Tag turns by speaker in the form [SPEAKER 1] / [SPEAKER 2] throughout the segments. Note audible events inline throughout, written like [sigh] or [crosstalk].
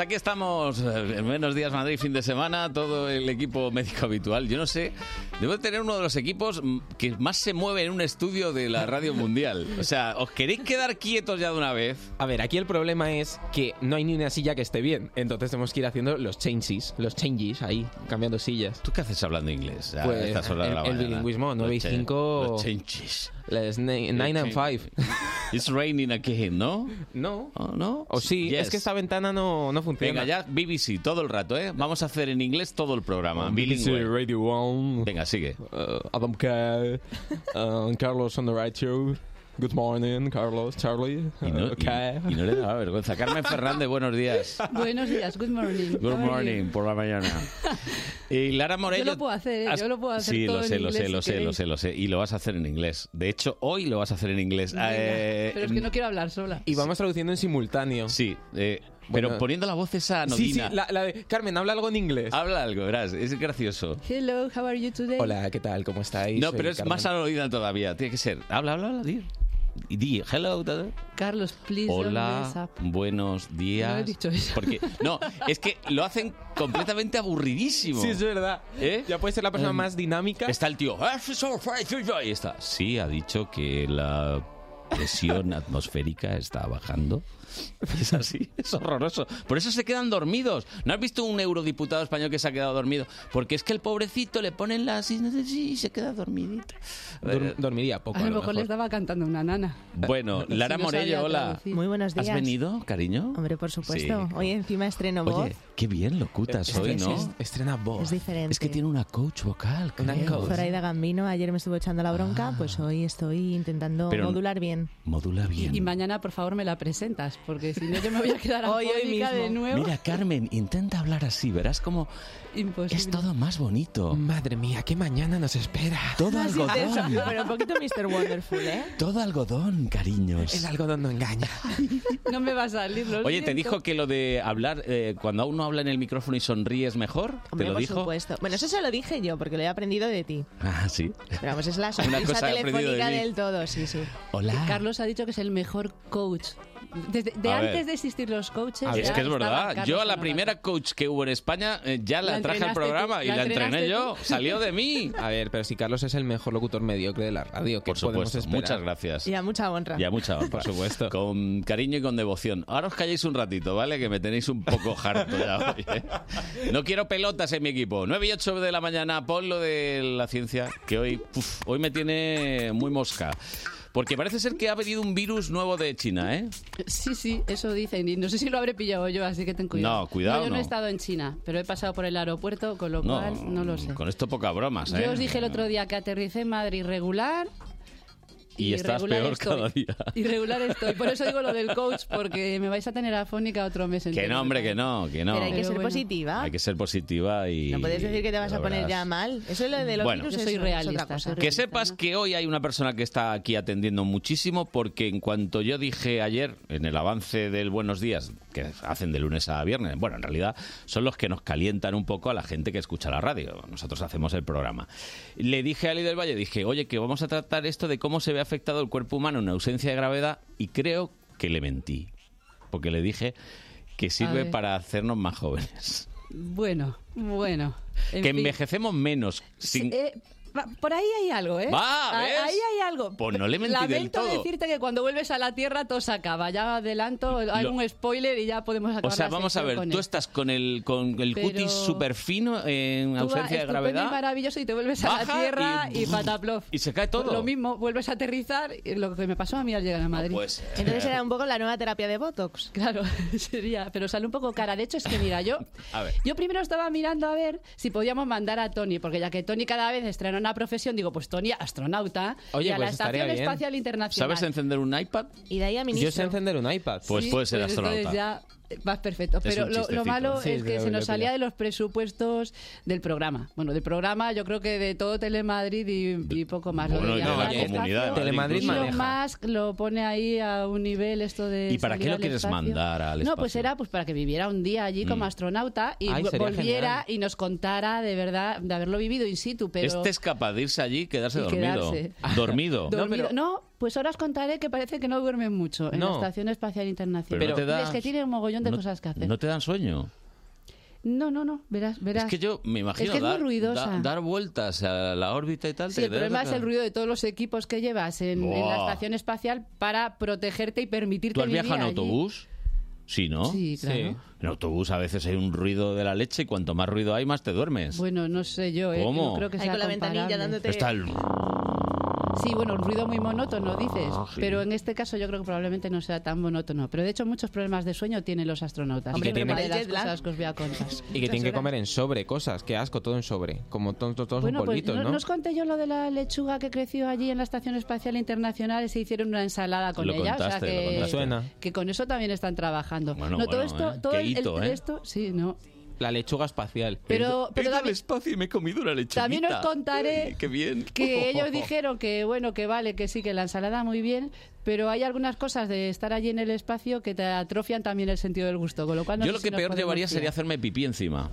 [SPEAKER 1] aquí estamos. Eh, Buenos días Madrid, fin de semana, todo el equipo médico habitual. Yo no sé, debo tener uno de los equipos mm, que más se mueve en un estudio de la radio mundial. O sea, ¿os queréis quedar quietos ya de una vez?
[SPEAKER 2] A ver, aquí el problema es que no hay ni una silla que esté bien. Entonces tenemos que ir haciendo los changes, los changes ahí, cambiando sillas.
[SPEAKER 1] ¿Tú qué haces hablando inglés? a
[SPEAKER 2] Pues,
[SPEAKER 1] estas horas de la
[SPEAKER 2] el- el
[SPEAKER 1] mañana?
[SPEAKER 2] bilingüismo, nueve y
[SPEAKER 1] Los cha-
[SPEAKER 2] cinco.
[SPEAKER 1] los changes.
[SPEAKER 2] Las 9 and 5. [laughs]
[SPEAKER 1] It's raining again, ¿no?
[SPEAKER 2] No.
[SPEAKER 1] ¿No?
[SPEAKER 2] O sí,
[SPEAKER 1] Yes.
[SPEAKER 2] es que esta ventana no, no funciona.
[SPEAKER 1] Venga, ya BBC todo el rato, ¿eh? Vamos a hacer en inglés todo el programa,
[SPEAKER 2] BBC
[SPEAKER 1] bilingüe.
[SPEAKER 2] Radio One,
[SPEAKER 1] Venga, sigue.
[SPEAKER 2] uh, Adam K, uh, Carlos on the right show. Good morning, Carlos, Charlie.
[SPEAKER 1] Y no,
[SPEAKER 2] uh,
[SPEAKER 1] y-
[SPEAKER 2] K.
[SPEAKER 1] y no le daba vergüenza. Carmen Fernández, buenos días.
[SPEAKER 3] Buenos días, good morning.
[SPEAKER 1] Good morning, por la mañana. Y Lara Morello...
[SPEAKER 3] Yo lo puedo hacer, ¿eh?
[SPEAKER 1] has-
[SPEAKER 3] Yo lo puedo hacer
[SPEAKER 1] Sí,
[SPEAKER 3] todo
[SPEAKER 1] lo
[SPEAKER 3] en
[SPEAKER 1] sé, lo sé,
[SPEAKER 3] inglés,
[SPEAKER 1] lo
[SPEAKER 3] si
[SPEAKER 1] sé, lo
[SPEAKER 3] queréis.
[SPEAKER 1] sé, lo sé. Y lo vas a hacer en inglés. De hecho, hoy lo vas a hacer en inglés.
[SPEAKER 3] Venga,
[SPEAKER 1] Eh,
[SPEAKER 3] pero es que no quiero hablar sola.
[SPEAKER 2] Y vamos traduciendo en simultáneo.
[SPEAKER 1] Sí, eh,
[SPEAKER 2] [laughs] Bueno.
[SPEAKER 1] pero poniendo la voz esa anodina.
[SPEAKER 2] sí, sí, la, la de Carmen, habla algo en inglés.
[SPEAKER 1] Habla algo, verás, es gracioso.
[SPEAKER 3] Hello, how are you today?
[SPEAKER 2] Hola, ¿qué tal? ¿Cómo estáis?
[SPEAKER 1] No,
[SPEAKER 2] Soy
[SPEAKER 1] pero es
[SPEAKER 2] Carmen.
[SPEAKER 1] más anodina todavía, tiene que ser. Habla, habla, habla, di. Y di, hello, da, da.
[SPEAKER 3] Carlos, please don't mess
[SPEAKER 1] Hola,
[SPEAKER 3] up.
[SPEAKER 1] buenos días.
[SPEAKER 3] No he dicho eso.
[SPEAKER 1] Porque, no, es que lo hacen completamente aburridísimo.
[SPEAKER 2] Sí, es verdad.
[SPEAKER 1] ¿Eh?
[SPEAKER 2] Ya puede ser la persona más dinámica.
[SPEAKER 1] Está el tío. "Ah, sí, sí, sí, sí", y está. Sí, ha dicho que la [laughs] presión atmosférica está bajando. Es así, es horroroso. Por eso se quedan dormidos. ¿No has visto un eurodiputado español que se ha quedado dormido? Porque es que el pobrecito le ponen la... sí, sí, sí, y se queda dormidito. Eh,
[SPEAKER 2] Dur- dormiría poco.
[SPEAKER 3] A lo mejor les estaba cantando una nana.
[SPEAKER 1] Bueno, Lara
[SPEAKER 3] Si no sabía
[SPEAKER 1] Morello, hola.
[SPEAKER 3] traducir.
[SPEAKER 4] Muy buenos días.
[SPEAKER 1] ¿Has venido, cariño?
[SPEAKER 4] Hombre, por
[SPEAKER 1] Sí,
[SPEAKER 4] supuesto.
[SPEAKER 1] claro.
[SPEAKER 4] Hoy encima estreno voz.
[SPEAKER 1] Oye, qué bien locutas
[SPEAKER 4] que
[SPEAKER 1] hoy, ¿no?
[SPEAKER 4] sí.
[SPEAKER 2] Estrena voz.
[SPEAKER 4] es diferente.
[SPEAKER 1] Es que tiene una coach vocal.
[SPEAKER 2] Una
[SPEAKER 1] creo.
[SPEAKER 2] coach.
[SPEAKER 4] Eh, Zoraida Gambino ayer me estuvo echando la bronca, pues hoy estoy intentando
[SPEAKER 1] Pero-
[SPEAKER 4] modular bien.
[SPEAKER 1] Modula bien.
[SPEAKER 3] Y, y mañana, por favor, me la presentas, porque si no, yo me voy a
[SPEAKER 1] [laughs]
[SPEAKER 3] quedar
[SPEAKER 4] Hoy, hoy
[SPEAKER 3] afónica de
[SPEAKER 4] mismo.
[SPEAKER 3] nuevo.
[SPEAKER 1] Mira, Carmen, intenta hablar así, verás como
[SPEAKER 3] Imposible.
[SPEAKER 1] es todo más bonito.
[SPEAKER 2] Madre mía, qué mañana nos espera.
[SPEAKER 1] Todo
[SPEAKER 4] Más intenso,
[SPEAKER 1] algodón.
[SPEAKER 4] pero un poquito Mr. Wonderful, ¿eh?
[SPEAKER 1] Todo algodón,
[SPEAKER 2] El
[SPEAKER 1] cariños.
[SPEAKER 2] algodón no engaña.
[SPEAKER 3] No me va a salir, lo
[SPEAKER 1] Oye, ¿te
[SPEAKER 3] siento.
[SPEAKER 1] dijo que lo de hablar, eh, cuando uno habla en el micrófono y sonríe es mejor? ¿Te
[SPEAKER 4] Hombre,
[SPEAKER 1] lo
[SPEAKER 4] por
[SPEAKER 1] dijo?
[SPEAKER 4] supuesto. Bueno, eso se lo dije yo, porque lo he aprendido de ti.
[SPEAKER 1] Ah, sí.
[SPEAKER 4] Pero vamos,
[SPEAKER 1] [laughs]
[SPEAKER 4] es la sonrisa
[SPEAKER 1] cosa he aprendido de
[SPEAKER 4] telefónica
[SPEAKER 1] mí.
[SPEAKER 4] del todo, sí, sí.
[SPEAKER 1] Hola.
[SPEAKER 3] Carlos ha dicho que es el mejor coach. Desde, de
[SPEAKER 1] A ver.
[SPEAKER 3] antes de existir los coaches.
[SPEAKER 1] Ah, Es
[SPEAKER 3] ya
[SPEAKER 1] que es
[SPEAKER 3] estaba
[SPEAKER 1] verdad.
[SPEAKER 3] Carlos
[SPEAKER 1] Yo a la
[SPEAKER 3] Honorato.
[SPEAKER 1] primera coach que hubo en España eh, ya la,
[SPEAKER 3] La
[SPEAKER 1] traje al
[SPEAKER 3] entrenaste tú,
[SPEAKER 1] programa y
[SPEAKER 3] la
[SPEAKER 1] la entrené
[SPEAKER 3] entrenaste
[SPEAKER 1] yo.
[SPEAKER 3] tú.
[SPEAKER 1] Salió de [laughs] mí.
[SPEAKER 2] A ver, pero si Carlos es el mejor locutor mediocre de la radio, que
[SPEAKER 1] Por supuesto. Muchas gracias.
[SPEAKER 4] Y a mucha honra.
[SPEAKER 1] Ya mucha Pues
[SPEAKER 3] [laughs]
[SPEAKER 1] honra.
[SPEAKER 2] Por supuesto.
[SPEAKER 1] Con cariño y con devoción. Ahora os calláis un ratito, ¿vale? Que me tenéis
[SPEAKER 3] [laughs]
[SPEAKER 1] un poco harto ya hoy, ¿eh? No quiero pelotas en mi equipo. 9 y 8 de la mañana, pon lo de la ciencia, que hoy, uf, hoy me tiene muy mosca. Porque parece ser que ha venido un virus nuevo de China, ¿eh?
[SPEAKER 3] Sí, sí, eso dicen. Y no sé si lo habré pillado yo, así que ten cuidado.
[SPEAKER 1] No, cuidado,
[SPEAKER 3] yo no,
[SPEAKER 1] no.
[SPEAKER 3] he estado en China, pero he pasado por el aeropuerto, con lo
[SPEAKER 1] No,
[SPEAKER 3] cual no lo sé.
[SPEAKER 1] Con esto poca bromas, ¿eh?
[SPEAKER 3] Yo os dije el otro día que aterricé en Madrid regular.
[SPEAKER 1] Y estás
[SPEAKER 3] regular
[SPEAKER 1] peor
[SPEAKER 3] estoy.
[SPEAKER 1] cada día.
[SPEAKER 3] [laughs] Irregular estoy. Por eso digo lo del coach, porque me vais a tener afónica otro mes.
[SPEAKER 1] Que
[SPEAKER 3] entero.
[SPEAKER 1] no, hombre, que no, que no.
[SPEAKER 4] Pero hay que
[SPEAKER 3] Pero
[SPEAKER 4] ser
[SPEAKER 3] bueno. Ah.
[SPEAKER 4] positiva.
[SPEAKER 1] Hay que ser positiva y...
[SPEAKER 4] No puedes decir que te vas a
[SPEAKER 1] lo
[SPEAKER 4] poner ya
[SPEAKER 1] verás.
[SPEAKER 4] mal. Eso es lo de los
[SPEAKER 1] Bueno.
[SPEAKER 4] virus,
[SPEAKER 3] Yo soy
[SPEAKER 4] es- es otra
[SPEAKER 3] realista,
[SPEAKER 4] cosa.
[SPEAKER 3] soy
[SPEAKER 1] Que
[SPEAKER 3] realista,
[SPEAKER 1] sepas
[SPEAKER 3] ¿no?
[SPEAKER 1] que hoy hay una persona que está aquí atendiendo muchísimo porque en cuanto yo dije ayer en el avance del Buenos Días, que hacen de lunes a viernes, bueno, en realidad son los que nos calientan un poco a la gente que escucha la radio. Nosotros hacemos el programa. Le dije a Ali del Valle, dije, oye, que vamos a tratar esto de cómo se ve afectado el cuerpo humano en ausencia de gravedad y creo que le mentí. Porque le dije que sirve
[SPEAKER 3] ver.
[SPEAKER 1] para hacernos más jóvenes.
[SPEAKER 3] Bueno, bueno. en
[SPEAKER 1] que
[SPEAKER 3] fin.
[SPEAKER 1] envejecemos menos. Sin...
[SPEAKER 3] Eh, va- por ahí hay algo, ¿eh?
[SPEAKER 1] Va,
[SPEAKER 3] A-
[SPEAKER 1] ¿ves?
[SPEAKER 3] Ahí hay algo.
[SPEAKER 1] Pues no le he mentido del
[SPEAKER 3] Lamento
[SPEAKER 1] todo.
[SPEAKER 3] decirte que cuando vuelves a la Tierra todo se acaba. Ya adelanto algún spoiler y ya podemos acabar
[SPEAKER 1] O sea,
[SPEAKER 3] la
[SPEAKER 1] vamos a
[SPEAKER 3] sección
[SPEAKER 1] ver,
[SPEAKER 3] con
[SPEAKER 1] tú
[SPEAKER 3] él.
[SPEAKER 1] estás con el, con el
[SPEAKER 3] Pero-
[SPEAKER 1] cutis súper fino en
[SPEAKER 3] Tú vas
[SPEAKER 1] ausencia de
[SPEAKER 3] estupendo y
[SPEAKER 1] gravedad.
[SPEAKER 3] maravilloso y te vuelves a
[SPEAKER 1] baja
[SPEAKER 3] la Tierra
[SPEAKER 1] y-
[SPEAKER 3] y, pataplov.
[SPEAKER 1] y se cae todo.
[SPEAKER 3] Pues Lo mismo, vuelves a aterrizar, y lo que me pasó a mí al llegar a Madrid.
[SPEAKER 1] Pues,
[SPEAKER 4] Entonces era un poco la nueva terapia de Botox.
[SPEAKER 3] [laughs] Claro, sería, pero sale un poco cara. De hecho, es que mira, yo,
[SPEAKER 1] A ver.
[SPEAKER 3] yo primero estaba mirando a ver si podíamos mandar a Tony, porque ya que Tony cada vez estrena una profesión, digo, pues Tony, astronauta,
[SPEAKER 2] Oye,
[SPEAKER 3] y a
[SPEAKER 2] pues
[SPEAKER 3] la
[SPEAKER 2] estaría
[SPEAKER 3] Estación
[SPEAKER 2] bien.
[SPEAKER 3] Espacial Internacional.
[SPEAKER 1] ¿sabes encender un iPad?
[SPEAKER 4] Y de ahí a
[SPEAKER 2] Yo
[SPEAKER 4] ministro.
[SPEAKER 2] sé encender un iPad.
[SPEAKER 1] Pues puede ser
[SPEAKER 3] entonces
[SPEAKER 1] astronauta.
[SPEAKER 3] ya- eh, Vas perfecto.
[SPEAKER 1] Es
[SPEAKER 3] Pero
[SPEAKER 1] un
[SPEAKER 3] lo- lo,
[SPEAKER 1] chistecito.
[SPEAKER 3] malo
[SPEAKER 2] Sí,
[SPEAKER 3] es
[SPEAKER 2] sí,
[SPEAKER 3] que
[SPEAKER 2] lo-
[SPEAKER 3] se
[SPEAKER 2] lo
[SPEAKER 3] nos salía
[SPEAKER 2] pillo.
[SPEAKER 3] de los presupuestos del programa. Bueno, del programa yo creo que de todo Telemadrid y, y poco más.
[SPEAKER 1] Bueno,
[SPEAKER 3] lo de
[SPEAKER 1] y de la
[SPEAKER 3] llamar al
[SPEAKER 1] Comunidad de
[SPEAKER 3] espacio.
[SPEAKER 1] Madrid
[SPEAKER 2] Telemadrid
[SPEAKER 3] Elon
[SPEAKER 2] maneja.
[SPEAKER 3] Musk lo pone ahí a un nivel esto de
[SPEAKER 1] ¿Y para qué
[SPEAKER 3] salir
[SPEAKER 1] lo
[SPEAKER 3] al
[SPEAKER 1] quieres
[SPEAKER 3] espacio.
[SPEAKER 1] mandar al
[SPEAKER 3] No, pues
[SPEAKER 1] espacio?
[SPEAKER 3] era pues para que viviera un día allí como
[SPEAKER 1] Mm.
[SPEAKER 3] astronauta y
[SPEAKER 2] Ay,
[SPEAKER 3] vo-
[SPEAKER 2] sería
[SPEAKER 3] volviera
[SPEAKER 2] genial.
[SPEAKER 3] y nos contara de verdad de haberlo vivido in situ, pero
[SPEAKER 1] Este es capaz de irse allí y quedarse
[SPEAKER 3] Y
[SPEAKER 1] dormido.
[SPEAKER 3] quedarse.
[SPEAKER 1] [laughs] Dormido.
[SPEAKER 3] dormido- no,
[SPEAKER 2] pero-
[SPEAKER 3] pues ahora os contaré que parece que no duermen mucho en
[SPEAKER 2] No.
[SPEAKER 3] la Estación Espacial Internacional.
[SPEAKER 1] Pero no te da-
[SPEAKER 3] es que tiene un mogollón de
[SPEAKER 1] No-
[SPEAKER 3] cosas que hacer.
[SPEAKER 1] ¿No te dan sueño?
[SPEAKER 3] No, no, no, verás, verás.
[SPEAKER 1] Es que yo me imagino
[SPEAKER 3] es muy
[SPEAKER 1] dar,
[SPEAKER 3] ruidosa.
[SPEAKER 1] da- dar vueltas a la órbita y tal.
[SPEAKER 3] Sí,
[SPEAKER 1] te
[SPEAKER 3] el problema es
[SPEAKER 1] debes-
[SPEAKER 3] el ruido de todos los equipos que llevas en, en la
[SPEAKER 1] Buah.
[SPEAKER 3] estación espacial para protegerte y permitirte
[SPEAKER 1] ¿Tú has
[SPEAKER 3] vivir
[SPEAKER 1] viajado en
[SPEAKER 3] allí.
[SPEAKER 1] autobús? Sí, ¿no?
[SPEAKER 3] Sí, claro.
[SPEAKER 1] En autobús a veces hay un ruido de la leche y cuanto más ruido hay, más te duermes.
[SPEAKER 3] Bueno, no sé yo, ¿eh?
[SPEAKER 1] ¿Cómo?
[SPEAKER 3] No creo que
[SPEAKER 4] Ahí
[SPEAKER 3] sea
[SPEAKER 4] con la ventanilla
[SPEAKER 3] comparable.
[SPEAKER 4] dándote...
[SPEAKER 1] Está el...
[SPEAKER 3] Sí, bueno, un ruido muy monótono, dices.
[SPEAKER 1] Ah, Sí.
[SPEAKER 3] Pero en este caso yo creo que probablemente no sea tan monótono. Pero de hecho muchos problemas de sueño tienen los astronautas.
[SPEAKER 4] Hombre,
[SPEAKER 3] que
[SPEAKER 2] pero
[SPEAKER 3] una
[SPEAKER 4] para
[SPEAKER 3] de
[SPEAKER 4] el
[SPEAKER 3] las
[SPEAKER 4] jet lag.
[SPEAKER 3] cosas que os voy a contar.
[SPEAKER 2] Y que tienen que
[SPEAKER 3] Muchas
[SPEAKER 2] comer en sobre cosas. Qué asco, todo en sobre. Como todos todos todos
[SPEAKER 3] Bueno,
[SPEAKER 2] un
[SPEAKER 3] pues
[SPEAKER 2] polvito,
[SPEAKER 3] ¿no,
[SPEAKER 2] ¿no?
[SPEAKER 3] no os conté yo lo de la lechuga que creció allí en la Estación Espacial Internacional y se hicieron una ensalada con
[SPEAKER 1] Lo
[SPEAKER 3] ella.
[SPEAKER 1] contaste,
[SPEAKER 3] o sea
[SPEAKER 1] lo
[SPEAKER 3] que,
[SPEAKER 1] contaste.
[SPEAKER 2] Suena.
[SPEAKER 3] que con eso también están trabajando.
[SPEAKER 1] Bueno,
[SPEAKER 3] no, todo
[SPEAKER 1] bueno,
[SPEAKER 3] esto,
[SPEAKER 1] ¿eh?
[SPEAKER 3] todo
[SPEAKER 1] Qué
[SPEAKER 3] el-
[SPEAKER 1] hito, ¿eh?
[SPEAKER 3] esto, sí, no.
[SPEAKER 2] La lechuga espacial.
[SPEAKER 3] Pero, pero también-
[SPEAKER 1] espacio y me he comido una lechuguita.
[SPEAKER 3] también os contaré
[SPEAKER 1] Uy, qué bien. [laughs]
[SPEAKER 3] que ellos dijeron que bueno, que vale, que sí, que la ensalada muy bien, pero hay algunas cosas de estar allí en el espacio que te atrofian también el sentido del gusto, con lo cual no
[SPEAKER 1] Yo
[SPEAKER 3] sé
[SPEAKER 1] lo
[SPEAKER 3] si
[SPEAKER 1] que
[SPEAKER 3] nos
[SPEAKER 1] peor
[SPEAKER 3] podemos
[SPEAKER 1] llevaría
[SPEAKER 3] fiar.
[SPEAKER 1] sería hacerme pipí encima.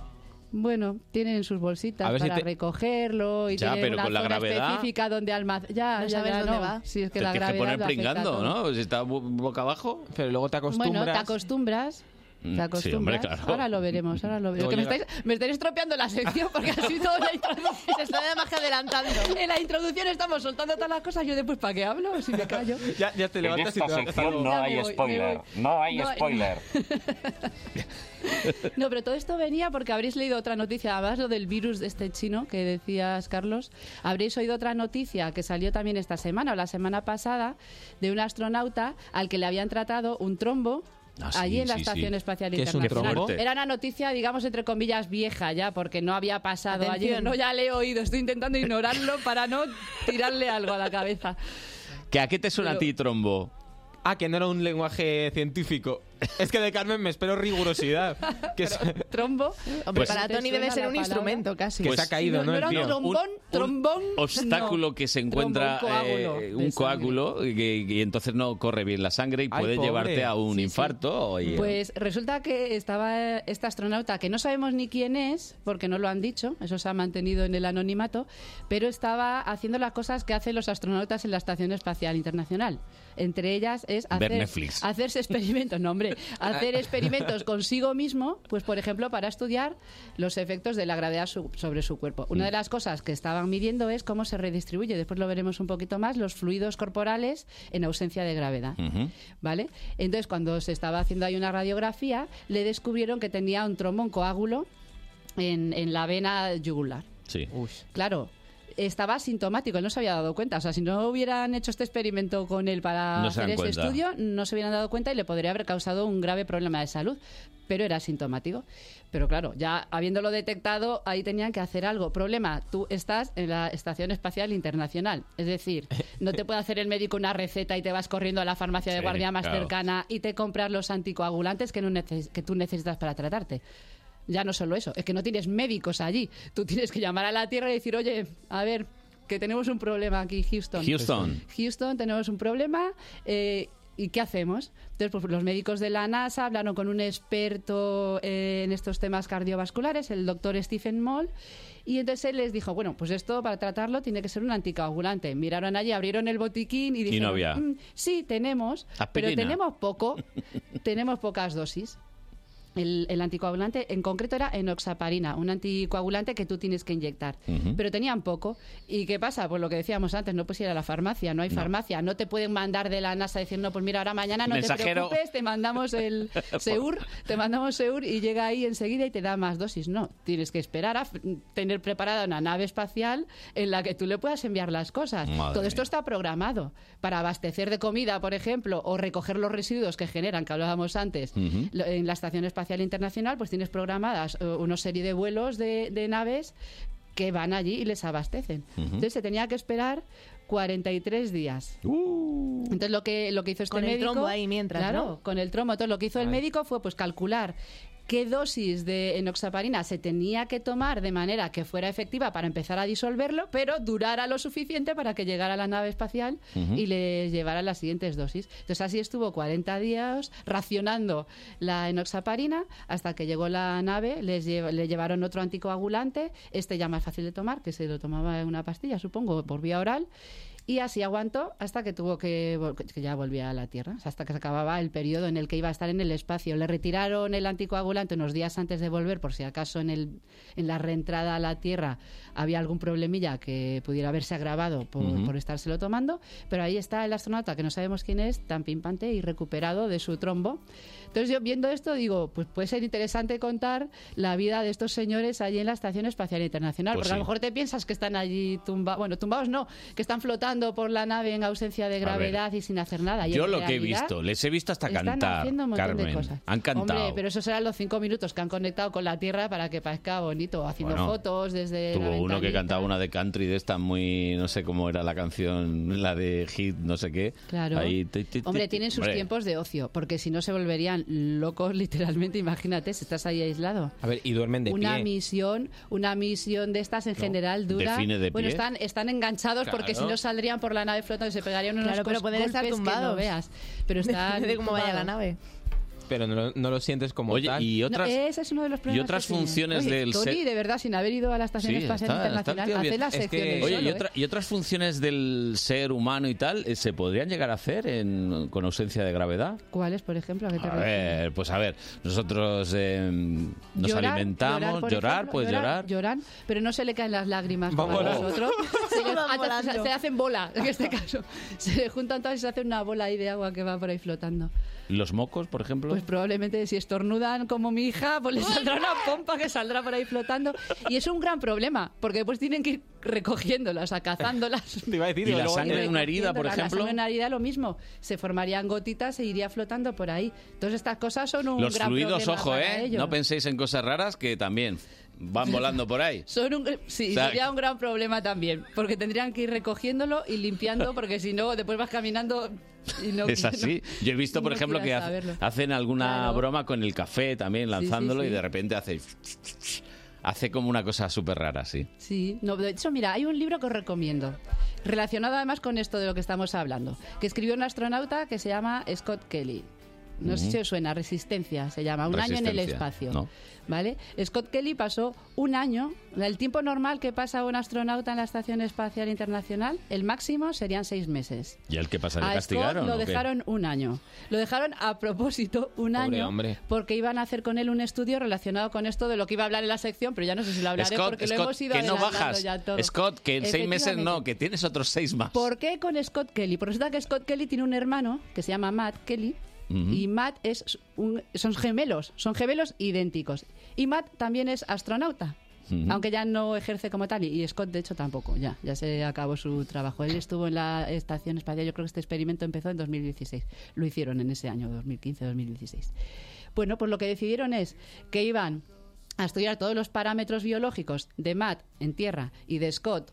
[SPEAKER 3] Bueno, tienen sus bolsitas
[SPEAKER 2] A ver si
[SPEAKER 3] para
[SPEAKER 2] te-
[SPEAKER 3] recogerlo y
[SPEAKER 1] Ya,
[SPEAKER 3] tienen
[SPEAKER 1] pero
[SPEAKER 3] una
[SPEAKER 1] con la
[SPEAKER 3] zona
[SPEAKER 1] gravedad-
[SPEAKER 3] específica donde almacenar. Ya,
[SPEAKER 4] No
[SPEAKER 3] ya,
[SPEAKER 4] sabes
[SPEAKER 3] ya,
[SPEAKER 4] dónde
[SPEAKER 3] no.
[SPEAKER 4] va.
[SPEAKER 3] Sí, es que
[SPEAKER 1] te
[SPEAKER 3] la
[SPEAKER 1] tienes que
[SPEAKER 3] gravedad
[SPEAKER 1] poner
[SPEAKER 3] lo afecta
[SPEAKER 1] pringando,
[SPEAKER 3] todo.
[SPEAKER 1] ¿no? Si está bo- boca abajo.
[SPEAKER 2] Pero luego te acostumbras.
[SPEAKER 3] Bueno, te acostumbras.
[SPEAKER 1] Mm,
[SPEAKER 3] Te acostumbras.
[SPEAKER 1] sí, hombre, claro.
[SPEAKER 3] Ahora lo veremos, ahora lo veremos. Que me,
[SPEAKER 2] Luego
[SPEAKER 3] estáis, me estáis estropeando la sección porque así todo en la introducción.
[SPEAKER 4] [laughs] Se está además que adelantando.
[SPEAKER 3] En la introducción estamos soltando todas las cosas. Yo después, ¿para qué hablo? Si me callo.
[SPEAKER 2] Ya, ya te
[SPEAKER 5] En
[SPEAKER 2] levantas y
[SPEAKER 5] esta
[SPEAKER 2] te vas
[SPEAKER 5] sección no
[SPEAKER 3] Ya me voy,
[SPEAKER 5] hay
[SPEAKER 3] me
[SPEAKER 5] spoiler.
[SPEAKER 3] voy.
[SPEAKER 5] No hay
[SPEAKER 3] No hay-
[SPEAKER 5] spoiler.
[SPEAKER 3] No, pero todo esto venía porque habréis leído otra noticia, además lo del virus de este chino que decías, Carlos. Habréis oído otra noticia que salió también esta semana o la semana pasada de un astronauta al que le habían tratado un trombo.
[SPEAKER 1] Ah, sí,
[SPEAKER 3] allí en la
[SPEAKER 1] sí,
[SPEAKER 3] Estación
[SPEAKER 1] sí.
[SPEAKER 3] Espacial
[SPEAKER 2] ¿Qué es un
[SPEAKER 3] Internacional.
[SPEAKER 2] trombo?
[SPEAKER 3] Era una noticia, digamos, entre comillas, vieja ya, porque no había pasado
[SPEAKER 4] Atención.
[SPEAKER 3] ayer. No, ya le he oído, estoy intentando ignorarlo para no tirarle algo a la cabeza.
[SPEAKER 1] ¿Que ¿A qué te suena a
[SPEAKER 3] Pero-
[SPEAKER 1] ti, trombo?
[SPEAKER 2] Ah, que no era un lenguaje científico. [laughs] Es que de Carmen me espero rigurosidad.
[SPEAKER 3] [laughs]
[SPEAKER 2] Que, es-
[SPEAKER 3] Trombo.
[SPEAKER 4] Hombre,
[SPEAKER 1] Pues-
[SPEAKER 4] para
[SPEAKER 3] ¿te
[SPEAKER 4] Tony
[SPEAKER 3] suena
[SPEAKER 4] debe ser
[SPEAKER 3] la
[SPEAKER 4] un
[SPEAKER 3] palabra?
[SPEAKER 4] instrumento casi.
[SPEAKER 2] que
[SPEAKER 1] Pues-
[SPEAKER 2] se ha caído, ¿no?
[SPEAKER 3] No,
[SPEAKER 2] El
[SPEAKER 3] no,
[SPEAKER 2] tío.
[SPEAKER 3] no, Trombón, trombón,
[SPEAKER 1] obstáculo
[SPEAKER 3] no.
[SPEAKER 1] que se encuentra
[SPEAKER 3] Trombón, coágulo
[SPEAKER 1] eh,
[SPEAKER 3] de
[SPEAKER 1] un
[SPEAKER 3] sangre.
[SPEAKER 1] coágulo y que, y entonces no corre bien la sangre y
[SPEAKER 2] Ay,
[SPEAKER 1] puede
[SPEAKER 2] pobre.
[SPEAKER 1] llevarte a un
[SPEAKER 3] Sí, sí.
[SPEAKER 1] infarto. y-
[SPEAKER 3] Pues resulta que estaba esta astronauta, que no sabemos ni quién es, porque no lo han dicho, eso se ha mantenido en el anonimato, pero estaba haciendo las cosas que hacen los astronautas en la Estación Espacial Internacional. Entre ellas es
[SPEAKER 1] Ver
[SPEAKER 3] hacer,
[SPEAKER 1] Netflix. Ah.
[SPEAKER 3] hacerse experimentos, no hombre, hacer experimentos consigo mismo, pues por ejemplo para estudiar los efectos de la gravedad su- sobre su cuerpo. Una
[SPEAKER 1] Mm.
[SPEAKER 3] de las cosas que estaban midiendo es cómo se redistribuye, después lo veremos un poquito más, los fluidos corporales en ausencia de gravedad.
[SPEAKER 1] Ujú.
[SPEAKER 3] ¿vale? Entonces, cuando se estaba haciendo ahí una radiografía, le descubrieron que tenía un trombo, un coágulo en, en la vena yugular.
[SPEAKER 1] Sí.
[SPEAKER 2] Uy.
[SPEAKER 3] Claro, estaba asintomático, él no se había dado cuenta. O sea, si no hubieran hecho este experimento con él para
[SPEAKER 1] No se
[SPEAKER 3] hacer
[SPEAKER 1] dan
[SPEAKER 3] este
[SPEAKER 1] cuenta.
[SPEAKER 3] estudio, no se hubieran dado cuenta y le podría haber causado un grave problema de salud. Pero era asintomático. Pero claro, ya habiéndolo detectado, ahí tenían que hacer algo. Problema, tú estás en la Estación Espacial Internacional. Es decir, no te puede hacer el médico una receta y te vas corriendo a la farmacia de
[SPEAKER 1] Sí,
[SPEAKER 3] guardia más
[SPEAKER 1] claro.
[SPEAKER 3] cercana y te compras los anticoagulantes que, no neces- que tú necesitas para tratarte. Ya no solo eso, es que no tienes médicos allí. Tú tienes que llamar a la Tierra y decir, oye, a ver, que tenemos un problema aquí, Houston.
[SPEAKER 1] Houston.
[SPEAKER 3] Houston, tenemos un problema. eh, ¿Y qué hacemos? Entonces, pues los médicos de la NASA hablaron con un experto eh, en estos temas cardiovasculares, el doctor Stephen Moll, y entonces él les dijo, bueno, pues esto para tratarlo tiene que ser un anticoagulante. Miraron allí, abrieron el botiquín y dijeron,
[SPEAKER 1] había.
[SPEAKER 3] "Mm, sí, tenemos, pero
[SPEAKER 1] Aspirina.
[SPEAKER 3] tenemos poco, [laughs] tenemos pocas dosis. El, el anticoagulante en concreto era enoxaparina, un anticoagulante que tú tienes que inyectar.
[SPEAKER 1] Ujú.
[SPEAKER 3] Pero tenían poco. ¿Y qué pasa? Pues lo que decíamos antes, no puedes ir a la farmacia, no hay farmacia. No te pueden mandar de la NASA decir, no, pues mira, ahora mañana no
[SPEAKER 1] Mensajero.
[SPEAKER 3] te preocupes, te mandamos
[SPEAKER 1] [laughs]
[SPEAKER 3] el SEUR, te mandamos SEUR y llega ahí enseguida y te da más dosis. No, tienes que esperar a f- tener preparada una nave espacial en la que tú le puedas enviar las cosas.
[SPEAKER 1] Madre
[SPEAKER 3] Todo esto
[SPEAKER 1] mía.
[SPEAKER 3] está programado para abastecer de comida, por ejemplo, o recoger los residuos que generan, que hablábamos antes.
[SPEAKER 1] Ujú.
[SPEAKER 3] Lo- En la Estación Espacial Internacional, pues tienes programadas eh, una serie de vuelos de, de naves que van allí y les abastecen. Entonces se tenía que esperar 43 días. Entonces lo que, lo que hizo este
[SPEAKER 4] Con el
[SPEAKER 3] médico...
[SPEAKER 4] trombo ahí mientras,
[SPEAKER 3] Claro,
[SPEAKER 4] ¿no?
[SPEAKER 3] con el trombo. Entonces lo que hizo el
[SPEAKER 2] Ay.
[SPEAKER 3] médico fue pues calcular qué dosis de enoxaparina se tenía que tomar de manera que fuera efectiva para empezar a disolverlo, pero durara lo suficiente para que llegara a la nave espacial
[SPEAKER 1] Ujú.
[SPEAKER 3] y les llevara las siguientes dosis. Entonces así estuvo 40 días racionando la enoxaparina hasta que llegó la nave, les lle- le llevaron otro anticoagulante, este ya más fácil de tomar, que se lo tomaba en una pastilla, supongo, por vía oral. Y así aguantó hasta que tuvo que, vol- que ya volvía a la Tierra, o sea, hasta que se acababa el periodo en el que iba a estar en el espacio. Le retiraron el anticoagulante unos días antes de volver, por si acaso en, el, en la reentrada a la Tierra había algún problemilla que pudiera haberse agravado por,
[SPEAKER 1] Ujú.
[SPEAKER 3] por estárselo tomando. Pero ahí está el astronauta, que no sabemos quién es, tan pimpante y recuperado de su trombo. Entonces yo viendo esto digo, pues puede ser interesante contar la vida de estos señores allí en la Estación Espacial Internacional,
[SPEAKER 1] Pues
[SPEAKER 3] porque a
[SPEAKER 1] sí.
[SPEAKER 3] lo mejor te piensas que están allí tumbados, bueno, tumbados no, que están flotando por la nave en ausencia de
[SPEAKER 1] ver,
[SPEAKER 3] gravedad y sin hacer nada. Y
[SPEAKER 1] Yo
[SPEAKER 3] en
[SPEAKER 1] lo que he
[SPEAKER 3] realidad
[SPEAKER 1] visto, les he visto hasta
[SPEAKER 3] están
[SPEAKER 1] cantar,
[SPEAKER 3] haciendo un montón de
[SPEAKER 1] Carmen.
[SPEAKER 3] cosas.
[SPEAKER 1] Han cantado.
[SPEAKER 3] Hombre, pero esos eran los cinco minutos que han conectado con la Tierra para que parezca bonito, haciendo
[SPEAKER 1] Bueno,
[SPEAKER 3] fotos desde la
[SPEAKER 1] Tuvo uno que
[SPEAKER 3] ventanita.
[SPEAKER 1] cantaba una de country de esta muy, no sé cómo era la canción, la de hit, no sé qué.
[SPEAKER 3] Claro.
[SPEAKER 1] Ahí, ti, ti, ti,
[SPEAKER 3] Hombre,
[SPEAKER 1] ti.
[SPEAKER 3] tienen sus
[SPEAKER 1] Hombre,
[SPEAKER 3] tiempos de ocio, porque si no se volverían locos [laughs] literalmente, imagínate, si estás ahí aislado.
[SPEAKER 2] A ver, y duermen de
[SPEAKER 3] una
[SPEAKER 2] pie.
[SPEAKER 3] misión, una misión de estas en general dura.
[SPEAKER 1] Define de
[SPEAKER 3] Bueno,
[SPEAKER 1] pie.
[SPEAKER 3] están, están enganchados
[SPEAKER 2] Claro.
[SPEAKER 3] porque si no saldrían por la nave flotando y se pegarían unos
[SPEAKER 4] Claro, pero
[SPEAKER 3] cos-
[SPEAKER 4] pueden estar
[SPEAKER 3] golpes que no
[SPEAKER 4] tumbados.
[SPEAKER 3] veas.
[SPEAKER 4] [laughs]
[SPEAKER 3] Pero están
[SPEAKER 4] de cómo vaya la
[SPEAKER 3] tumbados.
[SPEAKER 4] nave.
[SPEAKER 2] Pero no, lo- no lo sientes como
[SPEAKER 1] Oye,
[SPEAKER 2] tal.
[SPEAKER 1] y
[SPEAKER 3] No, eh,
[SPEAKER 1] otras...
[SPEAKER 3] ese es uno de los problemas
[SPEAKER 1] otras
[SPEAKER 3] que tienen.
[SPEAKER 1] funciones
[SPEAKER 3] Oye,
[SPEAKER 1] del
[SPEAKER 3] Tony,
[SPEAKER 1] set-
[SPEAKER 3] de verdad, sin haber ido a la Estación
[SPEAKER 1] Sí,
[SPEAKER 3] Espacial
[SPEAKER 1] está- está el tío
[SPEAKER 3] Internacional,
[SPEAKER 1] bien.
[SPEAKER 3] hace las
[SPEAKER 2] Es que-
[SPEAKER 3] secciones
[SPEAKER 2] Eh,
[SPEAKER 1] Oye,
[SPEAKER 3] solo,
[SPEAKER 1] y,
[SPEAKER 3] ¿eh?
[SPEAKER 1] otra- y otras funciones del ser humano y tal, eh, ¿se podrían llegar a hacer en- con ausencia de gravedad?
[SPEAKER 3] ¿Cuáles, por ejemplo? ¿A qué te
[SPEAKER 1] A
[SPEAKER 3] refieres?
[SPEAKER 1] ver, pues a ver, nosotros eh, nos
[SPEAKER 3] Llorar,
[SPEAKER 1] alimentamos,
[SPEAKER 3] por
[SPEAKER 1] llorar,
[SPEAKER 3] ejemplo,
[SPEAKER 1] pues llorar.
[SPEAKER 3] Lloran, pero no se le caen las lágrimas como a
[SPEAKER 2] Van volando.
[SPEAKER 1] [laughs]
[SPEAKER 3] nosotros. Se, le-
[SPEAKER 4] Van
[SPEAKER 3] antes
[SPEAKER 4] volando.
[SPEAKER 3] se- se hacen bola, en este caso. Se le juntan todas y se hace una bola ahí de agua que va por ahí flotando.
[SPEAKER 1] Los mocos, por ejemplo.
[SPEAKER 3] Pues probablemente si estornudan como mi hija, pues les saldrá una pompa que saldrá por ahí flotando. Y es un gran problema, porque después tienen que ir recogiéndolas, a cazándolas.
[SPEAKER 2] [laughs] Te iba a decir,
[SPEAKER 1] Y
[SPEAKER 2] digo,
[SPEAKER 1] la
[SPEAKER 2] luego-
[SPEAKER 1] sangre en una herida, por
[SPEAKER 3] recogiéndolas. La
[SPEAKER 1] ejemplo.
[SPEAKER 3] sangre en una herida lo mismo. Se formarían gotitas e iría flotando por ahí. Entonces estas cosas son un
[SPEAKER 1] Los
[SPEAKER 3] gran
[SPEAKER 1] fluidos,
[SPEAKER 3] problema
[SPEAKER 1] ojo,
[SPEAKER 3] para
[SPEAKER 1] ¿eh?
[SPEAKER 3] ellos.
[SPEAKER 1] No penséis en cosas raras que también van volando por
[SPEAKER 3] [laughs]
[SPEAKER 1] ahí.
[SPEAKER 3] Son un- sí,
[SPEAKER 1] O sea,
[SPEAKER 3] sería un gran problema también, porque tendrían que ir recogiéndolo y limpiando, porque si no, después vas caminando y [laughs] no...
[SPEAKER 1] Es así.
[SPEAKER 3] no-
[SPEAKER 1] Yo he visto, por
[SPEAKER 3] no
[SPEAKER 1] ejemplo, que
[SPEAKER 3] quieras
[SPEAKER 1] hace-
[SPEAKER 3] saberlo.
[SPEAKER 1] hacen alguna
[SPEAKER 3] Claro.
[SPEAKER 1] broma con el café también,
[SPEAKER 3] sí,
[SPEAKER 1] lanzándolo
[SPEAKER 3] sí.
[SPEAKER 1] y de repente hace... Hace como una cosa súper rara, sí.
[SPEAKER 3] Sí, no, de hecho, mira, hay un libro que os recomiendo, relacionado además con esto de lo que estamos hablando, que escribió un astronauta que se llama Scott Kelly. No sé
[SPEAKER 1] Ujú.
[SPEAKER 3] si os suena, Resistencia se llama, un año en el
[SPEAKER 1] Resistencia,
[SPEAKER 3] espacio.
[SPEAKER 1] ¿no?
[SPEAKER 3] ¿Vale? Scott Kelly pasó un año, el tiempo normal que pasa un astronauta en la Estación Espacial Internacional, el máximo serían seis meses.
[SPEAKER 1] ¿Y el qué pasa? ¿Le
[SPEAKER 3] A Scott
[SPEAKER 1] castigaron?
[SPEAKER 3] lo
[SPEAKER 1] o qué?
[SPEAKER 3] dejaron un año. Lo dejaron a propósito un
[SPEAKER 2] Pobre
[SPEAKER 3] año
[SPEAKER 2] hombre.
[SPEAKER 3] porque iban a hacer con él un estudio relacionado con esto de lo que iba a hablar en la sección, pero ya no sé si lo hablaré
[SPEAKER 1] Scott,
[SPEAKER 3] porque lo
[SPEAKER 1] Scott,
[SPEAKER 3] hemos ido
[SPEAKER 1] que no
[SPEAKER 3] adelantando
[SPEAKER 1] bajas.
[SPEAKER 3] ya todo.
[SPEAKER 1] Scott, que en seis meses no,
[SPEAKER 3] Efectivamente.
[SPEAKER 1] que tienes otros seis más.
[SPEAKER 3] ¿Por qué con Scott Kelly? Porque resulta que Scott Kelly tiene un hermano que se llama Matt Kelly
[SPEAKER 1] Ujú.
[SPEAKER 3] y Matt es un- son gemelos, son gemelos idénticos. Y Matt también es astronauta.
[SPEAKER 1] Ujú.
[SPEAKER 3] Aunque ya no ejerce como tal, y y Scott de hecho tampoco, ya, ya se acabó su trabajo. Él estuvo en la Estación Espacial, yo creo que este experimento empezó en 2016, lo hicieron en ese año, 2015-2016. Bueno, pues lo que decidieron es que iban a estudiar todos los parámetros biológicos de Matt en Tierra y de Scott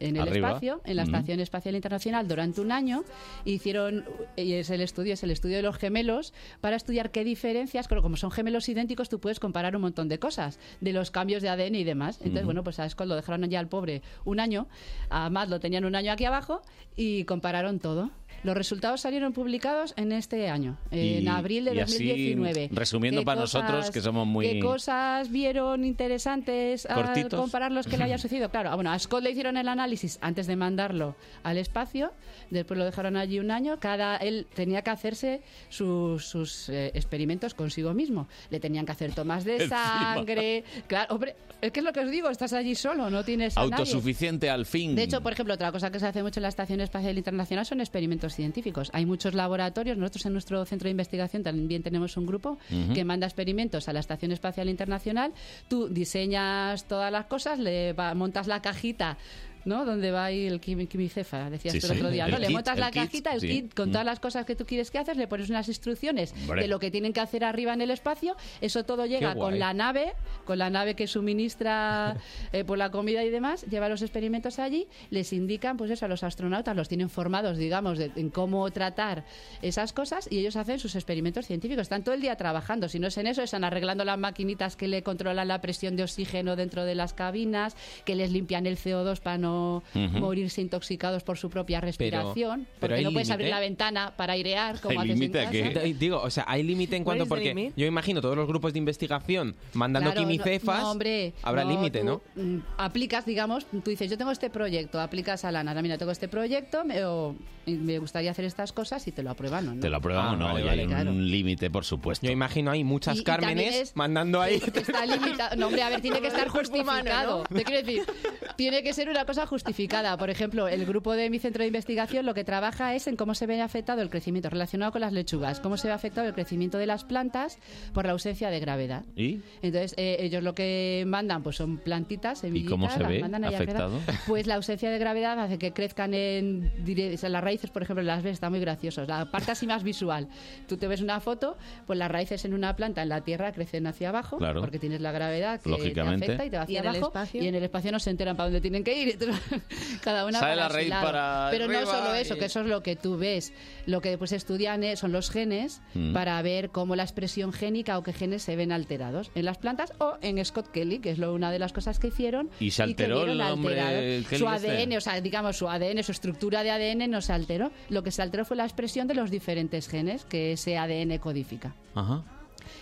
[SPEAKER 3] en el
[SPEAKER 1] Arriba.
[SPEAKER 3] espacio, en la
[SPEAKER 1] Ujú.
[SPEAKER 3] Estación Espacial Internacional, durante un año. e Hicieron, y es el estudio, es el estudio de los gemelos, para estudiar qué diferencias, claro, como son gemelos idénticos, tú puedes comparar un montón de cosas, de los cambios de ADN y demás. Entonces, bueno, pues a Scott lo dejaron ya al pobre un año, a Matt lo tenían un año aquí abajo y compararon todo. Los resultados salieron publicados en este año,
[SPEAKER 1] Y-
[SPEAKER 3] en abril de
[SPEAKER 1] y así,
[SPEAKER 3] 2019.
[SPEAKER 1] resumiendo
[SPEAKER 3] ¿Qué
[SPEAKER 1] para nosotros, que somos muy-
[SPEAKER 3] ¿Qué cosas vieron interesantes al
[SPEAKER 1] Cortitos.
[SPEAKER 3] comparar los que le
[SPEAKER 1] [laughs]
[SPEAKER 3] haya sucedido? Claro, ah, bueno, a Scott le hicieron el análisis antes de mandarlo al espacio, después lo dejaron allí un año, cada él tenía que hacerse sus, sus, eh, experimentos consigo mismo. Le tenían que hacer tomas de
[SPEAKER 1] Encima.
[SPEAKER 3] sangre, claro, hombre, es que es lo que os digo, estás allí solo, no tienes a nadie.
[SPEAKER 1] Autosuficiente al fin.
[SPEAKER 3] De hecho, por ejemplo, otra cosa que se hace mucho en la Estación Espacial Internacional son experimentos científicos. Hay muchos laboratorios, nosotros en nuestro centro de investigación también tenemos un grupo que manda experimentos a la Estación Espacial Internacional. Tú diseñas todas las cosas, le va- montas la cajita ¿no? Donde va ahí el Kimi, Kimi Jefa, decías
[SPEAKER 1] Sí,
[SPEAKER 3] tú
[SPEAKER 1] sí.
[SPEAKER 3] el otro día, ¿no?
[SPEAKER 1] El
[SPEAKER 3] le
[SPEAKER 1] kit,
[SPEAKER 3] montas
[SPEAKER 1] el
[SPEAKER 3] la
[SPEAKER 1] kit,
[SPEAKER 3] cajita, el
[SPEAKER 1] sí.
[SPEAKER 3] kit con todas
[SPEAKER 1] Mm.
[SPEAKER 3] las cosas que tú quieres que haces, le pones unas instrucciones
[SPEAKER 1] Hombre.
[SPEAKER 3] de lo que tienen que hacer arriba en el espacio, eso todo llega
[SPEAKER 2] guay.
[SPEAKER 3] con la nave, con la nave que
[SPEAKER 1] [laughs]
[SPEAKER 3] suministra eh, por la comida y demás, lleva los experimentos allí, les indican, pues eso, a los astronautas, los tienen formados, digamos, de- en cómo tratar esas cosas y ellos hacen sus experimentos científicos, están todo el día trabajando, si no es en eso, están arreglando las maquinitas que le controlan la presión de oxígeno dentro de las cabinas, que les limpian el CO2 para no
[SPEAKER 1] Ujú.
[SPEAKER 3] morirse intoxicados por su propia respiración,
[SPEAKER 2] pero
[SPEAKER 3] porque
[SPEAKER 2] ¿hay
[SPEAKER 3] no puedes
[SPEAKER 2] límite?
[SPEAKER 3] abrir la ventana para airear como
[SPEAKER 1] ¿Hay
[SPEAKER 3] haces en
[SPEAKER 1] límite a
[SPEAKER 3] casa.
[SPEAKER 1] qué?
[SPEAKER 2] D- Digo, o sea, hay límite en
[SPEAKER 4] Where
[SPEAKER 2] cuanto
[SPEAKER 4] is the
[SPEAKER 2] porque
[SPEAKER 4] limit?
[SPEAKER 2] yo imagino todos los grupos de investigación mandando
[SPEAKER 3] Claro, no-
[SPEAKER 2] quimicefas.
[SPEAKER 3] no, hombre,
[SPEAKER 2] habrá límite,
[SPEAKER 3] tú,
[SPEAKER 2] ¿no?
[SPEAKER 3] mm, Aplicas, digamos, tú dices, yo tengo este proyecto, aplicas a la NASA, mira, tengo este proyecto, me, o- y me gustaría hacer estas cosas y te lo aprueban, ¿o ¿no?
[SPEAKER 1] Te lo aprueban
[SPEAKER 2] Ah,
[SPEAKER 1] o no,
[SPEAKER 2] vale,
[SPEAKER 1] y
[SPEAKER 2] vale,
[SPEAKER 1] hay
[SPEAKER 3] claro.
[SPEAKER 1] un límite, por supuesto.
[SPEAKER 2] Yo imagino hay muchas
[SPEAKER 3] Y- y también
[SPEAKER 2] Cármenes
[SPEAKER 3] [laughs] es-
[SPEAKER 2] mandando ahí. [laughs]
[SPEAKER 3] Está limitado. No, hombre, a ver, tiene que estar justificado. Te quiero decir, tiene que ser una cosa justificada. Por ejemplo, el grupo de mi centro de investigación lo que trabaja es en cómo se ve afectado el crecimiento relacionado con las lechugas, cómo se ve afectado el crecimiento de las plantas por la ausencia de gravedad.
[SPEAKER 1] ¿Y?
[SPEAKER 3] Entonces, eh, ellos lo que mandan pues son plantitas, semillitas,
[SPEAKER 1] cómo se
[SPEAKER 3] las
[SPEAKER 1] ve
[SPEAKER 3] mandan ahí a
[SPEAKER 1] afectado?
[SPEAKER 3] crecer. [laughs] Pues la ausencia de gravedad hace que crezcan en, dire- o sea, las raíces, por ejemplo, las ves, está muy gracioso. La parte así más visual. Tú te ves una foto, pues las raíces en una planta, en la tierra, crecen hacia abajo,
[SPEAKER 1] Claro.
[SPEAKER 3] porque tienes la gravedad que
[SPEAKER 1] Lógicamente.
[SPEAKER 3] te afecta y te va
[SPEAKER 4] ¿Y
[SPEAKER 3] hacia
[SPEAKER 4] en el
[SPEAKER 3] abajo.
[SPEAKER 4] espacio?
[SPEAKER 3] Y en el espacio no se enteran para dónde tienen que ir. Entonces, [laughs] cada una
[SPEAKER 1] Sale
[SPEAKER 3] para
[SPEAKER 1] la
[SPEAKER 3] su
[SPEAKER 1] raíz
[SPEAKER 3] lado.
[SPEAKER 1] para
[SPEAKER 3] Pero no
[SPEAKER 1] arriba
[SPEAKER 3] solo eso,
[SPEAKER 1] y-
[SPEAKER 3] que eso es lo que tú ves. Lo que después estudian es- son los genes
[SPEAKER 1] Mm.
[SPEAKER 3] para ver cómo la expresión génica o qué genes se ven alterados en las plantas o en Scott Kelly, que es lo- una de las cosas que hicieron.
[SPEAKER 1] ¿Y se
[SPEAKER 3] que
[SPEAKER 1] alteró
[SPEAKER 3] vieron
[SPEAKER 1] el hombre
[SPEAKER 3] alterado.
[SPEAKER 1] Kelly
[SPEAKER 3] Su
[SPEAKER 1] este?
[SPEAKER 3] ADN, o sea, digamos, su ADN, su estructura de ADN no se alteró. Lo que se alteró fue la expresión de los diferentes genes que ese ADN codifica.
[SPEAKER 1] Ajá.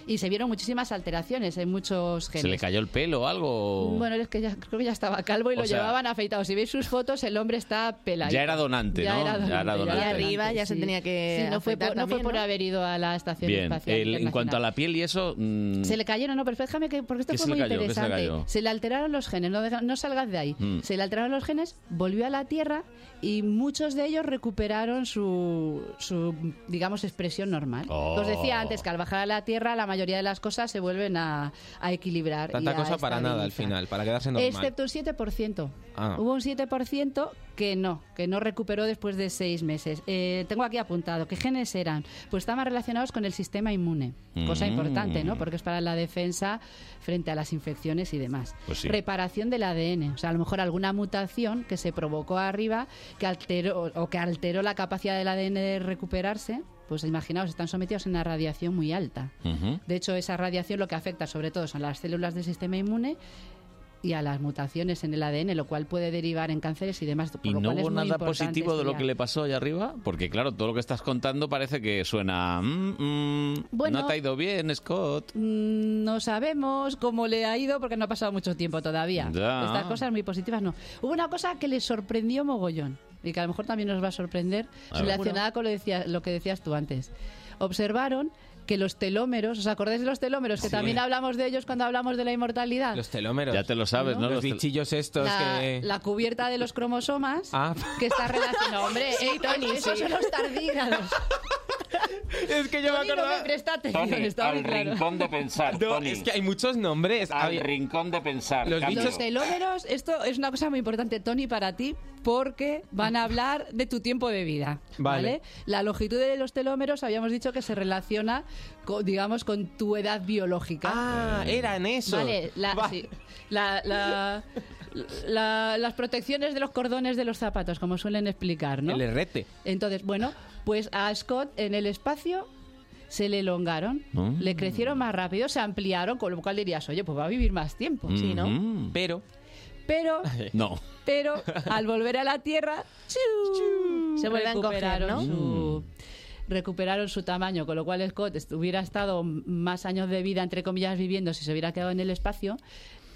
[SPEAKER 3] Y se vieron muchísimas alteraciones en muchos genes.
[SPEAKER 1] ¿Se le cayó el pelo o algo?
[SPEAKER 3] Bueno, es que ya, creo que ya estaba calvo y
[SPEAKER 1] O
[SPEAKER 3] lo
[SPEAKER 1] sea-
[SPEAKER 3] llevaban afeitado. Si veis sus fotos, el hombre está pelado.
[SPEAKER 1] Ya era donante, ¿no? Ya era donante.
[SPEAKER 4] Y arriba ya se tenía que
[SPEAKER 3] no fue,
[SPEAKER 4] afeitar
[SPEAKER 3] por, no fue
[SPEAKER 4] también,
[SPEAKER 3] por
[SPEAKER 4] ¿no?
[SPEAKER 3] haber ido a la estación
[SPEAKER 1] Bien.
[SPEAKER 3] espacial.
[SPEAKER 1] El- en
[SPEAKER 3] Internacional.
[SPEAKER 1] cuanto a la piel y eso... mm,
[SPEAKER 3] Se le cayeron, no, pero déjame que. Porque esto
[SPEAKER 1] ¿Qué
[SPEAKER 3] fue
[SPEAKER 1] se le
[SPEAKER 3] muy
[SPEAKER 1] cayó? ¿Qué se le
[SPEAKER 3] interesante.
[SPEAKER 1] cayó?
[SPEAKER 3] Se le alteraron los genes, no, deja- no salgas de ahí.
[SPEAKER 1] Mm.
[SPEAKER 3] Se le alteraron los genes, volvió a la Tierra y muchos de ellos recuperaron su, su digamos, expresión normal.
[SPEAKER 1] Oh.
[SPEAKER 3] Os decía antes que al bajar a la Tierra, la mayoría de las cosas se vuelven a, a equilibrar. y
[SPEAKER 2] Tanta
[SPEAKER 3] a
[SPEAKER 2] cosa para nada al
[SPEAKER 3] estabilizar.
[SPEAKER 2] final, para quedarse normal.
[SPEAKER 3] Excepto un 7%.
[SPEAKER 2] Ah.
[SPEAKER 3] Hubo un 7% que no, que no recuperó después de seis meses. Eh, tengo aquí apuntado, ¿qué genes eran? Pues estaban relacionados con el sistema inmune, cosa
[SPEAKER 1] Mm.
[SPEAKER 3] importante, ¿no? Porque es para la defensa frente a las infecciones y demás.
[SPEAKER 1] Pues sí.
[SPEAKER 3] Reparación del ADN, o sea, a lo mejor alguna mutación que se provocó arriba que alteró, o que alteró la capacidad del ADN de recuperarse, pues imaginaos, están sometidos a una radiación muy alta.
[SPEAKER 1] ujú.
[SPEAKER 3] De hecho, esa radiación lo que afecta sobre todo son las células del sistema inmune y a las mutaciones en el ADN, lo cual puede derivar en cánceres y demás. por
[SPEAKER 1] ¿Y
[SPEAKER 3] lo
[SPEAKER 1] no
[SPEAKER 3] cual es
[SPEAKER 1] hubo
[SPEAKER 3] muy
[SPEAKER 1] nada
[SPEAKER 3] importante
[SPEAKER 1] positivo de lo que
[SPEAKER 3] estudiar.
[SPEAKER 1] le pasó allá arriba? Porque claro, todo lo que estás contando parece que suena... mm, mm,
[SPEAKER 3] Bueno.
[SPEAKER 1] no te ha ido bien, Scott.
[SPEAKER 3] Mm, No sabemos cómo le ha ido porque no ha pasado mucho tiempo todavía.
[SPEAKER 1] Ya.
[SPEAKER 3] Estas cosas muy positivas no. Hubo una cosa que le sorprendió mogollón y que a lo mejor también nos va a sorprender
[SPEAKER 1] A ver.
[SPEAKER 3] relacionada con lo, decía- lo que decías tú antes. Observaron que los telómeros, ¿os acordáis de los telómeros? Que también hablamos de ellos cuando hablamos de la inmortalidad.
[SPEAKER 2] Los telómeros.
[SPEAKER 1] Ya te lo sabes, ¿no?
[SPEAKER 2] Los,
[SPEAKER 1] Los tel-
[SPEAKER 2] bichillos estos
[SPEAKER 3] la,
[SPEAKER 2] que...
[SPEAKER 3] la cubierta de los cromosomas
[SPEAKER 2] Ah. [laughs]
[SPEAKER 3] que está relacionado hombre
[SPEAKER 4] Sí,
[SPEAKER 3] esto-
[SPEAKER 4] Tony,
[SPEAKER 3] esos
[SPEAKER 4] sí.
[SPEAKER 3] son los tardígrados [laughs]
[SPEAKER 2] Es que yo
[SPEAKER 3] Tony
[SPEAKER 2] me
[SPEAKER 3] no
[SPEAKER 2] acordaba...
[SPEAKER 3] me presta atención estaba muy claro
[SPEAKER 5] de pensar,
[SPEAKER 2] No, es que hay muchos nombres. Había-
[SPEAKER 5] rincón de pensar.
[SPEAKER 2] Los cambio.
[SPEAKER 3] los telómeros esto es una cosa muy importante Tony para ti porque van a hablar de tu tiempo de vida
[SPEAKER 2] Vale.
[SPEAKER 3] vale, la longitud de los telómeros habíamos dicho que se relaciona con, digamos con tu edad biológica
[SPEAKER 2] Ah, eran esos.
[SPEAKER 3] Vale, la-
[SPEAKER 2] Va-
[SPEAKER 3] sí. La- la- la- las protecciones de los cordones de los zapatos, como suelen explicar, ¿no?
[SPEAKER 2] El errete.
[SPEAKER 3] Entonces, bueno, pues a Scott en el espacio se le elongaron, le crecieron más rápido, se ampliaron, con lo cual dirías, oye, pues va a vivir más tiempo.
[SPEAKER 4] Sí, ¿no?
[SPEAKER 1] Mm.
[SPEAKER 2] Pero...
[SPEAKER 3] Pero,
[SPEAKER 1] [laughs] No.
[SPEAKER 3] pero, al volver a la Tierra, ¡chiu!
[SPEAKER 4] Se vuelve a encoger,
[SPEAKER 3] recuperaron
[SPEAKER 4] ¿no?
[SPEAKER 3] su
[SPEAKER 1] Mm.
[SPEAKER 3] recuperaron su tamaño, con lo cual Scott est- hubiera estado más años de vida, entre comillas, viviendo si se hubiera quedado en el espacio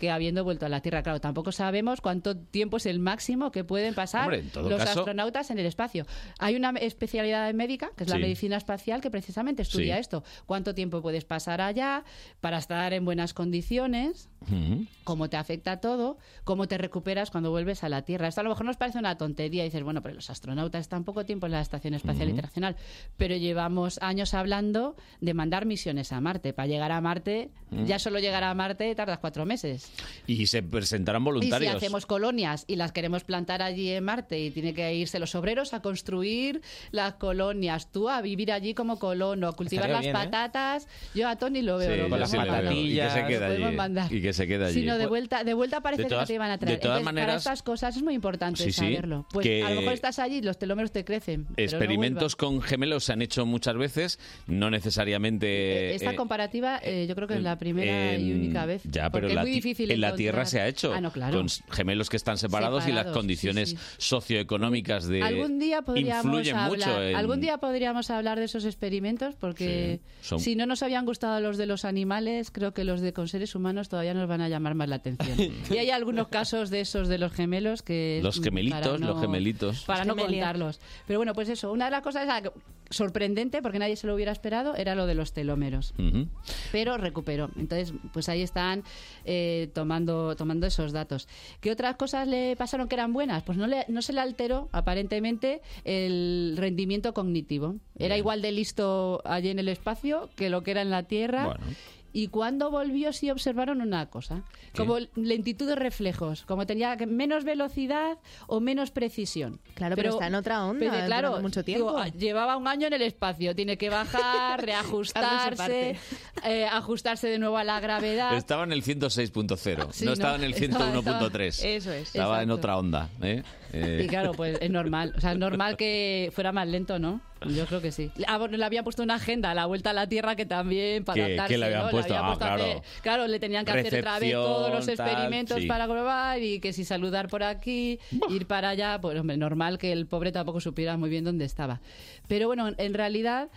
[SPEAKER 3] que habiendo vuelto a la Tierra. Claro, tampoco sabemos cuánto tiempo es el máximo que pueden pasar
[SPEAKER 1] Hombre, en todo
[SPEAKER 3] los
[SPEAKER 1] caso-
[SPEAKER 3] astronautas en el espacio. Hay una especialidad médica, que es la
[SPEAKER 1] Sí.
[SPEAKER 3] medicina espacial, que precisamente estudia
[SPEAKER 1] Sí.
[SPEAKER 3] esto. Cuánto tiempo puedes pasar allá para estar en buenas condiciones,
[SPEAKER 1] Mm.
[SPEAKER 3] cómo te afecta todo, cómo te recuperas cuando vuelves a la Tierra. Esto a lo mejor nos parece una tontería y dices, bueno, pero los astronautas están poco tiempo en la Estación Espacial Internacional, pero llevamos años
[SPEAKER 1] Mm.
[SPEAKER 3] hablando de mandar misiones a Marte. Para llegar a Marte, ya solo llegar a Marte tardas cuatro meses. colonias.
[SPEAKER 1] Y se presentarán
[SPEAKER 3] Y si
[SPEAKER 1] voluntarios.
[SPEAKER 3] hacemos colonias y las queremos plantar allí en Marte y tiene que irse los obreros a construir las colonias, tú a vivir allí como colono, a cultivar
[SPEAKER 2] Estaría
[SPEAKER 3] las
[SPEAKER 2] bien, ¿eh?
[SPEAKER 3] patatas. Yo a Tony lo veo,
[SPEAKER 1] Sí,
[SPEAKER 3] ¿no?
[SPEAKER 1] yo
[SPEAKER 2] Con las
[SPEAKER 1] sí le veo. Y que
[SPEAKER 2] patatillas,
[SPEAKER 1] se quede
[SPEAKER 3] los podemos mandar.
[SPEAKER 1] allí. ¿eh? Y que se quede allí.
[SPEAKER 3] Sino de vuelta, de vuelta parece
[SPEAKER 1] de todas-
[SPEAKER 3] que no te iban a traer.
[SPEAKER 1] de todas
[SPEAKER 3] Entonces,
[SPEAKER 1] maneras-
[SPEAKER 3] para estas cosas es muy importante
[SPEAKER 1] Sí, sí,
[SPEAKER 3] saberlo. Pues
[SPEAKER 1] que-
[SPEAKER 3] a lo mejor estás allí y los telómeros te crecen. pero no
[SPEAKER 1] Experimentos
[SPEAKER 3] vuelvan.
[SPEAKER 1] con gemelos se han hecho muchas veces, no necesariamente.
[SPEAKER 3] Eh, Esta
[SPEAKER 1] eh,
[SPEAKER 3] comparativa eh, yo creo que es la primera y
[SPEAKER 1] en-
[SPEAKER 3] única vez.
[SPEAKER 1] Ya, pero
[SPEAKER 3] porque es
[SPEAKER 1] la
[SPEAKER 3] muy
[SPEAKER 1] ti-
[SPEAKER 3] difícil
[SPEAKER 1] en la
[SPEAKER 3] encontrar-
[SPEAKER 1] Tierra se ha hecho.
[SPEAKER 3] Ah, no, claro.
[SPEAKER 1] Con s- gemelos que están separados, y las
[SPEAKER 3] Separados, sí,
[SPEAKER 1] condiciones
[SPEAKER 3] sí.
[SPEAKER 1] socioeconómicas de.
[SPEAKER 3] algún día podríamos
[SPEAKER 1] influyen
[SPEAKER 3] hablar,
[SPEAKER 1] mucho. en-
[SPEAKER 3] algún día podríamos hablar de esos experimentos porque
[SPEAKER 1] Sí, son-
[SPEAKER 3] si no nos habían gustado los de los animales, creo que los de con seres humanos todavía nos van a llamar más la atención.
[SPEAKER 1] [laughs]
[SPEAKER 3] y hay algunos casos de esos de los gemelos que
[SPEAKER 1] Los
[SPEAKER 3] mm,
[SPEAKER 1] gemelitos,
[SPEAKER 3] para no-
[SPEAKER 1] los gemelitos.
[SPEAKER 3] para no
[SPEAKER 4] Gemelia.
[SPEAKER 3] contarlos. Pero bueno, pues eso, una de las cosas a la que- sorprendente porque nadie se lo hubiera esperado era lo de los telómeros
[SPEAKER 1] Ujú.
[SPEAKER 3] pero recuperó. Entonces, pues ahí están eh, tomando, tomando esos datos. ¿Qué otras cosas le pasaron que eran buenas? Pues no, le- no se le alteró, aparentemente, el rendimiento cognitivo. Era igual de listo allí en el espacio que lo que era en la Tierra.
[SPEAKER 1] Bueno.
[SPEAKER 3] Y cuando volvió sí observaron una cosa,
[SPEAKER 1] ¿Qué?
[SPEAKER 3] como lentitud de reflejos, como tenía que- menos velocidad o menos precisión.
[SPEAKER 4] Claro, pero está en otra onda,
[SPEAKER 3] pero claro,
[SPEAKER 4] durante mucho
[SPEAKER 3] digo,
[SPEAKER 4] tiempo.
[SPEAKER 3] ah, llevaba un año en el espacio, tiene que
[SPEAKER 4] [laughs]
[SPEAKER 3] bajar, reajustarse,
[SPEAKER 4] Carlos
[SPEAKER 3] [laughs] eh, ajustarse de nuevo a la gravedad.
[SPEAKER 1] Estaba en el 106.0,
[SPEAKER 3] Ah. Sí,
[SPEAKER 1] no
[SPEAKER 3] no,
[SPEAKER 1] estaba en el
[SPEAKER 3] estaba-
[SPEAKER 1] 101.3.
[SPEAKER 3] estaba-
[SPEAKER 4] Eso es.
[SPEAKER 1] Estaba en
[SPEAKER 3] Exacto.
[SPEAKER 1] otra onda. ¿eh? Eh,
[SPEAKER 3] Y claro, pues es normal. O sea, es normal que fuera más lento, ¿no? Yo creo que sí. Ah, bueno, le habían puesto una agenda, la vuelta a la Tierra, que también para
[SPEAKER 1] Que-
[SPEAKER 3] adaptarse,
[SPEAKER 1] que le habían
[SPEAKER 3] ¿no?
[SPEAKER 1] puesto, ah,
[SPEAKER 3] a
[SPEAKER 1] claro.
[SPEAKER 3] hacer- claro, le tenían que hacer otra vez todos los
[SPEAKER 1] Recepción, tal,
[SPEAKER 3] experimentos
[SPEAKER 1] sí.
[SPEAKER 3] para probar y que si saludar por aquí, ir para allá, pues hombre, normal que el pobre tampoco supiera muy bien dónde estaba. Pero bueno, en realidad,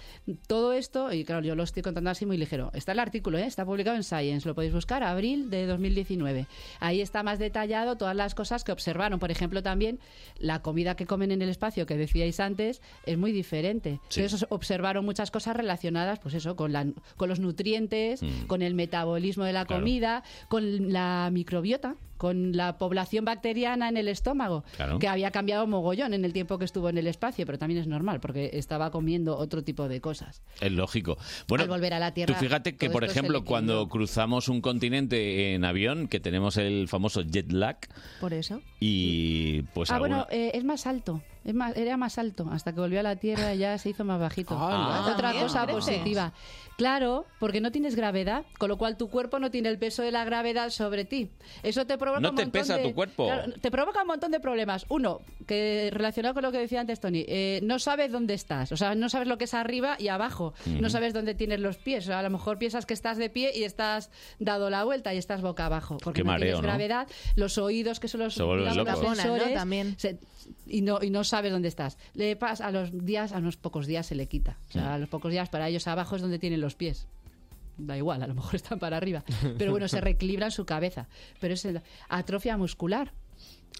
[SPEAKER 3] todo esto, y claro, yo lo estoy contando así muy ligero, está el artículo, ¿eh? está publicado en Science, lo podéis buscar, abril de 2019. Ahí está más detallado todas las cosas que observaron. Por ejemplo, también la comida que comen en el espacio, que decíais antes, es muy diferente.
[SPEAKER 1] Sí.
[SPEAKER 3] Entonces observaron muchas cosas relacionadas, pues eso, con, la- con los nutrientes, con el metabolismo de la
[SPEAKER 1] Claro.
[SPEAKER 3] comida, con la microbiota, con la población bacteriana en el estómago,
[SPEAKER 1] Claro.
[SPEAKER 3] que había cambiado mogollón en el tiempo que estuvo en el espacio, pero también es normal, porque estaba comiendo otro tipo de cosas.
[SPEAKER 1] [laughs] Es lógico. Bueno,
[SPEAKER 3] Al volver a la Tierra,
[SPEAKER 1] Tú fíjate que,
[SPEAKER 3] todo
[SPEAKER 1] por
[SPEAKER 3] esto se
[SPEAKER 1] ejemplo,
[SPEAKER 3] le
[SPEAKER 1] cuando
[SPEAKER 3] quitó.
[SPEAKER 1] cruzamos un continente en avión, que tenemos el famoso jet lag,
[SPEAKER 4] Por eso.
[SPEAKER 1] y pues
[SPEAKER 3] ah,
[SPEAKER 1] alguna-
[SPEAKER 3] bueno, eh, es más alto. Es más, era más alto. Hasta que volvió a la Tierra y ya se hizo más bajito.
[SPEAKER 1] Ah,
[SPEAKER 4] Ah,
[SPEAKER 3] Otra
[SPEAKER 4] bien,
[SPEAKER 3] cosa
[SPEAKER 4] gracias.
[SPEAKER 3] positiva. Claro, porque no tienes gravedad, con lo cual tu cuerpo no tiene el peso de la gravedad sobre ti. Eso te provoca
[SPEAKER 1] No
[SPEAKER 3] un
[SPEAKER 1] te
[SPEAKER 3] montón
[SPEAKER 1] pesa
[SPEAKER 3] de-
[SPEAKER 1] tu cuerpo.
[SPEAKER 3] Claro, te provoca un montón de problemas. Uno, que relacionado con lo que decía antes Tony, eh, no sabes dónde estás. O sea, no sabes lo que es arriba y abajo. No sabes dónde tienes los pies. O sea, a lo mejor piensas que estás de pie y estás dado la vuelta y estás boca abajo. Porque
[SPEAKER 1] Qué
[SPEAKER 3] no
[SPEAKER 1] mareo,
[SPEAKER 3] tienes
[SPEAKER 1] ¿no?
[SPEAKER 3] gravedad. Los oídos, que son los
[SPEAKER 1] Se vuelven
[SPEAKER 3] digamos, los
[SPEAKER 1] locos.
[SPEAKER 3] sensores,
[SPEAKER 4] ¿no? También.
[SPEAKER 3] se- y no y no sabe dónde estás. Le pasa a los días, a unos pocos días se le quita. O
[SPEAKER 1] Mm.
[SPEAKER 3] sea, a los pocos días para ellos abajo es donde tienen los pies. Da igual, a lo mejor están para arriba. Pero bueno,
[SPEAKER 1] [laughs]
[SPEAKER 3] se reequilibran su cabeza. Pero es el- atrofia muscular.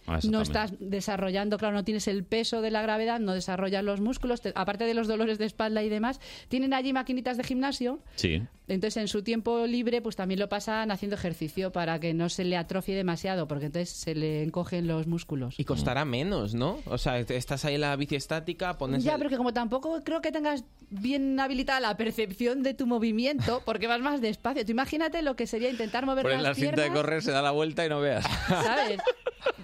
[SPEAKER 1] Ah, eso
[SPEAKER 3] No
[SPEAKER 1] también.
[SPEAKER 3] estás desarrollando, claro, no tienes el peso de la gravedad, no desarrollas los músculos. te- aparte de los dolores de espalda y demás, tienen allí maquinitas de gimnasio
[SPEAKER 1] Sí.
[SPEAKER 3] entonces, en su tiempo libre, pues también lo pasan haciendo ejercicio para que no se le atrofie demasiado, porque entonces se le encogen los músculos.
[SPEAKER 2] Y costará menos, ¿no? O sea, te- estás ahí en la bici estática, pones.
[SPEAKER 3] Ya,
[SPEAKER 2] el-
[SPEAKER 3] pero que como tampoco creo que tengas bien habilitada la percepción de tu movimiento, porque vas más despacio. Tú imagínate lo que sería intentar mover
[SPEAKER 1] Pones
[SPEAKER 3] las
[SPEAKER 1] la cinta de
[SPEAKER 3] piernas,
[SPEAKER 1] correr, se da la vuelta y no veas.
[SPEAKER 3] ¿sabes?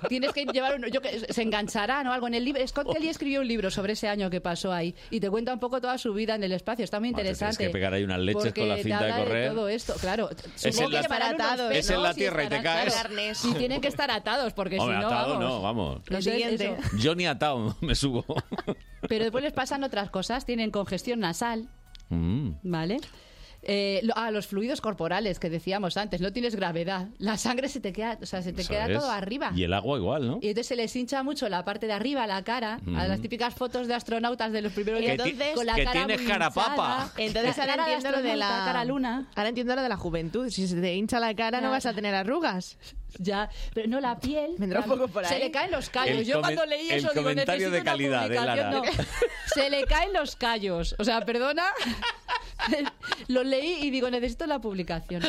[SPEAKER 3] Tienes que llevar uno, yo que se engancharán o algo en el libro. Scott Kelly escribió un libro sobre ese año que pasó ahí y te cuenta un poco toda su vida en el espacio. Está muy
[SPEAKER 1] Madre, tienes
[SPEAKER 3] interesante.
[SPEAKER 1] que pegar ahí unas leches
[SPEAKER 3] porque
[SPEAKER 1] con la
[SPEAKER 3] te
[SPEAKER 1] cinta de
[SPEAKER 3] habla
[SPEAKER 1] correr.
[SPEAKER 3] todo esto, claro.
[SPEAKER 1] Es en
[SPEAKER 3] Supongo
[SPEAKER 1] la-
[SPEAKER 3] que llevarán unos
[SPEAKER 4] Estar atado,
[SPEAKER 3] pesos,
[SPEAKER 1] es en la
[SPEAKER 3] sí,
[SPEAKER 1] tierra y te
[SPEAKER 3] estarán-
[SPEAKER 1] caes.
[SPEAKER 3] claro. Y tienen [laughs] que estar atados
[SPEAKER 1] [laughs]
[SPEAKER 3] porque
[SPEAKER 1] Hombre,
[SPEAKER 3] si no,
[SPEAKER 1] atado
[SPEAKER 3] vamos.
[SPEAKER 1] no, vamos.
[SPEAKER 4] Lo
[SPEAKER 3] Entonces,
[SPEAKER 4] siguiente.
[SPEAKER 3] [laughs] eso.
[SPEAKER 1] Yo ni atado [laughs] me subo.
[SPEAKER 3] Pero después les pasan otras cosas. Tienen congestión nasal,
[SPEAKER 1] Mm.
[SPEAKER 3] ¿vale? Eh, lo- ah, los fluidos corporales que decíamos antes. No tienes gravedad. La sangre se te queda, o sea, se te
[SPEAKER 1] Eso
[SPEAKER 3] queda
[SPEAKER 1] es.
[SPEAKER 3] todo arriba.
[SPEAKER 1] Y el agua igual, ¿no?
[SPEAKER 3] Y entonces se les hincha mucho la parte de arriba, la cara, a las típicas fotos de astronautas de los primeros
[SPEAKER 4] Que
[SPEAKER 3] días,
[SPEAKER 4] ti-
[SPEAKER 3] con la
[SPEAKER 1] que
[SPEAKER 3] cara
[SPEAKER 1] tienes
[SPEAKER 3] muy
[SPEAKER 1] carapapa.
[SPEAKER 3] hinchada.
[SPEAKER 4] Entonces
[SPEAKER 3] La
[SPEAKER 4] ahora
[SPEAKER 3] cara de
[SPEAKER 4] entiendo lo de la
[SPEAKER 3] astronauta, cara
[SPEAKER 4] [laughs]
[SPEAKER 3] luna.
[SPEAKER 4] Ahora entiendo lo de la juventud. Si se te hincha la cara no vas a tener arrugas.
[SPEAKER 3] Ya, pero no la piel.
[SPEAKER 4] Vendrá un poco por
[SPEAKER 3] Se
[SPEAKER 4] ahí.
[SPEAKER 3] le caen los callos.
[SPEAKER 1] El
[SPEAKER 3] Yo
[SPEAKER 1] come-
[SPEAKER 3] cuando leí
[SPEAKER 1] el
[SPEAKER 3] eso digo,
[SPEAKER 1] comentario
[SPEAKER 3] necesito
[SPEAKER 1] de
[SPEAKER 3] una
[SPEAKER 1] calidad, ¿eh, Lara?
[SPEAKER 3] publicación. No, se le caen los [laughs] callos. O sea, perdona. Lo leí y digo, necesito la publicación.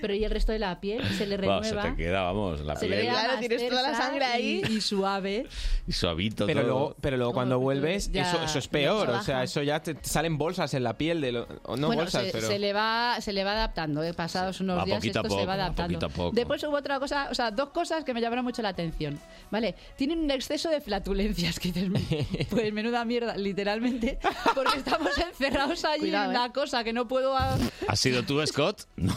[SPEAKER 3] Pero y el resto de la piel se le renueva.
[SPEAKER 1] Vamos, se te queda, vamos, la
[SPEAKER 3] se le
[SPEAKER 1] piel
[SPEAKER 3] queda
[SPEAKER 4] Claro,
[SPEAKER 3] más
[SPEAKER 4] tienes toda la
[SPEAKER 3] tersa
[SPEAKER 4] sangre ahí.
[SPEAKER 3] Y, y suave.
[SPEAKER 1] y suavito
[SPEAKER 2] Pero
[SPEAKER 1] todo.
[SPEAKER 2] luego, pero luego
[SPEAKER 3] No,
[SPEAKER 2] cuando
[SPEAKER 3] porque
[SPEAKER 2] vuelves,
[SPEAKER 3] ya-
[SPEAKER 2] eso, eso es
[SPEAKER 3] ya
[SPEAKER 2] peor.
[SPEAKER 4] se
[SPEAKER 2] O sea,
[SPEAKER 4] baja.
[SPEAKER 2] eso ya te te salen bolsas en la piel. De lo- o no
[SPEAKER 3] bueno,
[SPEAKER 2] bolsas,
[SPEAKER 3] se,
[SPEAKER 2] pero.
[SPEAKER 3] se le va, se le va adaptando. eh, Pasados unos
[SPEAKER 1] Va
[SPEAKER 3] días
[SPEAKER 1] poquito a
[SPEAKER 3] esto se
[SPEAKER 1] poco,
[SPEAKER 3] va
[SPEAKER 1] va
[SPEAKER 3] adaptando.
[SPEAKER 1] poquito a poco.
[SPEAKER 3] Después hubo otra cosa, o sea, dos cosas que me llamaron mucho la atención. Vale, tienen un exceso de flatulencias [laughs] que dices, pues menuda mierda, literalmente, porque estamos [laughs] encerrados allí
[SPEAKER 4] Cuidado,
[SPEAKER 3] en
[SPEAKER 4] eh.
[SPEAKER 3] una cosa que no puedo, a-
[SPEAKER 1] ¿Has sido tú, Scott? [laughs] No.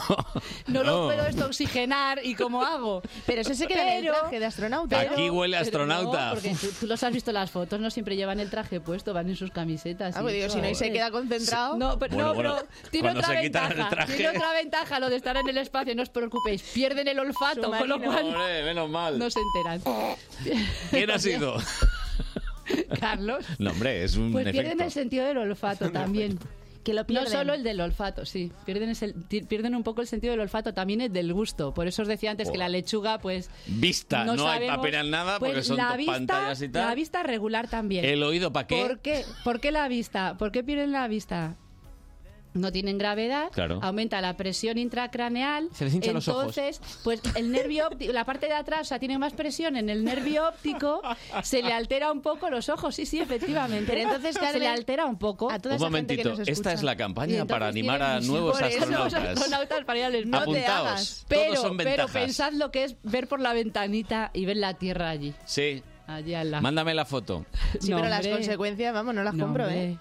[SPEAKER 3] no,
[SPEAKER 1] No.
[SPEAKER 3] lo puedo esto oxigenar y cómo hago.
[SPEAKER 4] Pero eso se queda en el
[SPEAKER 3] Pero-
[SPEAKER 4] traje de astronauta.
[SPEAKER 3] Pero-
[SPEAKER 1] Aquí huele a
[SPEAKER 3] pero
[SPEAKER 1] astronauta.
[SPEAKER 3] no, porque tú, tú los has visto en las fotos, no siempre llevan el traje puesto, van en sus camisetas.
[SPEAKER 4] Ah,
[SPEAKER 3] y
[SPEAKER 4] pues digo,
[SPEAKER 3] eso,
[SPEAKER 4] si no, y se
[SPEAKER 3] ¿eh?
[SPEAKER 4] queda concentrado.
[SPEAKER 3] No, pero,
[SPEAKER 1] Bueno,
[SPEAKER 3] no,
[SPEAKER 1] bueno,
[SPEAKER 3] pero tiene
[SPEAKER 1] cuando
[SPEAKER 3] otra
[SPEAKER 1] se quitan el
[SPEAKER 3] ventaja.
[SPEAKER 1] traje.
[SPEAKER 3] Tiene otra ventaja lo de estar en el espacio, no os preocupéis, pierden el olfato, con lo
[SPEAKER 4] Submarino.
[SPEAKER 3] cual
[SPEAKER 1] Hombre, menos mal.
[SPEAKER 3] no se enteran.
[SPEAKER 1] ¿Quién ha sido?
[SPEAKER 3] [laughs] Carlos,
[SPEAKER 1] No, hombre, es un
[SPEAKER 3] pues pierden
[SPEAKER 1] efecto.
[SPEAKER 3] el sentido del olfato también.
[SPEAKER 4] Que lo
[SPEAKER 3] No
[SPEAKER 4] pierden.
[SPEAKER 3] solo el del olfato, sí. Pierden, ese- ti- pierden un poco el sentido del olfato, también el del gusto. Por eso os decía antes que la
[SPEAKER 1] Buah.
[SPEAKER 3] lechuga, pues.
[SPEAKER 1] Vista, no, hay
[SPEAKER 3] sabemos-
[SPEAKER 1] apenas nada
[SPEAKER 3] pues,
[SPEAKER 1] porque son
[SPEAKER 3] la
[SPEAKER 1] dos
[SPEAKER 3] vista-
[SPEAKER 1] pantallas y tal.
[SPEAKER 3] La vista regular también.
[SPEAKER 1] ¿El oído para qué?
[SPEAKER 3] ¿Por qué? ¿Por qué la vista? ¿Por qué pierden la vista? No tienen gravedad,
[SPEAKER 1] Claro.
[SPEAKER 3] aumenta la presión intracraneal.
[SPEAKER 2] Se les hinchan los ojos.
[SPEAKER 3] entonces, pues el nervio óptico, la parte de atrás, o sea, tiene más presión en el nervio óptico, se le altera un poco los ojos, sí, sí, efectivamente.
[SPEAKER 4] Pero entonces,
[SPEAKER 3] se le
[SPEAKER 4] Carmen,
[SPEAKER 3] altera un poco.
[SPEAKER 4] A toda
[SPEAKER 1] Un
[SPEAKER 4] esa gente que
[SPEAKER 1] momentito,
[SPEAKER 4] nos
[SPEAKER 1] esta
[SPEAKER 4] escucha.
[SPEAKER 1] es la
[SPEAKER 3] Y
[SPEAKER 1] campaña
[SPEAKER 3] entonces
[SPEAKER 1] para animar a
[SPEAKER 3] tienen-
[SPEAKER 1] nuevos
[SPEAKER 4] Por eso los
[SPEAKER 1] astronautas.
[SPEAKER 3] astronautas para ir al espacio.
[SPEAKER 4] No te
[SPEAKER 1] Apuntaos,
[SPEAKER 4] hagas.
[SPEAKER 1] todos
[SPEAKER 3] Pero,
[SPEAKER 1] son
[SPEAKER 3] pero
[SPEAKER 1] ventajas.
[SPEAKER 3] pensad lo que es ver por la ventanita y ver la Tierra allí.
[SPEAKER 1] Sí,
[SPEAKER 3] Allí al lado.
[SPEAKER 1] mándame la foto.
[SPEAKER 4] [laughs] Sí,
[SPEAKER 3] No,
[SPEAKER 4] pero las
[SPEAKER 3] hombre.
[SPEAKER 4] consecuencias, vamos, no las
[SPEAKER 3] No,
[SPEAKER 4] compro,
[SPEAKER 3] hombre.
[SPEAKER 4] ¿eh?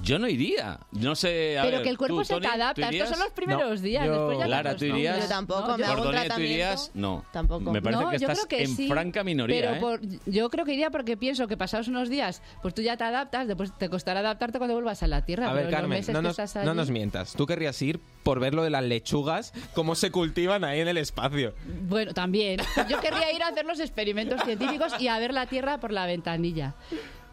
[SPEAKER 1] Yo no iría. No sé. a
[SPEAKER 3] Pero
[SPEAKER 1] ver,
[SPEAKER 3] que el cuerpo
[SPEAKER 1] tú,
[SPEAKER 3] se
[SPEAKER 1] Tony,
[SPEAKER 3] te
[SPEAKER 1] ¿tú
[SPEAKER 3] adapta. Estos
[SPEAKER 1] irías?
[SPEAKER 3] son los primeros
[SPEAKER 2] No.
[SPEAKER 3] días.
[SPEAKER 2] Yo-
[SPEAKER 3] después ya te
[SPEAKER 1] Lara, ¿tú
[SPEAKER 3] acostumbras.
[SPEAKER 1] irías?
[SPEAKER 4] Yo tampoco, me
[SPEAKER 3] yo-
[SPEAKER 4] hago un
[SPEAKER 1] Gordonia, ¿tú
[SPEAKER 4] tratamiento.
[SPEAKER 1] irías? No.
[SPEAKER 4] Tampoco.
[SPEAKER 1] Me parece
[SPEAKER 3] No,
[SPEAKER 1] que
[SPEAKER 3] yo
[SPEAKER 1] estás
[SPEAKER 3] creo que
[SPEAKER 1] en
[SPEAKER 3] sí,
[SPEAKER 1] franca minoría.
[SPEAKER 3] Pero
[SPEAKER 1] ¿eh?
[SPEAKER 3] por- yo creo que iría porque pienso que pasados unos días, pues tú ya te adaptas, después te costará adaptarte cuando vuelvas a la Tierra.
[SPEAKER 2] A
[SPEAKER 3] pero
[SPEAKER 2] ver,
[SPEAKER 3] los
[SPEAKER 2] Carmen,
[SPEAKER 3] meses
[SPEAKER 2] no
[SPEAKER 3] que
[SPEAKER 2] nos,
[SPEAKER 3] estás
[SPEAKER 2] no
[SPEAKER 3] allí-
[SPEAKER 2] nos mientas. Tú querrías ir por ver lo de las lechugas, cómo se cultivan ahí en el espacio.
[SPEAKER 3] Bueno, también. [laughs] Yo querría ir a hacer los experimentos científicos y a ver la Tierra por la ventanilla.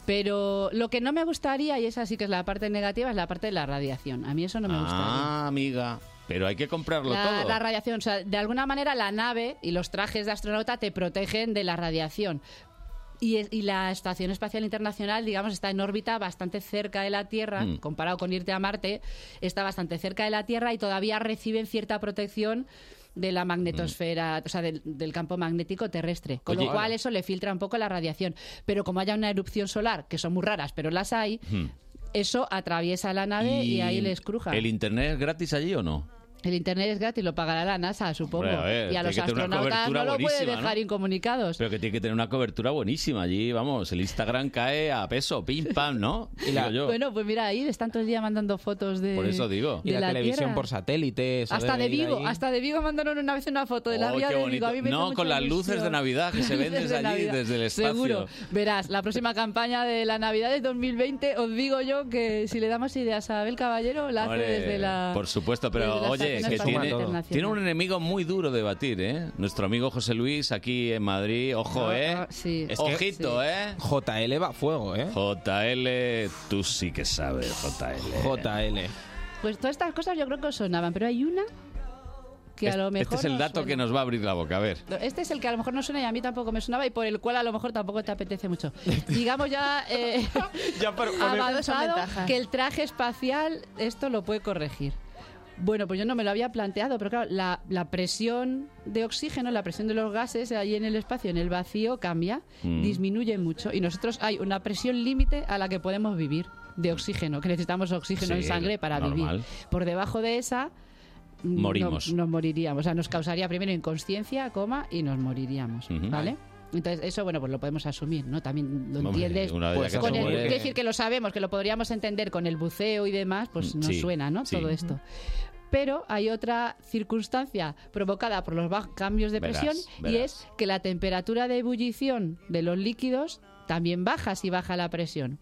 [SPEAKER 3] Pero lo que no me gustaría, y esa sí que es la parte negativa, es la parte de la radiación. A mí eso no me gustaría.
[SPEAKER 1] Ah, amiga. Pero hay que comprarlo
[SPEAKER 3] La,
[SPEAKER 1] todo.
[SPEAKER 3] la radiación, o sea, de alguna manera la nave y los trajes de astronauta te protegen de la radiación. Y, es- y la Estación Espacial Internacional, digamos, está en órbita bastante cerca de la Tierra,
[SPEAKER 1] Mm.
[SPEAKER 3] comparado con irte a Marte, está bastante cerca de la Tierra y todavía reciben cierta protección de la magnetosfera, o sea, del, del campo magnético terrestre. Con
[SPEAKER 1] Mm. Oye,
[SPEAKER 3] lo cual
[SPEAKER 1] hola.
[SPEAKER 3] eso le filtra un poco la radiación. Pero como haya una erupción solar, que son muy raras, pero las hay,
[SPEAKER 1] Hmm.
[SPEAKER 3] eso atraviesa la nave y, ahí les cruja.
[SPEAKER 1] ¿El internet es gratis allí o no?
[SPEAKER 3] El internet es gratis, lo pagará la NASA, supongo.
[SPEAKER 1] Hombre, a ver,
[SPEAKER 3] y a
[SPEAKER 1] tiene
[SPEAKER 3] los
[SPEAKER 1] que tener una
[SPEAKER 3] astronautas
[SPEAKER 1] cobertura
[SPEAKER 3] no lo puede
[SPEAKER 1] buenísima,
[SPEAKER 3] dejar
[SPEAKER 1] ¿no?
[SPEAKER 3] incomunicados.
[SPEAKER 1] Pero que tiene que tener una cobertura buenísima allí, vamos, el Instagram cae a peso, pim pam, ¿no?
[SPEAKER 2] [laughs] Y la- eh,
[SPEAKER 1] Digo yo.
[SPEAKER 3] Bueno, pues mira, ahí están todo el día mandando fotos de.
[SPEAKER 1] Por eso digo.
[SPEAKER 2] Y
[SPEAKER 3] de
[SPEAKER 2] la, televisión
[SPEAKER 3] Tierra.
[SPEAKER 2] por satélite. eso
[SPEAKER 3] Hasta de
[SPEAKER 2] deben ir
[SPEAKER 3] Vigo,
[SPEAKER 2] ahí.
[SPEAKER 3] hasta de Vigo mandaron una vez una foto de la
[SPEAKER 1] Oh,
[SPEAKER 3] vía
[SPEAKER 1] qué
[SPEAKER 3] de Vigo.
[SPEAKER 1] bonito.
[SPEAKER 3] A mí me hizo
[SPEAKER 1] No,
[SPEAKER 3] mucha
[SPEAKER 1] con las
[SPEAKER 3] ilusión.
[SPEAKER 1] luces de Navidad que
[SPEAKER 3] [laughs]
[SPEAKER 1] se
[SPEAKER 3] Luces
[SPEAKER 1] venden
[SPEAKER 3] de
[SPEAKER 1] allí desde el espacio.
[SPEAKER 3] Seguro. Verás, la próxima campaña de la Navidad de 2020, os digo yo que si le damos ideas a Abel Caballero, la hace
[SPEAKER 1] Hombre,
[SPEAKER 3] desde la.
[SPEAKER 1] Por supuesto, pero
[SPEAKER 3] desde la
[SPEAKER 1] oye,
[SPEAKER 3] Estación
[SPEAKER 1] que
[SPEAKER 3] Espacial
[SPEAKER 1] tiene,
[SPEAKER 3] Internacional.
[SPEAKER 1] tiene un enemigo muy duro de batir, ¿eh? Nuestro amigo José Luis aquí en Madrid, ojo,
[SPEAKER 3] No,
[SPEAKER 1] ¿eh?
[SPEAKER 3] no, Ah, sí.
[SPEAKER 2] Es que-
[SPEAKER 1] Ojito,
[SPEAKER 3] Sí.
[SPEAKER 1] ¿eh?
[SPEAKER 2] JL va a fuego, ¿eh?
[SPEAKER 1] JL, tú sí que sabes, Este JL.
[SPEAKER 2] JL.
[SPEAKER 3] Pues todas estas cosas yo creo que os sonaban, pero hay una que a
[SPEAKER 1] Este-
[SPEAKER 3] lo mejor.
[SPEAKER 1] este es el
[SPEAKER 3] os
[SPEAKER 1] dato
[SPEAKER 3] suena.
[SPEAKER 1] que nos va a abrir la boca, a ver.
[SPEAKER 3] Este es el que a lo mejor no suena y a mí tampoco me sonaba y por el cual a lo mejor tampoco te apetece mucho. Digamos ya
[SPEAKER 4] [laughs]
[SPEAKER 3] eh,
[SPEAKER 2] Ya, pero-
[SPEAKER 4] son
[SPEAKER 3] avanzado
[SPEAKER 4] ventajas.
[SPEAKER 3] que el traje espacial esto lo puede corregir. Bueno, pues yo no me lo había planteado, pero claro, la, la presión de oxígeno, la presión de los gases ahí en el espacio, en el vacío, cambia,
[SPEAKER 1] Mm.
[SPEAKER 3] disminuye mucho. Y nosotros hay una presión límite a la que podemos vivir de oxígeno, que necesitamos oxígeno en
[SPEAKER 1] Sí,
[SPEAKER 3] sangre para
[SPEAKER 1] normal.
[SPEAKER 3] vivir. Por debajo de esa mm,
[SPEAKER 1] Morimos.
[SPEAKER 3] no- nos moriríamos. O sea, nos causaría primero inconsciencia, coma, y nos moriríamos.
[SPEAKER 1] Ujú.
[SPEAKER 3] ¿Vale? Entonces, eso, bueno, pues lo podemos asumir, ¿no? También lo
[SPEAKER 1] Hombre,
[SPEAKER 3] entiendes.
[SPEAKER 1] una vez
[SPEAKER 2] pues,
[SPEAKER 1] ya que
[SPEAKER 3] con
[SPEAKER 1] te
[SPEAKER 3] el-
[SPEAKER 1] mueres-
[SPEAKER 3] quiero decir que lo sabemos, que lo podríamos entender con el buceo y demás, pues
[SPEAKER 1] Mm,
[SPEAKER 3] nos
[SPEAKER 1] sí,
[SPEAKER 3] suena, ¿no?
[SPEAKER 1] sí.
[SPEAKER 3] Todo esto. Pero hay otra circunstancia provocada por los baj- cambios de
[SPEAKER 1] Verás,
[SPEAKER 3] presión y
[SPEAKER 1] verás.
[SPEAKER 3] es que la temperatura de ebullición de los líquidos también baja si baja la presión.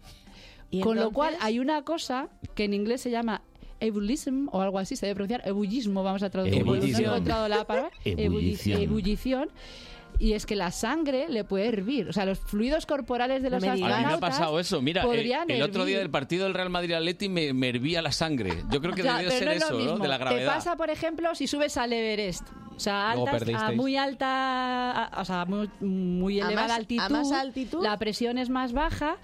[SPEAKER 4] Y
[SPEAKER 3] Con lo cual
[SPEAKER 4] entonces-
[SPEAKER 3] hay una cosa que en inglés se llama ebullism o algo así, se debe pronunciar ebullismo, vamos a traducir. porque No
[SPEAKER 1] Ebullición.
[SPEAKER 3] he encontrado la
[SPEAKER 4] [laughs]
[SPEAKER 3] palabra.
[SPEAKER 1] Ebullición.
[SPEAKER 3] Ebullición. ebullición. Y es que la sangre le puede hervir. O sea, los fluidos corporales de
[SPEAKER 4] No
[SPEAKER 3] los
[SPEAKER 4] me digas.
[SPEAKER 1] A mí me ha
[SPEAKER 3] astronautas
[SPEAKER 1] pasado eso. Mira, el,
[SPEAKER 3] podrían
[SPEAKER 1] el otro día
[SPEAKER 3] hervir.
[SPEAKER 1] del partido del Real Madrid Atleti me, me hervía la sangre. Yo creo que
[SPEAKER 3] O sea,
[SPEAKER 1] debió
[SPEAKER 3] pero
[SPEAKER 1] ser
[SPEAKER 3] no es lo
[SPEAKER 1] eso, ¿no?
[SPEAKER 3] mismo.
[SPEAKER 1] De la
[SPEAKER 3] Te
[SPEAKER 1] gravedad.
[SPEAKER 3] pasa, por ejemplo, si subes al Everest. O sea, a
[SPEAKER 2] Luego
[SPEAKER 3] altas- a
[SPEAKER 2] perdisteis.
[SPEAKER 3] muy alta, a- o sea, muy, muy
[SPEAKER 4] A
[SPEAKER 3] elevada
[SPEAKER 4] más- a
[SPEAKER 3] altitud,
[SPEAKER 4] más altitud.
[SPEAKER 3] la presión es más baja.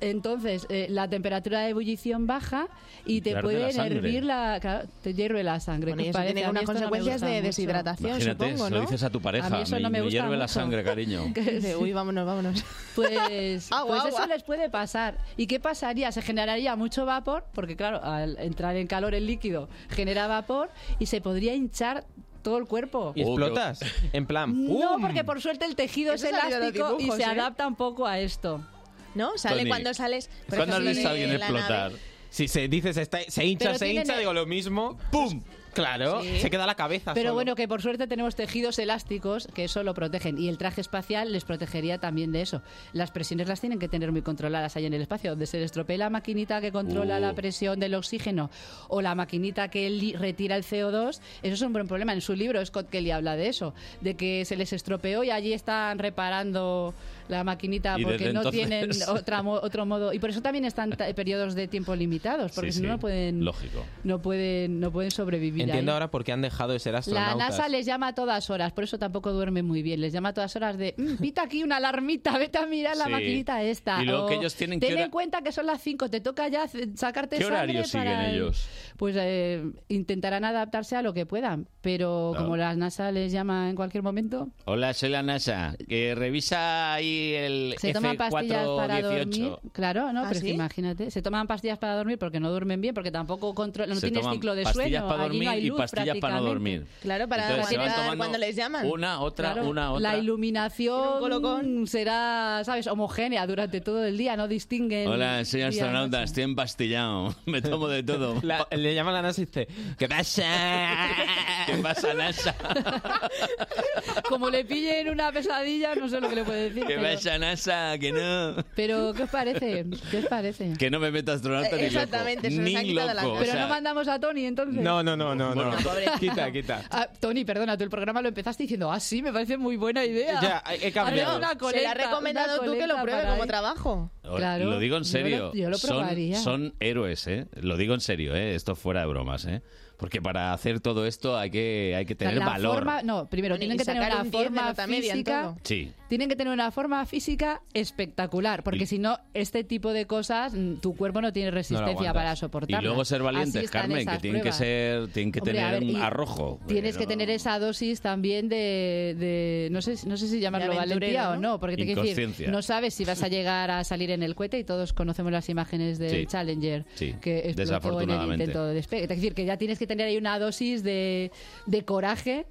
[SPEAKER 3] Entonces, eh, la temperatura de ebullición baja y te
[SPEAKER 1] Te arde
[SPEAKER 3] pueden
[SPEAKER 1] la sangre.
[SPEAKER 3] hervir la... claro, te hierve la sangre.
[SPEAKER 4] Bueno,
[SPEAKER 3] que
[SPEAKER 4] y eso
[SPEAKER 3] parece,
[SPEAKER 4] tiene
[SPEAKER 3] a mí
[SPEAKER 4] unas
[SPEAKER 3] esto no me
[SPEAKER 4] consecuencias
[SPEAKER 3] gusta
[SPEAKER 4] de
[SPEAKER 3] mucho.
[SPEAKER 4] deshidratación,
[SPEAKER 1] Imagínate,
[SPEAKER 4] supongo,
[SPEAKER 1] se lo
[SPEAKER 4] ¿no?
[SPEAKER 1] dices a tu pareja.
[SPEAKER 3] A mí eso
[SPEAKER 1] me,
[SPEAKER 3] no me
[SPEAKER 1] me
[SPEAKER 3] gusta
[SPEAKER 1] hierve la
[SPEAKER 3] mucho.
[SPEAKER 1] sangre,
[SPEAKER 3] [laughs]
[SPEAKER 1] cariño.
[SPEAKER 3] Que
[SPEAKER 4] Dice,
[SPEAKER 3] [laughs] sí.
[SPEAKER 4] uy, vámonos, vámonos. [laughs]
[SPEAKER 3] Pues,
[SPEAKER 4] Agua,
[SPEAKER 3] pues
[SPEAKER 4] agua.
[SPEAKER 3] eso les puede pasar. ¿Y qué pasaría? Se generaría mucho vapor, porque claro, al entrar en calor el líquido genera vapor y se podría hinchar todo el cuerpo.
[SPEAKER 2] Y
[SPEAKER 1] Oh, qué-
[SPEAKER 2] explotas. En plan, "Uh,
[SPEAKER 3] No,
[SPEAKER 2] ¡pum!
[SPEAKER 3] porque por suerte el tejido
[SPEAKER 4] Eso
[SPEAKER 3] es
[SPEAKER 4] salió en los
[SPEAKER 3] elástico y
[SPEAKER 4] dibujos,
[SPEAKER 3] se
[SPEAKER 4] ¿eh?
[SPEAKER 3] adapta un poco a esto.
[SPEAKER 4] ¿No? Sale
[SPEAKER 1] Tony,
[SPEAKER 4] cuando sales. por
[SPEAKER 1] ¿Cuándo has
[SPEAKER 4] ejemplo,
[SPEAKER 1] visto a
[SPEAKER 4] de
[SPEAKER 1] alguien
[SPEAKER 4] la nave.
[SPEAKER 1] explotar?
[SPEAKER 2] Si se dice, se, está- se hincha,
[SPEAKER 3] Pero
[SPEAKER 2] se
[SPEAKER 3] tienen
[SPEAKER 2] hincha,
[SPEAKER 3] el- Pues,
[SPEAKER 2] digo lo mismo. ¡Pum! Claro,
[SPEAKER 3] Sí.
[SPEAKER 2] se queda la cabeza.
[SPEAKER 3] Pero
[SPEAKER 2] solo.
[SPEAKER 3] bueno, que por suerte tenemos tejidos elásticos que eso lo protegen y el traje espacial les protegería también de eso. Las presiones las tienen que tener muy controladas ahí en el espacio, donde se les estropee la maquinita que controla
[SPEAKER 1] Uh.
[SPEAKER 3] la presión del oxígeno o la maquinita que li- retira el CO2, eso es un buen problema. En su libro Scott Kelly habla de eso, de que se les estropeó y allí están reparando la maquinita
[SPEAKER 1] Y
[SPEAKER 3] porque
[SPEAKER 1] desde
[SPEAKER 3] no
[SPEAKER 1] entonces- [laughs]
[SPEAKER 3] tienen otra mo- otro modo y por eso también están ta- periodos de tiempo limitados, porque
[SPEAKER 1] Sí,
[SPEAKER 3] si no
[SPEAKER 1] sí,
[SPEAKER 3] no pueden
[SPEAKER 1] Lógico.
[SPEAKER 3] no pueden no pueden sobrevivir.
[SPEAKER 2] Entiendo
[SPEAKER 3] ahí.
[SPEAKER 2] ahora por qué han dejado de ser
[SPEAKER 3] La
[SPEAKER 2] astronautas.
[SPEAKER 3] NASA les llama a todas horas, por eso tampoco duerme muy bien. Les llama a todas horas de, "Mm, pita aquí una alarmita, vete a mirar la
[SPEAKER 1] Sí.
[SPEAKER 3] maquinita esta.
[SPEAKER 1] Y luego
[SPEAKER 3] o,
[SPEAKER 1] que ellos tienen que
[SPEAKER 3] ten
[SPEAKER 1] hora-
[SPEAKER 3] en cuenta que son las 5, te toca ya c- sacarte
[SPEAKER 1] ¿Qué
[SPEAKER 3] sangre
[SPEAKER 1] horario siguen
[SPEAKER 3] para el-".
[SPEAKER 1] ellos?
[SPEAKER 3] Pues eh, intentarán adaptarse a lo que puedan, pero
[SPEAKER 1] Claro.
[SPEAKER 3] como la NASA les llama en cualquier momento,
[SPEAKER 1] Hola, soy la NASA. Que revisa ahí el
[SPEAKER 3] se toman pastillas para dormir.
[SPEAKER 1] F418.
[SPEAKER 3] Claro, no,
[SPEAKER 4] ¿Ah,
[SPEAKER 3] pero es que
[SPEAKER 4] sí?
[SPEAKER 3] imagínate, se toman pastillas para dormir porque no duermen bien, porque tampoco controlan, no
[SPEAKER 1] Se
[SPEAKER 3] tienen
[SPEAKER 1] toman
[SPEAKER 3] ciclo de
[SPEAKER 1] pastillas
[SPEAKER 3] sueño,
[SPEAKER 1] para
[SPEAKER 3] allí
[SPEAKER 1] dormir
[SPEAKER 3] no hay
[SPEAKER 1] y
[SPEAKER 3] luz
[SPEAKER 1] pastillas para no
[SPEAKER 3] prácticamente.
[SPEAKER 1] dormir.
[SPEAKER 4] Claro, para
[SPEAKER 1] Entonces, se van
[SPEAKER 4] aguantar
[SPEAKER 1] tomando
[SPEAKER 4] cuando les llaman.
[SPEAKER 1] Una, otra,
[SPEAKER 3] Claro,
[SPEAKER 1] una, otra.
[SPEAKER 3] La iluminación
[SPEAKER 4] Un colocón.
[SPEAKER 3] será, ¿sabes? Homogénea durante todo el día, no distinguen.
[SPEAKER 1] Hola, soy
[SPEAKER 3] día de
[SPEAKER 1] astronauta,
[SPEAKER 3] noche.
[SPEAKER 1] estoy empastillado. [laughs] Me tomo de todo.
[SPEAKER 2] La- le llaman a la NASA y dice, ¿qué [laughs] pasa?
[SPEAKER 1] ¿Qué pasa, NASA?
[SPEAKER 3] [laughs] Como le pillen una pesadilla, no sé lo que le puede decir.
[SPEAKER 1] ¿Qué
[SPEAKER 3] Pero,
[SPEAKER 1] pasa, NASA? Que no.
[SPEAKER 3] pero, ¿qué os parece? ¿Qué os parece?
[SPEAKER 1] Que no me meto astronauta ni
[SPEAKER 4] Exactamente, se
[SPEAKER 1] loco.
[SPEAKER 4] nos
[SPEAKER 1] Ni
[SPEAKER 4] han quitado las
[SPEAKER 1] loco.
[SPEAKER 4] ganas.
[SPEAKER 3] pero
[SPEAKER 1] o sea,
[SPEAKER 3] no mandamos a Tony, entonces.
[SPEAKER 2] No, no, no, no,
[SPEAKER 1] Bueno,
[SPEAKER 2] no. quita, quita.
[SPEAKER 3] Ah, Tony, perdona, tú el programa lo empezaste diciendo, ah, sí, me parece muy buena idea.
[SPEAKER 2] Ya, he he cambiado.
[SPEAKER 3] Una
[SPEAKER 4] Se
[SPEAKER 3] coleta,
[SPEAKER 4] la ha recomendado
[SPEAKER 3] una
[SPEAKER 4] tú que lo
[SPEAKER 3] coleta
[SPEAKER 4] pruebe
[SPEAKER 3] para
[SPEAKER 4] como
[SPEAKER 3] ahí.
[SPEAKER 4] trabajo.
[SPEAKER 3] Claro,
[SPEAKER 1] lo digo en
[SPEAKER 3] yo
[SPEAKER 1] serio.
[SPEAKER 3] lo- yo lo
[SPEAKER 1] son,
[SPEAKER 3] probaría.
[SPEAKER 1] son héroes, ¿eh? Lo digo en serio, ¿eh? Esto fuera de bromas, ¿eh? Porque para hacer todo esto hay que, hay que tener
[SPEAKER 3] La
[SPEAKER 1] valor.
[SPEAKER 3] forma- no, primero
[SPEAKER 4] Bueno,
[SPEAKER 3] tienen
[SPEAKER 4] y
[SPEAKER 3] que tener
[SPEAKER 4] sacar
[SPEAKER 3] una
[SPEAKER 4] un 10 de
[SPEAKER 3] forma
[SPEAKER 4] nota media en
[SPEAKER 3] física.
[SPEAKER 4] todo.
[SPEAKER 1] Sí.
[SPEAKER 3] Tienen que tener una forma física espectacular, porque
[SPEAKER 1] Y-
[SPEAKER 3] si no, este tipo de cosas, mm, tu cuerpo no tiene resistencia
[SPEAKER 2] aguantas.
[SPEAKER 3] para
[SPEAKER 1] Y
[SPEAKER 3] soportarlas.
[SPEAKER 1] luego ser
[SPEAKER 3] Así
[SPEAKER 1] valientes,
[SPEAKER 3] están
[SPEAKER 1] Carmen, que
[SPEAKER 3] esas
[SPEAKER 1] tienen que
[SPEAKER 3] pruebas.
[SPEAKER 1] ser, tienen que
[SPEAKER 3] Hombre, a
[SPEAKER 1] tener
[SPEAKER 3] ver, y
[SPEAKER 1] arrojo. pues,
[SPEAKER 3] Tienes
[SPEAKER 1] Pero
[SPEAKER 3] que tener esa dosis también de, de- no, sé, no sé si llamarlo
[SPEAKER 4] De
[SPEAKER 3] valentía
[SPEAKER 4] aventurero,
[SPEAKER 3] o no, porque te quiero decir,
[SPEAKER 1] Inconsciencia.
[SPEAKER 3] no sabes si
[SPEAKER 1] [laughs]
[SPEAKER 3] vas a llegar a salir en el cohete y todos conocemos las imágenes del
[SPEAKER 1] Sí.
[SPEAKER 3] Challenger
[SPEAKER 1] Sí,
[SPEAKER 3] que explotó en el
[SPEAKER 1] desafortunadamente.
[SPEAKER 3] intento de despegue. Es decir, que ya tienes que tener ahí una dosis de, de coraje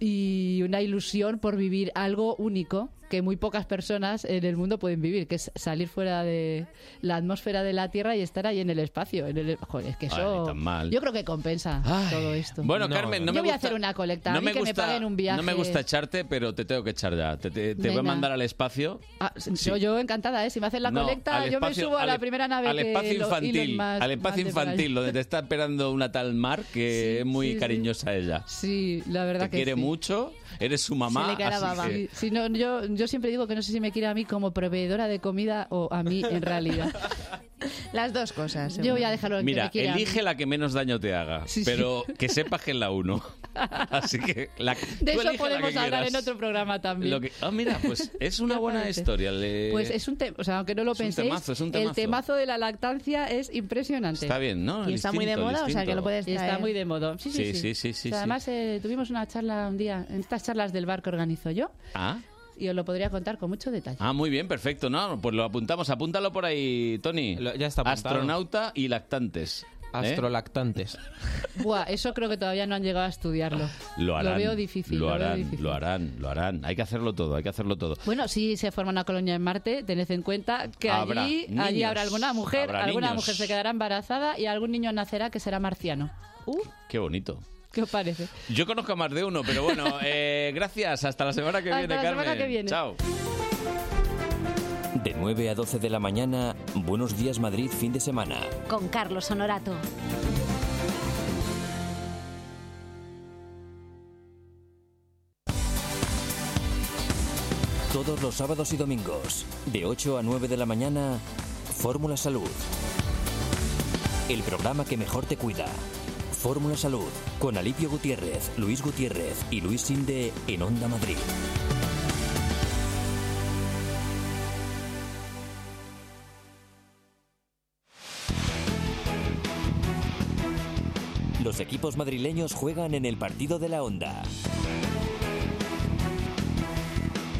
[SPEAKER 3] y una ilusión por vivir algo único que muy pocas personas en el mundo pueden vivir, que es salir fuera de la atmósfera de la Tierra y estar ahí en el espacio. En el, joder, es que
[SPEAKER 1] Ay,
[SPEAKER 3] eso...
[SPEAKER 1] ni tan mal.
[SPEAKER 3] Yo creo que compensa
[SPEAKER 1] Ay.
[SPEAKER 3] todo esto.
[SPEAKER 1] Bueno,
[SPEAKER 2] No,
[SPEAKER 1] Carmen,
[SPEAKER 2] no,
[SPEAKER 1] no
[SPEAKER 3] Yo
[SPEAKER 1] me
[SPEAKER 3] voy a
[SPEAKER 1] gusta-
[SPEAKER 3] hacer una colecta, a mí que me paguen un viaje.
[SPEAKER 1] No me gusta echarte, pero te tengo que echar ya. Te, te- te voy a
[SPEAKER 3] Venga.
[SPEAKER 1] mandar al espacio.
[SPEAKER 3] Ah,
[SPEAKER 1] Sí.
[SPEAKER 3] Yo, yo encantada, ¿eh? Si me hacen la
[SPEAKER 1] No,
[SPEAKER 3] colecta,
[SPEAKER 1] al
[SPEAKER 3] yo me
[SPEAKER 1] espacio-
[SPEAKER 3] subo a la
[SPEAKER 1] al- e-
[SPEAKER 3] primera nave
[SPEAKER 1] Al
[SPEAKER 3] que
[SPEAKER 1] espacio
[SPEAKER 3] lo- Elon
[SPEAKER 1] infantil,
[SPEAKER 3] Musk
[SPEAKER 1] al espacio
[SPEAKER 3] mande por ahí.
[SPEAKER 1] infantil, donde te está esperando una tal Mar que
[SPEAKER 3] Sí,
[SPEAKER 1] es muy
[SPEAKER 3] sí, sí.
[SPEAKER 1] cariñosa ella.
[SPEAKER 3] Sí, la verdad
[SPEAKER 1] Te
[SPEAKER 3] que
[SPEAKER 1] quiere
[SPEAKER 3] sí.
[SPEAKER 1] mucho, eres su mamá.
[SPEAKER 4] Se le cae la
[SPEAKER 1] así
[SPEAKER 4] baba.
[SPEAKER 1] que-
[SPEAKER 3] Sí, sí, no, yo, yo siempre digo que no sé si me quiere a mí como proveedora de comida o a mí en realidad.
[SPEAKER 4] [laughs] Las dos cosas.
[SPEAKER 3] Yo voy a dejarlo en que
[SPEAKER 1] Mira,
[SPEAKER 3] me quiera a mí.
[SPEAKER 1] elige la que menos daño te haga,
[SPEAKER 3] Sí, sí.
[SPEAKER 1] pero que sepas que es la uno. [laughs] Así que la tú
[SPEAKER 3] De
[SPEAKER 1] elige la
[SPEAKER 3] eso
[SPEAKER 1] que
[SPEAKER 3] podemos hablar
[SPEAKER 1] quieras.
[SPEAKER 3] en otro programa también.
[SPEAKER 1] Lo que- ah, mira,
[SPEAKER 3] [laughs]
[SPEAKER 1] pues es una
[SPEAKER 3] Me
[SPEAKER 1] buena
[SPEAKER 3] parece.
[SPEAKER 1] historia. le-
[SPEAKER 3] Pues es un tema, o sea, aunque no lo
[SPEAKER 1] Es un
[SPEAKER 3] penséis,
[SPEAKER 1] temazo, es un
[SPEAKER 3] el
[SPEAKER 1] temazo.
[SPEAKER 3] temazo de la lactancia es impresionante.
[SPEAKER 1] Está bien, ¿no?
[SPEAKER 4] Y está muy de
[SPEAKER 1] Distinto,
[SPEAKER 4] moda, o sea que
[SPEAKER 1] distinto.
[SPEAKER 4] lo puedes
[SPEAKER 3] Y
[SPEAKER 4] traer.
[SPEAKER 3] está muy de moda. Sí, sí,
[SPEAKER 1] Sí,
[SPEAKER 3] sí.
[SPEAKER 1] sí, sí, sí,
[SPEAKER 3] O sea,
[SPEAKER 1] sí.
[SPEAKER 3] Además, eh, tuvimos una charla un día, en estas charlas del bar que organizo yo,
[SPEAKER 1] Ah,
[SPEAKER 3] y os lo podría contar con mucho
[SPEAKER 1] [laughs]
[SPEAKER 3] detalle.
[SPEAKER 1] ah, muy bien, perfecto. No, pues lo apuntamos, apúntalo por ahí, Tony.
[SPEAKER 2] Lo- ya está apuntado.
[SPEAKER 1] Astronauta y lactantes. ¿eh?
[SPEAKER 2] Astrolactantes.
[SPEAKER 3] Buah, eso creo que todavía no han llegado a estudiarlo.
[SPEAKER 1] Lo harán.
[SPEAKER 3] veo difícil.
[SPEAKER 1] Lo,
[SPEAKER 3] veo
[SPEAKER 1] harán,
[SPEAKER 3] difícil.
[SPEAKER 1] lo harán, lo harán. Hay que hacerlo todo, hay que hacerlo todo.
[SPEAKER 3] Bueno, si se forma una colonia en Marte, tened en cuenta que
[SPEAKER 1] Habrá
[SPEAKER 3] allí,
[SPEAKER 1] niños,
[SPEAKER 3] allí habrá alguna mujer,
[SPEAKER 1] habrá
[SPEAKER 3] alguna
[SPEAKER 1] niños.
[SPEAKER 3] mujer se quedará embarazada y algún niño nacerá que será marciano. Uh,
[SPEAKER 1] Qué bonito.
[SPEAKER 3] ¿Qué os parece?
[SPEAKER 1] Yo conozco a más de uno,
[SPEAKER 3] [laughs]
[SPEAKER 1] pero bueno, eh, gracias. Hasta la semana que
[SPEAKER 3] Hasta
[SPEAKER 1] viene,
[SPEAKER 3] la semana
[SPEAKER 1] Carmen.
[SPEAKER 3] que viene.
[SPEAKER 1] Chao.
[SPEAKER 6] De 9 a 12 de la mañana, Buenos Días Madrid, fin de semana.
[SPEAKER 5] Con Carlos Honorato.
[SPEAKER 6] Todos los sábados y domingos, de 8 a 9 de la mañana, Fórmula Salud. El programa que mejor te cuida. Fórmula Salud, con Alipio Gutiérrez, Luis Gutiérrez y Luis Sinde en Onda Madrid.
[SPEAKER 7] equipos madrileños juegan en el partido de la onda.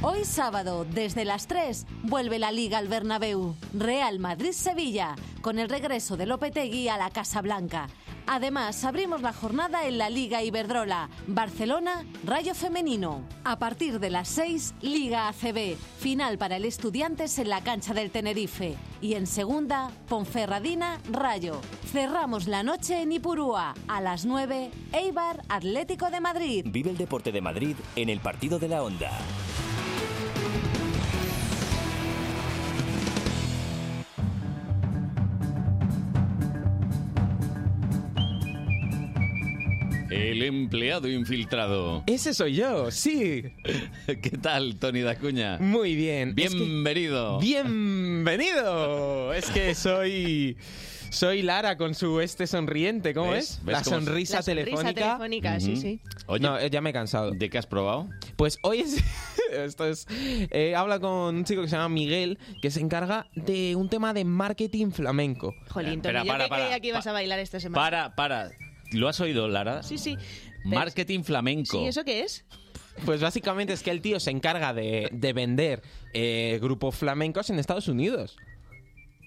[SPEAKER 5] Hoy sábado, desde las 3, vuelve la Liga al Bernabéu. Real Madrid-Sevilla, con el regreso de Lopetegui a la Casa Blanca. Además, abrimos la jornada en la Liga Iberdrola. Barcelona, Rayo Femenino. A partir de las 6, Liga ACB. Final para el Estudiantes en la cancha del Tenerife. Y en segunda, Ponferradina, Rayo. Cerramos la noche en Ipurúa. A las 9, Eibar, Atlético de Madrid.
[SPEAKER 7] Vive el deporte de Madrid en el partido de la onda.
[SPEAKER 1] El empleado infiltrado.
[SPEAKER 6] Ese soy yo, sí.
[SPEAKER 1] [laughs] ¿Qué tal, Tony Dacuña?
[SPEAKER 6] Muy bien. Es que-
[SPEAKER 1] Bienvenido.
[SPEAKER 6] Bienvenido. Es que soy soy Lara con su este sonriente, ¿cómo
[SPEAKER 1] ¿Ves?
[SPEAKER 6] es?
[SPEAKER 1] ¿Ves
[SPEAKER 6] la
[SPEAKER 1] cómo es?
[SPEAKER 6] sonrisa
[SPEAKER 4] La sonrisa
[SPEAKER 6] telefónica.
[SPEAKER 4] telefónica, sí, Ujú. sí.
[SPEAKER 1] Oye,
[SPEAKER 6] no, eh, ya me he cansado.
[SPEAKER 1] ¿De qué has probado?
[SPEAKER 6] Pues hoy es [laughs] esto es eh, habla con un chico que se llama Miguel que se encarga de un tema de marketing flamenco.
[SPEAKER 4] Jolín, Tony,
[SPEAKER 1] Espera,
[SPEAKER 4] yo
[SPEAKER 1] para,
[SPEAKER 4] que
[SPEAKER 1] para,
[SPEAKER 4] creía que ibas
[SPEAKER 1] pa-
[SPEAKER 4] a bailar esta semana.
[SPEAKER 1] Para, para. ¿Lo has oído, Lara?
[SPEAKER 4] Sí, sí. Pero-
[SPEAKER 1] Marketing flamenco.
[SPEAKER 4] ¿Y eso qué es?
[SPEAKER 6] Pues básicamente es que el tío se encarga de, de vender eh, grupos flamencos en Estados Unidos.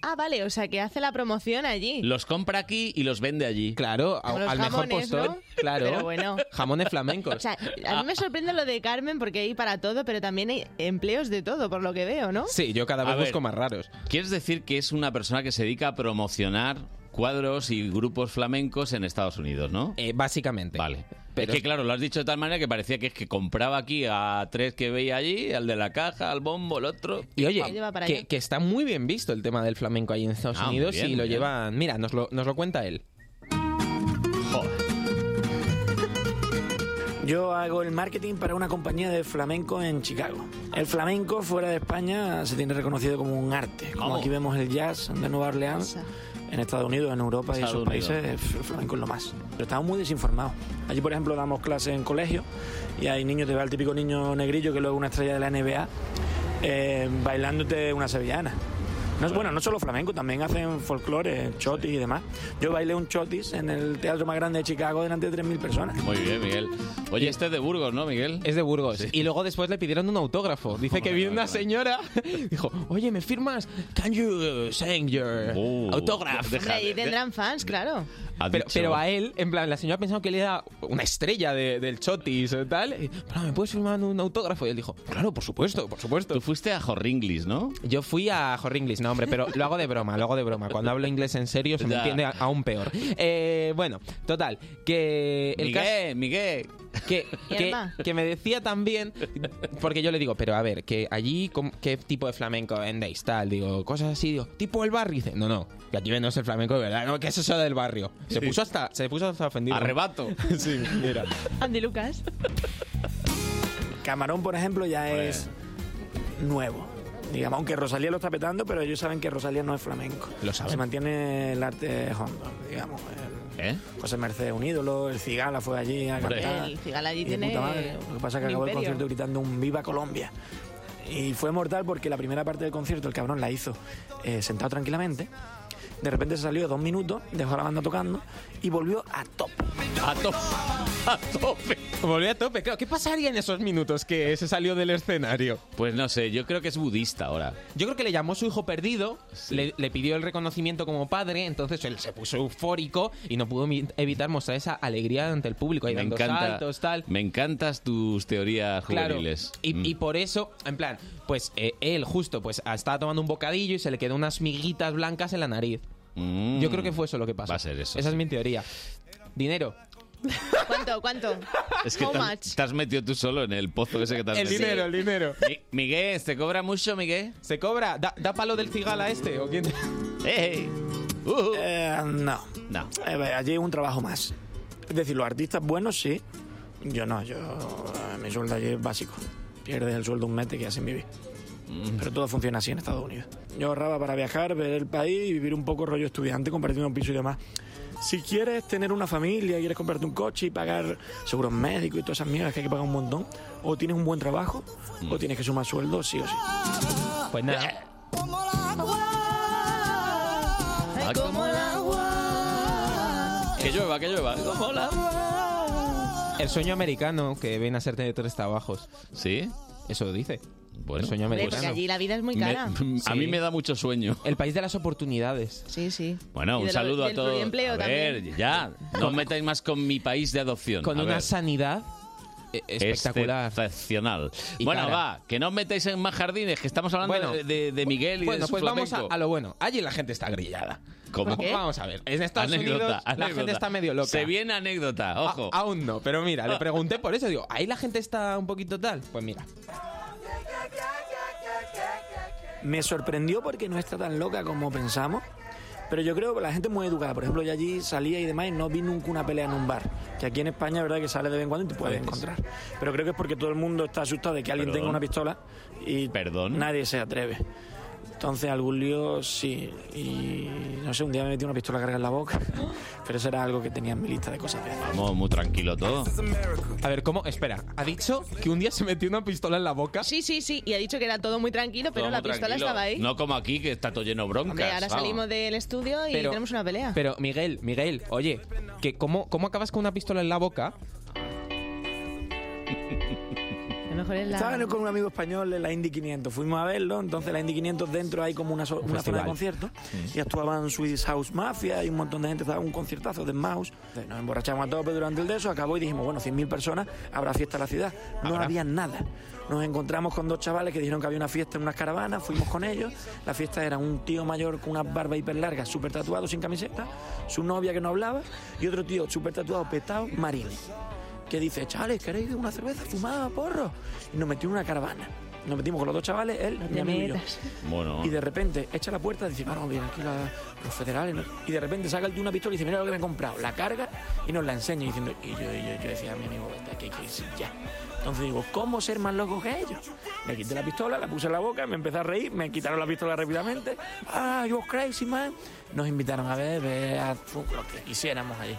[SPEAKER 4] Ah, vale, o sea, que hace la promoción allí.
[SPEAKER 1] Los compra aquí y los vende allí.
[SPEAKER 6] Claro, a-
[SPEAKER 4] Como los
[SPEAKER 6] al mejor
[SPEAKER 4] jamones,
[SPEAKER 6] postor.
[SPEAKER 4] ¿no?
[SPEAKER 6] [laughs] Claro.
[SPEAKER 4] Pero bueno.
[SPEAKER 6] Jamones flamencos. Ah,
[SPEAKER 4] O sea,
[SPEAKER 1] Ah,
[SPEAKER 4] a mí me sorprende lo de Carmen porque hay para todo, pero también hay empleos de todo, por lo que veo, ¿no?
[SPEAKER 6] sí, yo cada
[SPEAKER 1] A
[SPEAKER 6] vez
[SPEAKER 1] ver.
[SPEAKER 6] busco más raros.
[SPEAKER 1] ¿Quieres decir que es una persona que se dedica a promocionar cuadros y grupos flamencos en Estados Unidos, no?
[SPEAKER 6] Eh, básicamente.
[SPEAKER 1] Vale.
[SPEAKER 6] Pero-
[SPEAKER 1] Es que claro, lo has dicho de tal manera que parecía que es que compraba aquí a tres que veía allí, al de la caja, al bombo, el otro.
[SPEAKER 6] Y oye,
[SPEAKER 4] Ahí va para
[SPEAKER 6] que,
[SPEAKER 4] allá.
[SPEAKER 6] que está muy bien visto el tema del flamenco ahí en Estados
[SPEAKER 1] Ah, muy
[SPEAKER 6] Unidos
[SPEAKER 1] bien,
[SPEAKER 6] y lo
[SPEAKER 1] muy bien.
[SPEAKER 6] llevan... Mira, nos lo, nos lo cuenta él.
[SPEAKER 8] Yo hago el marketing para una compañía de flamenco en Chicago. El flamenco fuera de España se tiene reconocido como un arte. Como
[SPEAKER 1] Vamos.
[SPEAKER 8] aquí vemos el jazz de Nueva Orleans,
[SPEAKER 4] Esa.
[SPEAKER 8] en Estados Unidos, en Europa y en
[SPEAKER 1] Estados
[SPEAKER 8] sus
[SPEAKER 1] Unidos.
[SPEAKER 8] países, eh, el flamenco es lo más. Pero estamos muy desinformados. Allí, por ejemplo, damos clases en colegio y hay niños, te ve al típico niño negrillo que luego es una estrella de la NBA, eh, bailándote una sevillana. No, es- bueno, no solo flamenco, también hacen folclore, chotis y demás. Yo bailé un chotis en el teatro más grande de Chicago delante de 3.000 personas.
[SPEAKER 1] Muy bien, Miguel. Oye, este es de Burgos, ¿no, Miguel?
[SPEAKER 6] Es de Burgos. Y luego después le pidieron un autógrafo. Dice que vino una
[SPEAKER 1] Hombre,
[SPEAKER 6] señora, [laughs] dijo, oye, ¿me firmas? Can you sign your
[SPEAKER 1] Oh.
[SPEAKER 6] autograph?
[SPEAKER 1] Deja-
[SPEAKER 4] Hombre, allí
[SPEAKER 1] de-
[SPEAKER 4] tendrán fans, claro.
[SPEAKER 1] Ha
[SPEAKER 6] Pero,
[SPEAKER 1] dicho-
[SPEAKER 6] pero a él, en plan, la señora pensaba que él era una estrella de- del chotis o tal. Y, "Hola, ¿me puedes firmar un autógrafo? Y él dijo, claro, por supuesto, por supuesto.
[SPEAKER 1] Tú fuiste a Jorringlis, ¿no?
[SPEAKER 6] Yo fui a Jorge Inglés, no, hombre, pero lo hago de broma, lo hago de broma. Cuando hablo inglés en serio se me
[SPEAKER 1] Ya.
[SPEAKER 6] entiende a- aún peor. Eh, bueno, total, que el caso...
[SPEAKER 1] Miguel, Miguel.
[SPEAKER 6] que,
[SPEAKER 4] Y
[SPEAKER 6] que,
[SPEAKER 4] además-
[SPEAKER 6] que me decía también, porque yo le digo, pero a ver, que allí, ¿cómo- ¿qué tipo de flamenco vendéis? Tal, digo, cosas así, digo, tipo el barrio. Y dice, no, no, que aquí vendemos el flamenco de verdad, no, que es eso del barrio. Se puso hasta, se puso hasta ofendido.
[SPEAKER 1] Arrebato.
[SPEAKER 6] [laughs] Sí, mira.
[SPEAKER 4] Andy Lucas.
[SPEAKER 8] Camarón, por ejemplo, ya es nuevo. Digamos, aunque Rosalía lo está petando, pero ellos saben que Rosalía no es flamenco.
[SPEAKER 6] Lo saben.
[SPEAKER 8] Se mantiene el arte hondo, digamos. El
[SPEAKER 1] ¿Eh?
[SPEAKER 8] José Merced, un ídolo, el Cigala fue allí a
[SPEAKER 1] Hombre.
[SPEAKER 8] cantar.
[SPEAKER 4] El Cigala allí
[SPEAKER 8] Y de
[SPEAKER 4] tiene
[SPEAKER 8] puta madre. Lo que pasa es
[SPEAKER 4] un
[SPEAKER 8] que acabó el
[SPEAKER 4] imperio.
[SPEAKER 8] concierto gritando un Viva Colombia. Y fue mortal porque la primera parte del concierto el cabrón la hizo eh, sentado tranquilamente. De repente se salió dos minutos, dejó a la banda tocando y volvió a top.
[SPEAKER 1] A
[SPEAKER 6] [laughs]
[SPEAKER 1] tope. A tope.
[SPEAKER 6] Volví a tope, claro. ¿Qué pasaría en esos minutos que se salió del escenario?
[SPEAKER 1] Pues no sé, yo creo que es budista ahora.
[SPEAKER 6] Yo creo que le llamó su hijo perdido, le, le pidió el reconocimiento como padre, entonces él se puso eufórico y no pudo mi- evitar mostrar esa alegría ante el público. Ahí
[SPEAKER 1] Me
[SPEAKER 6] dando
[SPEAKER 1] encanta.
[SPEAKER 6] saltos, tal.
[SPEAKER 1] Me encantas tus teorías
[SPEAKER 6] Claro.
[SPEAKER 1] juveniles.
[SPEAKER 6] Y,
[SPEAKER 1] Mm.
[SPEAKER 6] y por
[SPEAKER 4] [laughs]
[SPEAKER 6] eso, en plan, pues eh, él justo pues estaba tomando un bocadillo y se le quedó unas miguitas blancas en la nariz.
[SPEAKER 1] Mm.
[SPEAKER 6] Yo creo que fue eso lo que pasó.
[SPEAKER 1] Va a ser eso,
[SPEAKER 6] Esa
[SPEAKER 1] sí.
[SPEAKER 6] es mi teoría. Dinero.
[SPEAKER 4] [laughs] ¿Cuánto, cuánto?
[SPEAKER 1] Es que
[SPEAKER 4] How
[SPEAKER 1] te,
[SPEAKER 4] much?
[SPEAKER 1] has- te has metido tú solo en el pozo ese que te has metido.
[SPEAKER 6] el dinero.
[SPEAKER 1] Mi- Miguel, ¿te cobra mucho, Miguel?
[SPEAKER 6] ¿Se cobra? ¿Da, da palo del cigala este?
[SPEAKER 1] [laughs]
[SPEAKER 6] ¿O quién?
[SPEAKER 1] ¡Eh! eh. Uh.
[SPEAKER 8] Eh, no.
[SPEAKER 1] No.
[SPEAKER 8] Eh, ve, allí es un trabajo más. Es decir, los artistas buenos sí. Yo no, yo. eh, Mi sueldo allí es básico. Pierdes el sueldo un mes y quedas sin vivir.
[SPEAKER 6] Mm.
[SPEAKER 8] Pero todo funciona así en Estados Unidos. Yo ahorraba para viajar, ver el país y vivir un poco rollo estudiante, compartiendo un piso y demás. Si quieres tener una familia, quieres comprarte un coche y pagar seguros médicos y todas esas mierdas que hay que pagar un montón, o tienes un buen trabajo, o tienes que sumar sueldo sí Eh, o sí.
[SPEAKER 6] Mm. Pues nada.
[SPEAKER 1] Ah,
[SPEAKER 4] Ay, como el agua.
[SPEAKER 1] Qué que llueva, que [laughs] llueva. Digo, mola.
[SPEAKER 6] El sueño americano, que ven a hacerte tres trabajos.
[SPEAKER 1] ¿Sí?
[SPEAKER 6] Eso dice.
[SPEAKER 1] Bueno,
[SPEAKER 6] el sueño
[SPEAKER 4] Hombre,
[SPEAKER 6] americano.
[SPEAKER 4] porque allí la vida es muy cara.
[SPEAKER 1] Me- [laughs] a
[SPEAKER 6] Sí.
[SPEAKER 1] mí me da mucho sueño.
[SPEAKER 6] El país de las oportunidades.
[SPEAKER 4] Sí, sí.
[SPEAKER 1] Bueno,
[SPEAKER 4] Y
[SPEAKER 1] un
[SPEAKER 4] de lo-
[SPEAKER 1] saludo a
[SPEAKER 4] del
[SPEAKER 1] todos.
[SPEAKER 4] pluriempleo
[SPEAKER 1] a ver,
[SPEAKER 4] también.
[SPEAKER 1] ya, no os metáis más con mi país de adopción.
[SPEAKER 6] Con
[SPEAKER 1] A
[SPEAKER 6] una
[SPEAKER 1] ver, Este
[SPEAKER 6] sanidad eh, espectacular.
[SPEAKER 1] Excepcional.
[SPEAKER 6] Y
[SPEAKER 1] Bueno,
[SPEAKER 6] cara.
[SPEAKER 1] va, que no os metáis en más jardines, que estamos hablando
[SPEAKER 6] Bueno,
[SPEAKER 1] de, de- de Miguel y
[SPEAKER 6] Bueno,
[SPEAKER 1] de su
[SPEAKER 6] pues vamos a,
[SPEAKER 1] flamenco.
[SPEAKER 6] a lo bueno. Allí la gente está grillada.
[SPEAKER 1] ¿Cómo?
[SPEAKER 4] ¿Por qué?
[SPEAKER 6] Vamos a ver. En Estados
[SPEAKER 1] Anécdota,
[SPEAKER 6] Unidos la
[SPEAKER 1] anécdota.
[SPEAKER 6] gente está medio loca.
[SPEAKER 1] Se viene anécdota,
[SPEAKER 6] A-
[SPEAKER 1] Ah, ojo.
[SPEAKER 6] Ah,
[SPEAKER 1] Ah.
[SPEAKER 6] aún no, pero mira, le pregunté por eso. Digo, ahí la gente está un poquito tal. Pues mira.
[SPEAKER 8] Me sorprendió porque no está tan loca como pensamos. Pero yo creo que la gente es muy educada. Por ejemplo, yo allí salía y demás y no vi nunca una pelea en un bar. Que aquí en España, verdad, que sale de vez en cuando y te puedes encontrar. Pero creo que es porque todo el mundo está asustado de que alguien
[SPEAKER 1] Perdón.
[SPEAKER 8] tenga una pistola y
[SPEAKER 1] Perdón.
[SPEAKER 8] nadie se atreve. Entonces, algún lío sí. Y no sé, un día me metí una pistola carga en la boca. [laughs] Pero eso era algo que tenía en mi lista de cosas de hacer.
[SPEAKER 1] Vamos, muy tranquilo todo.
[SPEAKER 6] A ver, ¿cómo? Espera. Ha dicho que un día se metió una pistola en la boca.
[SPEAKER 4] Sí, sí, sí. Y ha dicho que era todo muy tranquilo, pero
[SPEAKER 1] Todo
[SPEAKER 4] la
[SPEAKER 1] muy
[SPEAKER 4] pistola
[SPEAKER 1] tranquilo.
[SPEAKER 4] estaba ahí.
[SPEAKER 1] No como aquí, que está todo lleno de broncas.
[SPEAKER 4] Hombre, ahora
[SPEAKER 1] vamos.
[SPEAKER 4] salimos del estudio y
[SPEAKER 6] Pero-
[SPEAKER 4] tenemos una pelea.
[SPEAKER 6] Pero, Miguel, Miguel, oye, que cómo, ¿cómo acabas con una pistola en la boca?
[SPEAKER 4] A lo mejor es la...
[SPEAKER 8] Estaba en- con un amigo español en la Indy 500, fuimos a verlo, entonces la Indy 500 dentro hay como una, so- una zona
[SPEAKER 6] festival.
[SPEAKER 8] de conciertos y actuaban Swedish House Mafia y un montón de gente, estaba un conciertazo de Mouse, Entonces, nos emborrachamos a tope durante el de eso, acabó y dijimos, bueno, 100.000 personas, habrá fiesta en la ciudad, no había nada. Nos encontramos con dos chavales que dijeron que había una fiesta en unas caravanas, fuimos con ellos, la fiesta era un tío mayor con una barba hiper larga, súper tatuado, sin camiseta, su novia que no hablaba y otro tío súper tatuado, petado, marines que dice, chavales, ¿queréis una cerveza? Fumaba, porro. Y nos metimos en una caravana. Nos metimos con los dos chavales, él,
[SPEAKER 4] No
[SPEAKER 8] mi
[SPEAKER 4] te
[SPEAKER 8] amigo y yo.
[SPEAKER 4] metas.
[SPEAKER 1] Bueno,
[SPEAKER 8] Y de repente echa la puerta y dice, vamos, bien, aquí la- los federales. ¿no?". Y de repente saca el tío una pistola y dice, mira lo que me he comprado. La carga y nos la enseña diciendo, y yo, y yo, yo decía a mi amigo, "Vete, aquí hay que irse ya. Entonces digo, ¿cómo ser más loco que ellos? Me quité la pistola, la puse en la boca, me empecé a reír, me quitaron la pistola rápidamente. Ah, you crazy, man. Nos invitaron a beber, a fu- lo que quisiéramos allí.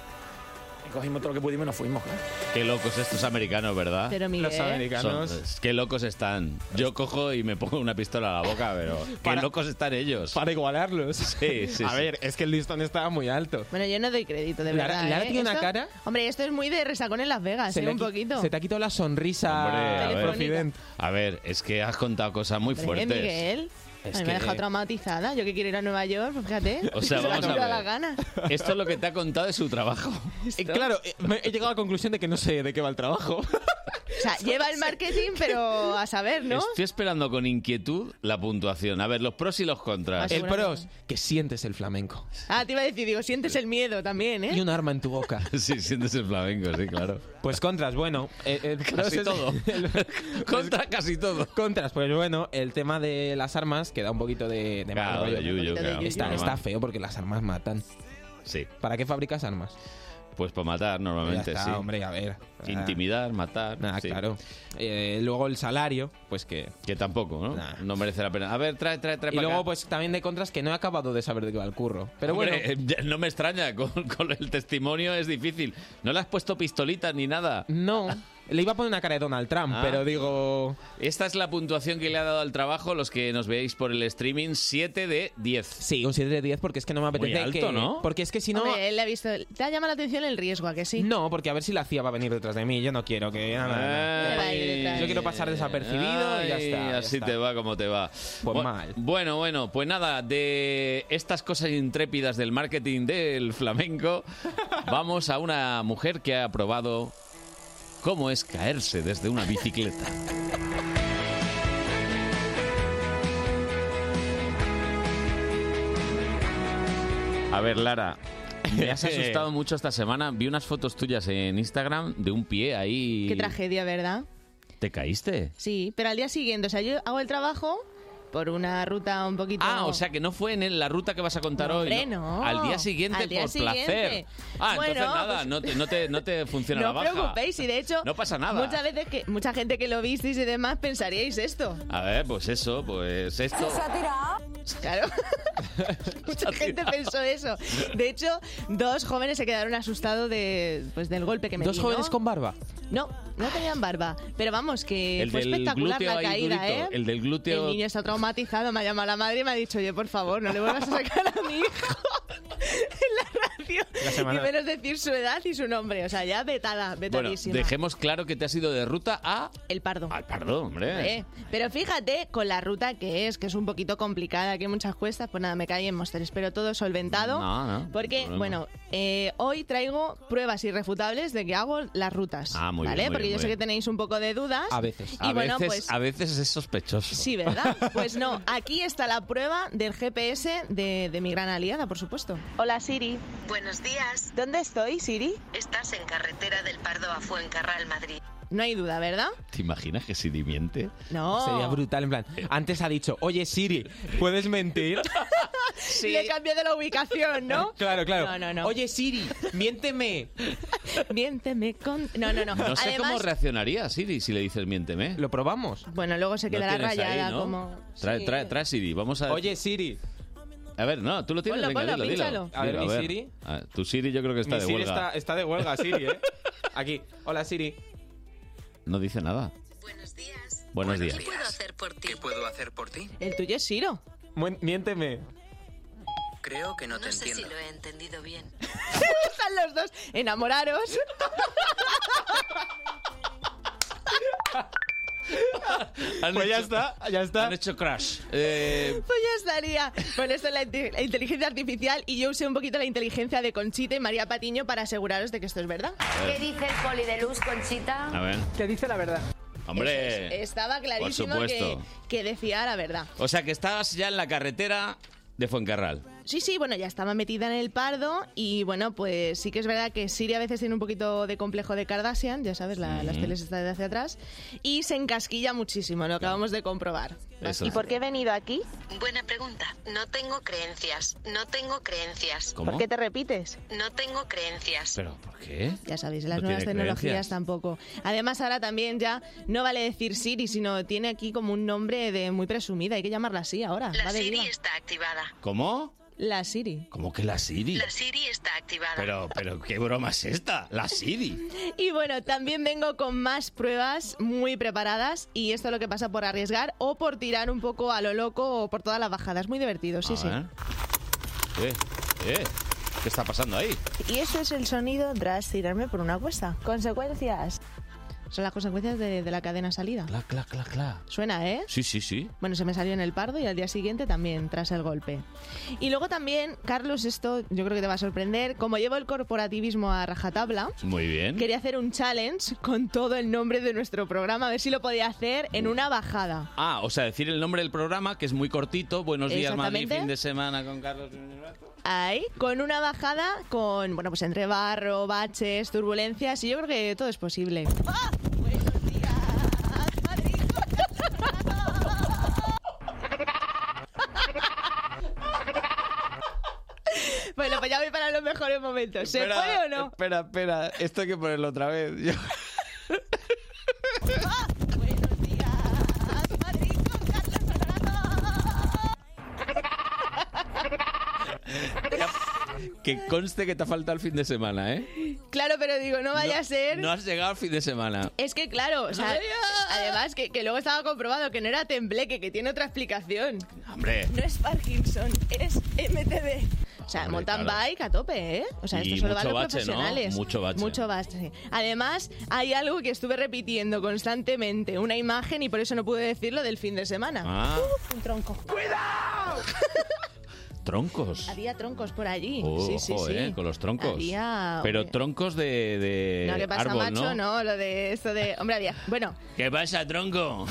[SPEAKER 8] Y cogimos todo lo que pudimos y nos fuimos. claro.
[SPEAKER 1] qué locos estos americanos, ¿verdad?
[SPEAKER 4] Pero Miguel...
[SPEAKER 6] Los americanos.
[SPEAKER 1] Son- qué locos están. Yo cojo y me pongo una pistola a la boca,
[SPEAKER 6] [laughs]
[SPEAKER 1] pero qué
[SPEAKER 6] Para-
[SPEAKER 1] locos están ellos.
[SPEAKER 6] Para igualarlos.
[SPEAKER 1] Sí, sí,
[SPEAKER 6] [laughs] A
[SPEAKER 1] sí.
[SPEAKER 6] ver, es que el listón estaba muy alto.
[SPEAKER 4] Bueno, yo no doy crédito, de
[SPEAKER 6] Lara-
[SPEAKER 4] verdad.
[SPEAKER 6] Lara
[SPEAKER 4] ¿eh?
[SPEAKER 6] tiene una
[SPEAKER 4] Esto-
[SPEAKER 6] cara-
[SPEAKER 4] Hombre, esto es muy de resacón en Las Vegas, ¿eh?
[SPEAKER 6] le
[SPEAKER 4] un
[SPEAKER 6] qui-
[SPEAKER 4] poquito.
[SPEAKER 6] se te ha quitado la sonrisa.
[SPEAKER 1] Hombre, a ver.
[SPEAKER 6] Profident.
[SPEAKER 1] A ver, es que has contado cosas muy
[SPEAKER 4] Hombre,
[SPEAKER 1] fuertes.
[SPEAKER 4] Miguel.
[SPEAKER 6] Es
[SPEAKER 4] a mí
[SPEAKER 6] que-
[SPEAKER 4] me ha dejado traumatizada. Yo que quiero ir a Nueva York, pues
[SPEAKER 6] [laughs]
[SPEAKER 4] fíjate.
[SPEAKER 1] O sea,
[SPEAKER 4] se me ha
[SPEAKER 1] vamos a
[SPEAKER 4] quitado
[SPEAKER 1] ver.
[SPEAKER 4] las ganas.
[SPEAKER 1] Esto es lo que te ha contado de su trabajo.
[SPEAKER 6] [laughs] Eh, claro, eh, me- he llegado a la conclusión de que no sé de qué va el trabajo.
[SPEAKER 4] O sea, lleva el marketing, pero a saber, [laughs] ¿no?
[SPEAKER 1] Estoy esperando con inquietud la puntuación. A ver, los pros y los contras.
[SPEAKER 4] Así-
[SPEAKER 6] el
[SPEAKER 4] Ah, Seguramente.
[SPEAKER 6] pros, que sientes el flamenco.
[SPEAKER 4] Ah, te iba a decir, digo, sientes el miedo también,
[SPEAKER 6] Y
[SPEAKER 4] ¿eh?
[SPEAKER 6] un arma en tu boca.
[SPEAKER 1] Sí, sientes el flamenco, sí, claro.
[SPEAKER 6] Pues contras, bueno. eh, el pros
[SPEAKER 1] Casi
[SPEAKER 6] es-
[SPEAKER 1] todo.
[SPEAKER 6] el-
[SPEAKER 1] [laughs] Contra casi todo.
[SPEAKER 6] Contras, pues bueno, el tema de las armas que da un poquito de, de mal
[SPEAKER 1] Claro,
[SPEAKER 6] rollo.
[SPEAKER 1] de yuyu,
[SPEAKER 4] de
[SPEAKER 1] claro.
[SPEAKER 4] yuyu.
[SPEAKER 6] Está,
[SPEAKER 4] Normal.
[SPEAKER 6] está feo porque las armas matan.
[SPEAKER 1] Sí,
[SPEAKER 6] ¿Para qué fabricas armas?
[SPEAKER 1] pues para matar
[SPEAKER 6] Ya
[SPEAKER 1] normalmente,
[SPEAKER 6] está,
[SPEAKER 1] sí.
[SPEAKER 6] hombre, a ver.
[SPEAKER 1] Intimidar, matar.
[SPEAKER 6] Nada,
[SPEAKER 1] sí.
[SPEAKER 6] claro. Eh, luego el salario, pues que...
[SPEAKER 1] Que tampoco, ¿no?
[SPEAKER 6] Nah.
[SPEAKER 1] No merece la pena. A ver, trae, trae, trae.
[SPEAKER 6] Y
[SPEAKER 1] para
[SPEAKER 6] luego,
[SPEAKER 1] acá.
[SPEAKER 6] pues también de contras que no he acabado de saber de qué va el curro. Pero
[SPEAKER 1] Hombre,
[SPEAKER 6] bueno,
[SPEAKER 1] eh, [laughs] ya- no me extraña, con, con el testimonio es difícil. No le has puesto pistolitas ni nada.
[SPEAKER 6] no. Le iba a poner una cara de Donald Trump,
[SPEAKER 1] Ah.
[SPEAKER 6] pero digo...
[SPEAKER 1] Esta es la puntuación que le ha dado al trabajo los que nos veáis por el streaming, 7 de 10.
[SPEAKER 6] Sí, un 7 de 10 porque es que no me apetece
[SPEAKER 1] alto,
[SPEAKER 6] que...
[SPEAKER 1] ¿no?
[SPEAKER 6] Porque es que si no...
[SPEAKER 4] Hombre, él le ha visto. Te ha llamado la atención el riesgo, ¿a que sí?
[SPEAKER 6] No, porque a ver si la CIA va a venir detrás de mí. Yo no quiero que... no, no, no.
[SPEAKER 4] Ay.
[SPEAKER 6] Yo quiero pasar desapercibido y ya está,
[SPEAKER 1] Ay,
[SPEAKER 6] ya
[SPEAKER 1] así
[SPEAKER 6] está.
[SPEAKER 1] te va como te va.
[SPEAKER 6] Pues
[SPEAKER 1] Bu-
[SPEAKER 6] mal.
[SPEAKER 1] Bueno, bueno, pues nada, de estas cosas intrépidas del marketing del
[SPEAKER 6] [laughs]
[SPEAKER 1] flamenco, vamos a una mujer que ha probado cómo es caerse desde una bicicleta. A ver, Lara. Me
[SPEAKER 6] [laughs]
[SPEAKER 1] has asustado mucho esta semana. Vi unas fotos tuyas en Instagram de un pie ahí.
[SPEAKER 4] Qué tragedia, ¿verdad?
[SPEAKER 1] ¿Te caíste?
[SPEAKER 4] Sí, pero al día siguiente, o sea, yo hago el trabajo por una ruta un poquito.
[SPEAKER 1] Ah, o sea que no fue en el- la ruta que vas a contar
[SPEAKER 4] No,
[SPEAKER 1] hoy.
[SPEAKER 4] hombre, no.
[SPEAKER 1] Al día siguiente
[SPEAKER 4] Al día
[SPEAKER 1] por
[SPEAKER 4] siguiente.
[SPEAKER 1] placer. Ah, entonces
[SPEAKER 4] Bueno,
[SPEAKER 1] nada,
[SPEAKER 4] pues-
[SPEAKER 1] no, te, no, te, no
[SPEAKER 4] [laughs]
[SPEAKER 1] te funciona
[SPEAKER 4] no
[SPEAKER 1] la
[SPEAKER 4] os
[SPEAKER 1] baja.
[SPEAKER 4] preocupéis, y de hecho,
[SPEAKER 1] No pasa nada.
[SPEAKER 4] Muchas veces que mucha gente que lo visteis y demás pensaríais esto.
[SPEAKER 1] A ver, pues eso, pues esto. [laughs]
[SPEAKER 4] Claro. [laughs] Mucha gente pensó eso. De hecho, dos jóvenes se quedaron asustados de, pues, del golpe que me
[SPEAKER 6] Dos
[SPEAKER 4] di,
[SPEAKER 6] jóvenes
[SPEAKER 4] ¿no?
[SPEAKER 6] con barba.
[SPEAKER 4] No, no tenían barba. Pero vamos, que
[SPEAKER 1] El
[SPEAKER 4] fue
[SPEAKER 1] del
[SPEAKER 4] espectacular
[SPEAKER 1] glúteo
[SPEAKER 4] la
[SPEAKER 1] ahí
[SPEAKER 4] caída,
[SPEAKER 1] durito,
[SPEAKER 4] ¿eh?
[SPEAKER 1] el del glúteo-
[SPEAKER 4] El niño está
[SPEAKER 1] [laughs]
[SPEAKER 4] traumatizado. Me ha llamado la madre y me ha dicho, oye, por favor, no le vuelvas a sacar a mi hijo en la tío.
[SPEAKER 2] La semana-
[SPEAKER 4] Ni menos decir su edad y su nombre. O sea, ya vetada,
[SPEAKER 1] [laughs] Bueno,
[SPEAKER 4] vetadísima.
[SPEAKER 1] dejemos claro que te has ido de ruta a...
[SPEAKER 4] El pardo.
[SPEAKER 1] Al Pardo, hombre.
[SPEAKER 4] Eh, Pero fíjate con la ruta que es, que es un poquito complicada, que hay muchas cuestas, pues nada, me caí en Móstoles, pero todo solventado.
[SPEAKER 1] No, no,
[SPEAKER 4] porque,
[SPEAKER 1] problema.
[SPEAKER 4] bueno, eh, hoy traigo pruebas irrefutables de que hago las rutas.
[SPEAKER 1] Ah, muy bien,
[SPEAKER 4] ¿Vale?
[SPEAKER 1] muy
[SPEAKER 4] porque
[SPEAKER 1] bien,
[SPEAKER 4] yo
[SPEAKER 1] muy
[SPEAKER 4] sé que
[SPEAKER 1] bien.
[SPEAKER 4] tenéis un poco de dudas.
[SPEAKER 2] A veces.
[SPEAKER 4] Y
[SPEAKER 1] a,
[SPEAKER 4] bueno,
[SPEAKER 1] veces,
[SPEAKER 4] pues.
[SPEAKER 1] a veces es sospechoso.
[SPEAKER 4] Sí, ¿verdad? Pues no, aquí está la prueba del GPS de, de mi gran aliada, por supuesto. Hola Siri,
[SPEAKER 9] Buenos días.
[SPEAKER 4] ¿dónde estoy Siri?
[SPEAKER 9] Estás en carretera del Pardo a Fuencarral, Madrid.
[SPEAKER 4] No hay duda, ¿verdad?
[SPEAKER 1] [laughs] ¿Te imaginas que si dimiente?
[SPEAKER 4] No.
[SPEAKER 2] Sería brutal, en plan. Antes ha dicho, oye Siri, ¿puedes mentir?
[SPEAKER 4] Sí. Le cambié de la ubicación,
[SPEAKER 1] [laughs]
[SPEAKER 4] ¿no?
[SPEAKER 2] Claro, claro.
[SPEAKER 4] No, no, no.
[SPEAKER 2] Oye Siri, miénteme.
[SPEAKER 4] [laughs] Miénteme con... No, no, no.
[SPEAKER 1] No sé
[SPEAKER 4] Además,
[SPEAKER 1] cómo reaccionaría Siri si le dices miénteme.
[SPEAKER 2] Lo probamos.
[SPEAKER 4] Bueno, luego se
[SPEAKER 1] Lo
[SPEAKER 4] quedará
[SPEAKER 1] tienes ahí,
[SPEAKER 4] rayada
[SPEAKER 1] ¿no?
[SPEAKER 4] como...
[SPEAKER 1] Trae,
[SPEAKER 4] Sí.
[SPEAKER 1] trae, trae Siri, vamos a...
[SPEAKER 2] Oye Siri,
[SPEAKER 1] A ver, no, tú lo tienes,
[SPEAKER 4] Ponlo,
[SPEAKER 1] venga,
[SPEAKER 4] ponlo,
[SPEAKER 1] dilo, dilo.
[SPEAKER 4] pínchalo.
[SPEAKER 2] A ver,
[SPEAKER 1] Dilo,
[SPEAKER 2] mi Siri.
[SPEAKER 1] Ah, tu Siri yo creo que está
[SPEAKER 2] mi
[SPEAKER 1] de
[SPEAKER 2] Siri
[SPEAKER 1] huelga.
[SPEAKER 2] está, está de huelga, Siri, ¿eh? Aquí. Hola Siri.
[SPEAKER 1] No dice nada.
[SPEAKER 9] Buenos días.
[SPEAKER 1] Buenos días.
[SPEAKER 9] ¿Qué puedo hacer por ti?
[SPEAKER 10] ¿Qué puedo hacer por ti?
[SPEAKER 4] El tuyo es Siro.
[SPEAKER 2] Muen- Miénteme.
[SPEAKER 10] Creo que no
[SPEAKER 9] No,
[SPEAKER 10] te
[SPEAKER 9] sé si
[SPEAKER 10] entiendo.
[SPEAKER 9] lo he entendido bien.
[SPEAKER 4] [laughs] Están los dos enamoraros.
[SPEAKER 2] Pues ya está, ya está.
[SPEAKER 1] Han hecho crash. Eh,
[SPEAKER 4] [laughs] Pues ya estaría. Bueno, esto es la, inte- la inteligencia artificial y yo usé un poquito la inteligencia de Conchita y María Patiño para aseguraros de que esto es verdad.
[SPEAKER 11] ¿Qué dice el poli de luz, Conchita?
[SPEAKER 1] a ver.
[SPEAKER 4] Te dice la verdad.
[SPEAKER 1] Hombre.
[SPEAKER 4] Estaba clarísimo
[SPEAKER 1] Eh, Por
[SPEAKER 4] que,
[SPEAKER 1] supuesto.
[SPEAKER 4] que decía la verdad.
[SPEAKER 1] O sea que estabas ya en la carretera de Fuencarral.
[SPEAKER 4] Sí, sí, bueno, ya estaba metida en el pardo y bueno, pues sí que es verdad que Siri a veces tiene un poquito de complejo de Kardashian, ya sabes, la- las teles están de hacia atrás, y se encasquilla muchísimo, lo acabamos de comprobar.
[SPEAKER 1] Eso
[SPEAKER 4] ¿Y
[SPEAKER 1] es.
[SPEAKER 4] por qué he venido aquí?
[SPEAKER 9] Buena pregunta. No tengo creencias. No tengo creencias.
[SPEAKER 1] ¿Cómo?
[SPEAKER 4] ¿Por qué te repites?
[SPEAKER 9] No tengo creencias.
[SPEAKER 1] ¿Pero por qué?
[SPEAKER 4] Ya sabéis, las
[SPEAKER 1] No
[SPEAKER 4] nuevas
[SPEAKER 1] tiene
[SPEAKER 4] tecnologías
[SPEAKER 1] creencias.
[SPEAKER 4] tampoco. Además, ahora también ya no vale decir Siri, sino tiene aquí como un nombre de muy presumida, hay que llamarla así ahora.
[SPEAKER 9] La
[SPEAKER 4] va de
[SPEAKER 9] Siri
[SPEAKER 4] diva.
[SPEAKER 9] está activada.
[SPEAKER 1] ¿Cómo?
[SPEAKER 4] La Siri.
[SPEAKER 1] ¿Cómo que la Siri?
[SPEAKER 9] La Siri está activada.
[SPEAKER 1] Pero, pero, ¿qué broma es esta? La Siri.
[SPEAKER 4] Y bueno, también vengo con más pruebas muy preparadas y esto es lo que pasa por arriesgar o por tirar un poco a lo loco o por todas las bajadas. Muy divertido, sí,
[SPEAKER 1] A
[SPEAKER 4] sí.
[SPEAKER 1] ver. Eh, eh. ¿Qué está pasando ahí?
[SPEAKER 4] Y este es el sonido tras tirarme por una cuesta. Consecuencias. Son las consecuencias de, de la cadena salida.
[SPEAKER 1] Cla, cla, cla, cla.
[SPEAKER 4] Suena, ¿eh?
[SPEAKER 1] Sí, sí, sí.
[SPEAKER 4] Bueno, se me salió en el pardo y al día siguiente también, tras el golpe. Y luego también, Carlos, esto yo creo que te va a sorprender. Como llevo el corporativismo a rajatabla,
[SPEAKER 1] Muy bien.
[SPEAKER 4] quería hacer un challenge con todo el nombre de nuestro programa, a ver si lo podía hacer en una bajada.
[SPEAKER 1] Ah, o sea, decir el nombre del programa, que es muy cortito. Buenos días, Madrid,
[SPEAKER 4] Exactamente.
[SPEAKER 1] fin de semana con Carlos.
[SPEAKER 4] Ahí, con una bajada, con, bueno, pues entre barro, baches, turbulencias, y yo creo que todo es
[SPEAKER 1] [laughs]
[SPEAKER 4] posible. Bueno, pues ya voy para los mejores momentos. ¿Se puede o no?
[SPEAKER 1] Espera, espera. Esto hay que ponerlo otra vez. Yo- Que conste que te ha faltado el fin de semana, ¿eh?
[SPEAKER 4] Claro, pero digo, no vaya
[SPEAKER 1] No-
[SPEAKER 4] a ser.
[SPEAKER 1] No has llegado al fin de semana.
[SPEAKER 4] Es que claro, o sea, además que, que luego estaba comprobado que no era tembleque, que tiene otra explicación.
[SPEAKER 1] Hombre.
[SPEAKER 4] No es Parkinson, es MTB. O sea,
[SPEAKER 1] Hombre,
[SPEAKER 4] mountain
[SPEAKER 1] claro.
[SPEAKER 4] bike a tope, ¿eh? O sea,
[SPEAKER 1] Y
[SPEAKER 4] esto solo va a
[SPEAKER 1] mucho
[SPEAKER 4] los
[SPEAKER 1] bache, ¿no?
[SPEAKER 4] profesionales.
[SPEAKER 1] Mucho bache.
[SPEAKER 4] Mucho bache. Además, hay algo que estuve repitiendo constantemente, una imagen, y por eso no pude decirlo del fin de semana.
[SPEAKER 1] Ah,
[SPEAKER 4] Un tronco.
[SPEAKER 1] troncos.
[SPEAKER 4] Había troncos por allí.
[SPEAKER 1] Ojo,
[SPEAKER 4] sí, sí, sí.
[SPEAKER 1] eh, con los troncos.
[SPEAKER 4] Había...
[SPEAKER 1] Pero
[SPEAKER 4] hombre,
[SPEAKER 1] troncos de, de
[SPEAKER 4] No, ¿qué pasa,
[SPEAKER 1] árbol,
[SPEAKER 4] macho?
[SPEAKER 1] ¿no?
[SPEAKER 4] No, lo de esto de... Hombre, había... Bueno,
[SPEAKER 1] ¿Qué pasa, tronco?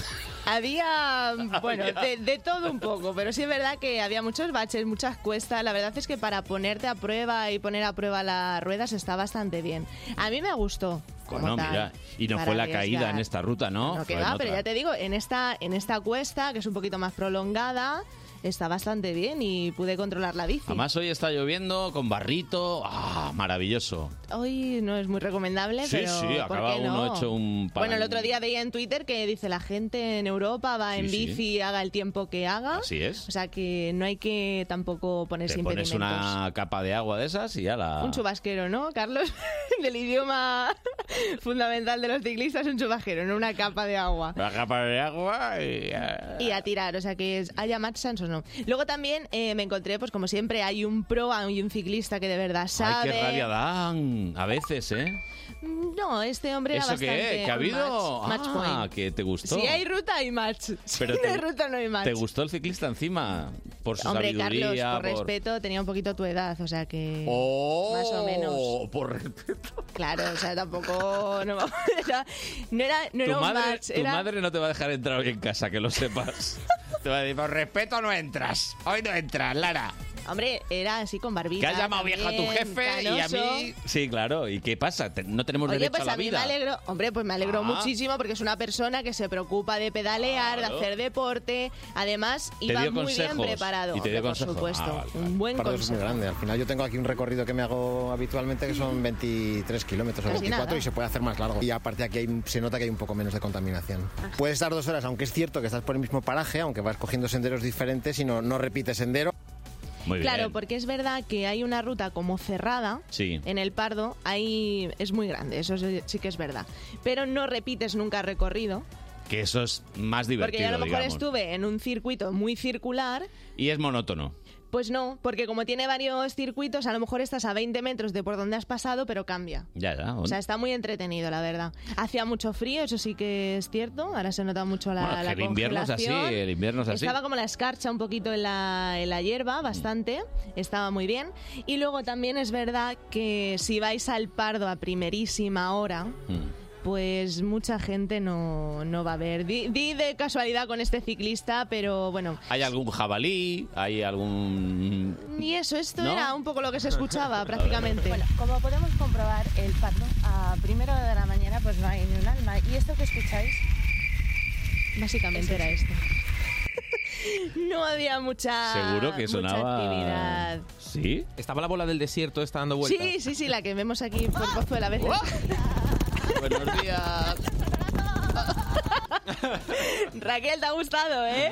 [SPEAKER 4] Había, bueno, de, de todo un poco, pero sí es verdad que había muchos baches, muchas cuestas. La verdad es que para ponerte a prueba y poner a prueba las ruedas está bastante bien. A mí me gustó. como
[SPEAKER 1] [laughs] Bueno,
[SPEAKER 4] tal,
[SPEAKER 1] mira, y no
[SPEAKER 4] para
[SPEAKER 1] fue la
[SPEAKER 4] arriesgar.
[SPEAKER 1] caída en esta ruta, ¿no?
[SPEAKER 4] No, que
[SPEAKER 1] Fue en
[SPEAKER 4] va, pero
[SPEAKER 1] otra.
[SPEAKER 4] ya te digo, en esta, en esta cuesta, que es un poquito más prolongada, está bastante bien y pude controlar la bici.
[SPEAKER 1] Además hoy está lloviendo con barrito, ah, maravilloso.
[SPEAKER 4] Hoy no es muy recomendable,
[SPEAKER 1] Sí,
[SPEAKER 4] pero
[SPEAKER 1] sí,
[SPEAKER 4] ¿por
[SPEAKER 1] acaba
[SPEAKER 4] qué
[SPEAKER 1] uno
[SPEAKER 4] no?
[SPEAKER 1] hecho un pan-
[SPEAKER 4] Bueno, el otro día veía en Twitter que dice la gente en Europa va
[SPEAKER 1] Sí,
[SPEAKER 4] en
[SPEAKER 1] sí.
[SPEAKER 4] bici, haga el tiempo que haga.
[SPEAKER 1] Así es.
[SPEAKER 4] O sea que no hay que tampoco ponerse
[SPEAKER 1] Te pones
[SPEAKER 4] impedimentos.
[SPEAKER 1] una capa de agua de esas y ya la.
[SPEAKER 4] Un chubasquero, ¿no, Carlos? [laughs] Del idioma [laughs] fundamental de los ciclistas, un chubasquero, no una capa de agua.
[SPEAKER 1] Una capa de agua y. eh,
[SPEAKER 4] Y a tirar, o sea que es haya matcha en su o no. Luego también eh, me encontré, pues como siempre, hay un pro, hay un ciclista que de verdad
[SPEAKER 1] Ay,
[SPEAKER 4] sabe.
[SPEAKER 1] qué rabia dan. A veces, ¿eh?
[SPEAKER 4] No, este hombre era
[SPEAKER 1] ¿Eso qué
[SPEAKER 4] bastante
[SPEAKER 1] es? ¿Que ha
[SPEAKER 4] un
[SPEAKER 1] habido?
[SPEAKER 4] match, match point.
[SPEAKER 1] ah, que te gustó.
[SPEAKER 4] Si hay ruta, hay match. Si [laughs]
[SPEAKER 1] Pero
[SPEAKER 4] no
[SPEAKER 1] te-
[SPEAKER 4] hay ruta, no hay match.
[SPEAKER 1] ¿Te gustó el ciclista encima? Por su
[SPEAKER 4] Hombre, Carlos,
[SPEAKER 1] sabiduría,
[SPEAKER 4] por,
[SPEAKER 1] por...
[SPEAKER 4] respeto, tenía un poquito tu edad, o sea que...
[SPEAKER 1] Oh,
[SPEAKER 4] más o menos.
[SPEAKER 1] Por respeto.
[SPEAKER 4] Claro, o sea, tampoco... No, [laughs] era, no era, no era
[SPEAKER 1] tu
[SPEAKER 4] un
[SPEAKER 1] madre,
[SPEAKER 4] match,
[SPEAKER 1] tu
[SPEAKER 4] era...
[SPEAKER 1] madre no te va a dejar entrar hoy en casa, que
[SPEAKER 4] [laughs]
[SPEAKER 1] lo sepas. te va a decir, por respeto no entras. Hoy no entras, Lara.
[SPEAKER 4] Hombre, era así con barbita.
[SPEAKER 1] Que has llamado vieja a tu
[SPEAKER 4] también,
[SPEAKER 1] jefe y a
[SPEAKER 4] canoso.
[SPEAKER 1] mí. Sí, claro. ¿Y qué pasa? Te- No tenemos
[SPEAKER 4] Oye,
[SPEAKER 1] derecho
[SPEAKER 4] pues
[SPEAKER 1] a la
[SPEAKER 4] mí
[SPEAKER 1] vida.
[SPEAKER 4] me alegro, hombre, pues me alegro
[SPEAKER 1] Ah.
[SPEAKER 4] muchísimo porque es una persona que se preocupa de pedalear,
[SPEAKER 1] Claro.
[SPEAKER 4] de hacer deporte, además
[SPEAKER 12] Te
[SPEAKER 4] iba
[SPEAKER 12] dio
[SPEAKER 4] muy bien
[SPEAKER 12] consejos,
[SPEAKER 4] preparado,
[SPEAKER 12] y te dio
[SPEAKER 4] hombre, por
[SPEAKER 12] consejos.
[SPEAKER 4] supuesto,
[SPEAKER 12] Ah, vale,
[SPEAKER 4] un buen
[SPEAKER 12] Pardo es muy
[SPEAKER 4] consejo.
[SPEAKER 12] grande. Al final yo tengo aquí un recorrido que me hago habitualmente que son 23 kilómetros o
[SPEAKER 4] Casi
[SPEAKER 12] 24
[SPEAKER 4] nada.
[SPEAKER 12] y se puede hacer más largo. Y aparte aquí hay- se nota que hay un poco menos de contaminación.
[SPEAKER 4] Ah.
[SPEAKER 12] Puedes estar dos horas, aunque es cierto que estás por el mismo paraje, aunque vas cogiendo senderos diferentes y no, no repites sendero.
[SPEAKER 1] Muy
[SPEAKER 4] Claro, porque es verdad que hay una ruta como cerrada
[SPEAKER 12] Sí.
[SPEAKER 4] en el Pardo, ahí es muy grande, eso sí sí que es verdad, pero no repites nunca recorrido,
[SPEAKER 1] Que eso es más
[SPEAKER 4] porque
[SPEAKER 1] divertido,
[SPEAKER 4] yo a lo mejor
[SPEAKER 1] digamos.
[SPEAKER 4] estuve en un circuito muy circular
[SPEAKER 1] Y es monótono.
[SPEAKER 4] Pues no, porque como tiene varios circuitos, a lo mejor estás a 20 metros de por donde has pasado, pero cambia.
[SPEAKER 1] Ya, ya.
[SPEAKER 4] O sea, está muy entretenido, la verdad. Hacía mucho frío, eso sí que es cierto. Ahora se nota mucho la,
[SPEAKER 1] Bueno, es
[SPEAKER 4] la
[SPEAKER 1] que el invierno es así,
[SPEAKER 4] congelación.
[SPEAKER 1] el invierno es así.
[SPEAKER 4] Estaba como la escarcha un poquito en la, en la
[SPEAKER 1] Mm.
[SPEAKER 4] hierba, bastante. Estaba muy bien. Y luego también es verdad que si vais al Pardo a primerísima hora... Pues mucha gente no, no va a ver. Di, di de casualidad con este ciclista, pero bueno.
[SPEAKER 1] Hay algún jabalí, hay algún...
[SPEAKER 4] Y eso, esto
[SPEAKER 1] ¿No?
[SPEAKER 4] era un poco lo que se
[SPEAKER 1] [laughs]
[SPEAKER 4] escuchaba prácticamente.
[SPEAKER 11] Bueno, como podemos comprobar, el pardo a primera hora de la mañana pues no hay ni un alma. ¿Y esto que escucháis?
[SPEAKER 4] Básicamente era esto. [laughs] No había mucha.
[SPEAKER 1] Seguro que
[SPEAKER 4] mucha
[SPEAKER 1] sonaba...
[SPEAKER 4] actividad.
[SPEAKER 1] ¿Sí?
[SPEAKER 2] Estaba la bola del desierto, está dando vueltas. [laughs]
[SPEAKER 4] Sí, sí, sí, la que vemos aquí por Pozuela a veces.
[SPEAKER 1] Buenos días.
[SPEAKER 4] [laughs] Raquel, te ha gustado, ¿eh?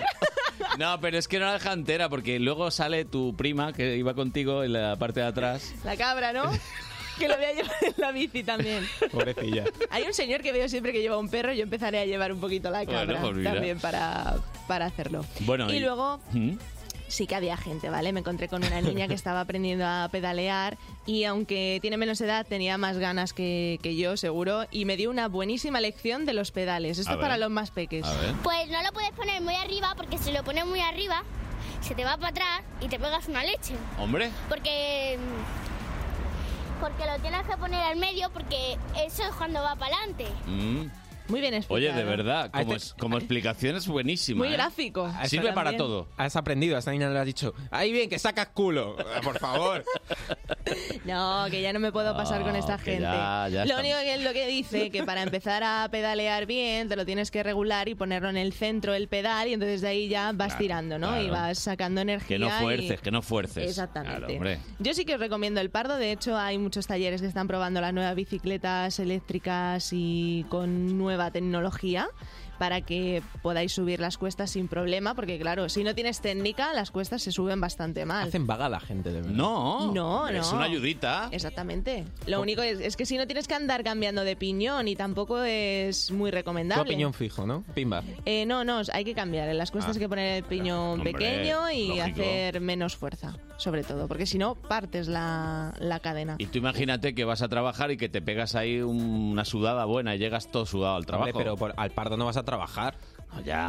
[SPEAKER 1] No, pero es que no la deja entera porque luego sale tu prima que iba contigo en la parte
[SPEAKER 2] [laughs]
[SPEAKER 1] de atrás.
[SPEAKER 4] La cabra, ¿no? Que lo voy a llevar en la bici también.
[SPEAKER 1] Pobrecilla.
[SPEAKER 4] Hay un señor que veo siempre que lleva un perro, yo empezaré a llevar un poquito la
[SPEAKER 1] Bueno,
[SPEAKER 4] cabra
[SPEAKER 1] pues mira.
[SPEAKER 4] también para, para hacerlo.
[SPEAKER 1] Bueno,
[SPEAKER 4] y luego
[SPEAKER 1] ¿Mm?
[SPEAKER 4] sí que había gente, ¿vale? Me encontré con una niña que estaba aprendiendo a pedalear y aunque tiene menos edad, tenía más ganas que, que yo, seguro, y me dio una buenísima lección de los pedales. Esto
[SPEAKER 13] A
[SPEAKER 4] es para
[SPEAKER 13] ver.
[SPEAKER 4] los más peques.
[SPEAKER 13] A ver. Pues no lo puedes poner muy arriba porque si lo pones muy arriba se te va para atrás y te pegas una leche.
[SPEAKER 1] Hombre.
[SPEAKER 13] Porque mm, porque lo tienes que poner al medio porque eso es cuando va para adelante.
[SPEAKER 1] Mm.
[SPEAKER 4] Muy bien
[SPEAKER 1] Oye,
[SPEAKER 4] explicado.
[SPEAKER 1] de verdad,
[SPEAKER 2] A este-
[SPEAKER 1] como, es- como explicación es buenísima.
[SPEAKER 4] Muy
[SPEAKER 1] ¿eh?
[SPEAKER 4] gráfico.
[SPEAKER 1] Sirve para todo.
[SPEAKER 2] Has aprendido, a esta niña le has dicho, ahí bien, que sacas culo, [laughs] Ah, por favor.
[SPEAKER 4] No, que ya no me puedo pasar con esta
[SPEAKER 2] que
[SPEAKER 4] gente.
[SPEAKER 2] ya- ya
[SPEAKER 4] lo
[SPEAKER 2] estamos.
[SPEAKER 4] único que es lo que dice, que para empezar a pedalear bien, te lo tienes que regular y ponerlo en el centro del pedal y entonces de ahí ya vas
[SPEAKER 1] Claro,
[SPEAKER 4] tirando, ¿no? Y
[SPEAKER 1] claro.
[SPEAKER 4] vas sacando energía.
[SPEAKER 1] Que no
[SPEAKER 4] y-
[SPEAKER 1] fuerces, que no fuerces.
[SPEAKER 4] Exactamente.
[SPEAKER 1] Claro, hombre.
[SPEAKER 4] Yo sí que os recomiendo el Pardo. De hecho, hay muchos talleres que están probando las nuevas bicicletas eléctricas y con nueva tecnología para que podáis subir las cuestas sin problema, porque claro, si no tienes técnica, las cuestas se suben bastante mal.
[SPEAKER 2] Hacen vaga la gente, de verdad.
[SPEAKER 1] No,
[SPEAKER 4] No,
[SPEAKER 1] es
[SPEAKER 4] no.
[SPEAKER 1] una
[SPEAKER 2] Ah.
[SPEAKER 1] ayudita.
[SPEAKER 4] Exactamente. Lo único es, es que si no tienes que andar cambiando de piñón y tampoco es muy
[SPEAKER 2] Tu
[SPEAKER 4] recomendable.
[SPEAKER 2] opinión fijo, ¿no? Pimba.
[SPEAKER 4] Eh, no, no, hay que cambiar. En las cuestas
[SPEAKER 2] Ah.
[SPEAKER 4] hay que poner el piñón
[SPEAKER 2] Hombre,
[SPEAKER 4] pequeño y
[SPEAKER 1] lógico.
[SPEAKER 4] hacer menos fuerza, sobre todo, porque si no partes la, la cadena.
[SPEAKER 1] Y tú imagínate que vas a trabajar y que te pegas ahí un- una sudada buena y llegas todo sudado al trabajo.
[SPEAKER 2] pero por- al pardo no vas a trabajar.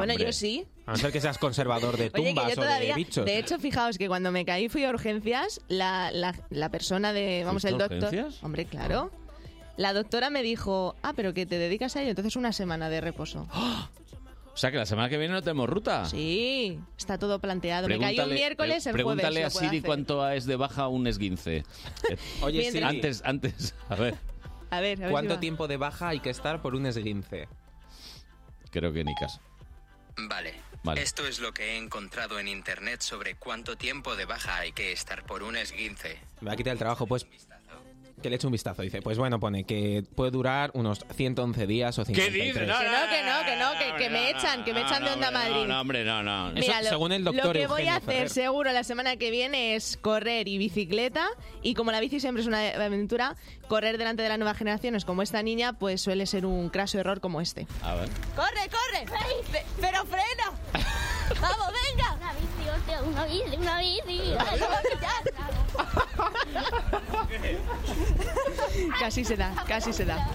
[SPEAKER 4] Bueno, yo sí.
[SPEAKER 2] A no ser que seas conservador de
[SPEAKER 4] Oye, que
[SPEAKER 2] tumbas
[SPEAKER 4] yo
[SPEAKER 2] o de
[SPEAKER 4] todavía.
[SPEAKER 2] bichos.
[SPEAKER 4] hecho, fijaos que cuando me caí fui a urgencias, la, la, la persona de. Vamos,
[SPEAKER 2] ¿Fuiste
[SPEAKER 4] el
[SPEAKER 2] a
[SPEAKER 4] doctor.
[SPEAKER 2] urgencias? Ah.
[SPEAKER 4] Hombre, claro. La doctora me dijo, ah, pero que te dedicas a ello, entonces una semana de reposo.
[SPEAKER 2] ¡Ah!
[SPEAKER 1] O sea, que la semana que viene no tenemos ruta.
[SPEAKER 4] Sí, está todo planteado. me caí un
[SPEAKER 1] Pregúntale-
[SPEAKER 4] miércoles, el
[SPEAKER 1] pre- Pregúntale
[SPEAKER 4] jueves. lo
[SPEAKER 1] a
[SPEAKER 4] puedo
[SPEAKER 1] Siri
[SPEAKER 4] hacer.
[SPEAKER 1] cuánto es de baja un esguince. Eh,
[SPEAKER 2] Oye, Mientras- Siri.
[SPEAKER 1] Antes, antes, a ver,
[SPEAKER 4] A ver, a ver si
[SPEAKER 2] ¿Cuánto
[SPEAKER 4] va.
[SPEAKER 2] tiempo de baja hay que estar por un esguince?
[SPEAKER 1] creo que ni caso.
[SPEAKER 10] Vale.
[SPEAKER 1] Vale.
[SPEAKER 10] Esto es lo que he encontrado en internet sobre cuánto tiempo de baja hay que estar por un esguince.
[SPEAKER 2] Me va a quitar el trabajo, pues... Que le eche un vistazo. Dice, pues bueno, pone que puede durar unos 111 días o 53.
[SPEAKER 1] dices? No,
[SPEAKER 4] Que no, que no, que no, que, que me echan, que me echan de Onda Madrid.
[SPEAKER 1] No, no, hombre, no, no.
[SPEAKER 4] Mira, lo, lo que voy a hacer seguro la semana que viene es correr y bicicleta. Y como la bici siempre es una aventura, correr delante de las nuevas generaciones como esta niña, pues suele ser un craso error como este.
[SPEAKER 1] A ver.
[SPEAKER 13] [laughs]
[SPEAKER 11] ¡Corre, corre! Pe- ¡Pero frena! ¡Vamos, venga! Una bici,
[SPEAKER 13] tío, una bici, una bici. Vale,
[SPEAKER 4] [laughs] Casi se da, casi se da.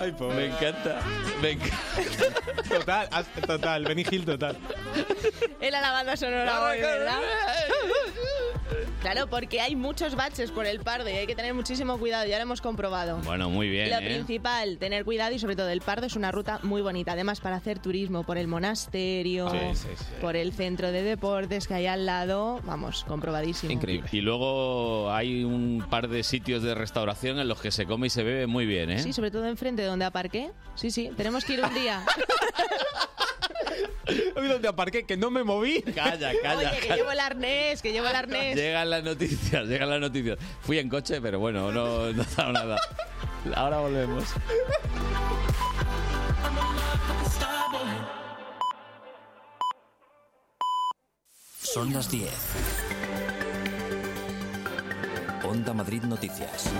[SPEAKER 1] Me encanta. Me encanta.
[SPEAKER 9] [laughs] Total, as- total, Benny Hill total.
[SPEAKER 4] Era la banda sonora hoy,
[SPEAKER 1] Mm. [laughs]
[SPEAKER 4] ¿verdad? Claro, porque hay muchos baches por el pardo y hay que tener muchísimo cuidado, ya lo hemos comprobado.
[SPEAKER 1] Bueno, muy bien.
[SPEAKER 4] Lo
[SPEAKER 1] ¿eh?
[SPEAKER 4] principal, tener cuidado y sobre todo el Pardo es una ruta muy bonita. Además, para hacer turismo por el monasterio,
[SPEAKER 1] Sí, sí, sí.
[SPEAKER 4] por el centro de deportes que hay al lado, vamos, comprobadísimo.
[SPEAKER 1] Y, y luego hay un par de sitios de restauración en los que se come y se bebe muy bien, ¿eh?
[SPEAKER 4] Sí, sobre todo enfrente de donde aparqué. Sí, sí, tenemos que ir un día.
[SPEAKER 9] Hoy donde aparqué, que no me moví.
[SPEAKER 1] Calla, [laughs] calla.
[SPEAKER 4] Oye, que llevo el arnés, que llevo el arnés.
[SPEAKER 1] Llegan las noticias, llegan las noticias. Fui en coche, pero bueno, no, no ha
[SPEAKER 4] [laughs]
[SPEAKER 1] dado nada. Ahora volvemos.
[SPEAKER 7] Son las 10. Onda Madrid Noticias.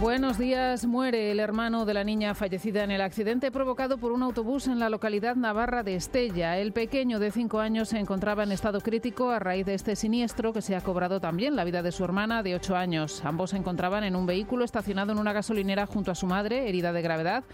[SPEAKER 14] Buenos días. Muere el hermano de la niña fallecida en el accidente provocado por un autobús en la localidad navarra de Estella. El pequeño de cinco años se encontraba en estado crítico a raíz de este siniestro que se ha cobrado también la vida de su hermana de ocho años. Ambos se encontraban en un vehículo estacionado en una gasolinera junto a su madre, herida de gravedad,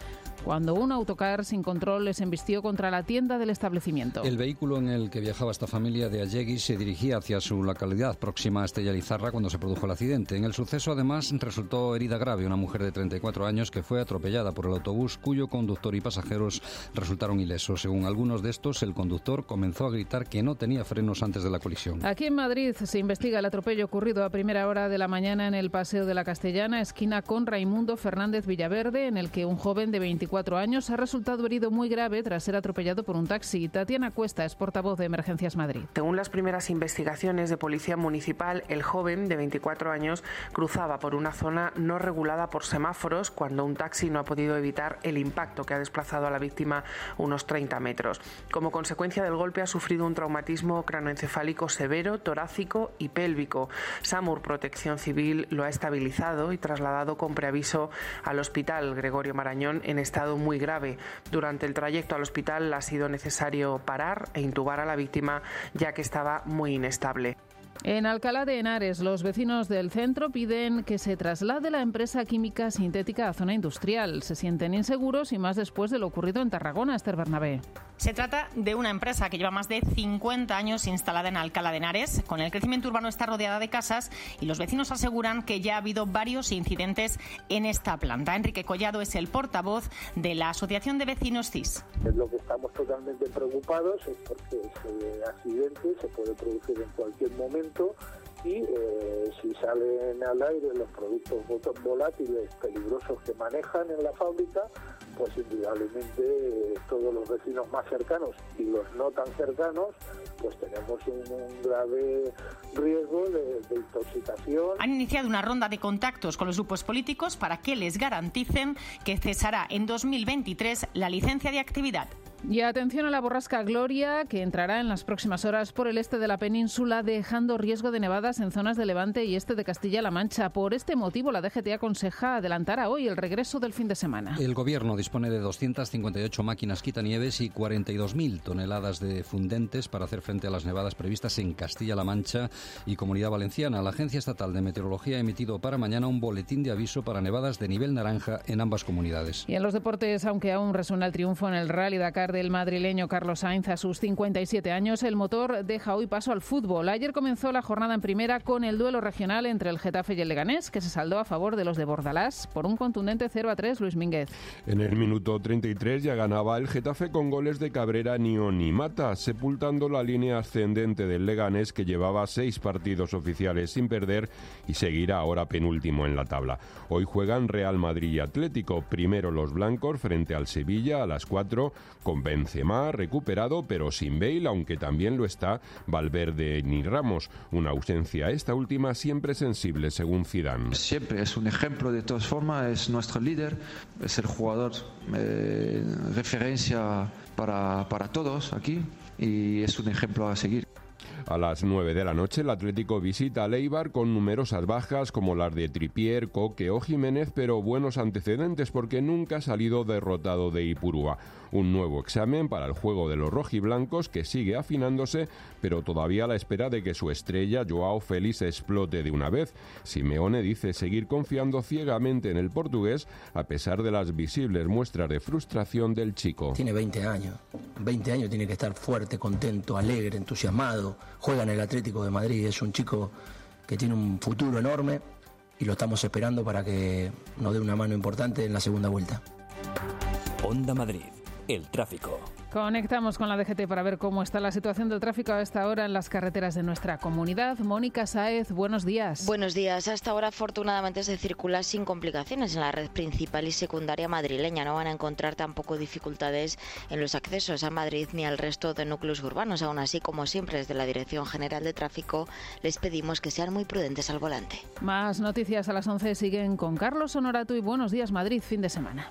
[SPEAKER 14] cuando un autocar sin control les embistió contra la tienda del establecimiento.
[SPEAKER 15] El vehículo en el que viajaba esta familia de Allegui se dirigía hacia su localidad próxima a Estella Lizarra cuando se produjo el accidente. En el suceso, además, resultó herida grave una mujer de 34 años que fue atropellada por el autobús cuyo conductor y pasajeros resultaron ilesos. Según algunos de estos, el conductor comenzó a gritar que no tenía frenos antes de la colisión.
[SPEAKER 14] Aquí en Madrid se investiga el atropello ocurrido a primera hora de la mañana en el Paseo de la Castellana, esquina con Raimundo Fernández Villaverde, en el que un joven de 24 años ha resultado herido muy grave tras ser atropellado por un taxi. Tatiana Cuesta es portavoz de Emergencias Madrid.
[SPEAKER 16] Según las primeras investigaciones de Policía Municipal, el joven de 24 años cruzaba por una zona no regulada por semáforos cuando un taxi no ha podido evitar el impacto que ha desplazado a la víctima unos 30 metros. Como consecuencia del golpe ha sufrido un traumatismo cranoencefálico severo, torácico y pélvico. SAMUR Protección Civil lo ha estabilizado y trasladado con preaviso al hospital Gregorio Marañón en estado muy grave. Durante el trayecto al hospital ha sido necesario parar e intubar a la víctima ya que estaba muy inestable.
[SPEAKER 14] En Alcalá de Henares, los vecinos del centro piden que se traslade la empresa química sintética a zona industrial. Se sienten inseguros y más después de lo ocurrido en Tarragona, Esther Bernabé.
[SPEAKER 17] Se trata de una empresa que lleva más de 50 años instalada en Alcalá de Henares. Con el crecimiento urbano está rodeada de casas y los vecinos aseguran que ya ha habido varios incidentes en esta planta. Enrique Collado es el portavoz de la Asociación de Vecinos CIS.
[SPEAKER 18] Es lo que estamos totalmente preocupados es porque ese accidente se puede producir en cualquier momento y eh, si salen al aire los productos vol- volátiles peligrosos que manejan en la fábrica, pues indudablemente eh, todos los vecinos más cercanos y los no tan cercanos, pues tenemos un, un grave riesgo de- de intoxicación.
[SPEAKER 17] Han iniciado una ronda de contactos con los grupos políticos para que les garanticen que cesará en 2023 la licencia de actividad.
[SPEAKER 14] Y atención a la borrasca Gloria, que entrará en las próximas horas por el este de la península, dejando riesgo de nevadas en zonas de Levante y este de Castilla-La Mancha. Por este motivo, la DGT aconseja adelantar a hoy el regreso del fin de semana.
[SPEAKER 15] El gobierno dispone de 258 máquinas quitanieves y 42.000 toneladas de fundentes para hacer frente a las nevadas previstas en Castilla-La Mancha y Comunidad Valenciana. La Agencia Estatal de Meteorología ha emitido para mañana un boletín de aviso para nevadas de nivel naranja en ambas comunidades.
[SPEAKER 14] Y en los deportes, aunque aún resuena el triunfo en el Rally Dakar del madrileño Carlos Sainz a sus 57 años, el motor deja hoy paso al fútbol. Ayer comenzó la jornada en primera con el duelo regional entre el Getafe y el Leganés, que se saldó a favor de los de Bordalás por un contundente 0 a 3, Luis Mínguez.
[SPEAKER 19] En el minuto 33 ya ganaba el Getafe con goles de Cabrera, Nión y Mata, sepultando la línea ascendente del Leganés que llevaba seis partidos oficiales sin perder y seguirá ahora penúltimo en la tabla. Hoy juegan Real Madrid y Atlético, primero los blancos frente al Sevilla a las 4 con Benzema recuperado pero sin Bale, aunque también lo está Valverde ni Ramos, una ausencia esta última siempre sensible según Zidane.
[SPEAKER 20] Siempre es un ejemplo de todas formas, es nuestro líder, es el jugador eh, referencia para, para todos aquí y es un ejemplo a seguir.
[SPEAKER 19] A las 9 de la noche, el Atlético visita a Leibar con numerosas bajas como las de Tripier, Coque o Jiménez, pero buenos antecedentes porque nunca ha salido derrotado de Ipurúa. Un nuevo examen para el juego de los rojiblancos que sigue afinándose, pero todavía a la espera de que su estrella, Joao Félix, explote de una vez. Simeone dice seguir confiando ciegamente en el portugués a pesar de las visibles muestras de frustración del chico.
[SPEAKER 9] Tiene 20 años. 20 años tiene que estar fuerte, contento, alegre, entusiasmado. Juega en el Atlético de Madrid. Es un chico que tiene un futuro enorme y lo estamos esperando para que nos dé una mano importante en la segunda vuelta.
[SPEAKER 7] Onda Madrid, el tráfico.
[SPEAKER 14] Conectamos con la DGT para ver cómo está la situación del tráfico a esta hora en las carreteras de nuestra comunidad. Mónica Saez, buenos días.
[SPEAKER 21] Buenos días. Hasta ahora, afortunadamente, se circula sin complicaciones en la red principal y secundaria madrileña. No van a encontrar tampoco dificultades en los accesos a Madrid ni al resto de núcleos urbanos. Aún así, como siempre, desde la Dirección General de Tráfico les pedimos que sean muy prudentes al volante.
[SPEAKER 14] Más noticias a las 11 siguen con Carlos Honorato y buenos días, Madrid, fin de semana.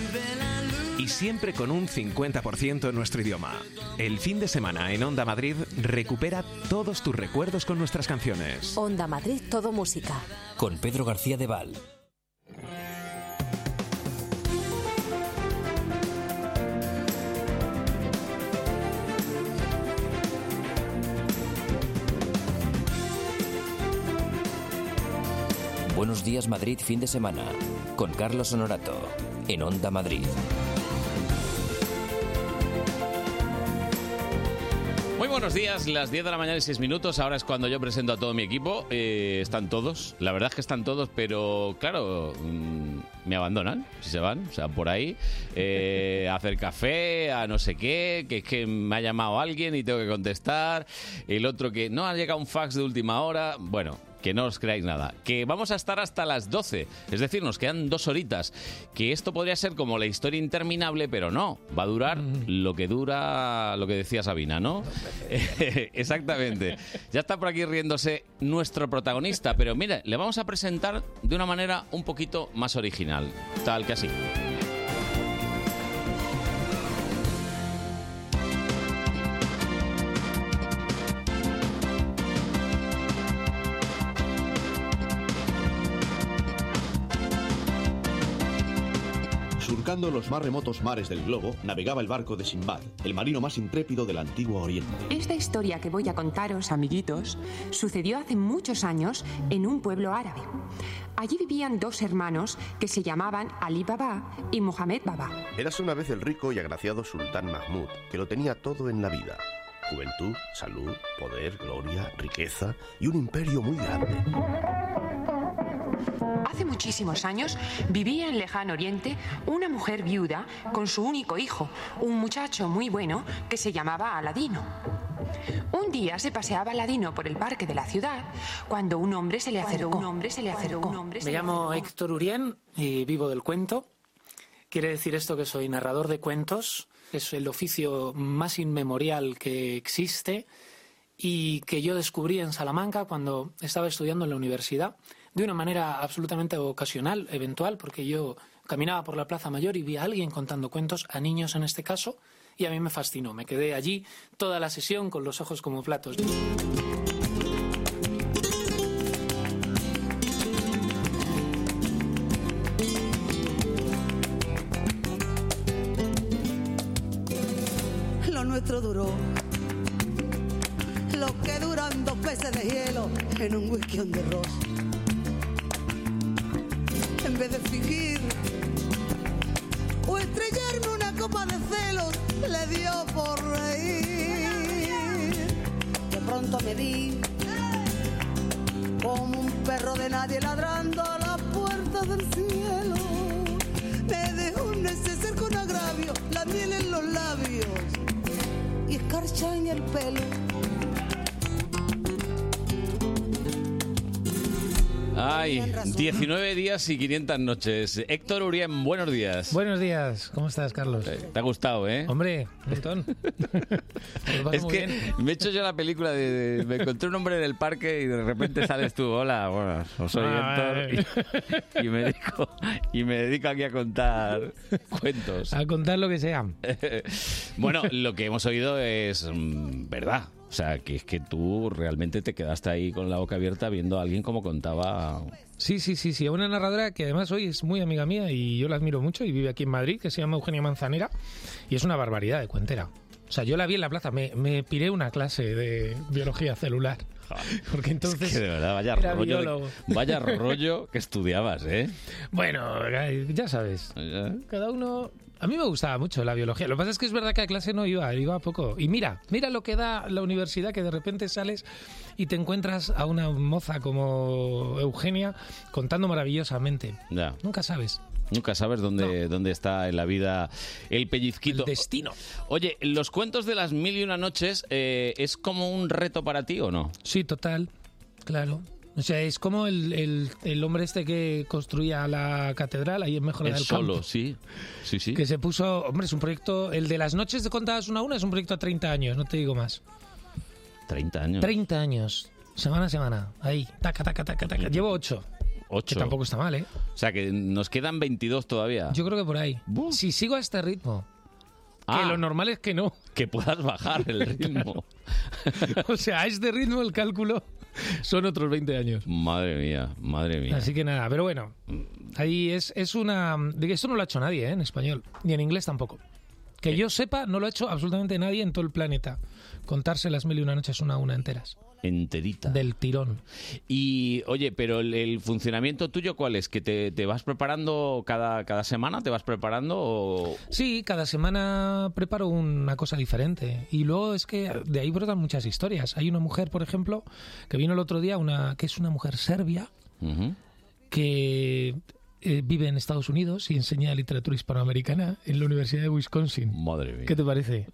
[SPEAKER 6] Y siempre con un 50% en nuestro idioma. El fin de semana en Onda Madrid recupera todos tus recuerdos con nuestras canciones.
[SPEAKER 5] Onda Madrid, todo música.
[SPEAKER 7] Con Pedro García de Val. Buenos días Madrid, fin de semana. Con Carlos Honorato. En Onda Madrid.
[SPEAKER 1] Muy buenos días, las 10 de la mañana y 6 minutos. Ahora es cuando yo presento a todo mi equipo. Eh, están todos, la verdad es que están todos, pero claro, mm, me abandonan si se van, o sea, por ahí. Eh, a hacer café, a no sé qué, que es que me ha llamado alguien y tengo que contestar. El otro que no ha llegado un fax de última hora. Bueno, que no os creáis nada, que vamos a estar hasta las 12, es decir, nos quedan dos horitas, que esto podría ser como la historia interminable, pero no, va a durar
[SPEAKER 2] Mm.
[SPEAKER 1] lo que dura, lo que decía Sabina, ¿no? [laughs] Exactamente. Ya está por aquí riéndose nuestro protagonista, pero mire, le vamos a presentar de una manera un poquito más original, tal que así.
[SPEAKER 11] Surcando los más remotos mares del globo, navegaba el barco de Sinbad, el marino más intrépido del antiguo Oriente.
[SPEAKER 22] Esta historia que voy a contaros, amiguitos, sucedió hace muchos años en un pueblo árabe. Allí vivían dos hermanos que se llamaban Ali Baba y Mohamed Baba.
[SPEAKER 11] Érase una vez el rico y agraciado sultán Mahmud, que lo tenía todo en la vida. Juventud, salud, poder, gloria, riqueza y un imperio muy grande.
[SPEAKER 22] Hace muchísimos años vivía en lejano oriente una mujer viuda con su único hijo, un muchacho muy bueno que se llamaba Aladino. Un día se paseaba Aladino por el parque de la ciudad cuando un hombre se le acercó. Un hombre se le acercó. Un hombre se
[SPEAKER 2] Me
[SPEAKER 22] le
[SPEAKER 2] llamo Héctor Urien y vivo del cuento. Quiere decir esto que soy narrador de cuentos, que es el oficio más inmemorial que existe y que yo descubrí en Salamanca cuando estaba estudiando en la universidad, de una manera absolutamente ocasional, eventual, porque yo caminaba por la Plaza Mayor y vi a alguien contando cuentos, a niños en este caso, y a mí me fascinó. Me quedé allí toda la sesión con los ojos como platos.
[SPEAKER 23] Lo nuestro duró. Lo que duran dos peces de hielo en un whisky on the rocks. En vez de fingir o estrellarme una copa de celos, le dio por reír. De pronto me vi como un perro de nadie ladrando a la puerta del cielo. Me dejó un neceser con agravio, la miel en los labios y escarcha en el pelo.
[SPEAKER 1] Ay, 19 días y 500 noches. Héctor Urien, buenos días.
[SPEAKER 2] Buenos días, ¿cómo estás, Carlos?
[SPEAKER 1] Te ha gustado, ¿eh?
[SPEAKER 2] Hombre, un montón. Lo paso
[SPEAKER 1] [laughs] Es
[SPEAKER 2] muy
[SPEAKER 1] que
[SPEAKER 2] bien.
[SPEAKER 1] me he hecho yo la película de, de- Me encontré un hombre en el parque y de repente sales tú, hola, bueno, yo soy
[SPEAKER 2] Ah,
[SPEAKER 1] Héctor y, [laughs] y me dedico, y me dedico aquí a contar cuentos.
[SPEAKER 2] A contar lo que sea.
[SPEAKER 1] [laughs] bueno, lo que hemos oído es mm, verdad. O sea, que es que tú realmente te quedaste ahí con la boca abierta viendo a alguien como contaba...
[SPEAKER 2] Sí, sí, sí, sí. Una narradora que además hoy es muy amiga mía y yo la admiro mucho y vive aquí en Madrid, que se llama Eugenia Manzanera, y es una barbaridad de cuentera. O sea, yo la vi en la plaza, me, me piré una clase de biología celular. [laughs] Porque entonces.
[SPEAKER 1] Es que de verdad, vaya
[SPEAKER 2] era
[SPEAKER 1] rollo, de-
[SPEAKER 2] biólogo. [laughs]
[SPEAKER 1] vaya rollo que estudiabas, ¿eh?
[SPEAKER 2] Bueno, eh, ya sabes. Cada uno. A mí me gustaba mucho la biología. Lo que pasa es que es verdad que a clase no iba, iba poco. Y mira, mira lo que da la universidad, que de repente sales y te encuentras a una moza como Eugenia contando maravillosamente.
[SPEAKER 1] Ya.
[SPEAKER 2] Nunca sabes.
[SPEAKER 1] Nunca sabes dónde, dónde está en la vida el pellizquito.
[SPEAKER 2] destino.
[SPEAKER 1] Oye, los cuentos de las mil y una noches eh, es como un reto para ti o no?
[SPEAKER 2] Sí, total, claro. O sea, es como el, el- el hombre este que construía la catedral ahí en Mejora
[SPEAKER 1] Es
[SPEAKER 2] del
[SPEAKER 1] solo,
[SPEAKER 2] Campo.
[SPEAKER 1] sí. Sí, sí.
[SPEAKER 2] Que se puso, hombre, es un proyecto, el de las noches de contadas una a una es un proyecto a 30 años, no te digo más.
[SPEAKER 1] 30 años.
[SPEAKER 2] 30 años, semana a semana, ahí, taca, taca, taca, taca. Llevo 8, que
[SPEAKER 1] Mm. Ocho.
[SPEAKER 2] tampoco está mal, ¿eh?
[SPEAKER 1] O sea, que nos quedan 22 todavía.
[SPEAKER 2] Yo creo que por ahí. Si sigo a este ritmo,
[SPEAKER 1] Ah.
[SPEAKER 2] que lo normal es que no.
[SPEAKER 1] Que puedas bajar el ritmo.
[SPEAKER 2] [laughs] O sea, a este ritmo el cálculo son otros 20 años.
[SPEAKER 1] Madre mía, madre mía.
[SPEAKER 2] Así que nada, pero bueno, ahí es, es una... de que Esto no lo ha hecho nadie ¿eh? en español, ni en inglés tampoco. Que yo sepa, no lo ha hecho absolutamente nadie en todo el planeta. Contarse las mil y una noches una a una enteras.
[SPEAKER 1] Enterita.
[SPEAKER 2] Del tirón.
[SPEAKER 1] Y, oye, pero el, el funcionamiento tuyo, ¿cuál es? ¿Que te, te vas preparando cada, cada semana? ¿Te vas preparando o...?
[SPEAKER 2] Sí, cada semana preparo una cosa diferente. Y luego es que de ahí brotan muchas historias. Hay una mujer, por ejemplo, que vino el otro día, una que es una mujer serbia,
[SPEAKER 1] Ujú.
[SPEAKER 2] que eh, vive en Estados Unidos y enseña literatura hispanoamericana en la Universidad de Wisconsin.
[SPEAKER 1] Madre mía.
[SPEAKER 2] ¿Qué te parece?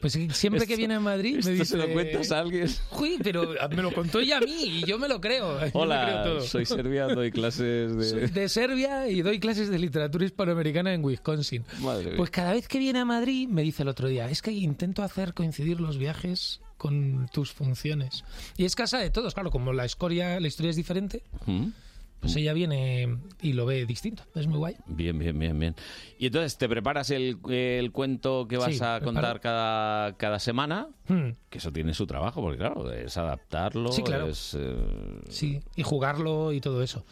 [SPEAKER 2] Pues eh, siempre que
[SPEAKER 1] Esto-
[SPEAKER 2] viene a Madrid
[SPEAKER 1] esto
[SPEAKER 2] me
[SPEAKER 1] se
[SPEAKER 2] dice...
[SPEAKER 1] lo cuentas a alguien?
[SPEAKER 2] Uy, pero me lo contó ella a mí y yo me lo creo. [laughs] Yo me creo
[SPEAKER 1] Hola,
[SPEAKER 2] todo.
[SPEAKER 1] soy Serbia, doy clases
[SPEAKER 2] [laughs]
[SPEAKER 1] de...
[SPEAKER 2] Soy de Serbia y doy clases de literatura hispanoamericana en Wisconsin.
[SPEAKER 1] Madre mía.
[SPEAKER 2] Pues cada vez que viene a Madrid me dice el otro día, Ah, es que intento hacer coincidir los viajes con tus funciones. Y es casa de todos, claro, como la escoria, la historia es diferente,
[SPEAKER 1] ¿Mm?
[SPEAKER 2] pues ella viene y lo ve distinto. Es muy guay.
[SPEAKER 1] Bien, bien, bien, bien. Y entonces te preparas el, el cuento que vas
[SPEAKER 2] Sí,
[SPEAKER 1] a
[SPEAKER 2] preparo.
[SPEAKER 1] contar cada, cada semana,
[SPEAKER 2] Hmm.
[SPEAKER 1] que eso tiene su trabajo, porque claro, es adaptarlo,
[SPEAKER 2] Sí, claro.
[SPEAKER 1] es... eh,
[SPEAKER 2] Sí, y jugarlo y todo eso.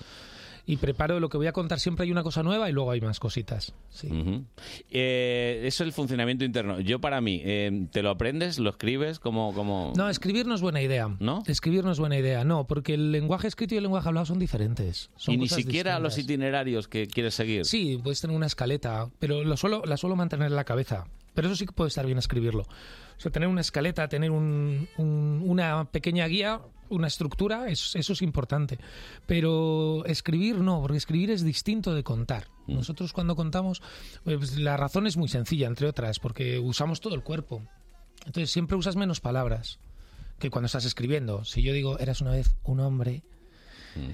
[SPEAKER 2] Y preparo lo que voy a contar, siempre hay una cosa nueva y luego hay más cositas. Sí.
[SPEAKER 1] ujú. Eh, eso es el funcionamiento interno. Yo para mí, eh, ¿te lo aprendes? ¿Lo escribes? como como
[SPEAKER 2] No, escribir no es buena idea. ¿No? Escribir no es buena idea, no, porque el lenguaje escrito y el lenguaje hablado son diferentes. Son
[SPEAKER 1] y ni
[SPEAKER 2] cosas
[SPEAKER 1] siquiera
[SPEAKER 2] distintas.
[SPEAKER 1] los itinerarios que quieres seguir.
[SPEAKER 2] Sí, puedes tener una escaleta, pero lo suelo, la suelo mantener en la cabeza. Pero eso sí que puede estar bien escribirlo. O sea, tener una escaleta, tener un- un- una pequeña guía, una estructura, es- eso es importante. Pero escribir no, porque escribir es distinto de contar. Nosotros cuando contamos, pues, la razón es muy sencilla, entre otras, porque usamos todo el cuerpo. Entonces siempre usas menos palabras que cuando estás escribiendo. Si yo digo, eras una vez un hombre,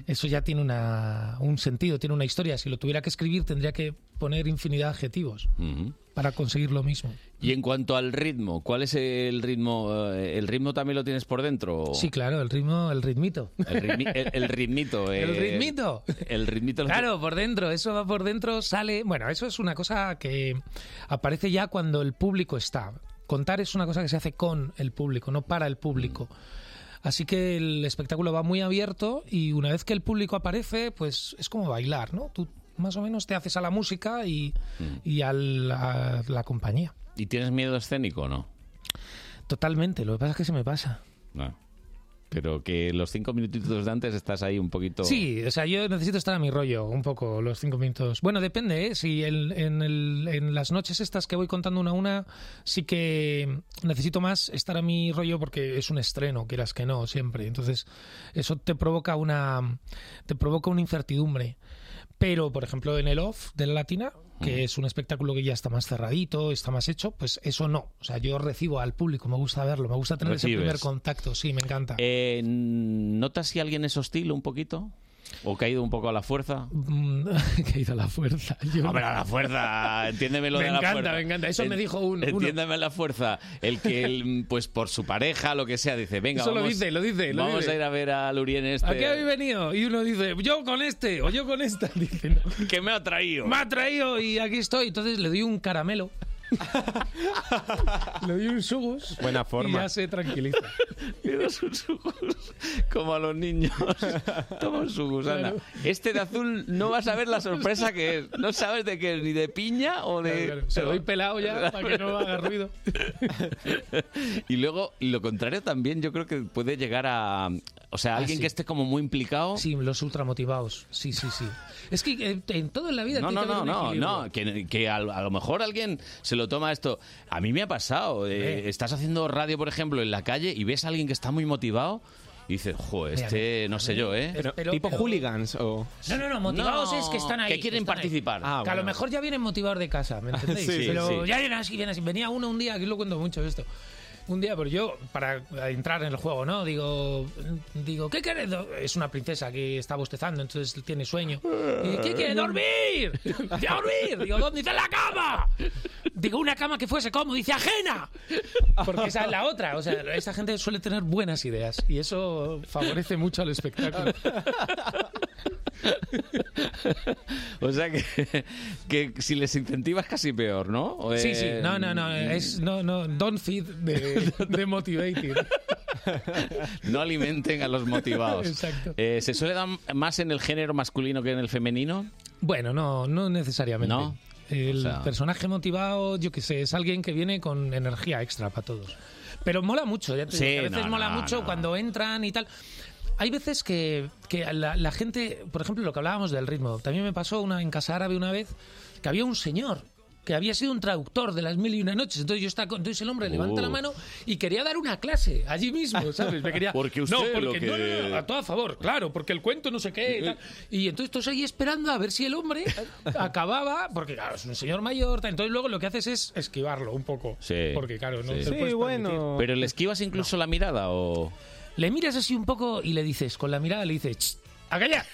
[SPEAKER 2] eso ya tiene una- un sentido, tiene una historia. Si lo tuviera que escribir, tendría que poner infinidad de adjetivos
[SPEAKER 1] Ujú.
[SPEAKER 2] para conseguir lo mismo.
[SPEAKER 1] Y en cuanto al ritmo, ¿cuál es el ritmo? eh, ¿El ritmo también lo tienes por dentro? o-
[SPEAKER 2] Sí, claro, el ritmo, el ritmito.
[SPEAKER 1] Oh. El, ritmi- el- el ritmito.
[SPEAKER 2] [laughs]
[SPEAKER 1] eh,
[SPEAKER 2] ¿El ritmito?
[SPEAKER 1] El ritmito. lo-
[SPEAKER 2] Claro, por dentro, eso va por dentro, sale. Bueno, eso es una cosa que aparece ya cuando el público está. Contar es una cosa que se hace con el público, no para el público. Así que el espectáculo va muy abierto y una vez que el público aparece, pues es como bailar, ¿no? Tú más o menos te haces a la música y, y al- a la compañía.
[SPEAKER 1] ¿Y tienes miedo escénico o no?
[SPEAKER 2] Totalmente, lo que pasa es que se me pasa.
[SPEAKER 1] No. Ah. Pero que los cinco minutitos de antes estás ahí un poquito.
[SPEAKER 2] Sí, o sea, yo necesito estar a mi rollo un poco los cinco minutos. Bueno, depende, ¿eh? Si el- en, el- en las noches estas que voy contando una a una, sí que necesito más estar a mi rollo porque es un estreno, quieras que no, siempre. Entonces, eso te provoca una, te provoca una incertidumbre. Pero, por ejemplo, en el off de la latina,
[SPEAKER 1] Mm.
[SPEAKER 2] que es un espectáculo que ya está más cerradito, está más hecho, pues eso no. O sea, yo recibo al público, me gusta verlo, me gusta tener ese
[SPEAKER 1] Recibes.
[SPEAKER 2] primer contacto, sí, me encanta.
[SPEAKER 1] Eh, ¿Notas si alguien es hostil un poquito? ¿O caído un poco a la fuerza?
[SPEAKER 2] Mm, [laughs] que he ido a la fuerza. Yo-
[SPEAKER 1] Hombre, a la fuerza, entiéndeme lo
[SPEAKER 2] Me
[SPEAKER 1] de la
[SPEAKER 2] encanta,
[SPEAKER 1] fuerza.
[SPEAKER 2] me encanta. Eso me dijo un- uno.
[SPEAKER 1] Entiéndeme la fuerza. El que, él, pues por su pareja, lo que sea, dice, venga,
[SPEAKER 2] Eso lo
[SPEAKER 1] vamos,
[SPEAKER 2] dice, lo dice, lo
[SPEAKER 1] vamos
[SPEAKER 2] dice.
[SPEAKER 1] a ir a ver a Lurien
[SPEAKER 2] ¿A qué habéis
[SPEAKER 1] este,
[SPEAKER 2] venido? Y uno dice, yo con este o yo con esta. [laughs] Dice, "No,
[SPEAKER 1] que me ha traído.
[SPEAKER 2] me ha traído y aquí estoy. Entonces le doy un
[SPEAKER 1] [laughs]
[SPEAKER 2] caramelo. le doy un sugus.
[SPEAKER 24] Buena
[SPEAKER 2] Y
[SPEAKER 24] forma.
[SPEAKER 2] ya se tranquiliza.
[SPEAKER 1] [laughs] Le das un sugus como a
[SPEAKER 24] [laughs]
[SPEAKER 1] los niños. Toma un sugus, anda.
[SPEAKER 2] Claro.
[SPEAKER 1] Este de azul no vas a ver la sorpresa que es. No sabes de qué es, ni de piña o de...
[SPEAKER 2] Claro, claro. Se lo doy pelado
[SPEAKER 1] [laughs]
[SPEAKER 2] ya para que no haga ruido.
[SPEAKER 1] Y luego, lo contrario también, yo creo que puede llegar a... O sea, alguien
[SPEAKER 2] sí.
[SPEAKER 24] Ah,
[SPEAKER 1] que esté como muy implicado...
[SPEAKER 2] Sí, los ultramotivados. Sí, sí, sí. Es que eh, en todo en la vida
[SPEAKER 1] No,
[SPEAKER 2] tiene
[SPEAKER 1] no,
[SPEAKER 2] que haber
[SPEAKER 1] no,
[SPEAKER 2] un
[SPEAKER 1] no,
[SPEAKER 2] equilibrio.
[SPEAKER 1] no, que, que a, lo- a lo mejor alguien se lo toma esto. A mí me ha pasado, eh, estás haciendo radio, por ejemplo, en la calle y ves a alguien que está muy motivado y dices, jo, este, no sé yo, ¿eh?
[SPEAKER 2] Pero-
[SPEAKER 24] tipo
[SPEAKER 2] pero-
[SPEAKER 24] hooligans o...
[SPEAKER 2] No, no, no, motivados es que están ahí.
[SPEAKER 1] Que quieren
[SPEAKER 2] están ahí.
[SPEAKER 1] participar.
[SPEAKER 24] Ah,
[SPEAKER 2] que a lo
[SPEAKER 24] bueno.
[SPEAKER 2] mejor ya vienen motivados de casa, [laughs] ¿me entendéis?
[SPEAKER 24] Sí,
[SPEAKER 2] pero
[SPEAKER 24] sí.
[SPEAKER 2] ya vienen así, vienen así. Venía uno un día, aquí lo cuento mucho esto. Un día, pero yo, para entrar en el juego, ¿no? Digo, digo, ¿qué quieres? do-?" Es una princesa que está bostezando, entonces tiene sueño. Y, ¿Qué quiere? ¡Dormir! ¡Ya dormir! Digo, ¿dónde dice la cama? Digo, una cama que fuese como, dice ajena. Porque esa es la otra. O sea, esa gente suele tener buenas ideas y eso favorece mucho al espectáculo.
[SPEAKER 1] O sea que, que si les incentivas casi peor, ¿no? O,
[SPEAKER 2] Sí, sí,
[SPEAKER 1] eh,
[SPEAKER 2] no, no, no, es, no, no, don't feed
[SPEAKER 1] [laughs]
[SPEAKER 2] de, de motivated.
[SPEAKER 1] No alimenten a los motivados.
[SPEAKER 2] Exacto.
[SPEAKER 1] Eh, ¿Se suele dar más en el género masculino que en el femenino?
[SPEAKER 2] Bueno, no, no necesariamente.
[SPEAKER 1] No.
[SPEAKER 2] El
[SPEAKER 1] O sea-
[SPEAKER 2] personaje motivado, yo qué sé, es alguien que viene con energía extra para todos. Pero mola mucho, ya te
[SPEAKER 1] Sí,
[SPEAKER 2] digo, que a veces
[SPEAKER 1] no,
[SPEAKER 2] mola
[SPEAKER 1] no,
[SPEAKER 2] mucho
[SPEAKER 1] no.
[SPEAKER 2] cuando entran y tal. Hay veces que, que la, la gente, por ejemplo, lo que hablábamos del ritmo. También me pasó una en Casa Árabe una vez que había un señor que había sido un traductor de las mil y una noches. Entonces yo estaba, con- entonces el hombre levanta la
[SPEAKER 1] Uh.
[SPEAKER 2] mano y quería dar una clase allí mismo, ¿sabes? Me
[SPEAKER 1] [laughs]
[SPEAKER 2] quería,
[SPEAKER 1] Porque
[SPEAKER 2] no,
[SPEAKER 1] usted
[SPEAKER 2] porque
[SPEAKER 1] lo que-
[SPEAKER 2] no, no, no, a todo a favor, claro, porque el cuento no sé qué y tal. Y entonces todos ahí esperando a ver si el
[SPEAKER 1] [laughs]
[SPEAKER 2] hombre acababa, porque claro, es un señor mayor, tal. entonces luego lo que haces es esquivarlo un poco.
[SPEAKER 1] Sí.
[SPEAKER 2] Porque claro, no pues,
[SPEAKER 1] Sí.
[SPEAKER 2] te
[SPEAKER 1] Sí,
[SPEAKER 2] puedes bueno.
[SPEAKER 1] ¿Pero le esquivas incluso la mirada o...?
[SPEAKER 2] Le miras así un poco y le dices, con la mirada le dices, "Ch, ¡A [laughs]
[SPEAKER 1] [laughs]
[SPEAKER 2] callar!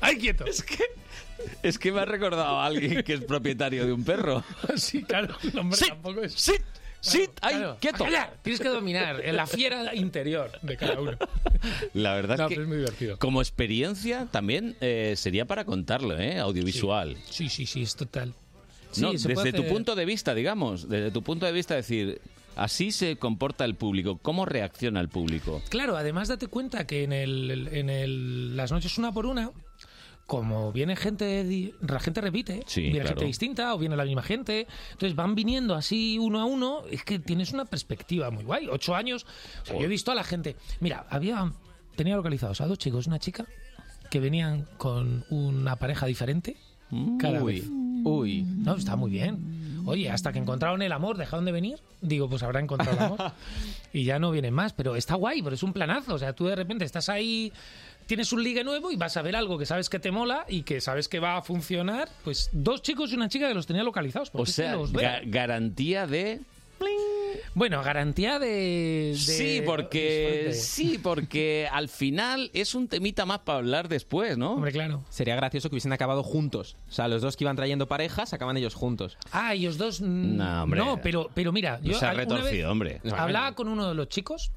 [SPEAKER 2] ¡Ahí quieto! Es que...
[SPEAKER 1] Es que me ha recordado a alguien que es propietario de un perro.
[SPEAKER 2] [laughs] Sí, claro, el hombre tampoco es...
[SPEAKER 1] ¡Sit! ¡Sit! ¡Ahí, quieto!
[SPEAKER 2] ¡A callar! Tienes que dominar la fiera interior de cada uno.
[SPEAKER 1] La verdad
[SPEAKER 2] No,
[SPEAKER 1] es que
[SPEAKER 2] pero es muy divertido.
[SPEAKER 1] como experiencia también eh, sería para contarlo, ¿eh? Audiovisual.
[SPEAKER 2] Sí, sí, sí, es total.
[SPEAKER 1] No,
[SPEAKER 2] Sí, se puede
[SPEAKER 1] desde tu
[SPEAKER 2] hacer-
[SPEAKER 1] punto de vista, digamos, desde tu punto de vista decir, así se comporta el público, ¿cómo reacciona el público?
[SPEAKER 2] Claro, además date cuenta que en, el, en el- las noches una por una, como viene gente, di- la gente repite,
[SPEAKER 1] Sí,
[SPEAKER 2] viene
[SPEAKER 1] claro.
[SPEAKER 2] gente distinta o viene la misma gente, entonces van viniendo así uno a uno, es que tienes una perspectiva muy guay. Ocho años, o sea, yo he visto a la gente. Mira, había tenía localizados a dos chicos, y una chica, que venían con una pareja diferente cada
[SPEAKER 24] Uy,
[SPEAKER 2] vez. Uy, no, está muy bien. Oye, hasta que encontraron el amor, dejaron de venir. Digo, pues habrá encontrado el amor. y ya no vienen más, pero está guay, pero es un planazo. O sea, tú de repente estás ahí, tienes un ligue nuevo y vas a ver algo que sabes que te mola y que sabes que va a funcionar. Pues dos chicos y una chica que los tenía localizados.
[SPEAKER 1] O
[SPEAKER 2] porque es que
[SPEAKER 1] sea,
[SPEAKER 2] los veo.
[SPEAKER 1] ga- garantía de...
[SPEAKER 2] bueno, garantía de, de-
[SPEAKER 1] Sí, porque
[SPEAKER 2] disfrute.
[SPEAKER 1] sí, porque al final es un temita más para hablar después, ¿no? Hombre,
[SPEAKER 2] claro.
[SPEAKER 24] Sería gracioso que hubiesen acabado juntos. O sea, los dos que iban trayendo parejas acaban ellos juntos.
[SPEAKER 2] Ah, ellos dos. mm,
[SPEAKER 24] No, hombre.
[SPEAKER 2] pero, pero mira.
[SPEAKER 24] No se ha
[SPEAKER 2] alguna vez
[SPEAKER 24] retorcido, hombre. No,
[SPEAKER 2] Hablaba con uno de los chicos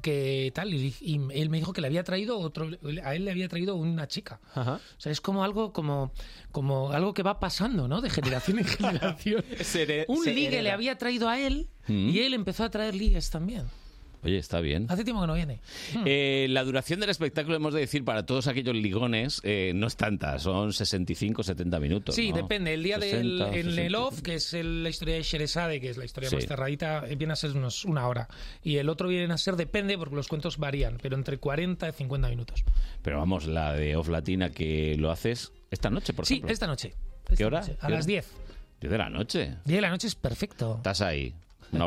[SPEAKER 2] que tal, y, y él me dijo que le había traído otro. A él le había traído una chica. O sea, es como algo, como, como algo que va pasando, ¿no? De generación en [laughs] generación.
[SPEAKER 1] Eh,
[SPEAKER 2] Un
[SPEAKER 24] se
[SPEAKER 2] ligue
[SPEAKER 24] hereda.
[SPEAKER 2] le había traído a él
[SPEAKER 1] ¿Mm?
[SPEAKER 2] y él empezó a traer ligues también.
[SPEAKER 1] Oye, está bien.
[SPEAKER 2] Hace tiempo que no viene.
[SPEAKER 1] Eh, la duración del espectáculo, hemos de decir, para todos aquellos ligones, eh, no es tanta, son 65, 70 minutos.
[SPEAKER 2] Sí,
[SPEAKER 1] ¿no?
[SPEAKER 2] depende. El día del
[SPEAKER 1] 60,
[SPEAKER 2] en
[SPEAKER 1] 60.
[SPEAKER 2] el off, que es el- la historia de Sherezade, que es la historia
[SPEAKER 1] Sí.
[SPEAKER 2] más cerradita, eh, viene a ser unos una hora. Y el otro viene a ser, depende, porque los cuentos varían, pero entre 40 y 50 minutos.
[SPEAKER 1] Pero vamos, la de Off Latina que lo haces esta noche, por
[SPEAKER 2] sí,
[SPEAKER 1] ejemplo.
[SPEAKER 2] esta noche.
[SPEAKER 1] ¿Qué hora?
[SPEAKER 2] A las 10.
[SPEAKER 1] 10 de la noche.
[SPEAKER 2] 10 de la noche es perfecto.
[SPEAKER 1] Estás ahí, una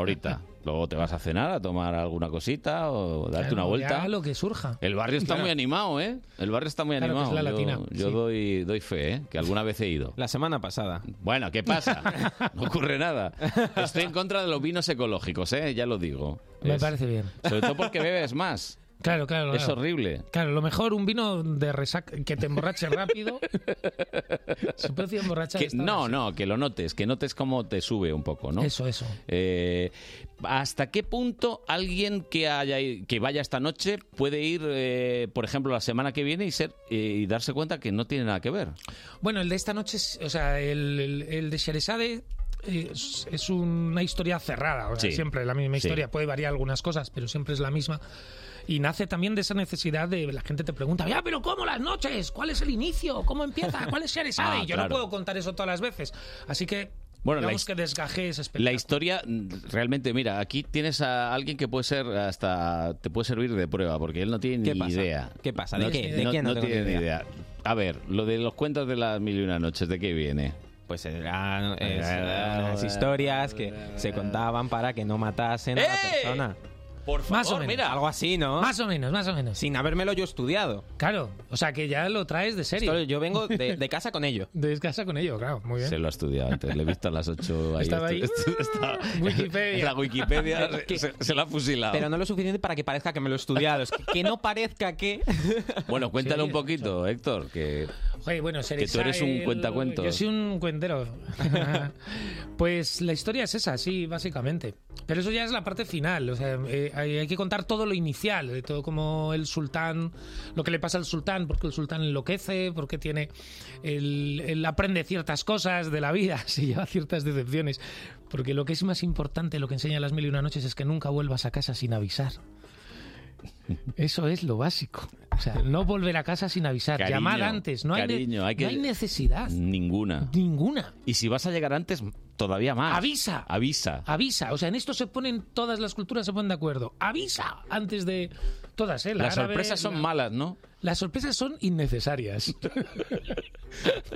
[SPEAKER 2] [laughs]
[SPEAKER 1] horita. Luego te vas a cenar, a tomar alguna cosita o darte una
[SPEAKER 2] Claro,
[SPEAKER 1] vuelta.
[SPEAKER 2] ya lo que surja.
[SPEAKER 1] El barrio está
[SPEAKER 2] Claro.
[SPEAKER 1] muy animado, ¿eh? El barrio está muy
[SPEAKER 2] Claro que
[SPEAKER 1] animado.
[SPEAKER 2] es la
[SPEAKER 1] yo
[SPEAKER 2] latina,
[SPEAKER 1] yo
[SPEAKER 2] sí.
[SPEAKER 1] doy, doy fe, ¿eh? Que alguna vez he ido.
[SPEAKER 24] La semana pasada.
[SPEAKER 1] Bueno, ¿qué
[SPEAKER 24] [laughs]
[SPEAKER 1] pasa? No ocurre nada. Estoy en contra de los vinos ecológicos, ¿eh? Ya lo digo.
[SPEAKER 2] Me
[SPEAKER 1] Es-
[SPEAKER 2] parece bien.
[SPEAKER 1] Sobre todo porque bebes más.
[SPEAKER 2] Claro, claro.
[SPEAKER 1] Es
[SPEAKER 2] claro.
[SPEAKER 1] horrible.
[SPEAKER 2] Claro, lo mejor un vino de resaca que te emborrache
[SPEAKER 1] [laughs]
[SPEAKER 2] rápido. Se puede decir emborrachar.
[SPEAKER 1] Que-
[SPEAKER 2] esta hora,
[SPEAKER 1] no,
[SPEAKER 2] sí.
[SPEAKER 1] no, que lo notes, que notes cómo te sube un poco, ¿no?
[SPEAKER 2] Eso, eso.
[SPEAKER 1] Eh, ¿Hasta qué punto alguien que, haya, que vaya esta noche puede ir, eh, por ejemplo, la semana que viene y, ser, eh, y darse cuenta que no tiene nada que ver?
[SPEAKER 2] Bueno, el de esta noche, es- o sea, el, el- el de Sherezade es, es una historia cerrada, o sea,
[SPEAKER 1] Sí.
[SPEAKER 2] siempre la misma
[SPEAKER 1] Sí.
[SPEAKER 2] historia, puede variar algunas cosas, pero siempre es la misma. Y nace también de esa necesidad de la gente te pregunta, ya, pero ¿cómo las noches? ¿Cuál es el inicio? ¿Cómo empieza? ¿Cuál es Sherezade?
[SPEAKER 1] [laughs] Ah,
[SPEAKER 2] y yo
[SPEAKER 1] claro.
[SPEAKER 2] no puedo contar eso todas las veces. Así que,
[SPEAKER 1] Bueno, la
[SPEAKER 2] digamos
[SPEAKER 1] his-
[SPEAKER 2] que desgajé ese espectro.
[SPEAKER 1] La historia, mm, realmente, mira, aquí tienes a alguien que puede ser hasta. te puede servir de prueba, porque él no tiene
[SPEAKER 24] ¿Qué
[SPEAKER 1] ni
[SPEAKER 24] pasa?
[SPEAKER 1] idea.
[SPEAKER 24] ¿Qué pasa? ¿De qué? ¿De
[SPEAKER 1] no,
[SPEAKER 24] qué? No
[SPEAKER 1] no
[SPEAKER 24] tengo
[SPEAKER 1] tiene
[SPEAKER 24] ni
[SPEAKER 1] ni
[SPEAKER 24] idea.
[SPEAKER 1] idea. A ver, lo de los cuentos de las mil y una noches, ¿de qué viene? Ah,
[SPEAKER 24] Pues eran Es, eh, unas historias que se contaban para que no matasen a la
[SPEAKER 1] ¡Eh!
[SPEAKER 24] persona.
[SPEAKER 1] Por
[SPEAKER 2] favor, Más o menos.
[SPEAKER 24] mira. Algo así, ¿no?
[SPEAKER 2] Más o menos, más o menos.
[SPEAKER 24] Sin habérmelo yo estudiado.
[SPEAKER 2] Claro, o sea que ya lo traes de serio.
[SPEAKER 24] Esto yo
[SPEAKER 2] [laughs]
[SPEAKER 24] vengo de, de casa con ello.
[SPEAKER 2] De casa con ello, claro, muy bien.
[SPEAKER 1] Se lo ha estudiado antes, le he visto a las 8 ahí.
[SPEAKER 2] Estaba ahí.
[SPEAKER 1] estu- estu- estaba-
[SPEAKER 2] Wikipedia. [laughs]
[SPEAKER 1] La Wikipedia se- se, se la ha fusilado.
[SPEAKER 24] Pero no lo suficiente para que parezca que me lo he estudiado. Es que, que no
[SPEAKER 2] [laughs]
[SPEAKER 24] parezca que.
[SPEAKER 1] Bueno, cuéntale un poquito, Héctor, que
[SPEAKER 2] Oye, bueno,
[SPEAKER 1] Que tú eres un
[SPEAKER 2] Cerezael,
[SPEAKER 1] cuentacuentos.
[SPEAKER 2] Yo soy un
[SPEAKER 1] [laughs]
[SPEAKER 2] cuentero. pues la historia es esa, sí, básicamente. Pero eso ya es la parte final. O sea, eh, hay, hay que contar todo lo inicial, de todo como el sultán, lo que le pasa al sultán, porque el sultán enloquece, porque tiene. Él, él aprende ciertas cosas de la vida, [laughs] se lleva ciertas decepciones. Porque lo que es más importante, lo que enseña las mil y una noches, es que nunca vuelvas a casa sin avisar. Eso es lo básico. O sea, no volver a casa sin avisar.
[SPEAKER 1] Cariño,
[SPEAKER 2] Llamar antes. No hay, ne-
[SPEAKER 1] cariño, hay que-
[SPEAKER 2] no hay necesidad.
[SPEAKER 1] ninguna.
[SPEAKER 2] Ninguna.
[SPEAKER 1] Y si vas a llegar antes, todavía más.
[SPEAKER 2] Avisa.
[SPEAKER 1] Avisa.
[SPEAKER 2] Avisa. O sea, en esto se ponen todas las culturas se ponen de acuerdo. Avisa antes de todas, ¿eh? La
[SPEAKER 1] Las
[SPEAKER 2] árabe,
[SPEAKER 1] sorpresas son
[SPEAKER 2] la-
[SPEAKER 1] malas, ¿no?
[SPEAKER 2] Las sorpresas son innecesarias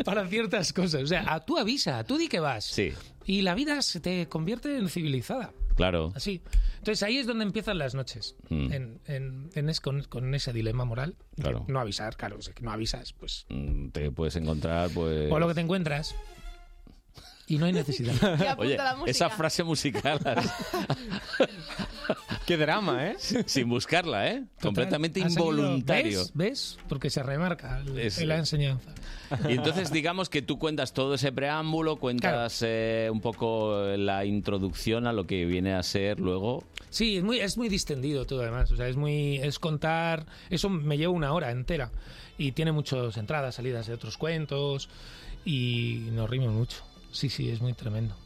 [SPEAKER 2] para ciertas cosas. O sea, a- tú avisa, tú di que vas.
[SPEAKER 1] Sí.
[SPEAKER 2] Y la vida se te convierte en civilizada.
[SPEAKER 1] Claro.
[SPEAKER 2] Así. Entonces ahí es donde empiezan las noches.
[SPEAKER 1] Mm.
[SPEAKER 2] En, en- en es- con, con ese dilema moral. de
[SPEAKER 1] Claro.
[SPEAKER 2] No avisar, claro. o sea, que no avisas, pues.
[SPEAKER 1] Mm, Te puedes encontrar, pues.
[SPEAKER 2] O lo que te encuentras. Y no hay
[SPEAKER 1] [laughs]
[SPEAKER 2] necesidad.
[SPEAKER 1] Oye, esa frase
[SPEAKER 2] [laughs]
[SPEAKER 1] musical.
[SPEAKER 24] Qué drama, ¿eh?
[SPEAKER 1] Sin buscarla, ¿eh? Completamente
[SPEAKER 2] Ha salido-
[SPEAKER 1] involuntario.
[SPEAKER 2] ¿Ves? ¿Ves? Porque se remarca el-
[SPEAKER 1] Es-
[SPEAKER 2] la enseñanza.
[SPEAKER 1] Y entonces digamos que tú cuentas todo ese preámbulo, cuentas eh, un poco la introducción a lo que viene a ser luego.
[SPEAKER 2] [laughs] Sí, es muy, es muy distendido todo además. O sea, es muy. es contar. Eso me lleva una hora entera. Y tiene muchas entradas, salidas de otros cuentos. Y nos rimos mucho. Sí, sí, es muy tremendo.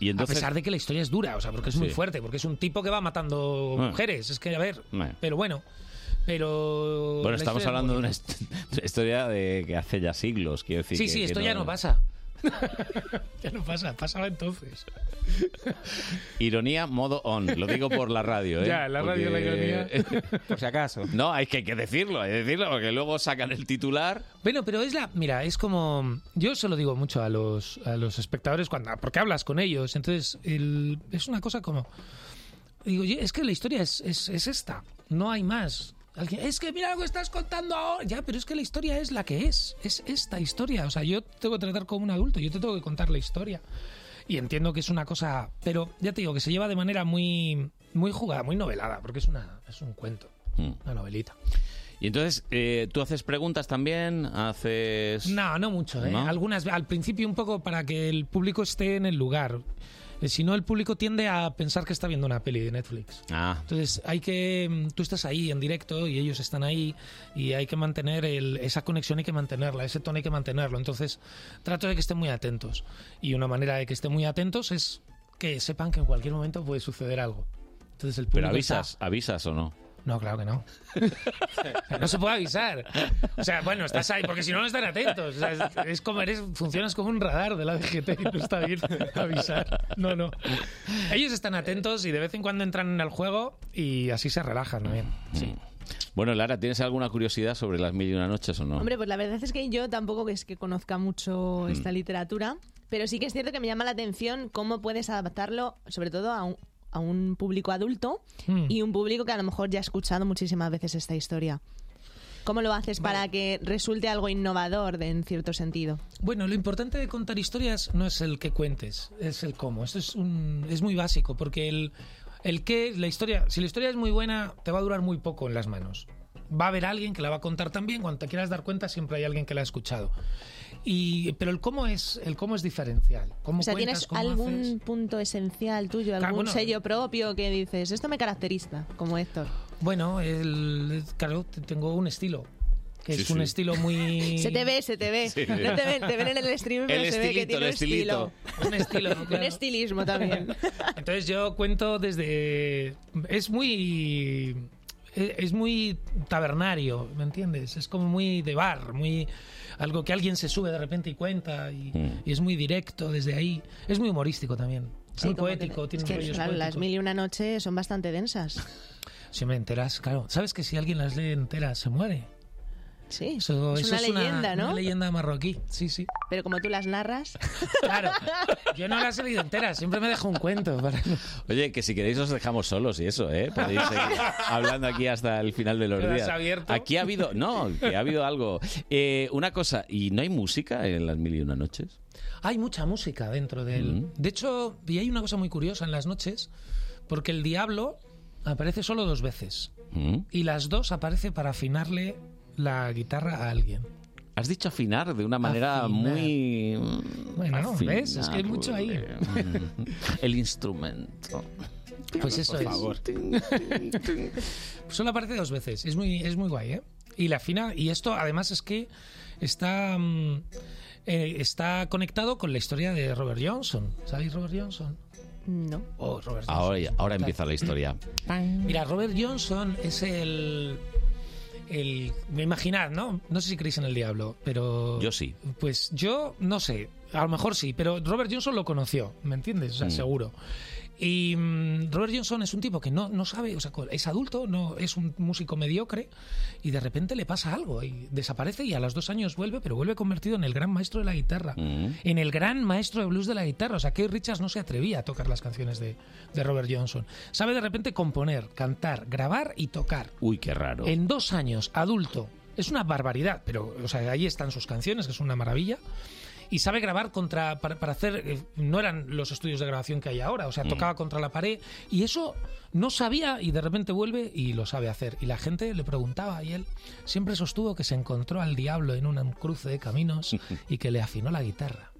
[SPEAKER 1] Y entonces,
[SPEAKER 2] a pesar de que la historia es dura, o sea, porque es muy
[SPEAKER 1] Sí. Ah.
[SPEAKER 2] fuerte, porque es un tipo que va matando
[SPEAKER 1] Bueno.
[SPEAKER 2] mujeres. Es que, a ver,
[SPEAKER 1] Bueno.
[SPEAKER 2] pero bueno. Pero.
[SPEAKER 1] Bueno,
[SPEAKER 2] la historia
[SPEAKER 1] estamos
[SPEAKER 2] es
[SPEAKER 1] hablando de
[SPEAKER 2] muy
[SPEAKER 1] una
[SPEAKER 2] buena.
[SPEAKER 1] hist- de [laughs] historia de que hace ya siglos, quiero decir.
[SPEAKER 2] Sí,
[SPEAKER 1] que-
[SPEAKER 2] sí,
[SPEAKER 1] que
[SPEAKER 2] esto ya no pasa. ya no pasa, pasaba entonces.
[SPEAKER 1] Ironía modo on, lo digo por
[SPEAKER 2] [laughs]
[SPEAKER 1] la radio, ¿eh?
[SPEAKER 2] Ya, la radio, la
[SPEAKER 1] [laughs]
[SPEAKER 2] ironía.
[SPEAKER 24] Por si acaso.
[SPEAKER 1] No, hay que, hay que decirlo, hay que decirlo, porque luego sacan el titular.
[SPEAKER 2] Bueno, pero es la. Mira, es como. Yo se lo digo mucho a los, a los espectadores cuando. ah, Porque hablas con ellos. Entonces, el- es una cosa como. Digo, "Oye, es que la historia es, es, es esta. No hay más. Alguien, es que mira lo que estás contando ahora. Ya, pero es que la historia es la que es. Es esta historia. O sea, yo te tengo que tratar como un adulto. Yo te tengo que contar la historia. Y entiendo que es una cosa. Pero ya te digo, que se lleva de manera muy. Muy jugada, muy novelada. Porque es, una, es un cuento.
[SPEAKER 1] Mm.
[SPEAKER 2] Una novelita.
[SPEAKER 1] Y entonces, eh, ¿tú haces preguntas también? ¿Haces...?
[SPEAKER 2] No, no mucho. ¿eh?
[SPEAKER 1] ¿No?
[SPEAKER 2] Algunas al principio un poco para que el público esté en el lugar. Eh, Si no, el público tiende a pensar que está viendo una peli de Netflix.
[SPEAKER 1] Ah,
[SPEAKER 2] Entonces hay que mm, tú estás ahí en directo y ellos están ahí y hay que mantener el- esa conexión hay que mantenerla ese tono hay que mantenerlo entonces trato de que estén muy atentos y una manera de que estén muy atentos es que sepan que en cualquier momento puede suceder algo entonces el público
[SPEAKER 1] pero
[SPEAKER 2] está-
[SPEAKER 1] avisas, avisas o no.
[SPEAKER 2] no, claro que no. O sea, [laughs] no se puede avisar. O sea, bueno, estás ahí, porque si no, no están atentos. O sea, es, es como eres, funcionas como un radar de la DGT y no está bien avisar. No, no. Ellos están atentos y de vez en cuando entran en el juego y así se relajan. ¿no? Bien. Sí.
[SPEAKER 1] Mm. Bueno, Lara, ¿tienes alguna curiosidad sobre las mil y una noches o no?
[SPEAKER 4] Hombre, pues la verdad es que yo tampoco es que conozca mucho
[SPEAKER 2] Mm.
[SPEAKER 4] esta literatura, pero sí que es cierto que me llama la atención cómo puedes adaptarlo, sobre todo a un, a un público adulto
[SPEAKER 3] Mm.
[SPEAKER 4] y un público que a lo mejor ya ha escuchado muchísimas veces esta historia. ¿Cómo lo haces para que resulte algo innovador de- en cierto sentido?
[SPEAKER 2] Bueno, lo importante de contar historias no es el que cuentes, es el cómo. Esto es, un- es muy básico, porque el, El qué, la historia, si la historia es muy buena, te va a durar muy poco en las manos. Va a haber alguien que la va a contar también, cuando te quieras dar cuenta siempre hay alguien que la ha escuchado. Y, pero el cómo es, el cómo es diferencial. ¿Cómo
[SPEAKER 4] O sea,
[SPEAKER 2] cuentas,
[SPEAKER 4] ¿tienes
[SPEAKER 2] cómo
[SPEAKER 4] algún
[SPEAKER 2] haces?
[SPEAKER 4] punto esencial tuyo,
[SPEAKER 2] Claro,
[SPEAKER 4] algún
[SPEAKER 2] bueno.
[SPEAKER 4] sello propio que dices, esto me caracteriza, como Héctor?
[SPEAKER 2] Bueno, el, claro, t- tengo un estilo. Que
[SPEAKER 4] Sí,
[SPEAKER 2] es un
[SPEAKER 4] sí.
[SPEAKER 2] estilo
[SPEAKER 4] [laughs]
[SPEAKER 2] muy.
[SPEAKER 4] Se te ve, se te ve.
[SPEAKER 2] Sí.
[SPEAKER 4] No te ven, te ven en el stream, pero se ve que tiene un estilo.
[SPEAKER 2] Un estilo, ¿no?
[SPEAKER 4] Un
[SPEAKER 2] Claro.
[SPEAKER 4] estilismo también.
[SPEAKER 2] Entonces yo cuento desde... Es muy... e-, Es muy tabernario, ¿me entiendes? Es como muy de bar, muy algo que alguien se sube de repente y cuenta y,
[SPEAKER 4] Mm.
[SPEAKER 2] y es muy directo desde ahí. Es muy humorístico también, muy
[SPEAKER 4] como que-
[SPEAKER 2] poético, tiene
[SPEAKER 4] es que,
[SPEAKER 2] rollos
[SPEAKER 4] claro, las
[SPEAKER 2] poéticos.
[SPEAKER 4] mil y una noche son bastante densas.
[SPEAKER 2] Si me enteras, claro. ¿Sabes que si alguien las lee enteras se muere?
[SPEAKER 4] Sí,
[SPEAKER 2] eso,
[SPEAKER 4] es
[SPEAKER 2] eso
[SPEAKER 4] una leyenda, ¿no?
[SPEAKER 2] Una leyenda marroquí, sí, sí.
[SPEAKER 4] Pero como tú las narras,
[SPEAKER 2] Yo no las he leído enteras, siempre me dejo un cuento. para-
[SPEAKER 1] Oye, que si queréis os dejamos solos y eso, ¿eh? Podéis
[SPEAKER 2] [laughs]
[SPEAKER 1] seguir hablando aquí hasta el final de los
[SPEAKER 2] Lo has
[SPEAKER 1] días.
[SPEAKER 2] abierto.
[SPEAKER 1] Aquí ha habido, no, que ha habido algo. Eh, una cosa, ¿y no hay música en las mil y una noches?
[SPEAKER 2] Hay mucha música dentro del.
[SPEAKER 1] Mm.
[SPEAKER 2] De hecho, y hay una cosa muy curiosa en las noches, porque el diablo aparece solo dos veces.
[SPEAKER 1] ¿Mm?
[SPEAKER 2] Y las dos aparece para afinarle la guitarra a alguien.
[SPEAKER 1] Has dicho afinar de una manera
[SPEAKER 2] Afinar.
[SPEAKER 1] muy...
[SPEAKER 2] Bueno, ¿no?
[SPEAKER 1] afinar,
[SPEAKER 2] ¿ves? Es que hay mucho ahí.
[SPEAKER 1] eh, El instrumento.
[SPEAKER 2] Pues eso
[SPEAKER 1] Por
[SPEAKER 2] es.
[SPEAKER 1] favor.
[SPEAKER 2] Solo aparece dos veces. Es muy, es muy guay, ¿eh? Y la fina. Y esto, además, es que está. mm, eh, está conectado con la historia de Robert Johnson. ¿Sabéis Robert Johnson?
[SPEAKER 4] No.
[SPEAKER 2] Oh, Robert
[SPEAKER 10] Ah,
[SPEAKER 1] Ahora, ahora empieza la historia.
[SPEAKER 2] Mira, Robert Johnson es el. el me imaginad, ¿no? No sé si creéis en el diablo, pero.
[SPEAKER 1] Yo sí.
[SPEAKER 2] Pues yo no sé. A lo mejor sí, pero Robert Johnson lo conoció, ¿me entiendes? O sea,
[SPEAKER 1] Mm.
[SPEAKER 2] seguro. Y mm, Robert Johnson es un tipo que no, no sabe, o sea, co- es adulto, no es un músico mediocre y de repente le pasa algo y desaparece y a los dos años vuelve, pero vuelve convertido en el gran maestro de la guitarra, en el gran maestro de blues de la guitarra. O sea, que Richards no se atrevía a tocar las canciones de, de Robert Johnson. Sabe de repente componer, cantar, grabar y tocar.
[SPEAKER 1] Uy, qué raro.
[SPEAKER 2] En dos años, adulto. Es una barbaridad, pero o sea, ahí están sus canciones, que es una maravilla. Y sabe grabar contra. para, para hacer. eh, no eran los estudios de grabación que hay ahora, o sea,
[SPEAKER 1] Mm.
[SPEAKER 2] tocaba contra la pared. Y eso no sabía, y de repente vuelve y lo sabe hacer. Y la gente le preguntaba, y él siempre sostuvo que se encontró al diablo en un cruce de caminos y que le afinó la guitarra.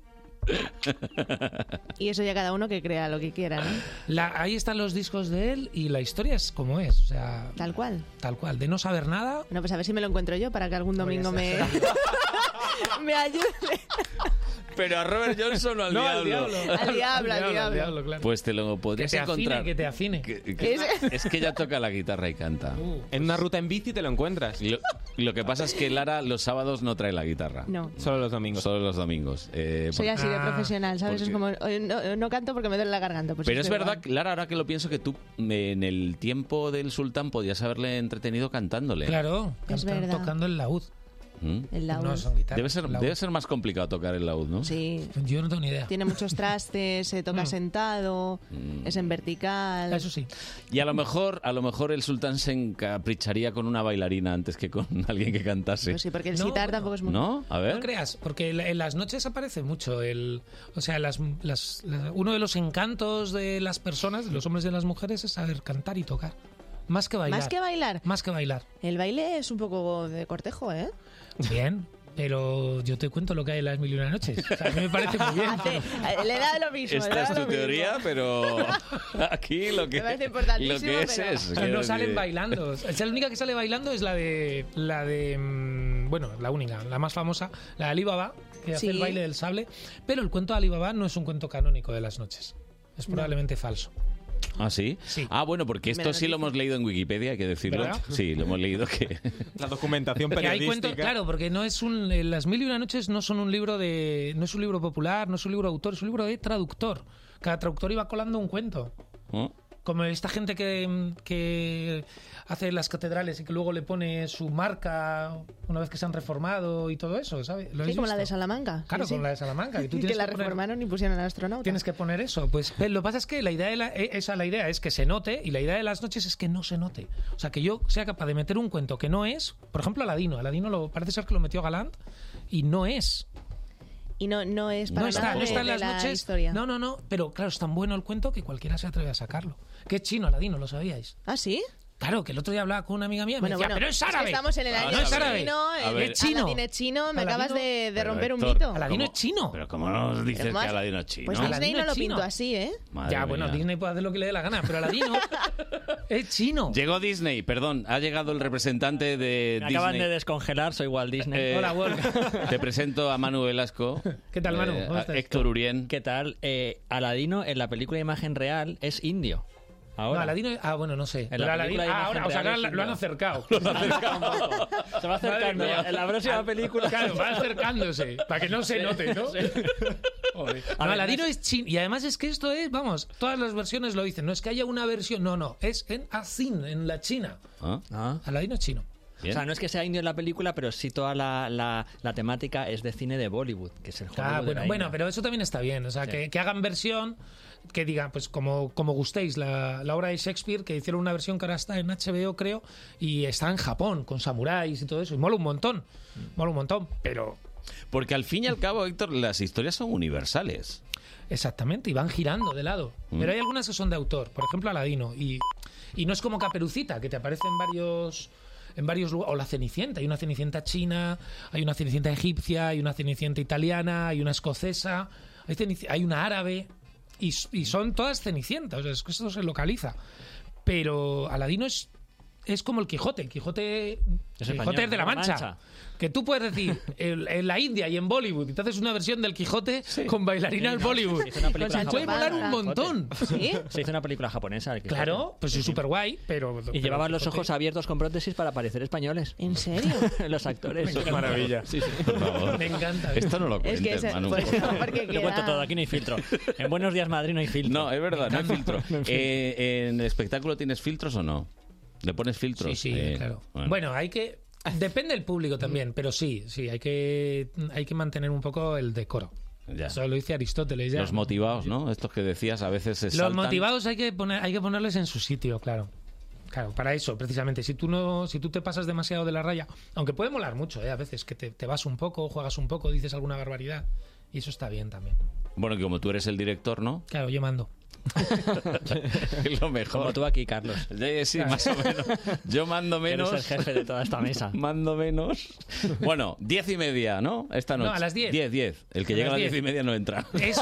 [SPEAKER 4] y eso ya cada uno que crea lo que quiera, ¿no?
[SPEAKER 2] La- ahí están los discos de él y la historia es como es, o sea.
[SPEAKER 4] Tal cual.
[SPEAKER 2] Tal cual, de no saber nada.
[SPEAKER 4] No, pues a ver si me lo encuentro yo para que algún domingo me, [laughs] me ayude.
[SPEAKER 1] Pero a Robert Johnson o al
[SPEAKER 2] No, [laughs] al
[SPEAKER 1] diablo.
[SPEAKER 2] diablo.
[SPEAKER 4] Al diablo, al
[SPEAKER 2] al
[SPEAKER 4] diablo.
[SPEAKER 2] diablo, claro.
[SPEAKER 1] Pues te lo podrías
[SPEAKER 2] que te
[SPEAKER 1] encontrar.
[SPEAKER 2] afine, que te afine.
[SPEAKER 1] Que- Es
[SPEAKER 4] [laughs]
[SPEAKER 1] que ella toca la guitarra y canta.
[SPEAKER 24] Uh, En una ruta en bici te lo encuentras.
[SPEAKER 1] Lo, lo que pasa es que Lara los sábados no trae la guitarra.
[SPEAKER 4] No.
[SPEAKER 1] Solo los domingos. Solo los domingos. Eh,
[SPEAKER 4] Soy
[SPEAKER 1] por-
[SPEAKER 4] así de
[SPEAKER 2] Ah,
[SPEAKER 24] Ah.
[SPEAKER 4] profesional, ¿sabes? Es
[SPEAKER 1] porque-
[SPEAKER 4] como, eh, no, no canto porque me duele la garganta. pues
[SPEAKER 1] Pero es
[SPEAKER 4] estoy
[SPEAKER 1] verdad,
[SPEAKER 4] igual.
[SPEAKER 1] Lara, ahora que lo pienso, que tú eh, en el tiempo del sultán podías haberle entretenido cantándole.
[SPEAKER 2] Claro,
[SPEAKER 4] Es
[SPEAKER 2] cantan-
[SPEAKER 4] verdad.
[SPEAKER 2] tocando el laúd.
[SPEAKER 1] ¿Mm?
[SPEAKER 4] El laúd.
[SPEAKER 2] No, son guitarras,
[SPEAKER 1] Debe ser,
[SPEAKER 2] laúd.
[SPEAKER 1] debe ser más complicado tocar el laúd, ¿no?
[SPEAKER 4] Sí.
[SPEAKER 2] Yo no tengo ni idea.
[SPEAKER 4] Tiene muchos trastes, se toca sentado,
[SPEAKER 1] Mm.
[SPEAKER 4] es en vertical.
[SPEAKER 2] Mm. Eso sí.
[SPEAKER 1] Y a lo mejor, a lo mejor el sultán se encapricharía con una bailarina antes que con [laughs] alguien que cantase.
[SPEAKER 4] Pues sí, porque el sitar tampoco es muy...
[SPEAKER 1] ¿No? A ver.
[SPEAKER 2] No creas, porque la- en las noches aparece mucho el, o sea, las, las- la- uno de los encantos de las personas, de los hombres y de las mujeres, es saber cantar y tocar, más que bailar.
[SPEAKER 4] Más que bailar.
[SPEAKER 2] Más que bailar.
[SPEAKER 4] El baile es un poco de cortejo, ¿eh?
[SPEAKER 2] Bien, pero yo te cuento lo que hay en las mil y una noches. O sea, a mí me parece
[SPEAKER 4] [laughs]
[SPEAKER 2] muy bien. pero-
[SPEAKER 4] Eh, Le da lo mismo. le
[SPEAKER 1] Esta
[SPEAKER 4] da
[SPEAKER 1] es
[SPEAKER 4] lo
[SPEAKER 1] tu
[SPEAKER 4] mismo.
[SPEAKER 1] teoría, pero [laughs] aquí lo que,
[SPEAKER 4] Me parece importantísimo,
[SPEAKER 1] lo que es
[SPEAKER 4] pero-
[SPEAKER 1] es.
[SPEAKER 2] O sea,
[SPEAKER 1] quiero
[SPEAKER 2] no salen
[SPEAKER 1] decir.
[SPEAKER 2] bailando. O sea, la única que sale bailando es la de. La de. mm, Bueno, la única, la más famosa, la de Alibaba, que hace
[SPEAKER 4] Sí.
[SPEAKER 2] el baile del sable. Pero el cuento de Alibaba no es un cuento canónico de las noches. Es probablemente falso.
[SPEAKER 1] ¿Ah, sí? Ah, bueno, porque
[SPEAKER 2] Me
[SPEAKER 1] esto
[SPEAKER 2] lo
[SPEAKER 1] sí lo hemos leído en Wikipedia, hay que decirlo.
[SPEAKER 2] ¿Verdad?
[SPEAKER 1] Sí, lo hemos leído que... [laughs]
[SPEAKER 24] La documentación
[SPEAKER 2] Que hay
[SPEAKER 24] periodística.
[SPEAKER 2] cuentos, claro, porque no es un eh, Las Mil y una Noches no son un libro de, no es un libro popular, no es un libro de autor, es un libro de traductor. Cada traductor iba colando un cuento.
[SPEAKER 1] ¿no?
[SPEAKER 2] Como esta gente que, mm, que hace las catedrales y que luego le pone su marca una vez que se han reformado y todo eso, ¿sabes? ¿Lo
[SPEAKER 4] Sí,
[SPEAKER 2] habéis
[SPEAKER 4] como la de
[SPEAKER 2] visto?
[SPEAKER 4] Salamanca.
[SPEAKER 2] Claro,
[SPEAKER 4] Sí, sí.
[SPEAKER 2] con la de Salamanca. Que, tú
[SPEAKER 4] Que
[SPEAKER 2] tienes
[SPEAKER 4] la
[SPEAKER 2] que poner-
[SPEAKER 4] reformaron y pusieron al astronauta.
[SPEAKER 2] Tienes que poner eso. Pues pero lo que pasa es que la idea de la, eh, esa la idea es que se note y la idea de las noches es que no se note. O sea, que yo sea capaz de meter un cuento que no es, por ejemplo, Aladino. Aladino lo, parece ser que lo metió Galant y no es.
[SPEAKER 4] y no, no es para
[SPEAKER 2] no está,
[SPEAKER 4] nada
[SPEAKER 2] no
[SPEAKER 4] de-
[SPEAKER 2] está en
[SPEAKER 4] de
[SPEAKER 2] las
[SPEAKER 4] la
[SPEAKER 2] noches.
[SPEAKER 4] historia.
[SPEAKER 2] No, no, no. Pero claro, es tan bueno el cuento que cualquiera se atreve a sacarlo. Que es chino, Aladino, ¿lo sabíais?
[SPEAKER 4] ¿Ah, sí?
[SPEAKER 2] Claro, que el otro día hablaba con una amiga mía y
[SPEAKER 4] Bueno,
[SPEAKER 2] me decía,
[SPEAKER 4] bueno,
[SPEAKER 2] pero es
[SPEAKER 4] es que
[SPEAKER 2] árabe.
[SPEAKER 4] estamos en el
[SPEAKER 2] No,
[SPEAKER 4] año
[SPEAKER 2] no es árabe.
[SPEAKER 4] chino,
[SPEAKER 1] A
[SPEAKER 4] el
[SPEAKER 1] ver.
[SPEAKER 4] es chino.
[SPEAKER 2] Aladín
[SPEAKER 4] es chino, me
[SPEAKER 2] Aladín
[SPEAKER 4] acabas
[SPEAKER 2] no-
[SPEAKER 4] de, de
[SPEAKER 1] Pero,
[SPEAKER 4] romper un
[SPEAKER 1] Héctor,
[SPEAKER 4] mito.
[SPEAKER 1] ¿cómo- Pero como nos dices
[SPEAKER 4] Además,
[SPEAKER 1] que Aladino es chino.
[SPEAKER 4] Pues Disney no lo pinto así, ¿eh?
[SPEAKER 1] Madre
[SPEAKER 2] ya, bueno,
[SPEAKER 1] mía.
[SPEAKER 2] Disney puede hacer lo que le dé la gana, pero Aladino es chino.
[SPEAKER 1] Llegó Disney, perdón, ha llegado el representante de
[SPEAKER 3] Me
[SPEAKER 1] Disney.
[SPEAKER 3] acaban de descongelar, soy Walt Disney.
[SPEAKER 1] [laughs] Eh, [laughs] Te presento a Manu Velasco.
[SPEAKER 3] ¿Qué
[SPEAKER 1] tal, Manu? Eh, ¿Cómo a estás? Héctor Urien.
[SPEAKER 3] ¿Qué tal? Eh, Aladino en la película de imagen real es indio. Ahora.
[SPEAKER 2] No, Aladino, ah, bueno, no sé. Pero
[SPEAKER 3] la
[SPEAKER 2] Aladino,
[SPEAKER 3] película de
[SPEAKER 2] ah,
[SPEAKER 3] imagen
[SPEAKER 2] ahora, o sea,
[SPEAKER 3] real
[SPEAKER 2] ahora
[SPEAKER 3] es
[SPEAKER 2] la- [laughs] lo
[SPEAKER 3] indio.
[SPEAKER 2] han acercado.
[SPEAKER 3] Se va acercando.
[SPEAKER 2] Madre mía. Ah,
[SPEAKER 3] En la próxima película.
[SPEAKER 2] [laughs] Claro, va acercándose, para que no se
[SPEAKER 3] Sí,
[SPEAKER 2] note, ¿no? [laughs]
[SPEAKER 3] sí.
[SPEAKER 2] No, Aladino es chino. Y además es que esto es, vamos, todas las versiones lo dicen. No es que haya una versión, no, no. Es en Asin, en la China.
[SPEAKER 1] Ah.
[SPEAKER 2] Aladino es chino.
[SPEAKER 3] Ah. O sea, no es que sea indio en la película, pero sí toda la, la- la temática es de cine de Bollywood, que es el juego
[SPEAKER 2] Ah,
[SPEAKER 3] de la
[SPEAKER 2] bueno,
[SPEAKER 3] India.
[SPEAKER 2] bueno, pero eso también está bien. O sea,
[SPEAKER 3] Sí.
[SPEAKER 2] que, que hagan versión, que digan, pues como, como gustéis, la, la obra de Shakespeare, que hicieron una versión que ahora está en HBO, creo, y está en Japón, con samuráis y todo eso. Y mola un montón,
[SPEAKER 3] Mm.
[SPEAKER 2] mola un montón, pero
[SPEAKER 1] Porque al fin y al cabo, Héctor, las historias son universales.
[SPEAKER 2] exactamente, y van girando de lado.
[SPEAKER 1] Mm.
[SPEAKER 2] Pero hay algunas que son de autor, por ejemplo, Aladino, y, y no es como Caperucita, que te aparece en varios... En varios lugares, o la Cenicienta, hay una Cenicienta china, hay una Cenicienta egipcia, hay una Cenicienta italiana, hay una escocesa, hay, cenici- hay una árabe, y, s- y son todas cenicientas, o sea, es que esto se localiza. Pero Aladino es, es como el Quijote, el Quijote
[SPEAKER 3] Es
[SPEAKER 2] el
[SPEAKER 3] español,
[SPEAKER 2] Quijote es de la mancha.
[SPEAKER 3] Mancha.
[SPEAKER 2] Que tú puedes decir [laughs] el- en la India y en Bollywood, y te haces una versión del Quijote con bailarinas
[SPEAKER 3] Sí, no,
[SPEAKER 2] Bollywood.
[SPEAKER 3] se hizo una película
[SPEAKER 2] Pues puede
[SPEAKER 3] japonesa.
[SPEAKER 2] volar un montón.
[SPEAKER 3] ¿Sí? [laughs] Se hizo una película japonesa. el Quijote.
[SPEAKER 2] Claro, pues es súper guay, pero.
[SPEAKER 3] Y
[SPEAKER 2] pero
[SPEAKER 3] llevaban los
[SPEAKER 2] Quijote-
[SPEAKER 3] ojos abiertos con prótesis para parecer españoles.
[SPEAKER 4] ¿En serio?
[SPEAKER 3] [laughs] los actores.
[SPEAKER 2] Me encanta. Maravilla.
[SPEAKER 1] Sí, sí, por favor.
[SPEAKER 2] Me encanta.
[SPEAKER 1] Esto no lo
[SPEAKER 3] Es
[SPEAKER 1] cuentes,
[SPEAKER 3] que ese-
[SPEAKER 1] Manu.
[SPEAKER 3] pues
[SPEAKER 1] por favor.
[SPEAKER 3] Lo cuento todo, aquí no hay
[SPEAKER 1] [laughs]
[SPEAKER 3] filtro. En Buenos Días Madrid no hay filtro.
[SPEAKER 1] No, es verdad, no hay filtro.
[SPEAKER 3] [laughs] No hay filtro.
[SPEAKER 1] Eh, ¿En el espectáculo tienes filtros o no? ¿Le pones filtros?
[SPEAKER 2] Sí, sí,
[SPEAKER 1] Eh,
[SPEAKER 2] claro. Bueno.
[SPEAKER 1] bueno.
[SPEAKER 2] hay que. Depende del público también, pero sí, sí, hay que, hay que mantener un poco el decoro.
[SPEAKER 1] Ya.
[SPEAKER 2] Eso lo dice Aristóteles ya.
[SPEAKER 1] Los motivados, ¿no? Estos que decías a veces se
[SPEAKER 2] Los
[SPEAKER 1] saltan.
[SPEAKER 2] motivados hay que poner, hay que ponerles en su sitio, claro. Claro, para eso, precisamente. Si tú no, si tú te pasas demasiado de la raya, aunque puede molar mucho, ¿eh? a veces que te, te vas un poco, juegas un poco, dices alguna barbaridad. Y eso está bien [laughs] también.
[SPEAKER 1] Bueno, que como tú eres el director, ¿no?
[SPEAKER 2] Claro, yo mando.
[SPEAKER 1] [laughs] Es lo mejor.
[SPEAKER 3] Como tú aquí, Carlos.
[SPEAKER 1] Eh, sí, más o menos. Yo mando
[SPEAKER 3] Que
[SPEAKER 1] menos.
[SPEAKER 3] eres el jefe
[SPEAKER 1] [laughs]
[SPEAKER 3] de toda esta mesa.
[SPEAKER 1] Mando menos. Bueno, diez y media, ¿no? Esta
[SPEAKER 2] No,
[SPEAKER 1] noche.
[SPEAKER 2] a las diez.
[SPEAKER 1] Diez, diez. El que
[SPEAKER 2] A
[SPEAKER 1] llega a
[SPEAKER 2] las
[SPEAKER 1] las diez
[SPEAKER 2] diez.
[SPEAKER 1] y media no entra. [laughs]
[SPEAKER 2] Ese,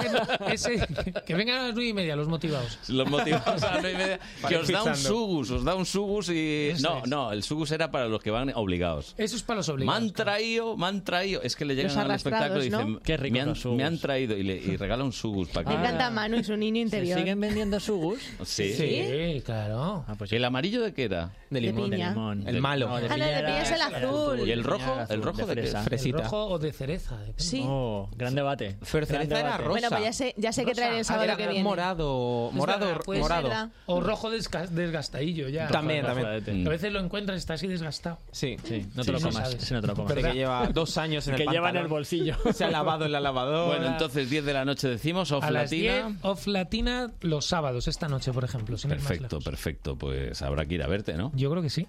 [SPEAKER 2] ese- que vengan a las nueve y media, los motivados.
[SPEAKER 1] Los motivados a las nueve y media.
[SPEAKER 2] Para
[SPEAKER 1] Que
[SPEAKER 2] ir
[SPEAKER 1] os da un
[SPEAKER 2] fixando.
[SPEAKER 1] sugus, os da un sugus y.
[SPEAKER 2] Eso
[SPEAKER 1] No,
[SPEAKER 2] es.
[SPEAKER 1] no, el sugus era para los que van obligados.
[SPEAKER 2] Eso es para los
[SPEAKER 1] Me
[SPEAKER 2] obligados.
[SPEAKER 1] han traído, me han traído. Es que le llegan
[SPEAKER 2] Los
[SPEAKER 1] al espectáculo y
[SPEAKER 2] arrastrados,
[SPEAKER 1] dicen,
[SPEAKER 2] ¿no? Qué ricos
[SPEAKER 1] me, han,
[SPEAKER 3] los sugus.
[SPEAKER 1] me han traído y, le, y regala un sugus para
[SPEAKER 4] Me
[SPEAKER 1] que.
[SPEAKER 4] encanta Manu y su niño interior.
[SPEAKER 3] siguen vendiendo sugus?
[SPEAKER 1] Sí. Ah, pues,
[SPEAKER 2] Sí, claro.
[SPEAKER 1] ¿El amarillo de qué era?
[SPEAKER 3] De
[SPEAKER 4] limón. piña.
[SPEAKER 1] El malo.
[SPEAKER 3] No, de
[SPEAKER 4] Ah, no,
[SPEAKER 3] piña
[SPEAKER 4] de
[SPEAKER 3] era-
[SPEAKER 4] piña es el azul.
[SPEAKER 1] ¿Y el rojo? ¿El rojo de, qué?
[SPEAKER 2] El rojo o de cereza. depende.
[SPEAKER 4] Sí.
[SPEAKER 3] Oh, gran debate.
[SPEAKER 24] Cereza
[SPEAKER 3] Gran
[SPEAKER 24] era
[SPEAKER 3] debate.
[SPEAKER 24] rosa.
[SPEAKER 4] Bueno, pues ya sé, ya sé que traer el
[SPEAKER 24] Ah,
[SPEAKER 4] sábado
[SPEAKER 24] era
[SPEAKER 4] que viene.
[SPEAKER 24] morado, morado,
[SPEAKER 2] Pues,
[SPEAKER 24] morado.
[SPEAKER 4] ¿verdad?
[SPEAKER 2] O rojo desga- desgastadillo ya.
[SPEAKER 24] También, Rojo, también. rojo,
[SPEAKER 2] A veces lo encuentras y está así desgastado.
[SPEAKER 24] Sí, sí,
[SPEAKER 3] no te lo comas,
[SPEAKER 2] sabes.
[SPEAKER 3] sí, no te lo comas.
[SPEAKER 24] Este que lleva dos años en el
[SPEAKER 3] Que lleva en el
[SPEAKER 24] pantalón.
[SPEAKER 3] bolsillo.
[SPEAKER 24] [laughs] Se ha lavado en la lavadora.
[SPEAKER 1] Bueno, entonces 10 de la noche decimos, off
[SPEAKER 2] A las
[SPEAKER 1] latina.
[SPEAKER 2] 10, off latina los sábados, esta noche, por ejemplo. sin ir más
[SPEAKER 1] Perfecto, perfecto. Pues habrá que ir a verte, ¿no?
[SPEAKER 2] Yo creo que sí.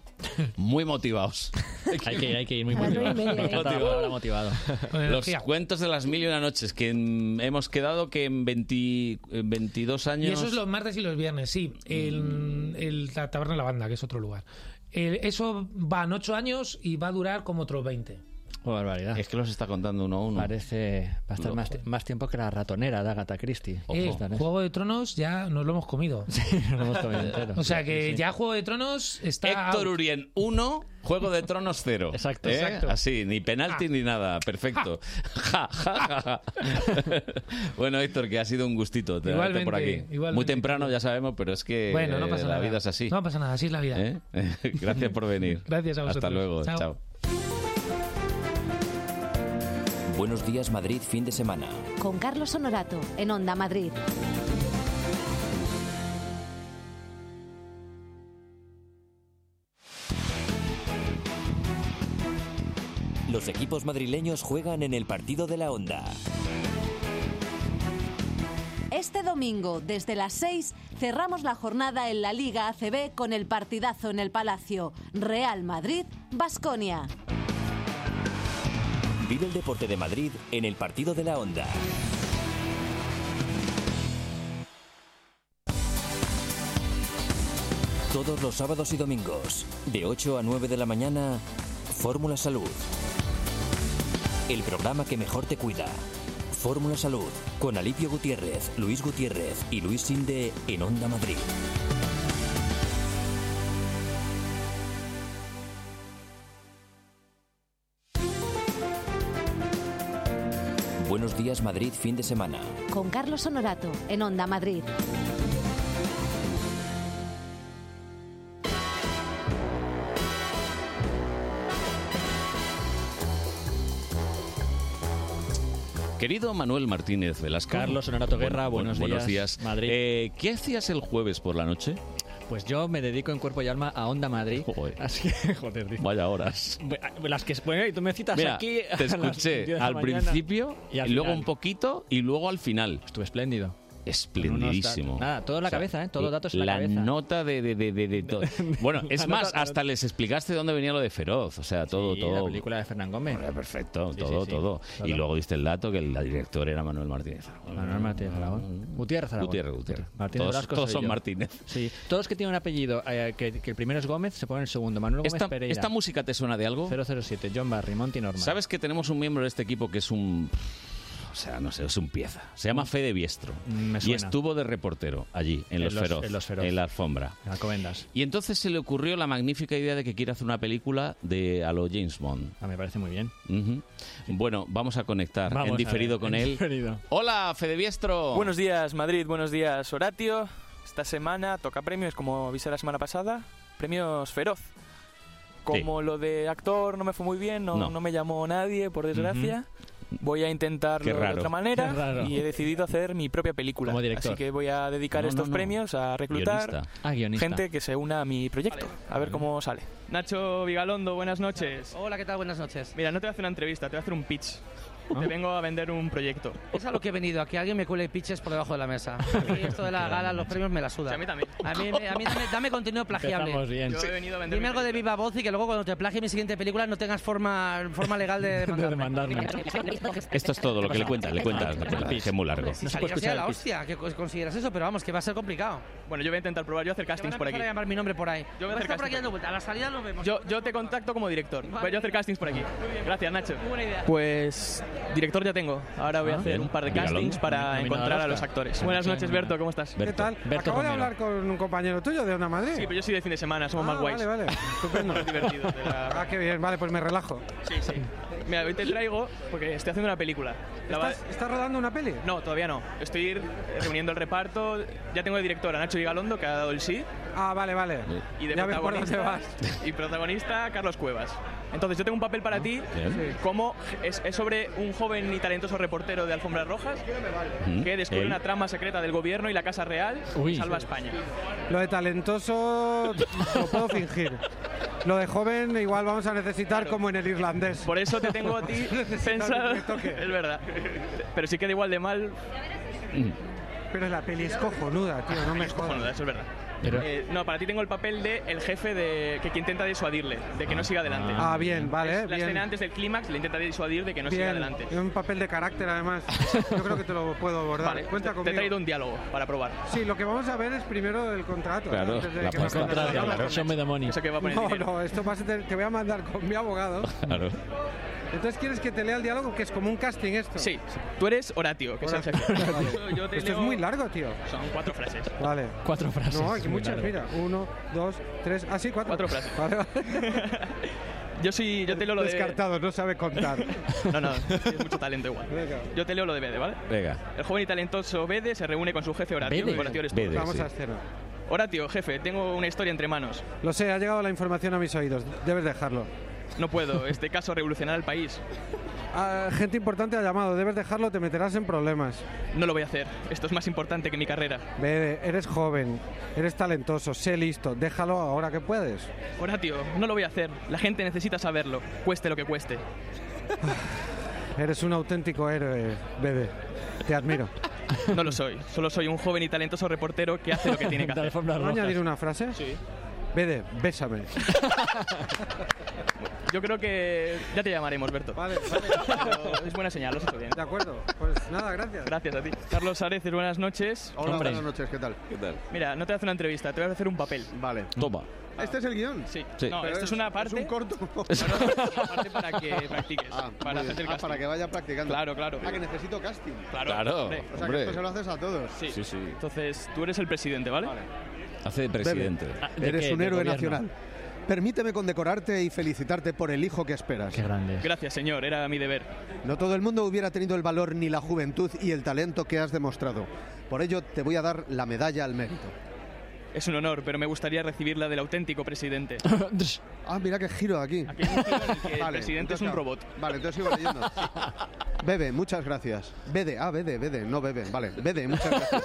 [SPEAKER 2] [laughs]
[SPEAKER 1] Muy motivados.
[SPEAKER 3] Hay que ir, hay que ir muy
[SPEAKER 2] A las nueve y
[SPEAKER 3] motivado. Me
[SPEAKER 2] media.
[SPEAKER 3] encanta la palabra motivado.
[SPEAKER 1] Los cuentos de las mil y una noches que mm, hemos quedado que en 20 en 22 años...
[SPEAKER 2] Y eso es los martes y los viernes, sí.
[SPEAKER 24] Mm.
[SPEAKER 2] El, el- la Taberna La Banda, que es otro lugar. El- eso van ocho años y va a durar como otros 20.
[SPEAKER 1] Es que los está contando uno a uno.
[SPEAKER 3] Parece, va a estar
[SPEAKER 1] Lo-
[SPEAKER 3] más, más tiempo que la ratonera de Agatha Christie.
[SPEAKER 2] Eh,
[SPEAKER 3] Están, ¿eh?
[SPEAKER 2] Juego de Tronos ya nos lo hemos [laughs] comido.
[SPEAKER 3] Lo hemos comido entero.
[SPEAKER 2] O sea que ya Juego de Tronos está...
[SPEAKER 1] Héctor
[SPEAKER 2] out.
[SPEAKER 1] Urien 1, Juego de Tronos
[SPEAKER 3] [laughs]
[SPEAKER 1] 0. Exacto,
[SPEAKER 2] exacto.
[SPEAKER 1] Así, ni penalti
[SPEAKER 2] Ja.
[SPEAKER 1] ni nada. Perfecto. Ja, ja,
[SPEAKER 2] [laughs]
[SPEAKER 1] ja, ja. bueno, Héctor, que ha sido un gustito tenerte por aquí.
[SPEAKER 2] Igualmente, igualmente.
[SPEAKER 1] Muy temprano, ya sabemos, pero es que
[SPEAKER 2] Bueno, no pasa
[SPEAKER 1] eh,
[SPEAKER 2] nada.
[SPEAKER 1] la vida es así.
[SPEAKER 2] No pasa nada, así es la vida.
[SPEAKER 1] ¿Eh? [laughs] Gracias por venir.
[SPEAKER 2] [laughs] Gracias a
[SPEAKER 1] Hasta
[SPEAKER 2] vosotros.
[SPEAKER 1] luego.
[SPEAKER 2] Chao.
[SPEAKER 1] Chao.
[SPEAKER 6] Buenos días Madrid fin de semana.
[SPEAKER 5] Con Carlos Honorato, en Onda Madrid.
[SPEAKER 6] Los equipos madrileños juegan en el partido de la onda.
[SPEAKER 5] Este domingo, desde las 6, cerramos la jornada en la Liga ACB con el partidazo en el Palacio. Real Madrid, Basconia.
[SPEAKER 7] Vive el deporte de Madrid en el partido de la onda. Todos los sábados y domingos, de 8 a 9 de la mañana, Fórmula Salud. El programa que mejor te cuida. Fórmula Salud, con Alipio Gutiérrez, Luis Gutiérrez y Luis Sinde en Onda Madrid. Buenos días Madrid, fin de semana.
[SPEAKER 5] Con Carlos Honorato, en Onda Madrid.
[SPEAKER 1] Querido Manuel Martínez Velasco.
[SPEAKER 24] Carlos Honorato Guerra, buenos días,
[SPEAKER 1] Madrid. Eh, ¿Qué hacías el jueves por la noche?
[SPEAKER 24] Pues yo me dedico en cuerpo y alma a Onda Madrid. Así que, [laughs] joder, digo.
[SPEAKER 1] Vaya horas.
[SPEAKER 24] Las que bueno, y tú me citas
[SPEAKER 1] Mira,
[SPEAKER 24] aquí. a
[SPEAKER 1] te
[SPEAKER 24] las 10 de
[SPEAKER 1] escuché
[SPEAKER 24] la
[SPEAKER 1] al
[SPEAKER 24] mañana
[SPEAKER 1] principio y,
[SPEAKER 24] al
[SPEAKER 1] luego
[SPEAKER 24] final.
[SPEAKER 1] un poquito y luego al final.
[SPEAKER 24] Estuve espléndido.
[SPEAKER 1] Esplendidísimo.
[SPEAKER 24] Unos datos. Nada, todo en la cabeza, ¿eh? Todo
[SPEAKER 1] l-
[SPEAKER 24] datos en la cabeza.
[SPEAKER 1] nota de, de- de- de-
[SPEAKER 24] [laughs]
[SPEAKER 1] de todo. Bueno, es
[SPEAKER 24] La
[SPEAKER 1] más,
[SPEAKER 24] nota- la
[SPEAKER 1] hasta les explicaste dónde venía lo de Feroz. O sea, todo,
[SPEAKER 24] Sí,
[SPEAKER 1] todo.
[SPEAKER 24] la película de Fernán Gómez.
[SPEAKER 1] Perfecto,
[SPEAKER 24] Sí,
[SPEAKER 1] todo,
[SPEAKER 24] sí, sí.
[SPEAKER 1] todo. Y
[SPEAKER 24] Todo.
[SPEAKER 1] luego diste el dato que el director era Manuel Martínez.
[SPEAKER 24] Manuel Martínez Aragón. Gutiérrez Aragón.
[SPEAKER 1] Mm. Gutiérrez, Gutiérrez.
[SPEAKER 24] Martínez
[SPEAKER 1] Todos,
[SPEAKER 24] Velasco
[SPEAKER 1] todos
[SPEAKER 24] soy
[SPEAKER 1] son
[SPEAKER 24] yo.
[SPEAKER 1] Martínez.
[SPEAKER 24] Sí, todos que tienen un apellido, eh, que, que el primero es Gómez, se ponen el segundo. Manuel Gómez
[SPEAKER 1] Esta-
[SPEAKER 24] Pereira.
[SPEAKER 1] esta música te suena de algo?
[SPEAKER 24] 007, John Barry, Monty Norman.
[SPEAKER 1] ¿Sabes que tenemos un miembro de este equipo que es un. O sea, no sé, es un pieza. Se llama Fede Biestro.
[SPEAKER 24] Mm, me
[SPEAKER 1] Y
[SPEAKER 24] suena.
[SPEAKER 1] estuvo de reportero allí, en,
[SPEAKER 24] En
[SPEAKER 1] los,
[SPEAKER 24] los-
[SPEAKER 1] Feroz,
[SPEAKER 24] en Los Feroz.
[SPEAKER 1] en la alfombra.
[SPEAKER 24] Alcobendas.
[SPEAKER 1] Y entonces se le ocurrió la magnífica idea de que quiere hacer una película de a lo James Bond.
[SPEAKER 24] Ah, me parece muy bien.
[SPEAKER 1] Bueno, vamos a conectar
[SPEAKER 10] Vamos a ver,
[SPEAKER 1] en diferido con
[SPEAKER 10] en
[SPEAKER 1] él.
[SPEAKER 10] diferido.
[SPEAKER 1] Hola, Fede Biestro.
[SPEAKER 10] Buenos días, Madrid. Buenos días, Horatio. Esta semana toca premios, como avisé la semana pasada. Premios Feroz. Como lo de actor no me fue muy bien, no,
[SPEAKER 1] No.
[SPEAKER 10] no me llamó nadie, por desgracia. Voy a
[SPEAKER 1] Qué
[SPEAKER 10] intentarlo de
[SPEAKER 1] raro.
[SPEAKER 10] otra
[SPEAKER 1] Qué
[SPEAKER 10] manera
[SPEAKER 1] raro.
[SPEAKER 10] y he decidido hacer mi propia película.
[SPEAKER 1] Como director.
[SPEAKER 10] Así que voy a dedicar
[SPEAKER 1] No, no,
[SPEAKER 10] estos
[SPEAKER 1] no.
[SPEAKER 10] premios a reclutar
[SPEAKER 1] Guionista. Ah, guionista.
[SPEAKER 10] gente que se una a mi proyecto. A ver cómo sale. Nacho Vigalondo, buenas noches.
[SPEAKER 9] Hola, ¿qué tal? Buenas noches.
[SPEAKER 10] Mira, no te voy a hacer una entrevista, te voy a hacer un pitch. Te vengo a vender un proyecto.
[SPEAKER 9] Es a lo que he venido, a que alguien me cuele piches por debajo de la
[SPEAKER 10] [laughs]
[SPEAKER 9] mesa. A mí esto de las galas, los premios me la suda.
[SPEAKER 10] Sí, a mí también.
[SPEAKER 9] A mí, me- a mí dame, dame contenido plagiable.
[SPEAKER 10] Empezamos bien. Yo he venido a vender
[SPEAKER 9] Dime
[SPEAKER 10] mi
[SPEAKER 9] algo de viva voz y que luego cuando te plagie mi siguiente película no tengas forma, forma legal de demandarme.
[SPEAKER 1] Esto es todo lo que le cuentas,
[SPEAKER 24] [laughs]
[SPEAKER 1] le cuentas.
[SPEAKER 10] Ah,
[SPEAKER 1] le cuentas,
[SPEAKER 10] sí.
[SPEAKER 1] que es muy largo.
[SPEAKER 9] No se puede escuchar la hostia, que cos- consideras eso, pero vamos, que va a ser complicado.
[SPEAKER 10] Bueno, yo voy a intentar probar, yo voy a hacer castings
[SPEAKER 9] Van
[SPEAKER 10] por
[SPEAKER 9] a
[SPEAKER 10] aquí.
[SPEAKER 9] empezar a llamar mi nombre por ahí.
[SPEAKER 10] Yo voy a hacer
[SPEAKER 9] estar por aquí
[SPEAKER 10] casting
[SPEAKER 9] dando vuelta, a la salida nos vemos.
[SPEAKER 10] Yo, yo te contacto como director. Voy a hacer castings por aquí. Gracias, Nacho.
[SPEAKER 9] buena idea.
[SPEAKER 10] Pues director ya tengo. Ahora voy a
[SPEAKER 9] Ah,
[SPEAKER 10] hacer
[SPEAKER 9] bien.
[SPEAKER 10] un par de
[SPEAKER 9] Dígalo.
[SPEAKER 10] castings para
[SPEAKER 9] Nominado
[SPEAKER 10] encontrar a
[SPEAKER 9] al
[SPEAKER 10] los
[SPEAKER 9] Oscar.
[SPEAKER 10] actores. Buenas noches, Berto, ¿cómo estás?
[SPEAKER 9] ¿Qué tal? Acabo de hablar con un compañero tuyo de una Madrid.
[SPEAKER 10] Sí, pero yo soy de fin de semana, somos
[SPEAKER 9] Ah,
[SPEAKER 10] más guays.
[SPEAKER 9] Vale,
[SPEAKER 10] [laughs]
[SPEAKER 9] vale. Estupendo.
[SPEAKER 10] divertido, de la-
[SPEAKER 9] Ah, qué bien. Vale, pues me relajo.
[SPEAKER 10] Sí, sí. Mira, hoy te traigo porque estoy haciendo una película.
[SPEAKER 9] ¿Estás- rodando una peli?
[SPEAKER 10] No, todavía no. Estoy eh, reuniendo el reparto. Ya tengo de directora Nacho Vigalondo, que ha dado el sí.
[SPEAKER 9] Ah, vale, vale.
[SPEAKER 10] Y de
[SPEAKER 9] Ya ves por dónde
[SPEAKER 10] protagonista,
[SPEAKER 9] vas.
[SPEAKER 10] y protagonista Carlos Cuevas. Entonces yo tengo un papel para ti,
[SPEAKER 1] Ah, bien.
[SPEAKER 10] como es, es sobre un joven y talentoso reportero de Alfombras Rojas
[SPEAKER 1] Ujú.
[SPEAKER 10] que descubre
[SPEAKER 1] Él.
[SPEAKER 10] una trama secreta del gobierno y la Casa Real
[SPEAKER 9] Uy.
[SPEAKER 10] y salva a España.
[SPEAKER 9] Lo de talentoso lo puedo fingir. Lo de joven igual vamos a necesitar como en el irlandés.
[SPEAKER 10] Por eso te tengo a
[SPEAKER 9] [laughs]
[SPEAKER 10] ti pensado. Es verdad. Pero sí queda igual de mal.
[SPEAKER 9] Pero la peli es cojonuda, tío, no me jodas.
[SPEAKER 10] Cojonuda, eso es verdad. Eh, no, para ti tengo el papel de el jefe de que, que intenta disuadirle, de que no siga adelante.
[SPEAKER 9] Ah, bien, vale,
[SPEAKER 10] La
[SPEAKER 9] bien.
[SPEAKER 10] escena antes del clímax le intenta disuadir de que no siga
[SPEAKER 9] Bien,
[SPEAKER 10] adelante.
[SPEAKER 9] y un papel de carácter además. Yo creo que te lo puedo abordar.
[SPEAKER 10] Vale,
[SPEAKER 9] Cuenta
[SPEAKER 10] te- te he
[SPEAKER 9] conmigo.
[SPEAKER 10] traído un diálogo para probar.
[SPEAKER 9] Sí, lo que vamos a ver es primero el contrato.
[SPEAKER 10] Claro,
[SPEAKER 9] ¿no? Antes de
[SPEAKER 10] la
[SPEAKER 9] que me
[SPEAKER 10] apuesta.
[SPEAKER 9] mandes-
[SPEAKER 10] Contrato, claro.
[SPEAKER 24] Son demonios.
[SPEAKER 10] Eso que va a poner
[SPEAKER 9] No,
[SPEAKER 10] dinero.
[SPEAKER 9] no, esto vas a tener- te voy a mandar con mi abogado.
[SPEAKER 1] Claro.
[SPEAKER 9] Entonces quieres que te lea el diálogo, que es como un casting esto.
[SPEAKER 10] Sí, tú eres Horatio, que es el jefe. Yo- yo te
[SPEAKER 9] Esto es
[SPEAKER 10] leo-
[SPEAKER 9] muy largo, tío.
[SPEAKER 10] Son cuatro frases.
[SPEAKER 9] Vale.
[SPEAKER 10] Cuatro frases,
[SPEAKER 9] No,
[SPEAKER 10] es
[SPEAKER 9] hay
[SPEAKER 10] muy
[SPEAKER 9] muchas,
[SPEAKER 10] largo.
[SPEAKER 9] mira. Uno, dos, tres. Ah, sí, cuatro.
[SPEAKER 10] Cuatro frases.
[SPEAKER 9] Vale, vale.
[SPEAKER 10] [laughs] Yo sí, yo te leo lo de...
[SPEAKER 9] Descartado, no sabe contar.
[SPEAKER 10] [laughs] No, no, es mucho talento igual. Yo te leo lo de Bede, ¿vale?
[SPEAKER 1] Venga.
[SPEAKER 10] El joven y talentoso Bede se reúne con su jefe Horatio.
[SPEAKER 9] Bede.
[SPEAKER 10] Horatio eres tú.
[SPEAKER 9] Bede, Vamos sí. a escena.
[SPEAKER 10] Horatio, jefe, tengo una historia entre manos.
[SPEAKER 9] Lo sé, ha llegado la información a mis oídos. Debes dejarlo.
[SPEAKER 10] No puedo, este caso revolucionará el país.
[SPEAKER 9] Ah, gente importante ha llamado. Debes dejarlo, te meterás en problemas.
[SPEAKER 10] No lo voy a hacer, esto es más importante que mi carrera.
[SPEAKER 9] Bede, eres joven, eres talentoso, sé listo. Déjalo ahora que puedes.
[SPEAKER 10] Horatio, no lo voy a hacer, la gente necesita saberlo, cueste lo que cueste.
[SPEAKER 9] Eres un auténtico héroe, Bede. Te admiro. [laughs]
[SPEAKER 10] No lo soy, solo soy un joven y talentoso reportero que hace lo que tiene que hacer.
[SPEAKER 9] ¿Puedo añadir una frase? Sí. Bede, bésame.
[SPEAKER 10] Yo creo que ya te llamaremos, Berto. Pero [laughs] Es buena señal, lo has hecho bien.
[SPEAKER 9] De acuerdo. Pues nada, gracias.
[SPEAKER 10] Gracias a ti. Carlos Areces, buenas noches.
[SPEAKER 11] Hola, Hombre. buenas noches, ¿qué tal?
[SPEAKER 10] ¿Qué tal? Mira, no te voy a hacer una entrevista, te voy a hacer un papel.
[SPEAKER 11] Vale.
[SPEAKER 1] Toma.
[SPEAKER 11] ¿Este es el guión?
[SPEAKER 10] Sí.
[SPEAKER 11] Sí.
[SPEAKER 10] No,
[SPEAKER 11] Pero
[SPEAKER 10] esto es
[SPEAKER 11] es-
[SPEAKER 10] una
[SPEAKER 11] es
[SPEAKER 10] parte. [laughs]
[SPEAKER 11] un corto. Ah,
[SPEAKER 10] Aparte para que practiques. para,
[SPEAKER 11] Muy bien.
[SPEAKER 10] hacer el
[SPEAKER 11] Ah,
[SPEAKER 10] casting.
[SPEAKER 11] para que vaya practicando.
[SPEAKER 10] Claro, claro.
[SPEAKER 11] Ah, que necesito casting.
[SPEAKER 10] Claro. hombre.
[SPEAKER 11] O sea, que esto se lo haces a todos.
[SPEAKER 10] Sí. Entonces, tú eres el presidente, ¿vale?
[SPEAKER 1] Hace de presidente.
[SPEAKER 11] ¿De Ah, Eres
[SPEAKER 10] qué?
[SPEAKER 11] un
[SPEAKER 10] ¿De
[SPEAKER 11] héroe
[SPEAKER 10] gobierno?
[SPEAKER 11] nacional. Permíteme condecorarte y felicitarte por el hijo que esperas. Qué grande.
[SPEAKER 10] Gracias, señor, era mi deber.
[SPEAKER 11] No todo el mundo hubiera tenido el valor ni la juventud y el talento que has demostrado. Por ello te voy a dar la medalla al
[SPEAKER 10] [laughs]
[SPEAKER 11] mérito.
[SPEAKER 10] Es un honor, pero me gustaría recibirla del auténtico
[SPEAKER 11] [laughs]
[SPEAKER 10] presidente.
[SPEAKER 11] Ah, mira qué giro aquí.
[SPEAKER 10] Que el presidente es un robot.
[SPEAKER 11] Vale, entonces sigo leyendo. Bebe, muchas gracias. Bede, ah, Bede, Bede, no Bebe. Vale, Bede, muchas gracias.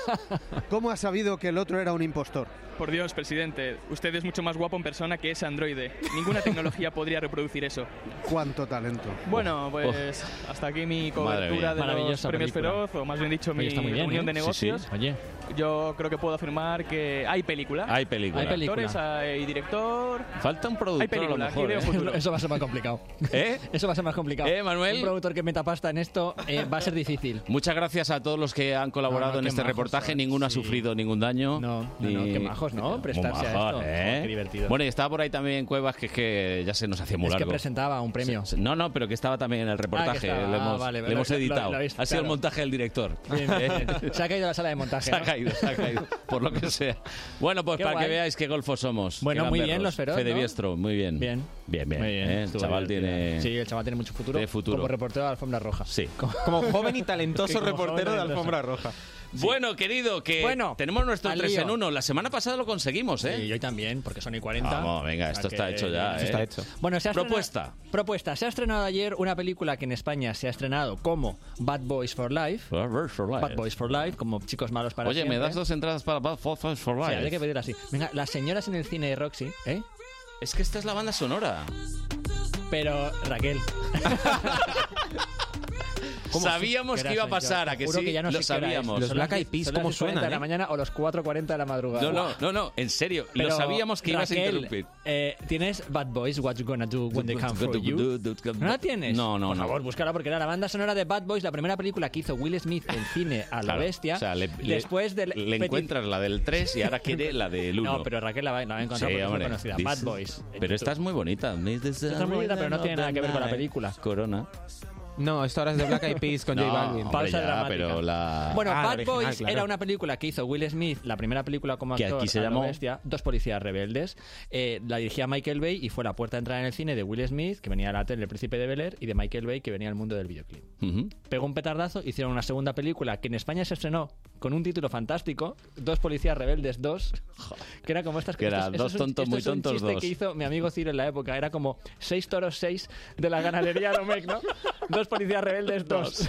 [SPEAKER 11] ¿Cómo has sabido que el otro era un impostor?
[SPEAKER 10] Por Dios, presidente, usted es mucho más guapo en persona que ese androide.
[SPEAKER 1] [laughs]
[SPEAKER 10] Ninguna tecnología podría reproducir eso.
[SPEAKER 11] Cuánto talento.
[SPEAKER 10] Bueno, pues hasta aquí mi
[SPEAKER 11] Madre mía.
[SPEAKER 10] cobertura de los
[SPEAKER 11] Maravillosa
[SPEAKER 10] premios
[SPEAKER 11] película.
[SPEAKER 10] Feroz, o más bien dicho,
[SPEAKER 11] Oye,
[SPEAKER 10] mi
[SPEAKER 11] está muy bien,
[SPEAKER 10] reunión
[SPEAKER 11] ¿eh?
[SPEAKER 10] de
[SPEAKER 11] Sí, sí.
[SPEAKER 10] negocios.
[SPEAKER 11] Oye.
[SPEAKER 10] Yo creo que puedo afirmar que hay película.
[SPEAKER 1] Hay película. Hay película.
[SPEAKER 10] Actores, hay director.
[SPEAKER 1] Falta un productor
[SPEAKER 10] Hay película,
[SPEAKER 1] a lo mejor.
[SPEAKER 10] aquí veo
[SPEAKER 1] ¿eh?
[SPEAKER 10] futuro.
[SPEAKER 24] [laughs]
[SPEAKER 1] [laughs]
[SPEAKER 24] Eso va a ser más complicado.
[SPEAKER 1] ¿Eh?
[SPEAKER 24] Eso va a ser más complicado.
[SPEAKER 1] ¿Eh, Manuel?
[SPEAKER 24] Un productor que meta pasta en esto eh, va a ser difícil.
[SPEAKER 1] Muchas gracias a todos los que han
[SPEAKER 24] No,
[SPEAKER 1] colaborado
[SPEAKER 24] no,
[SPEAKER 1] en
[SPEAKER 24] qué
[SPEAKER 1] este
[SPEAKER 24] majos
[SPEAKER 1] reportaje.
[SPEAKER 24] son,
[SPEAKER 1] Ninguno ha
[SPEAKER 24] sí.
[SPEAKER 1] sufrido ningún daño. No,
[SPEAKER 24] no, no, qué majos, ¿no? Prestarse a esto. Joder, qué divertido.
[SPEAKER 1] ¿eh? Bueno, y estaba por ahí también Cuevas, que es que ya se nos hacía muy
[SPEAKER 24] Es que
[SPEAKER 1] largo.
[SPEAKER 24] presentaba un premio.
[SPEAKER 1] Se- se- No, no, pero que estaba también en el
[SPEAKER 24] Ah, que
[SPEAKER 1] reportaje.
[SPEAKER 24] estaba.
[SPEAKER 1] le hemos,
[SPEAKER 24] Ah, vale,
[SPEAKER 1] le
[SPEAKER 24] vale.
[SPEAKER 1] hemos
[SPEAKER 24] Lo- lo-
[SPEAKER 1] editado.
[SPEAKER 24] lo habéis-
[SPEAKER 1] ha sido el
[SPEAKER 24] claro.
[SPEAKER 1] montaje del director.
[SPEAKER 24] [laughs]
[SPEAKER 1] [laughs] ¿Eh?
[SPEAKER 24] Bien, bien, bien. Se ha caído la sala de montaje.
[SPEAKER 1] Se ha
[SPEAKER 24] ¿no?
[SPEAKER 1] caído, se
[SPEAKER 24] [laughs]
[SPEAKER 1] ha caído. Por lo que sea. Bueno, pues
[SPEAKER 24] Qué
[SPEAKER 1] para
[SPEAKER 24] guay.
[SPEAKER 1] que veáis qué golfos somos.
[SPEAKER 24] Bueno,
[SPEAKER 1] qué
[SPEAKER 24] muy
[SPEAKER 1] gamberros.
[SPEAKER 24] bien los feroz,
[SPEAKER 1] Fede
[SPEAKER 24] ¿no?
[SPEAKER 1] Biestro, muy bien. Bien, bien. bien,
[SPEAKER 24] Muy bien,
[SPEAKER 1] ¿eh? El
[SPEAKER 24] estuvo
[SPEAKER 1] chaval
[SPEAKER 24] divertido.
[SPEAKER 1] tiene.
[SPEAKER 24] Sí, el chaval tiene mucho futuro.
[SPEAKER 1] De futuro.
[SPEAKER 24] Como reportero de Alfombra Roja.
[SPEAKER 1] Sí.
[SPEAKER 6] Como joven y
[SPEAKER 24] [laughs]
[SPEAKER 6] talentoso
[SPEAKER 24] Como joven
[SPEAKER 6] reportero de
[SPEAKER 24] talentoso.
[SPEAKER 6] Alfombra Roja.
[SPEAKER 1] Bueno, querido, que
[SPEAKER 24] Bueno,
[SPEAKER 1] tenemos nuestro
[SPEAKER 24] al
[SPEAKER 1] 3 en
[SPEAKER 24] lío.
[SPEAKER 1] 1. La semana pasada lo conseguimos, ¿eh?
[SPEAKER 24] Y hoy también, porque son y 40.
[SPEAKER 1] Vamos, venga,
[SPEAKER 24] O sea
[SPEAKER 1] esto
[SPEAKER 24] que-
[SPEAKER 1] está hecho ya.
[SPEAKER 24] Eso
[SPEAKER 1] ¿eh?
[SPEAKER 24] está hecho. Bueno, se ha estrenado-
[SPEAKER 1] Propuesta.
[SPEAKER 24] Propuesta. Se ha estrenado ayer una película que en España se ha estrenado como Bad Boys for Life.
[SPEAKER 1] Bad Boys for Life.
[SPEAKER 24] Bad Boys for Life, como chicos malos para
[SPEAKER 1] Oye,
[SPEAKER 24] siempre.
[SPEAKER 1] ¿me das dos entradas para Bad Boys for
[SPEAKER 24] Sí,
[SPEAKER 1] Life?
[SPEAKER 24] habría que pedir así. Venga, las señoras en el cine de Roxy, ¿eh?
[SPEAKER 1] Es que esta es la banda sonora.
[SPEAKER 24] Pero, Raquel. ¿Cómo
[SPEAKER 1] Sabíamos
[SPEAKER 24] sé
[SPEAKER 1] que iba a
[SPEAKER 24] eran, señor?
[SPEAKER 1] pasar, ¿a que
[SPEAKER 24] Juro
[SPEAKER 1] sí?
[SPEAKER 24] ya no
[SPEAKER 1] Lo
[SPEAKER 24] sé qué hora es.
[SPEAKER 1] sabíamos. Los
[SPEAKER 24] Son las
[SPEAKER 1] Black Eyed
[SPEAKER 24] diez-
[SPEAKER 1] Peas,
[SPEAKER 24] son las
[SPEAKER 1] ¿cómo
[SPEAKER 24] 10:40 de
[SPEAKER 1] suenan,
[SPEAKER 24] la
[SPEAKER 1] eh?
[SPEAKER 24] mañana o las 4.40 de la madrugada.
[SPEAKER 1] No, no, no, no, en serio.
[SPEAKER 24] Pero,
[SPEAKER 1] lo sabíamos que ibas a
[SPEAKER 24] Raquel,
[SPEAKER 1] interrumpir.
[SPEAKER 24] eh, ¿Tienes Bad Boys, What You Gonna Do When They Come For You? ¿No la tienes?
[SPEAKER 1] No, no,
[SPEAKER 24] Por
[SPEAKER 1] no.
[SPEAKER 24] favor, búscala porque era la banda sonora de Bad Boys, la primera película que hizo Will Smith en cine a la
[SPEAKER 1] Claro,
[SPEAKER 24] bestia.
[SPEAKER 1] O sea, le, le-
[SPEAKER 24] después del
[SPEAKER 1] le encuentras la del 3 y ahora quiere la del 1.
[SPEAKER 24] [laughs] No, pero Raquel la va, la va a encontrar
[SPEAKER 1] Sí,
[SPEAKER 24] porque es muy
[SPEAKER 1] hombre.
[SPEAKER 24] conocida.
[SPEAKER 1] This
[SPEAKER 24] Bad
[SPEAKER 1] is-
[SPEAKER 24] Boys.
[SPEAKER 1] Pero esta es muy bonita. Esta
[SPEAKER 24] muy bonita, pero no tiene nada que ver con la película.
[SPEAKER 1] Corona.
[SPEAKER 6] No, esto ahora es de Black Eyed Peas
[SPEAKER 1] [laughs]
[SPEAKER 6] con
[SPEAKER 1] No,
[SPEAKER 6] J Balvin.
[SPEAKER 1] hombre, ya, pero la...
[SPEAKER 24] Bueno,
[SPEAKER 6] Ah, la
[SPEAKER 24] Bad
[SPEAKER 6] original,
[SPEAKER 24] Boys
[SPEAKER 6] claro.
[SPEAKER 24] era una película que hizo Will Smith, la primera película como
[SPEAKER 1] Que
[SPEAKER 24] actor
[SPEAKER 1] aquí se
[SPEAKER 24] a lo
[SPEAKER 1] llamó-
[SPEAKER 24] bestia, Dos policías rebeldes. Eh, la dirigía Michael Bay y fue la puerta de entrada en el cine de Will Smith, que venía de la tele El Príncipe de Bel-Air, y de Michael Bay, que venía del mundo del videoclip.
[SPEAKER 1] Ujú.
[SPEAKER 24] Pegó un petardazo, hicieron una segunda película que en España se estrenó con un título fantástico, Dos policías rebeldes 2, [laughs] que era como estas
[SPEAKER 1] Que era
[SPEAKER 24] esto- esto
[SPEAKER 1] Dos
[SPEAKER 24] es un-
[SPEAKER 1] tontos
[SPEAKER 24] esto
[SPEAKER 1] muy
[SPEAKER 24] es un
[SPEAKER 1] tontos
[SPEAKER 24] chiste
[SPEAKER 1] dos.
[SPEAKER 24] que hizo mi amigo Ciro en la época, era como Seis toros seis de la ganadería Domecq,
[SPEAKER 1] [laughs]
[SPEAKER 24] ¿no? Dos policías rebeldes 2.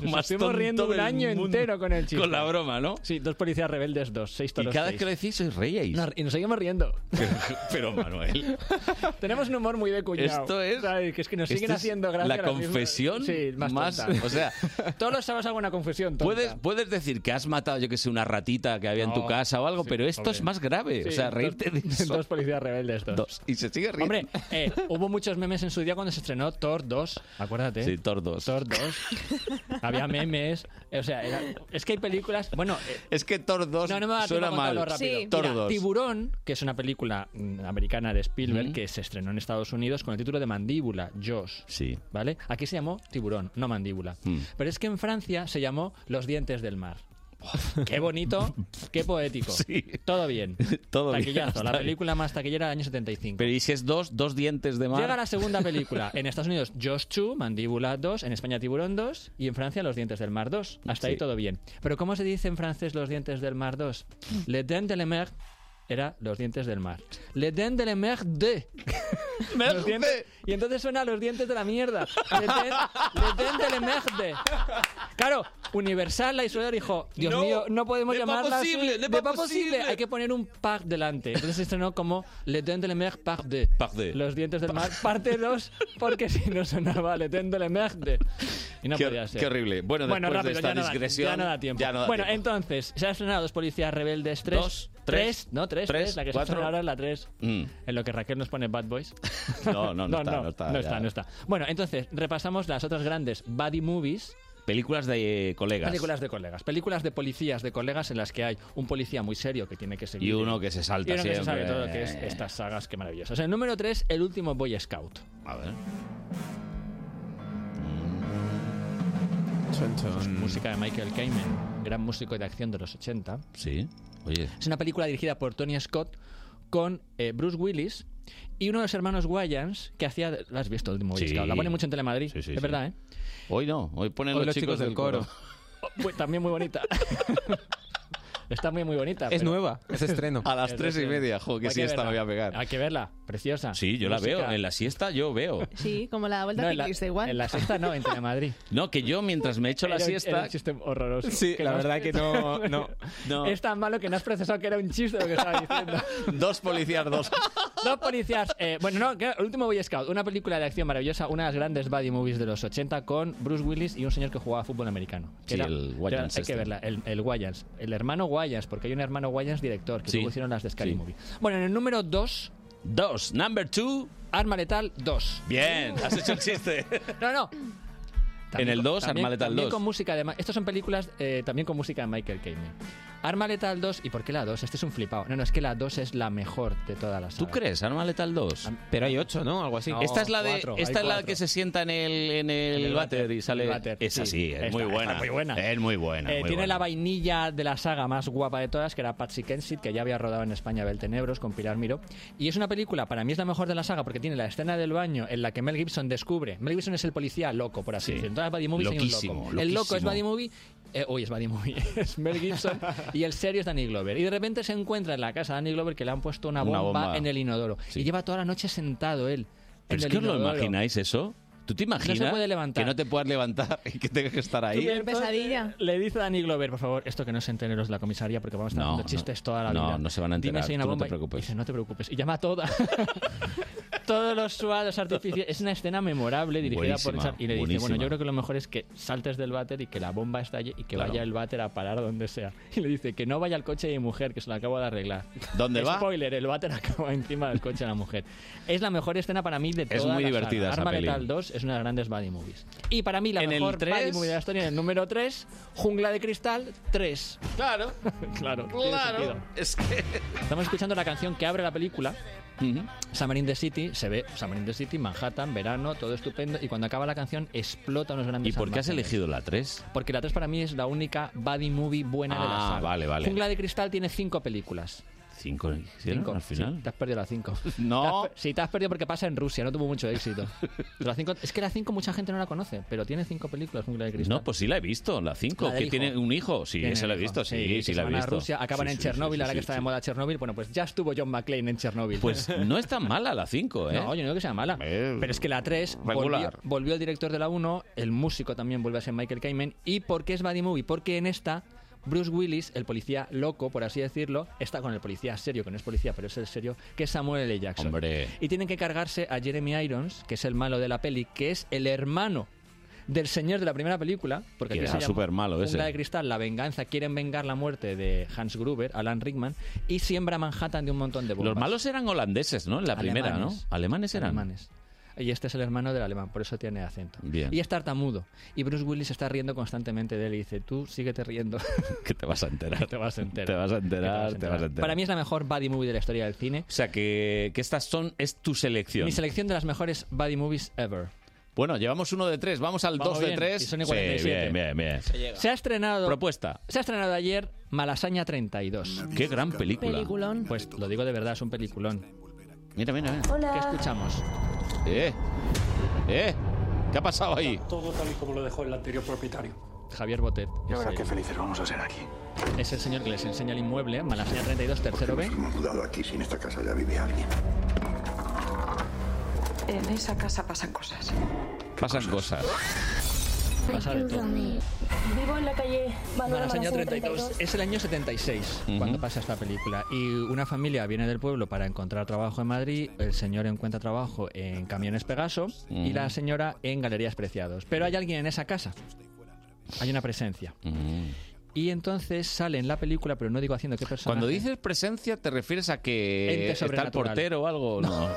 [SPEAKER 24] [laughs] Nos
[SPEAKER 1] más
[SPEAKER 24] estuvimos
[SPEAKER 1] tonto
[SPEAKER 24] riendo un
[SPEAKER 1] del
[SPEAKER 24] año
[SPEAKER 1] mundo.
[SPEAKER 24] entero con el chiste.
[SPEAKER 1] Con la broma, ¿no?
[SPEAKER 24] Sí, dos policías rebeldes, dos, seis
[SPEAKER 1] Y
[SPEAKER 24] toros.
[SPEAKER 1] cada vez
[SPEAKER 24] seis.
[SPEAKER 1] que lo decís os reíais.
[SPEAKER 24] Nos- y nos seguimos riendo.
[SPEAKER 1] [laughs] Pero Manuel,
[SPEAKER 24] [laughs] Tenemos un humor muy de cuñado.
[SPEAKER 1] Esto es-
[SPEAKER 24] O sea, que es que nos
[SPEAKER 1] esto
[SPEAKER 24] siguen
[SPEAKER 1] este es
[SPEAKER 24] haciendo gracia.
[SPEAKER 1] la
[SPEAKER 24] ahora mismo.
[SPEAKER 1] confesión
[SPEAKER 24] Sí, [laughs] más.
[SPEAKER 1] más-
[SPEAKER 24] tonta.
[SPEAKER 1] o sea-
[SPEAKER 24] Todos los sábados hago una confesión. tonta.
[SPEAKER 1] puedes, puedes decir que has matado, yo que sé, una ratita que había en tu
[SPEAKER 24] No,
[SPEAKER 1] casa o algo,
[SPEAKER 24] sí,
[SPEAKER 1] pero esto
[SPEAKER 24] hombre.
[SPEAKER 1] es más grave. o
[SPEAKER 24] Sí,
[SPEAKER 1] sea,
[SPEAKER 24] dos-
[SPEAKER 1] reírte de eso.
[SPEAKER 24] [laughs] Dos policías rebeldes, dos.
[SPEAKER 1] Dos. Y se sigue riendo.
[SPEAKER 24] Hombre, eh, hubo muchos memes en su día cuando se estrenó Thor 2. Acuérdate.
[SPEAKER 1] Sí, Thor 2.
[SPEAKER 24] Thor 2. Había memes. eh, O sea, era- es que hay películas. Bueno. eh,
[SPEAKER 1] es que Thor 2
[SPEAKER 24] no, no me va a dar
[SPEAKER 1] suena
[SPEAKER 24] tiempo a contarlo
[SPEAKER 1] mal.
[SPEAKER 24] rápido.
[SPEAKER 1] Sí. Thor
[SPEAKER 24] Mira,
[SPEAKER 1] 2.
[SPEAKER 24] Tiburón, que es una película mm, americana de Spielberg
[SPEAKER 1] Ujú.
[SPEAKER 24] que se estrenó en Estados Unidos con el título de Mandíbula, Jaws.
[SPEAKER 1] Sí.
[SPEAKER 24] ¿Vale? Aquí se llamó Tiburón, no Mandíbula.
[SPEAKER 1] Mm.
[SPEAKER 24] Pero es que en Francia se llamó Los dientes del mar. Qué bonito, qué
[SPEAKER 1] [laughs]
[SPEAKER 24] poético. Todo bien.
[SPEAKER 1] Todo bien,
[SPEAKER 24] Taquillazo,
[SPEAKER 1] está
[SPEAKER 24] la
[SPEAKER 1] bien.
[SPEAKER 24] película más taquillera del año 75.
[SPEAKER 1] Pero y si es dos, dos dientes de mar.
[SPEAKER 24] Llega la segunda
[SPEAKER 1] [laughs]
[SPEAKER 24] película. En Estados Unidos, Jaws 2, Mandíbula 2, en España Tiburón 2 y en Francia Los dientes del mar 2. Hasta ahí
[SPEAKER 1] Sí.
[SPEAKER 24] todo bien. Pero ¿cómo se dice en francés Los dientes del mar 2? Le dents de la mer era Los dientes del mar. Le dents de la mer de. Los dientes- y entonces suena Los dientes de la mierda. Le dents, le dents de la mer de. Claro, Universal la Isolera dijo, Dios
[SPEAKER 1] No,
[SPEAKER 24] mío, no podemos
[SPEAKER 1] n'est pas
[SPEAKER 24] llamarla así,
[SPEAKER 1] possible, n'est
[SPEAKER 24] n'est
[SPEAKER 1] pas
[SPEAKER 24] pas posible.
[SPEAKER 1] possible.
[SPEAKER 24] Hay que poner un par delante. Entonces se estrenó como Le Dent de la Mer par de. Los dientes del mar, parte 2, porque si no sonaba Le Dent de la Mer de. Y no
[SPEAKER 1] Qué-
[SPEAKER 24] podía ser.
[SPEAKER 1] qué horrible. Bueno, después de esta
[SPEAKER 24] ya no da-
[SPEAKER 1] digresión,
[SPEAKER 24] ya no da tiempo.
[SPEAKER 1] ya no da
[SPEAKER 24] bueno,
[SPEAKER 1] tiempo.
[SPEAKER 24] entonces, se han estrenado Dos Policías Rebeldes 3.
[SPEAKER 1] Dos.
[SPEAKER 24] Tres, no, tres,
[SPEAKER 1] Tres,
[SPEAKER 24] tres, La que se
[SPEAKER 1] cuatro.
[SPEAKER 24] suena ahora es la tres.
[SPEAKER 1] Mm.
[SPEAKER 24] En lo que Raquel nos pone Bad Boys.
[SPEAKER 1] [laughs] No, no, no está, no está, ya.
[SPEAKER 24] está, no está. Bueno, entonces, repasamos las otras grandes Buddy Movies.
[SPEAKER 1] Películas de eh, colegas.
[SPEAKER 24] Películas de colegas, películas de policías, de colegas en las que hay un policía muy serio que tiene que seguir.
[SPEAKER 1] Y uno que se salta
[SPEAKER 24] Y uno que se sabe
[SPEAKER 1] siempre.
[SPEAKER 24] todo, que es estas sagas, que maravillosas. El número 3, El último Boy Scout.
[SPEAKER 1] A ver.
[SPEAKER 24] Música de Michael Kamen, gran músico de acción de los 80.
[SPEAKER 1] Sí, oye.
[SPEAKER 24] Es una película dirigida por Tony Scott con eh, Bruce Willis y uno de los hermanos Wayans que hacía. ¿La has visto el último Boy
[SPEAKER 1] Sí.
[SPEAKER 24] Scout? La pone mucho en Telemadrid.
[SPEAKER 1] Sí, sí,
[SPEAKER 24] es
[SPEAKER 1] sí. [laughs]
[SPEAKER 24] verdad, ¿eh?
[SPEAKER 1] Hoy no, hoy ponen
[SPEAKER 24] Hoy
[SPEAKER 1] los, chicos, del coro. [laughs]
[SPEAKER 24] Oh, pues, también muy bonita. Está muy, muy bonita.
[SPEAKER 25] Es nueva, es estreno.
[SPEAKER 1] A las tres y
[SPEAKER 24] estreno.
[SPEAKER 1] media, jo, que
[SPEAKER 24] Hay
[SPEAKER 1] siesta
[SPEAKER 24] verla.
[SPEAKER 1] me voy a pegar.
[SPEAKER 24] Hay que verla, preciosa.
[SPEAKER 1] Sí, yo la
[SPEAKER 24] Música.
[SPEAKER 1] veo. En la siesta yo veo.
[SPEAKER 4] Sí, como la vuelta
[SPEAKER 24] No, en la-
[SPEAKER 4] ciclista igual.
[SPEAKER 24] en la sexta no, en Telemadrid.
[SPEAKER 1] No, que yo mientras me echo la
[SPEAKER 24] Era un-
[SPEAKER 1] siesta.
[SPEAKER 24] era un chiste horroroso.
[SPEAKER 1] Sí,
[SPEAKER 24] Que
[SPEAKER 1] la
[SPEAKER 24] no has-
[SPEAKER 1] verdad que no. no, [laughs] no.
[SPEAKER 24] Es tan malo que no has procesado que era un chiste lo que estaba diciendo.
[SPEAKER 1] [laughs] Dos policías, dos.
[SPEAKER 24] [laughs] Dos policías. eh, bueno, no, que- el último Boy Scout. Una película de acción maravillosa, una de las grandes buddy movies de los 80 con Bruce Willis y un señor que jugaba fútbol americano. que
[SPEAKER 1] Sí, el Wayans
[SPEAKER 24] Hay
[SPEAKER 1] este.
[SPEAKER 24] que verla, el, el Wayans. El hermano Wayans, porque hay un hermano Wayans director que
[SPEAKER 1] Sí,
[SPEAKER 24] luego hicieron las de Scary
[SPEAKER 1] sí.
[SPEAKER 24] Movie. Bueno, en el número 2.
[SPEAKER 1] 2. Number 2.
[SPEAKER 24] Arma letal 2.
[SPEAKER 1] Bien,
[SPEAKER 24] Uh.
[SPEAKER 1] has hecho
[SPEAKER 24] [laughs]
[SPEAKER 1] el chiste.
[SPEAKER 24] No, no.
[SPEAKER 1] en el 2,
[SPEAKER 24] También-
[SPEAKER 1] Arma Letal
[SPEAKER 24] también
[SPEAKER 1] 2.
[SPEAKER 24] con música de Ma- Estas son películas eh, también con música de Michael Caine. Arma Letal 2, ¿y por qué la 2? Este es un flipado. No, no, es que la 2 es la mejor de todas las.
[SPEAKER 1] ¿Tú crees? Arma Letal 2.
[SPEAKER 25] Pero hay 8, ¿no? Algo así.
[SPEAKER 24] No,
[SPEAKER 1] esta es la de
[SPEAKER 24] cuatro, hay
[SPEAKER 1] esta es la
[SPEAKER 24] cuatro.
[SPEAKER 1] que se sienta en el en el,
[SPEAKER 24] En el
[SPEAKER 1] váter
[SPEAKER 24] váter,
[SPEAKER 1] y sale
[SPEAKER 24] en el váter,
[SPEAKER 1] es
[SPEAKER 24] sí.
[SPEAKER 1] así, es
[SPEAKER 24] Está-
[SPEAKER 1] muy buena.
[SPEAKER 24] está muy buena.
[SPEAKER 1] Es muy buena,
[SPEAKER 24] Eh,
[SPEAKER 1] muy
[SPEAKER 24] tiene
[SPEAKER 1] buena.
[SPEAKER 24] la vainilla de la saga más guapa de todas, que era Patsy Kensit, que ya había rodado en España Beltenebros con Pilar Miró. Y es una película, para mí es la mejor de la saga, porque tiene la escena del baño en la que Mel Gibson descubre. Mel Gibson es el policía loco, por así
[SPEAKER 1] Sí.
[SPEAKER 24] decirlo. En todas las Buddy Movies hay un
[SPEAKER 1] Loquísimo,
[SPEAKER 24] loco. El loco es
[SPEAKER 1] loquísimo.
[SPEAKER 24] Buddy Movie. eh, uy, es Buddy Movie. [laughs] Es Mel Gibson y el serio es Danny Glover. Y de repente se encuentra en la casa de Danny Glover que le han puesto una bomba,
[SPEAKER 1] Una bomba.
[SPEAKER 24] en el inodoro.
[SPEAKER 1] Sí.
[SPEAKER 24] Y lleva toda la noche sentado él.
[SPEAKER 1] Pero
[SPEAKER 24] en
[SPEAKER 1] es
[SPEAKER 24] el
[SPEAKER 1] que os lo
[SPEAKER 24] inodoro.
[SPEAKER 1] imagináis eso. ¿Tú te imaginas
[SPEAKER 24] puede levantar.
[SPEAKER 1] que no te puedas levantar y que tengas que estar
[SPEAKER 24] Y
[SPEAKER 1] ahí?
[SPEAKER 24] entonces Eh, Le dice a Dani Glover, por favor, esto que no se enteren los de la comisaría porque vamos a estar
[SPEAKER 1] No,
[SPEAKER 24] haciendo
[SPEAKER 1] no.
[SPEAKER 24] chistes toda la
[SPEAKER 1] No,
[SPEAKER 24] vida.
[SPEAKER 1] no se van a
[SPEAKER 24] Dime
[SPEAKER 1] enterar,
[SPEAKER 24] si hay una
[SPEAKER 1] tú no te
[SPEAKER 24] bomba. Y
[SPEAKER 1] preocupes.
[SPEAKER 24] dice, no te preocupes. Y llama a todas. [laughs] Todos los suados artificiales. Es una escena memorable dirigida por
[SPEAKER 1] Buenísima,
[SPEAKER 24] Richard. Y le dice,
[SPEAKER 1] buenísima.
[SPEAKER 24] bueno, yo creo que lo mejor es que saltes del váter y que la bomba estalle y que
[SPEAKER 1] Claro.
[SPEAKER 24] vaya el váter a parar donde sea. [laughs] Y le dice, que no vaya al coche de mi mujer, que se lo acabo de arreglar. [laughs]
[SPEAKER 1] ¿Dónde va?
[SPEAKER 24] Spoiler, el váter acaba encima del coche de la mujer. Es la mejor escena para mí de toda
[SPEAKER 1] Es muy
[SPEAKER 24] la saga.
[SPEAKER 1] divertida esa
[SPEAKER 24] Arma
[SPEAKER 1] peli.
[SPEAKER 24] Letal 2 es una de las grandes buddy movies. Y para mí la
[SPEAKER 1] En el
[SPEAKER 24] mejor
[SPEAKER 1] tres-
[SPEAKER 24] buddy movie de la historia en el número 3, Jungla de Cristal 3.
[SPEAKER 1] Claro.
[SPEAKER 24] [laughs] claro. tiene
[SPEAKER 1] Claro.
[SPEAKER 24] sentido.
[SPEAKER 1] Es que
[SPEAKER 24] Estamos escuchando la canción que abre la película. Summer in the City, se ve Summer in the City, Manhattan, verano, todo estupendo. Y cuando acaba la canción explota unos grandes
[SPEAKER 1] ¿Y por qué has
[SPEAKER 24] almacenes.
[SPEAKER 1] elegido la 3?
[SPEAKER 24] Porque la 3 para mí es la única buddy movie buena de la
[SPEAKER 1] Ah,
[SPEAKER 24] saga.
[SPEAKER 1] vale, vale.
[SPEAKER 24] Jungla de Cristal tiene 5 películas.
[SPEAKER 1] 5
[SPEAKER 24] Cinco,
[SPEAKER 1] al
[SPEAKER 24] sí,
[SPEAKER 1] final.
[SPEAKER 24] te has perdido las
[SPEAKER 1] [laughs]
[SPEAKER 24] 5.
[SPEAKER 1] No.
[SPEAKER 24] Sí, te has perdido porque pasa en Rusia, no tuvo mucho éxito. Pero las cinco- es que la 5 mucha gente no la conoce, pero tiene 5 películas, Jungla de Cristal.
[SPEAKER 1] No, pues sí la he visto, la 5,
[SPEAKER 24] La del
[SPEAKER 1] que
[SPEAKER 24] hijo.
[SPEAKER 1] tiene un hijo. Sí,
[SPEAKER 24] Tiene
[SPEAKER 1] esa la he
[SPEAKER 24] hijo.
[SPEAKER 1] visto, sí,
[SPEAKER 24] que
[SPEAKER 1] sí,
[SPEAKER 24] se
[SPEAKER 1] la he
[SPEAKER 24] van a
[SPEAKER 1] visto.
[SPEAKER 24] Rusia, acaban
[SPEAKER 1] Sí,
[SPEAKER 24] en
[SPEAKER 1] sí,
[SPEAKER 24] Chernóbil,
[SPEAKER 1] sí,
[SPEAKER 24] ahora
[SPEAKER 1] sí,
[SPEAKER 24] que está de
[SPEAKER 1] sí.
[SPEAKER 24] moda Chernóbil. Bueno, pues ya estuvo John McClane en Chernóbil. [laughs]
[SPEAKER 1] Pues no es tan mala la 5, ¿eh?
[SPEAKER 24] No, yo no digo que sea mala. Pero es que la 3 volvió,
[SPEAKER 1] regular.
[SPEAKER 24] volvió el director de la 1, el músico también vuelve a ser Michael Kamen. ¿Y por qué es Buddy Movie? Porque en esta, Bruce Willis, el policía loco, por así decirlo, está con el policía serio, que no es policía, pero es el serio, que es Samuel L. Jackson.
[SPEAKER 1] Hombre.
[SPEAKER 24] Y tienen que cargarse a Jeremy Irons, que es el malo de la peli, que es el hermano del señor de la primera película, porque
[SPEAKER 1] Que
[SPEAKER 24] aquí se
[SPEAKER 1] era
[SPEAKER 24] llama
[SPEAKER 1] supermalo ese.
[SPEAKER 24] Jungla de Cristal, La Venganza, quieren vengar la muerte de Hans Gruber, Alan Rickman, y siembra Manhattan de un montón de bombas.
[SPEAKER 1] Los malos eran holandeses, ¿no? En la primera,
[SPEAKER 24] Alemanes.
[SPEAKER 1] ¿no? Alemanes eran.
[SPEAKER 24] Alemanes. Y este es el hermano del alemán, por eso tiene acento.
[SPEAKER 1] Bien.
[SPEAKER 24] Y es tartamudo. Y Bruce Willis está riendo constantemente de él y dice, tú síguete riendo.
[SPEAKER 1] Que te vas a
[SPEAKER 24] [laughs]
[SPEAKER 1] enterar.
[SPEAKER 24] Te vas a enterar.
[SPEAKER 1] Te vas a
[SPEAKER 24] Que
[SPEAKER 1] enterar, te vas a enterar.
[SPEAKER 24] Para mí es la mejor buddy movie de la historia del cine.
[SPEAKER 1] O sea, que, que estas son, es tu selección.
[SPEAKER 24] Mi selección de las mejores buddy movies ever.
[SPEAKER 1] Bueno, llevamos uno de tres, vamos al
[SPEAKER 24] Vamos
[SPEAKER 1] dos de
[SPEAKER 24] bien,
[SPEAKER 1] tres.
[SPEAKER 24] y son en
[SPEAKER 1] Sí,
[SPEAKER 24] 47.
[SPEAKER 1] bien, bien, bien.
[SPEAKER 24] Se ha estrenado...
[SPEAKER 1] Propuesta.
[SPEAKER 24] Se ha estrenado ayer Malasaña 32.
[SPEAKER 1] Qué gran película.
[SPEAKER 24] Peliculón. Pues lo digo de verdad, es un peliculón.
[SPEAKER 1] Mira, mira, mira.
[SPEAKER 24] ¿Qué escuchamos?
[SPEAKER 1] Eh, eh, ¿qué ha pasado ahí?
[SPEAKER 15] Todo tal y como lo dejó el anterior propietario.
[SPEAKER 24] Javier Botet.
[SPEAKER 15] Ya verás
[SPEAKER 24] Ese-
[SPEAKER 15] qué felices vamos a ser aquí.
[SPEAKER 24] Es el señor que les enseña el inmueble, Malasaña 32, tercero B.
[SPEAKER 15] Hemos mudado aquí, si en esta casa ya vive alguien.
[SPEAKER 9] En esa casa pasan cosas.
[SPEAKER 1] Pasan cosas.
[SPEAKER 24] Pasa de todo.
[SPEAKER 9] Vivo en la calle
[SPEAKER 24] Malasaña 32. Es el año 76 cuando pasa esta película. Y una familia viene del pueblo para encontrar trabajo en Madrid. El señor encuentra trabajo en Camiones Pegaso y
[SPEAKER 1] Ujú.
[SPEAKER 24] la Mm. señora en Galerías Preciados. Pero hay alguien en esa casa. Hay una presencia. Y entonces sale en la película, pero no digo haciendo qué personaje. [laughs]
[SPEAKER 1] Cuando dices presencia, ¿te refieres a que
[SPEAKER 24] Ente
[SPEAKER 1] está el
[SPEAKER 24] sobrenatural.
[SPEAKER 1] portero o algo? No.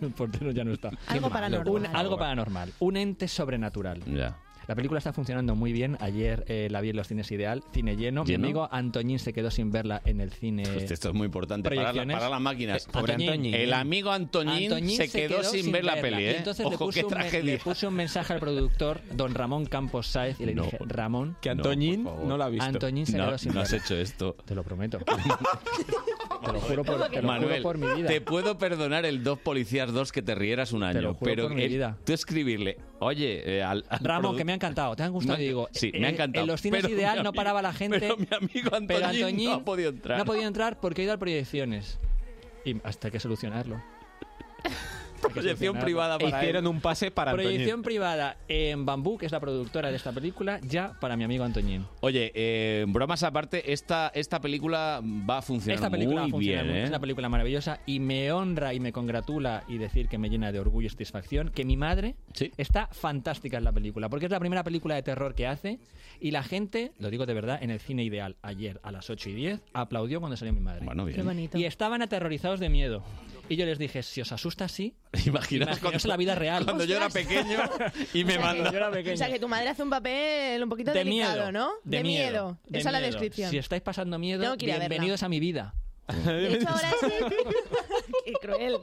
[SPEAKER 24] el portero ya no está.
[SPEAKER 1] Algo paranormal.
[SPEAKER 24] Un- algo paranormal. Un ente sobrenatural.
[SPEAKER 1] Ya.
[SPEAKER 24] La película está funcionando muy bien. Ayer eh, la vi en los cines Ideal, cine lleno.
[SPEAKER 1] ¿Lleno?
[SPEAKER 24] Mi amigo Antoñín se quedó sin verla en el cine.
[SPEAKER 1] Hostia, esto es muy importante. Para, la-
[SPEAKER 24] proyecciones.
[SPEAKER 1] para las máquinas.
[SPEAKER 24] Eh, Pobre Antoñín. Antoñín.
[SPEAKER 1] El amigo Antoñín,
[SPEAKER 24] Antoñín
[SPEAKER 1] se quedó, sin, ver la
[SPEAKER 24] verla.
[SPEAKER 1] peli.
[SPEAKER 24] Y
[SPEAKER 1] ¿eh?
[SPEAKER 24] entonces le
[SPEAKER 1] Ojo,
[SPEAKER 24] puse
[SPEAKER 1] qué
[SPEAKER 24] un me-
[SPEAKER 1] tragedia.
[SPEAKER 24] le puse un mensaje al productor, don Ramón Campos Sáez, y le
[SPEAKER 1] No.
[SPEAKER 24] dije, Ramón...
[SPEAKER 1] Que Antoñín
[SPEAKER 24] por favor.
[SPEAKER 1] no la ha visto.
[SPEAKER 24] Antoñín se
[SPEAKER 1] No,
[SPEAKER 24] quedó sin
[SPEAKER 1] no has
[SPEAKER 24] verla.
[SPEAKER 1] hecho esto.
[SPEAKER 24] Te lo
[SPEAKER 1] [laughs]
[SPEAKER 24] prometo. Te lo juro por, te lo juro
[SPEAKER 1] Manuel,
[SPEAKER 24] por mi vida.
[SPEAKER 1] te puedo perdonar el dos policías dos que te rieras un año,
[SPEAKER 24] lo juro
[SPEAKER 1] pero
[SPEAKER 24] por mi
[SPEAKER 1] el-
[SPEAKER 24] vida.
[SPEAKER 1] tú escribirle, oye, eh, al, al
[SPEAKER 24] Ramón,
[SPEAKER 1] produ-
[SPEAKER 24] que me ha encantado, te han gustado.
[SPEAKER 1] No,
[SPEAKER 24] Y digo,
[SPEAKER 1] sí,
[SPEAKER 24] eh,
[SPEAKER 1] me ha encantado,
[SPEAKER 24] En los cines
[SPEAKER 1] pero
[SPEAKER 24] ideal
[SPEAKER 1] mi
[SPEAKER 24] no
[SPEAKER 1] amigo-
[SPEAKER 24] paraba la gente.
[SPEAKER 1] pero mi amigo
[SPEAKER 24] pero
[SPEAKER 1] Antoñín no
[SPEAKER 24] Antoñín
[SPEAKER 1] ha podido entrar.
[SPEAKER 24] No ha podido entrar porque ha ido a proyecciones. Y hasta hay que solucionarlo.
[SPEAKER 1] [laughs]
[SPEAKER 6] Proyección
[SPEAKER 24] Solucionarlo.
[SPEAKER 6] privada
[SPEAKER 24] E
[SPEAKER 6] para Hicieron un pase para
[SPEAKER 24] Proyección
[SPEAKER 6] Antoñín.
[SPEAKER 24] privada en Bambú, que es la productora de esta película, ya para mi amigo Antoñín.
[SPEAKER 1] Oye, eh, bromas aparte, esta, esta película va a funcionar
[SPEAKER 24] Esta película
[SPEAKER 1] muy
[SPEAKER 24] va a funcionar
[SPEAKER 1] bien,
[SPEAKER 24] mucho,
[SPEAKER 1] ¿eh?
[SPEAKER 24] es una película maravillosa y me honra y me congratula y decir que me llena de orgullo y satisfacción que mi madre está fantástica en la película, porque es la primera película de terror que hace y la gente, lo digo de verdad, en el cine ideal ayer a las 8 y 10 aplaudió cuando salió mi madre.
[SPEAKER 1] Bueno, bien. Qué bonito.
[SPEAKER 24] Y estaban aterrorizados de miedo. Y yo les dije, si os asusta así,
[SPEAKER 1] [laughs] Imaginaos
[SPEAKER 24] imaginaos la vida real.
[SPEAKER 1] Cuando yo era
[SPEAKER 24] Ostras.
[SPEAKER 1] pequeño
[SPEAKER 24] [laughs]
[SPEAKER 1] y me
[SPEAKER 24] Cuando
[SPEAKER 1] manda.
[SPEAKER 24] yo era pequeño.
[SPEAKER 4] O sea, que tu madre hace un papel un poquito
[SPEAKER 24] de
[SPEAKER 4] delicado,
[SPEAKER 24] miedo,
[SPEAKER 4] ¿no?
[SPEAKER 24] De, miedo. de
[SPEAKER 4] Esa es la
[SPEAKER 24] miedo.
[SPEAKER 4] descripción.
[SPEAKER 24] Si estáis pasando miedo,
[SPEAKER 4] Tengo que ir a verla.
[SPEAKER 24] bienvenidos a mi [laughs] vida.
[SPEAKER 4] De hecho, ahora sí. Qué
[SPEAKER 24] [laughs]
[SPEAKER 4] cruel.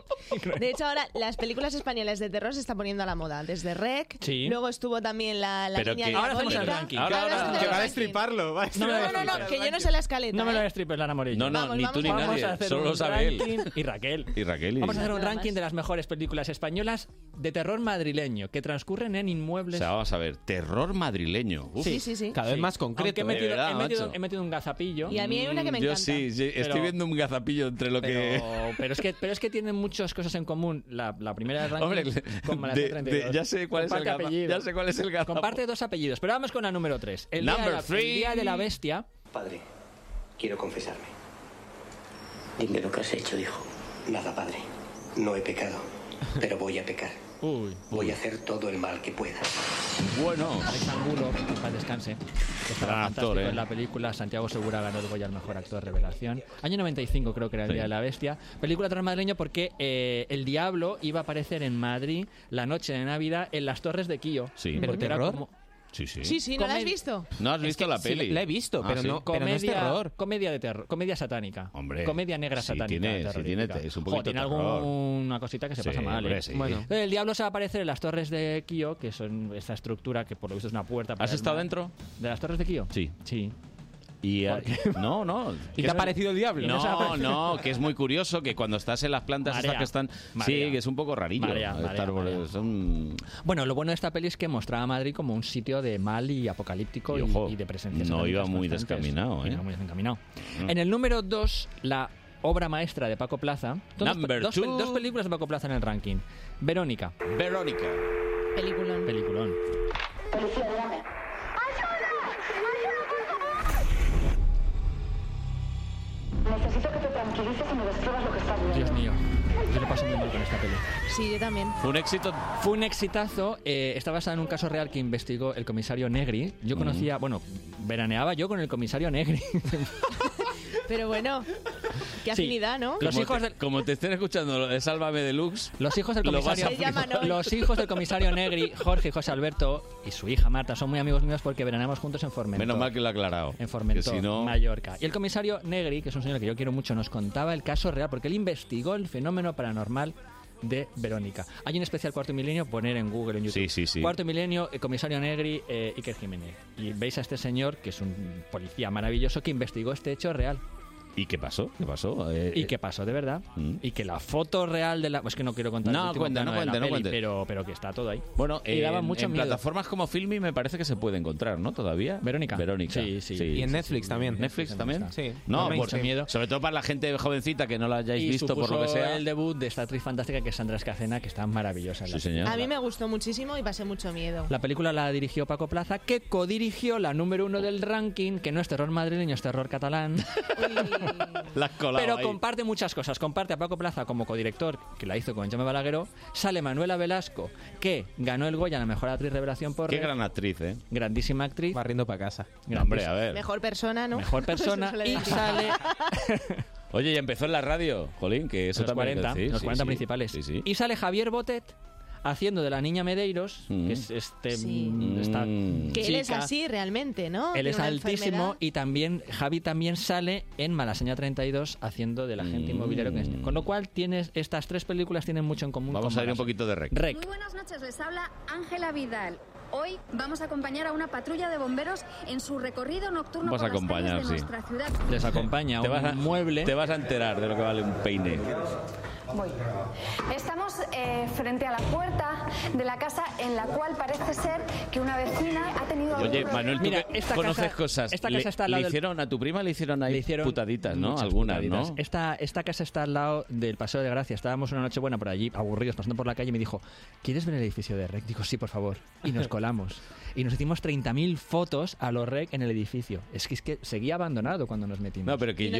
[SPEAKER 4] De hecho, ahora las películas españolas de terror se están poniendo a la moda. Desde Rec,
[SPEAKER 24] Sí.
[SPEAKER 4] luego estuvo también la, la niña
[SPEAKER 24] ahora hacemos el
[SPEAKER 4] diabólica.
[SPEAKER 24] ranking.
[SPEAKER 4] Ahora hacemos el ranking.
[SPEAKER 24] destriparlo.
[SPEAKER 4] No, no, no, no, que yo no sé la escaleta.
[SPEAKER 24] No me lo
[SPEAKER 4] ¿eh?
[SPEAKER 24] destripes, Lara Morello.
[SPEAKER 1] No, no,
[SPEAKER 4] Vamos,
[SPEAKER 1] ni
[SPEAKER 4] vamos,
[SPEAKER 1] tú ni
[SPEAKER 4] vamos a
[SPEAKER 1] nadie,
[SPEAKER 24] hacer
[SPEAKER 1] solo lo
[SPEAKER 24] un
[SPEAKER 1] sabe él.
[SPEAKER 24] ranking y Raquel.
[SPEAKER 1] Y Raquel. y-
[SPEAKER 24] Vamos a hacer un ranking de las mejores películas españolas de terror madrileño que transcurren en
[SPEAKER 1] O
[SPEAKER 24] inmuebles.
[SPEAKER 1] sea, vamos a ver, terror madrileño. Uf.
[SPEAKER 24] Sí. Aunque he
[SPEAKER 1] De
[SPEAKER 24] metido,
[SPEAKER 1] verdad,
[SPEAKER 24] he metido-
[SPEAKER 1] macho. Mm,
[SPEAKER 24] he metido un gazapillo.
[SPEAKER 4] Y a mí hay una que me
[SPEAKER 1] Yo
[SPEAKER 4] encanta.
[SPEAKER 1] sí, sí, estoy
[SPEAKER 24] Pero-
[SPEAKER 1] viendo un gazapillo entre lo que...
[SPEAKER 24] Pero,
[SPEAKER 1] [laughs]
[SPEAKER 24] pero es que, pero es que tienen muchas cosas en común. La, la primera del ranking
[SPEAKER 1] Hombre, [laughs]
[SPEAKER 24] con Malasia
[SPEAKER 1] de-
[SPEAKER 24] 32.
[SPEAKER 1] de- ya sé cuál es el
[SPEAKER 24] Comparte
[SPEAKER 1] gaza-
[SPEAKER 24] apellido.
[SPEAKER 1] ya sé cuál es el gazapo.
[SPEAKER 24] Comparte dos apellidos. Pero vamos con la número 3. El, día de
[SPEAKER 1] Number
[SPEAKER 24] la-
[SPEAKER 1] three.
[SPEAKER 24] el día de la bestia.
[SPEAKER 9] Padre, quiero confesarme. Dime lo que has hecho, hijo. Nada, padre. No he pecado, pero voy a pecar. Voy a hacer todo el mal que pueda.
[SPEAKER 1] Bueno.
[SPEAKER 24] Alex Angulo, que en paz descanse. que Estaba
[SPEAKER 1] Gran
[SPEAKER 24] fantástico
[SPEAKER 1] actor, ¿eh?
[SPEAKER 24] en la película. Santiago Segura ganó el Goya al mejor actor revelación. Año 95 creo que era el
[SPEAKER 1] Sí.
[SPEAKER 24] Día de la Bestia. Película transmadrileña porque eh, el diablo iba a aparecer en Madrid la noche de Navidad en las Torres de Quío.
[SPEAKER 1] Sí.
[SPEAKER 24] Porque
[SPEAKER 1] ¿Pero
[SPEAKER 24] era
[SPEAKER 1] terror?
[SPEAKER 24] como-
[SPEAKER 1] Sí, sí.
[SPEAKER 4] Sí, sí, ¿no la has
[SPEAKER 24] Comed-
[SPEAKER 4] visto?
[SPEAKER 1] ¿No has visto
[SPEAKER 24] que
[SPEAKER 1] la
[SPEAKER 24] sí,
[SPEAKER 1] peli?
[SPEAKER 24] la he
[SPEAKER 6] visto, pero no- pero no es terror.
[SPEAKER 24] Comedia de terror, comedia satánica.
[SPEAKER 1] Hombre,
[SPEAKER 24] Comedia negra
[SPEAKER 1] sí,
[SPEAKER 24] satánica.
[SPEAKER 1] tiene- sí,
[SPEAKER 24] terrorífica.
[SPEAKER 1] tiene- es un
[SPEAKER 24] Joder,
[SPEAKER 1] poquito
[SPEAKER 24] tiene
[SPEAKER 1] terror.
[SPEAKER 24] alguna cosita que se
[SPEAKER 1] Sí,
[SPEAKER 24] pasa mal.
[SPEAKER 1] hombre,
[SPEAKER 24] ¿eh?
[SPEAKER 1] sí. Bueno.
[SPEAKER 24] El diablo se va a aparecer en las torres de Kio, que son esta estructura que por lo visto es una puerta.
[SPEAKER 1] ¿Has estado
[SPEAKER 24] dentro? ¿De las torres de Kio?
[SPEAKER 1] Sí.
[SPEAKER 24] Sí.
[SPEAKER 1] Y, eh, [laughs] no, no.
[SPEAKER 24] ¿Y te ha parecido el diablo? ¿Y no se ha
[SPEAKER 1] No,
[SPEAKER 24] parecido?
[SPEAKER 1] no, que es muy curioso que cuando estás en las plantas
[SPEAKER 24] Marea.
[SPEAKER 1] estas que están... Sí,
[SPEAKER 24] Marea.
[SPEAKER 1] que es un poco rarillo.
[SPEAKER 24] Marea,
[SPEAKER 1] estar
[SPEAKER 24] marea,
[SPEAKER 1] por-
[SPEAKER 24] marea.
[SPEAKER 1] son-
[SPEAKER 24] [laughs] Bueno, lo bueno de esta peli es que mostraba a Madrid como un sitio de mal y apocalíptico y,
[SPEAKER 1] Y, ojo,
[SPEAKER 24] y de presencia.
[SPEAKER 1] no iba muy descaminado,
[SPEAKER 24] descaminado,
[SPEAKER 1] ¿eh?
[SPEAKER 24] No iba muy descaminado. En el número 2, la obra maestra de Paco Plaza. Dos,
[SPEAKER 1] Number
[SPEAKER 24] dos,
[SPEAKER 1] two.
[SPEAKER 24] pel- dos películas de Paco Plaza en el ranking. Verónica.
[SPEAKER 1] Verónica.
[SPEAKER 4] Peliculón.
[SPEAKER 24] Peliculón.
[SPEAKER 9] Necesito que te tranquilices y me describas lo que estás viendo.
[SPEAKER 24] Dios mío. Yo lo paso muy mal con esta peli.
[SPEAKER 4] Sí, yo también.
[SPEAKER 1] Fue un éxito.
[SPEAKER 24] Fue un exitazo. eh, está basada en un caso real que investigó el comisario Negri. Yo conocía, bueno, veraneaba yo con el comisario Negri.
[SPEAKER 4] Pero bueno, qué
[SPEAKER 24] Sí.
[SPEAKER 4] afinidad, ¿no?
[SPEAKER 24] Los
[SPEAKER 1] como,
[SPEAKER 24] hijos
[SPEAKER 1] te, como te estén escuchando lo de Sálvame Deluxe...
[SPEAKER 24] Los hijos del
[SPEAKER 1] Lo vas
[SPEAKER 24] comisario,
[SPEAKER 1] a Se llaman hoy.
[SPEAKER 24] los hijos del comisario Negri, Jorge y José Alberto y su hija Marta son muy amigos míos porque veraneamos juntos en Formentor.
[SPEAKER 1] Menos mal que lo ha aclarado.
[SPEAKER 24] en Formentor,
[SPEAKER 1] Que si no...
[SPEAKER 24] Mallorca. Y el comisario Negri, que es un señor que yo quiero mucho, nos contaba el caso real porque él investigó el fenómeno paranormal de Verónica. Hay un especial Cuarto Milenio, poner en Google, en YouTube.
[SPEAKER 1] Sí, sí, sí.
[SPEAKER 24] Cuarto Milenio, eh, comisario Negri, eh, Iker Jiménez. Y veis a este señor, que es un policía maravilloso, que investigó este hecho real.
[SPEAKER 1] ¿Y qué pasó? ¿Qué pasó? Eh, Mm.
[SPEAKER 24] Y que pasó, de verdad. Y que la foto real de la... Es que no quiero contar el
[SPEAKER 1] No,
[SPEAKER 24] último
[SPEAKER 1] cuenta,
[SPEAKER 24] plano
[SPEAKER 1] no
[SPEAKER 24] de la
[SPEAKER 1] cuenta, no
[SPEAKER 24] peli,
[SPEAKER 1] cuenta.
[SPEAKER 24] Pero, pero que está todo ahí.
[SPEAKER 1] Bueno,
[SPEAKER 24] y daba
[SPEAKER 1] en,
[SPEAKER 24] mucho
[SPEAKER 1] en
[SPEAKER 24] miedo.
[SPEAKER 1] plataformas como Filmi me parece que se puede encontrar, ¿no? Todavía. Verónica. Verónica.
[SPEAKER 24] Sí, sí.
[SPEAKER 6] Y en Netflix también.
[SPEAKER 1] Netflix también.
[SPEAKER 6] Sí.
[SPEAKER 1] No,
[SPEAKER 6] Por
[SPEAKER 1] por
[SPEAKER 6] mainstream.
[SPEAKER 1] miedo. Sobre todo para la gente jovencita que no la hayáis
[SPEAKER 24] y
[SPEAKER 1] visto por lo que
[SPEAKER 24] supuso
[SPEAKER 1] sea.
[SPEAKER 24] el debut de esta actriz fantástica que es Sandra Escacena, que está maravillosa. en la
[SPEAKER 1] Sí,
[SPEAKER 24] película.
[SPEAKER 1] señor.
[SPEAKER 4] A mí me gustó muchísimo y pasé mucho miedo.
[SPEAKER 24] La película la dirigió Paco
[SPEAKER 1] [laughs]
[SPEAKER 24] Plaza, que codirigió la número uno del ranking, que no es terror madrileño, es terror catalán.
[SPEAKER 1] Las colado
[SPEAKER 24] Pero
[SPEAKER 1] ahí.
[SPEAKER 24] comparte muchas cosas. Comparte a Paco Plaza como codirector, que la hizo con Jaime Balagueró. Sale Manuela Velasco, que ganó el Goya a la mejor actriz revelación por.
[SPEAKER 1] Qué gran actriz, ¿eh?
[SPEAKER 24] Grandísima actriz.
[SPEAKER 1] Barriendo para casa. hombre, a ver.
[SPEAKER 4] Mejor persona, ¿no?
[SPEAKER 24] Mejor
[SPEAKER 4] [laughs]
[SPEAKER 24] persona
[SPEAKER 4] Eso suele
[SPEAKER 24] y
[SPEAKER 4] decir.
[SPEAKER 24] sale-
[SPEAKER 1] Oye, ya empezó en la radio, Jolín, que eso
[SPEAKER 24] Los
[SPEAKER 1] también hay que
[SPEAKER 24] 40,
[SPEAKER 1] decir.
[SPEAKER 24] los 40
[SPEAKER 1] principales. Sí, sí.
[SPEAKER 24] Y sale Javier Botet haciendo de la niña Medeiros,
[SPEAKER 1] Mm.
[SPEAKER 24] que es este.
[SPEAKER 4] Sí.
[SPEAKER 24] esta
[SPEAKER 4] Que él es
[SPEAKER 24] chica.
[SPEAKER 4] así realmente, ¿no?
[SPEAKER 24] Él
[SPEAKER 4] Tiene
[SPEAKER 24] es
[SPEAKER 4] una
[SPEAKER 24] altísimo
[SPEAKER 4] enfermedad.
[SPEAKER 24] y también Javi también sale en Malaseña 32 haciendo del
[SPEAKER 1] Mm.
[SPEAKER 24] agente inmobiliario que es. Con lo cual tienes estas tres películas tienen mucho en común.
[SPEAKER 1] Vamos
[SPEAKER 24] con
[SPEAKER 1] a ir un
[SPEAKER 24] Malaseña.
[SPEAKER 1] poquito de rec.
[SPEAKER 24] Rec.
[SPEAKER 12] Muy buenas noches, les habla Ángela Vidal. Hoy vamos a acompañar a una patrulla de bomberos en su recorrido nocturno
[SPEAKER 1] Vas a
[SPEAKER 12] por las calles
[SPEAKER 1] acompañar,
[SPEAKER 12] de
[SPEAKER 1] sí.
[SPEAKER 12] nuestra ciudad.
[SPEAKER 24] Les acompaña
[SPEAKER 1] Te
[SPEAKER 24] un
[SPEAKER 1] vas a-
[SPEAKER 24] mueble.
[SPEAKER 1] Te vas a enterar de lo que vale un peine.
[SPEAKER 12] Voy. Estamos eh, frente a la puerta de la casa en la cual parece ser que una vecina ha tenido algún
[SPEAKER 1] Oye,
[SPEAKER 12] problema.
[SPEAKER 1] Manuel, tú
[SPEAKER 12] Mira,
[SPEAKER 1] que
[SPEAKER 12] esta
[SPEAKER 1] conoces
[SPEAKER 12] casa-
[SPEAKER 1] cosas.
[SPEAKER 12] esta
[SPEAKER 1] Le-
[SPEAKER 12] casa está al
[SPEAKER 1] le
[SPEAKER 12] lado del-
[SPEAKER 1] hicieron a tu prima, le hicieron ahí putaditas, ¿no?
[SPEAKER 24] Muchas
[SPEAKER 1] Algunas,
[SPEAKER 24] putaditas.
[SPEAKER 1] ¿no?
[SPEAKER 24] Esta, esta casa está al lado del Paseo de Gracia. Estábamos una noche buena por allí, aburridos, pasando por la calle, y me dijo, ¿quieres ver el edificio de REC? Digo, sí, por favor. Y
[SPEAKER 1] [laughs]
[SPEAKER 24] nos colamos. Y nos hicimos 30.000 fotos a los REC en el edificio. Es que, es que seguía abandonado cuando nos metimos.
[SPEAKER 1] No, pero que yo.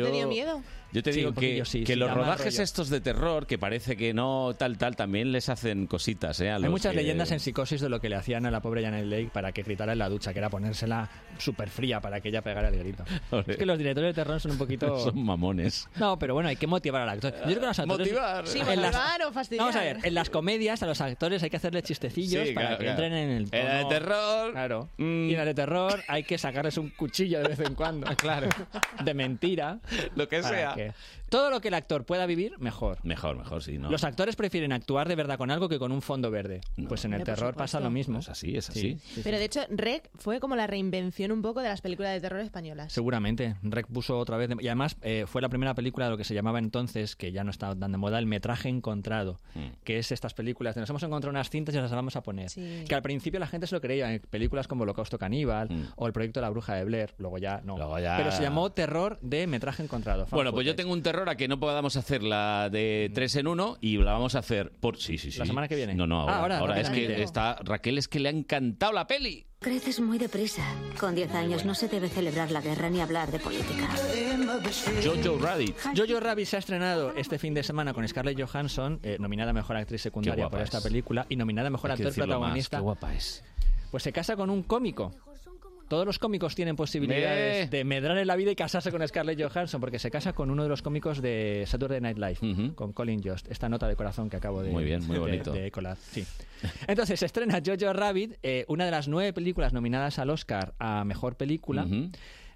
[SPEAKER 1] Yo te
[SPEAKER 24] Sí,
[SPEAKER 1] digo
[SPEAKER 24] un
[SPEAKER 1] que,
[SPEAKER 24] poquillo sí,
[SPEAKER 1] que
[SPEAKER 24] sí,
[SPEAKER 1] los
[SPEAKER 24] da mal
[SPEAKER 1] rodajes
[SPEAKER 24] rollo.
[SPEAKER 1] estos de terror, que parece que no tal, tal, también les hacen cositas, ¿eh? A
[SPEAKER 24] Hay
[SPEAKER 1] los
[SPEAKER 24] muchas
[SPEAKER 1] que-
[SPEAKER 24] leyendas en psicosis de lo que le hacían a la pobre Janet Lake para que gritara en la ducha, que era ponérsela súper fría para que ella pegara el grito.
[SPEAKER 1] Hombre.
[SPEAKER 24] Es que los directores de terror son un poquito...
[SPEAKER 1] [laughs] Son mamones.
[SPEAKER 24] No, pero bueno, hay que motivar al actor. Yo creo que los actores-
[SPEAKER 1] Motivar.
[SPEAKER 4] Sí,
[SPEAKER 24] En las-
[SPEAKER 4] motivar o fastidiar.
[SPEAKER 24] Vamos a ver, en las comedias a los actores hay que hacerle chistecillos
[SPEAKER 1] Sí,
[SPEAKER 24] para
[SPEAKER 1] claro,
[SPEAKER 24] que
[SPEAKER 1] claro.
[SPEAKER 24] entren en el tono.
[SPEAKER 1] En la de terror. Mm.
[SPEAKER 24] Claro. Y en la de terror hay que sacarles un cuchillo de vez en
[SPEAKER 1] [laughs]
[SPEAKER 24] cuando. claro. De mentira.
[SPEAKER 1] Lo que
[SPEAKER 24] Para
[SPEAKER 1] sea.
[SPEAKER 24] que- Todo lo que el actor pueda vivir, mejor.
[SPEAKER 1] Mejor, mejor, sí, ¿no?
[SPEAKER 24] Los actores prefieren actuar de verdad con algo que con un fondo verde. Pues en el
[SPEAKER 4] Hombre, por
[SPEAKER 24] terror pasa
[SPEAKER 4] supuesto.
[SPEAKER 24] lo mismo.
[SPEAKER 1] Es así, es así.
[SPEAKER 4] Pero de hecho, Rec fue como la reinvención un poco de las películas de terror españolas.
[SPEAKER 24] Seguramente. Rec puso otra vez. de- Y además eh, fue la primera película de lo que se llamaba entonces, que ya no está tan de moda, el metraje encontrado.
[SPEAKER 1] Mm.
[SPEAKER 24] Que es estas películas de nos hemos encontrado unas cintas y las vamos a poner.
[SPEAKER 4] Sí.
[SPEAKER 24] Que al principio la gente se lo creía en películas como Holocausto Caníbal o el proyecto La Bruja de Blair. Luego ya no.
[SPEAKER 1] Mm. ya-
[SPEAKER 24] Pero se llamó Terror de Metraje Encontrado. Fan
[SPEAKER 1] Bueno, pues yo
[SPEAKER 24] footage. Mm.
[SPEAKER 1] tengo un terror a que no podamos hacer la de tres en uno y la vamos a hacer por... Sí, sí, sí.
[SPEAKER 24] La semana que viene.
[SPEAKER 1] No, no, ahora.
[SPEAKER 24] Ah, ahora,
[SPEAKER 1] ahora
[SPEAKER 24] no
[SPEAKER 1] es
[SPEAKER 24] te
[SPEAKER 1] que
[SPEAKER 24] digo.
[SPEAKER 1] está... Raquel es que le ha encantado la peli.
[SPEAKER 21] Creces muy deprisa. Con 10 años no se debe celebrar la guerra ni hablar de política.
[SPEAKER 1] Jojo Rabbit.
[SPEAKER 24] Jojo Rabbit se ha estrenado este fin de semana con Scarlett Johansson, eh, nominada a Mejor Actriz
[SPEAKER 1] Qué
[SPEAKER 24] Secundaria
[SPEAKER 1] guapa
[SPEAKER 24] por esta
[SPEAKER 1] es.
[SPEAKER 24] película y nominada a Mejor
[SPEAKER 1] Hay que
[SPEAKER 24] Actor
[SPEAKER 1] decirlo más,
[SPEAKER 24] Protagonista.
[SPEAKER 1] qué guapa es.
[SPEAKER 24] Pues se casa con un cómico. Todos los cómicos tienen posibilidades
[SPEAKER 1] Eh.
[SPEAKER 24] de medrar en la vida y casarse con Scarlett Johansson, porque se casa con uno de los cómicos de Saturday Night Live, con Colin Jost. Esta nota de corazón que acabo de,
[SPEAKER 1] Muy bien, muy
[SPEAKER 24] de-
[SPEAKER 1] bonito.
[SPEAKER 24] de colar. Sí. Entonces, se estrena Jojo Rabbit, eh, una de las nueve películas nominadas al Oscar a Mejor Película.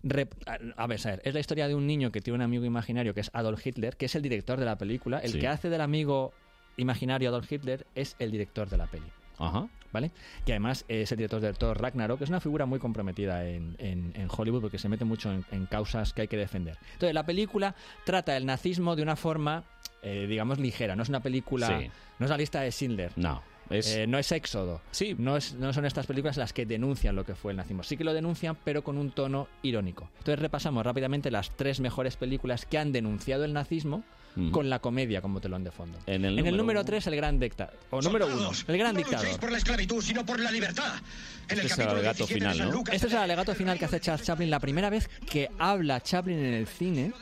[SPEAKER 24] Rep- a, a ver, a ver, es la historia de un niño que tiene un amigo imaginario que es Adolf Hitler, que es el director de la película. El
[SPEAKER 1] Sí.
[SPEAKER 24] que hace del amigo imaginario Adolf Hitler es el director de la peli.
[SPEAKER 1] Ajá.
[SPEAKER 24] ¿Vale? Que además es el director del Thor Ragnarok, que es una figura muy comprometida en, en- en Hollywood porque se mete mucho en, en causas que hay que defender. Entonces, la película trata el nazismo de una forma, eh, digamos, ligera. No es una película.
[SPEAKER 1] Sí.
[SPEAKER 24] No es la lista de Schindler.
[SPEAKER 1] No. Es...
[SPEAKER 24] Eh, no es éxodo. No, es- no son estas películas las que denuncian lo que fue el nazismo. Sí que lo denuncian, pero con un tono irónico. Entonces repasamos rápidamente las tres mejores películas que han denunciado el nazismo
[SPEAKER 1] Mm.
[SPEAKER 24] con la comedia como telón de fondo.
[SPEAKER 1] En el
[SPEAKER 24] en el número
[SPEAKER 1] uno.
[SPEAKER 24] 3, el gran dictador. O Pues número 1, el gran dictador.
[SPEAKER 7] por la esclavitud, sino por la libertad. En
[SPEAKER 1] Este
[SPEAKER 7] el
[SPEAKER 1] es el
[SPEAKER 7] capítulo
[SPEAKER 1] alegato
[SPEAKER 7] 17
[SPEAKER 1] final,
[SPEAKER 7] de San
[SPEAKER 1] ¿no?
[SPEAKER 7] Lucas
[SPEAKER 24] Este es el alegato final que hace Charles Chaplin, la primera vez que habla Chaplin en el cine.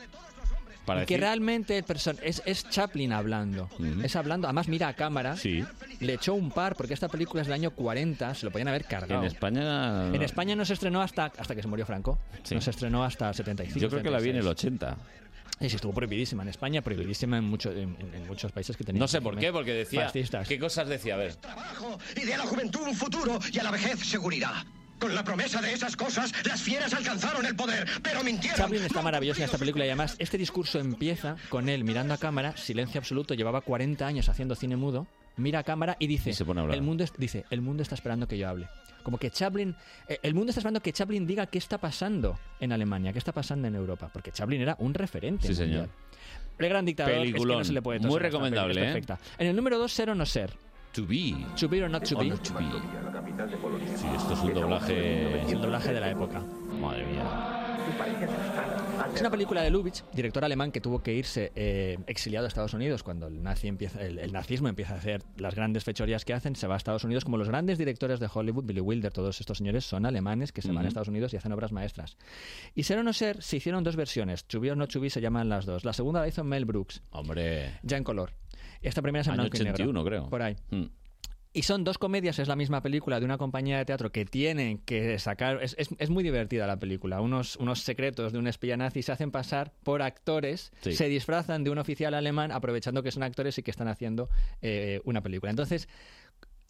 [SPEAKER 1] Para
[SPEAKER 24] y que
[SPEAKER 1] decir-
[SPEAKER 24] realmente el person- es, es Chaplin hablando. Es hablando, además mira a cámara. Le echó un par, porque esta película es del año 40, se lo podían haber cargado.
[SPEAKER 1] En España...
[SPEAKER 24] En España no se estrenó hasta, hasta que se murió Franco.
[SPEAKER 1] Sí.
[SPEAKER 24] No se estrenó hasta el 75.
[SPEAKER 1] Yo creo que la vi en el
[SPEAKER 24] 86.
[SPEAKER 1] 80.
[SPEAKER 24] eh, Sí, sí, estuvo prohibidísima en España, prohibidísima en, mucho- en, en- en muchos países que tenían.
[SPEAKER 1] No sé por
[SPEAKER 24] regímenes
[SPEAKER 1] qué, porque decía...
[SPEAKER 24] fascistas.
[SPEAKER 1] ¿Qué cosas decía? A ver.
[SPEAKER 7] y de la juventud un futuro y a la vejez seguridad. Con la promesa de esas cosas, las fieras alcanzaron el poder, pero mintieron.
[SPEAKER 24] Chaplin está maravilloso en esta película y además este discurso empieza con él mirando a cámara, silencio absoluto, llevaba 40 años haciendo cine mudo, mira a cámara y dice,
[SPEAKER 1] hablar.
[SPEAKER 24] el mundo es- dice, el mundo está esperando que yo hable. Como que Chaplin, eh, el mundo está esperando que Chaplin diga qué está pasando en Alemania, qué está pasando en Europa, porque Chaplin era un referente.
[SPEAKER 1] Sí, señor.
[SPEAKER 24] mundial. El gran dictador es que
[SPEAKER 1] Peliculón.
[SPEAKER 24] no se le puede
[SPEAKER 1] Muy
[SPEAKER 24] toser a esta
[SPEAKER 1] recomendable,
[SPEAKER 24] película,
[SPEAKER 1] ¿eh?
[SPEAKER 24] es perfecta. En el número 2, ser o no ser.
[SPEAKER 1] To be.
[SPEAKER 24] To be or not to
[SPEAKER 1] Or
[SPEAKER 24] be.
[SPEAKER 1] not to be. Sí, esto es un doblaje...
[SPEAKER 24] Es un doblaje de la época.
[SPEAKER 1] Madre mía.
[SPEAKER 24] Es una película de Lubitsch, director alemán que tuvo que irse eh, exiliado a Estados Unidos cuando el, nazi empieza, el, el nazismo empieza a hacer las grandes fechorías que hacen. Se va a Estados Unidos como los grandes directores de Hollywood, Billy Wilder, todos estos señores son alemanes que se van
[SPEAKER 1] Ujú.
[SPEAKER 24] a Estados Unidos y hacen obras maestras. Y Ser o no Ser se hicieron dos versiones. Chubby o no Chubby se llaman las dos. La segunda la hizo Mel Brooks,
[SPEAKER 1] Hombre.
[SPEAKER 24] ya en color. Esta primera es en
[SPEAKER 1] Año
[SPEAKER 24] blanco y negro.
[SPEAKER 1] 81, creo.
[SPEAKER 24] Por ahí.
[SPEAKER 2] Mm.
[SPEAKER 24] Y son dos comedias, es la misma película de una compañía de teatro que tienen que sacar. Es, es- es muy divertida la película. Unos, unos secretos de un espía nazi se hacen pasar por actores,
[SPEAKER 1] Sí.
[SPEAKER 24] se disfrazan de un oficial alemán, aprovechando que son actores y que están haciendo eh, una película. Entonces,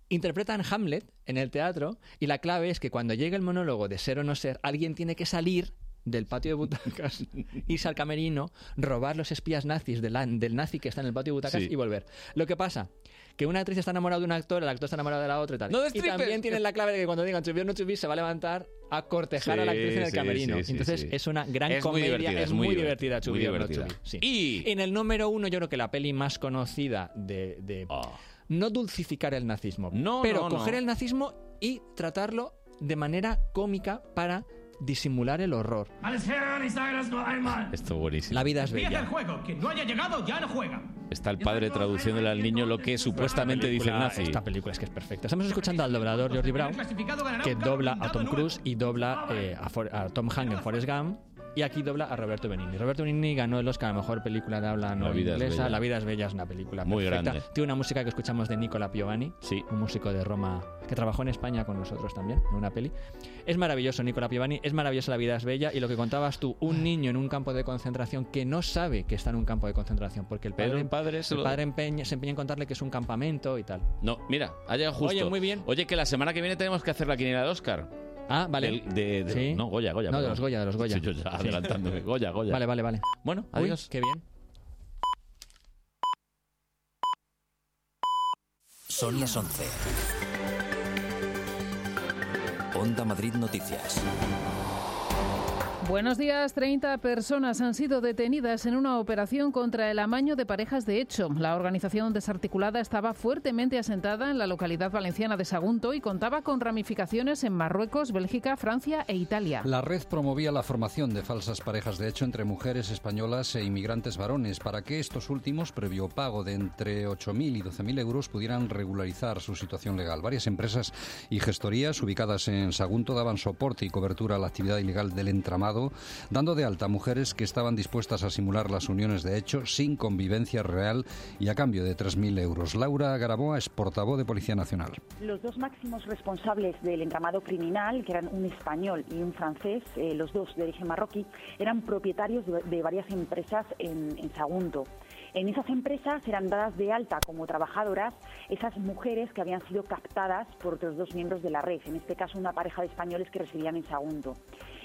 [SPEAKER 24] interpretan Hamlet en el teatro y la clave es que cuando llegue el monólogo de ser o no ser, alguien tiene que salir del patio de
[SPEAKER 1] [laughs]
[SPEAKER 24] butacas, irse al camerino, robar los espías nazis del, an- del nazi que está en el patio de butacas
[SPEAKER 1] Sí.
[SPEAKER 24] y volver. Lo que pasa, que una actriz está enamorada de un actor, el actor está enamorado de la otra y tal.
[SPEAKER 1] ¡No
[SPEAKER 24] y
[SPEAKER 1] destripes!
[SPEAKER 24] también tienen la clave de que cuando digan chubí o no chubí se va a levantar a cortejar a la
[SPEAKER 1] Sí,
[SPEAKER 24] actriz en el
[SPEAKER 1] sí,
[SPEAKER 24] camerino.
[SPEAKER 1] sí, sí,
[SPEAKER 24] Entonces
[SPEAKER 1] sí.
[SPEAKER 24] es una gran
[SPEAKER 1] Es muy
[SPEAKER 24] comedia,
[SPEAKER 1] divertida,
[SPEAKER 24] es muy divertida,
[SPEAKER 1] muy
[SPEAKER 24] chubí o no
[SPEAKER 1] divertida.
[SPEAKER 24] chubí. Sí. En el número uno, yo creo que la peli más conocida de. de- No dulcificar el nazismo, pero
[SPEAKER 1] no, no.
[SPEAKER 24] coger el nazismo y tratarlo de manera cómica para disimular el horror.
[SPEAKER 9] Alles Herren, ich sage das nur einmal.
[SPEAKER 1] Esto es buenísimo.
[SPEAKER 24] La vida es
[SPEAKER 9] Empieza
[SPEAKER 24] bella.
[SPEAKER 9] el juego. Quien no haya llegado ya no juega.
[SPEAKER 1] Está el padre traduciéndole al niño lo que supuestamente dice el nazi.
[SPEAKER 24] Esta película es que es perfecta. Estamos escuchando al doblador Jordi Brown, que dobla a Tom Cruise y dobla eh, a, For- a Tom Hanks en Forrest Gump. Y aquí dobla a Roberto Benigni. Roberto Benigni ganó el Oscar a Mejor Película de Habla No
[SPEAKER 1] La vida es
[SPEAKER 24] Inglesa.
[SPEAKER 1] bella.
[SPEAKER 24] La vida es bella es una película
[SPEAKER 1] Muy
[SPEAKER 24] perfecta.
[SPEAKER 1] grande.
[SPEAKER 24] Tiene una música que escuchamos de Nicola Piovani, un músico de Roma que trabajó en España con nosotros también, en una peli. Es maravilloso Nicola Piovani, es maravillosa La vida es bella. Y lo que contabas tú, un niño en un campo de concentración que no sabe que está en un campo de concentración, porque el
[SPEAKER 1] Pero
[SPEAKER 24] padre,
[SPEAKER 1] el padre se
[SPEAKER 24] el
[SPEAKER 1] lo-
[SPEAKER 24] padre empeña- se empeña en contarle que es un campamento y tal.
[SPEAKER 1] No, mira, ha llegado justo.
[SPEAKER 24] Oye, muy bien.
[SPEAKER 1] Oye, que la semana que viene tenemos que hacer la quiniela del Oscar.
[SPEAKER 24] Ah, vale.
[SPEAKER 1] Del- de, de-
[SPEAKER 24] Sí.
[SPEAKER 1] No, Goya, Goya.
[SPEAKER 24] No, de
[SPEAKER 1] perdón.
[SPEAKER 24] los Goya, de los Goya.
[SPEAKER 1] Estoy yo ya
[SPEAKER 24] Sí.
[SPEAKER 1] adelantándome. Goya, Goya.
[SPEAKER 24] Vale, vale, vale.
[SPEAKER 1] Bueno,
[SPEAKER 24] Uy,
[SPEAKER 1] adiós.
[SPEAKER 24] qué bien.
[SPEAKER 7] Son las 11. Onda Madrid Noticias.
[SPEAKER 14] Buenos días. 30 personas han sido detenidas en una operación contra el amaño de parejas de hecho. La organización desarticulada estaba fuertemente asentada en la localidad valenciana de Sagunto y contaba con ramificaciones en Marruecos, Bélgica, Francia e Italia.
[SPEAKER 15] La red promovía la formación de falsas parejas de hecho entre mujeres españolas e inmigrantes varones para que estos últimos, previo pago de entre 8.000 y 12.000 euros, pudieran regularizar su situación legal. Varias empresas y gestorías ubicadas en Sagunto daban soporte y cobertura a la actividad ilegal del entramado, dando de alta mujeres que estaban dispuestas a simular las uniones de hecho sin convivencia real y a cambio de 3.000 euros. Laura Garaboa es portavoz de Policía Nacional.
[SPEAKER 26] Los dos máximos responsables del entramado criminal, que eran un español y un francés, eh, los dos de origen marroquí, eran propietarios de, de varias empresas en, en Sagunto. En esas empresas eran dadas de alta como trabajadoras esas mujeres que habían sido captadas por otros dos miembros de la red, en este caso una pareja de españoles que residían en Sagunto.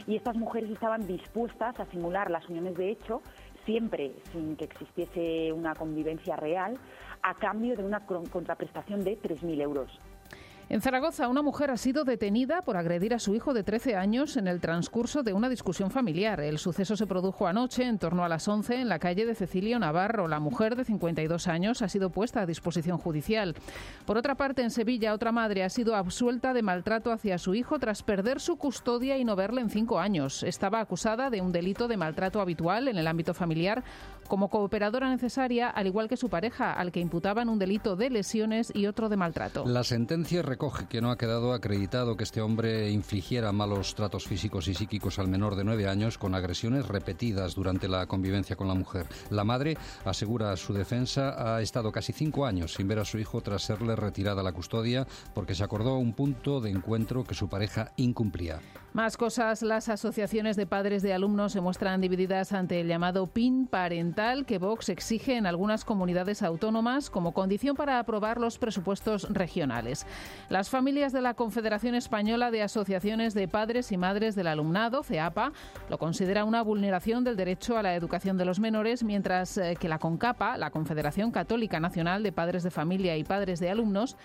[SPEAKER 26] Y estas mujeres estaban dispuestas a simular las uniones de hecho siempre sin que existiese una convivencia real, a cambio de una cron- contraprestación de 3.000 euros.
[SPEAKER 14] En Zaragoza, una mujer ha sido detenida por agredir a su hijo de 13 años en el transcurso de una discusión familiar. El suceso se produjo anoche, en torno a las 11, en la calle de Cecilio Navarro. La mujer, de 52 años, ha sido puesta a disposición judicial. Por otra parte, en Sevilla, otra madre ha sido absuelta de maltrato hacia su hijo tras perder su custodia y no verle en cinco años. Estaba acusada de un delito de maltrato habitual en el ámbito familiar como cooperadora necesaria, al igual que su pareja, al que imputaban un delito de lesiones y otro de maltrato.
[SPEAKER 15] La sentencia recoge que no ha quedado acreditado que este hombre infligiera malos tratos físicos y psíquicos al menor de nueve años con agresiones repetidas durante la convivencia con la mujer. La madre asegura su defensa ha estado casi cinco años sin ver a su hijo tras serle retirada la custodia porque se acordó un punto de encuentro que su pareja incumplía.
[SPEAKER 14] Más cosas, las asociaciones de padres de alumnos se muestran divididas ante el llamado PIN parental que Vox exige en algunas comunidades autónomas como condición para aprobar los presupuestos regionales. Las familias de la Confederación Española de Asociaciones de Padres y Madres del Alumnado, CEAPA, lo considera una vulneración del derecho a la educación de los menores, mientras eh, que la CONCAPA, la Confederación Católica Nacional de Padres de Familia y Padres de Alumnos,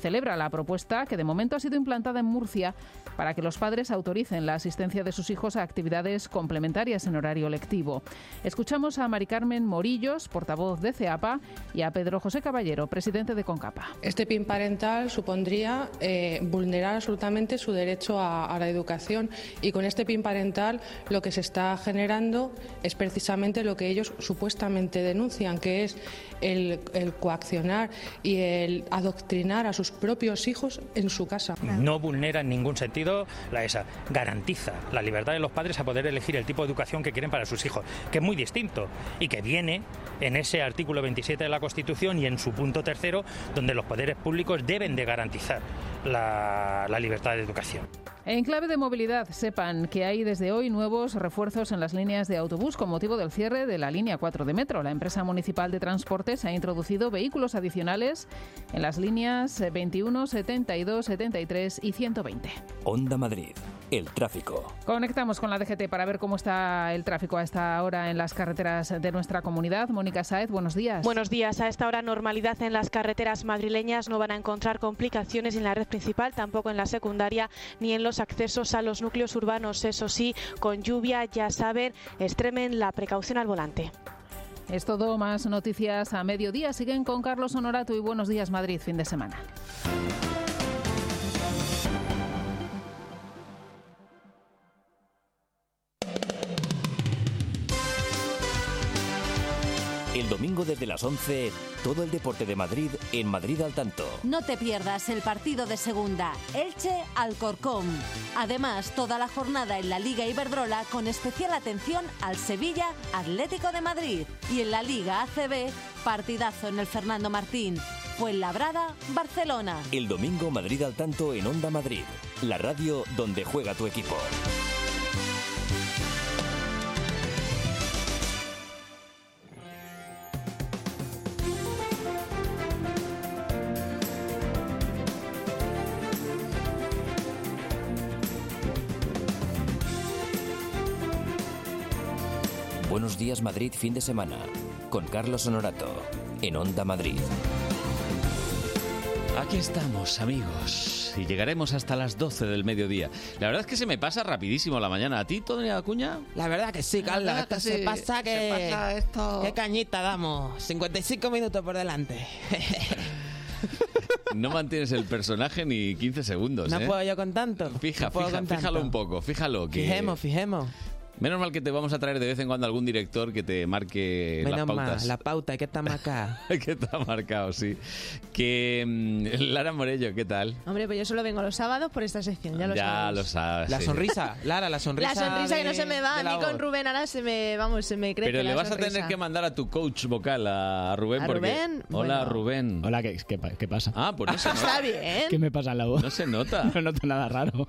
[SPEAKER 14] celebra la propuesta que de momento ha sido implantada en Murcia para que los padres autoricen la asistencia de sus hijos a actividades complementarias en horario lectivo. Escuchamos a Mari Carmen Morillos, portavoz de CEAPA, y a Pedro José Caballero, presidente de CONCAPA.
[SPEAKER 27] Este PIN parental supondría eh, vulnerar absolutamente su derecho a, a la educación y con este PIN parental lo que se está generando es precisamente lo que ellos supuestamente denuncian, que es el, el coaccionar y el adoctrinar a sus propios hijos en su casa.
[SPEAKER 2] No vulnera en ningún sentido la ESA. Garantiza la libertad de los padres a poder elegir el tipo de educación que quieren para sus hijos, que es muy distinto y que viene en ese artículo 27 de la Constitución y en su punto tercero, donde los poderes públicos deben de garantizar la, la libertad de educación.
[SPEAKER 14] En clave de movilidad, sepan que hay desde hoy nuevos refuerzos en las líneas de autobús con motivo del cierre de la línea 4 de metro. La empresa municipal de transportes ha introducido vehículos adicionales en las líneas 21, 72, 73 y 120.
[SPEAKER 7] Onda Madrid, el tráfico.
[SPEAKER 14] Conectamos con la DGT para ver cómo está el tráfico a esta hora en las carreteras de nuestra comunidad. Mónica Saez, buenos días.
[SPEAKER 28] Buenos días. A esta hora normalidad en las carreteras madrileñas no van a encontrar complicaciones en la red principal, tampoco en la secundaria ni en los accesos a los núcleos urbanos. Eso sí, con lluvia, ya saben, extremen la precaución al volante.
[SPEAKER 14] Es todo, más noticias a mediodía. Siguen con Carlos Honorato y Buenos Días Madrid, fin de semana.
[SPEAKER 7] El domingo desde las 11, todo el deporte de Madrid en Madrid al tanto.
[SPEAKER 5] No te pierdas el partido de segunda, Elche Alcorcón. Además, toda la jornada en la Liga Iberdrola con especial atención al Sevilla Atlético de Madrid. Y en la Liga ACB, partidazo en el Fernando Martín. Fuenlabrada, Barcelona.
[SPEAKER 7] El domingo Madrid al tanto en Onda Madrid, la radio donde juega tu equipo. Buenos días Madrid fin de semana con Carlos Honorato en Onda Madrid.
[SPEAKER 1] Aquí estamos, amigos, y llegaremos hasta las 12 del mediodía. La verdad es que se me pasa rapidísimo la mañana. ¿A ti, Tony Acuña?
[SPEAKER 6] La verdad que sí, Carla.
[SPEAKER 1] verdad
[SPEAKER 6] esto
[SPEAKER 1] que
[SPEAKER 6] se
[SPEAKER 1] sí,
[SPEAKER 6] pasa que.
[SPEAKER 1] se pasa esto.
[SPEAKER 6] ¿Qué cañita damos? 55 minutos por delante.
[SPEAKER 1] No mantienes el personaje ni 15 segundos,
[SPEAKER 6] no
[SPEAKER 1] ¿eh?
[SPEAKER 6] puedo yo con tanto.
[SPEAKER 1] Fija,
[SPEAKER 6] No puedo
[SPEAKER 1] fija,
[SPEAKER 6] con tanto.
[SPEAKER 1] fíjalo un poco, fíjalo. Que...
[SPEAKER 6] Fijemos, fijemos.
[SPEAKER 1] Menos mal que te vamos a traer de vez en cuando algún director que te marque las
[SPEAKER 6] Menos
[SPEAKER 1] pautas.
[SPEAKER 6] mal, la pauta, ¿qué estamos acá?
[SPEAKER 1] [laughs] que está marcado, sí. Que mm, Lara Morello, ¿qué tal?
[SPEAKER 4] Hombre, pues yo solo vengo los sábados por esta sección, ya lo
[SPEAKER 1] ya
[SPEAKER 4] sabes.
[SPEAKER 1] lo sabes.
[SPEAKER 6] La
[SPEAKER 1] sí.
[SPEAKER 6] sonrisa, Lara, la sonrisa.
[SPEAKER 4] La sonrisa que no
[SPEAKER 6] de-
[SPEAKER 4] se me va,
[SPEAKER 6] de la
[SPEAKER 4] ni con
[SPEAKER 6] voz.
[SPEAKER 4] Rubén ahora se me, vamos, se me crece
[SPEAKER 1] Pero le
[SPEAKER 4] la
[SPEAKER 1] vas a
[SPEAKER 4] sonrisa.
[SPEAKER 1] tener que mandar a tu coach vocal, a Rubén.
[SPEAKER 4] ¿A
[SPEAKER 1] porque...
[SPEAKER 4] Rubén?
[SPEAKER 1] Hola,
[SPEAKER 4] Bueno.
[SPEAKER 1] Rubén. Hola, ¿qué, pasa? Ah, pues no se
[SPEAKER 4] [laughs]
[SPEAKER 1] nota.
[SPEAKER 4] Está bien.
[SPEAKER 29] ¿Qué me pasa en la voz? No
[SPEAKER 1] se nota.
[SPEAKER 29] [laughs] No noto nada
[SPEAKER 1] [laughs]
[SPEAKER 29] raro.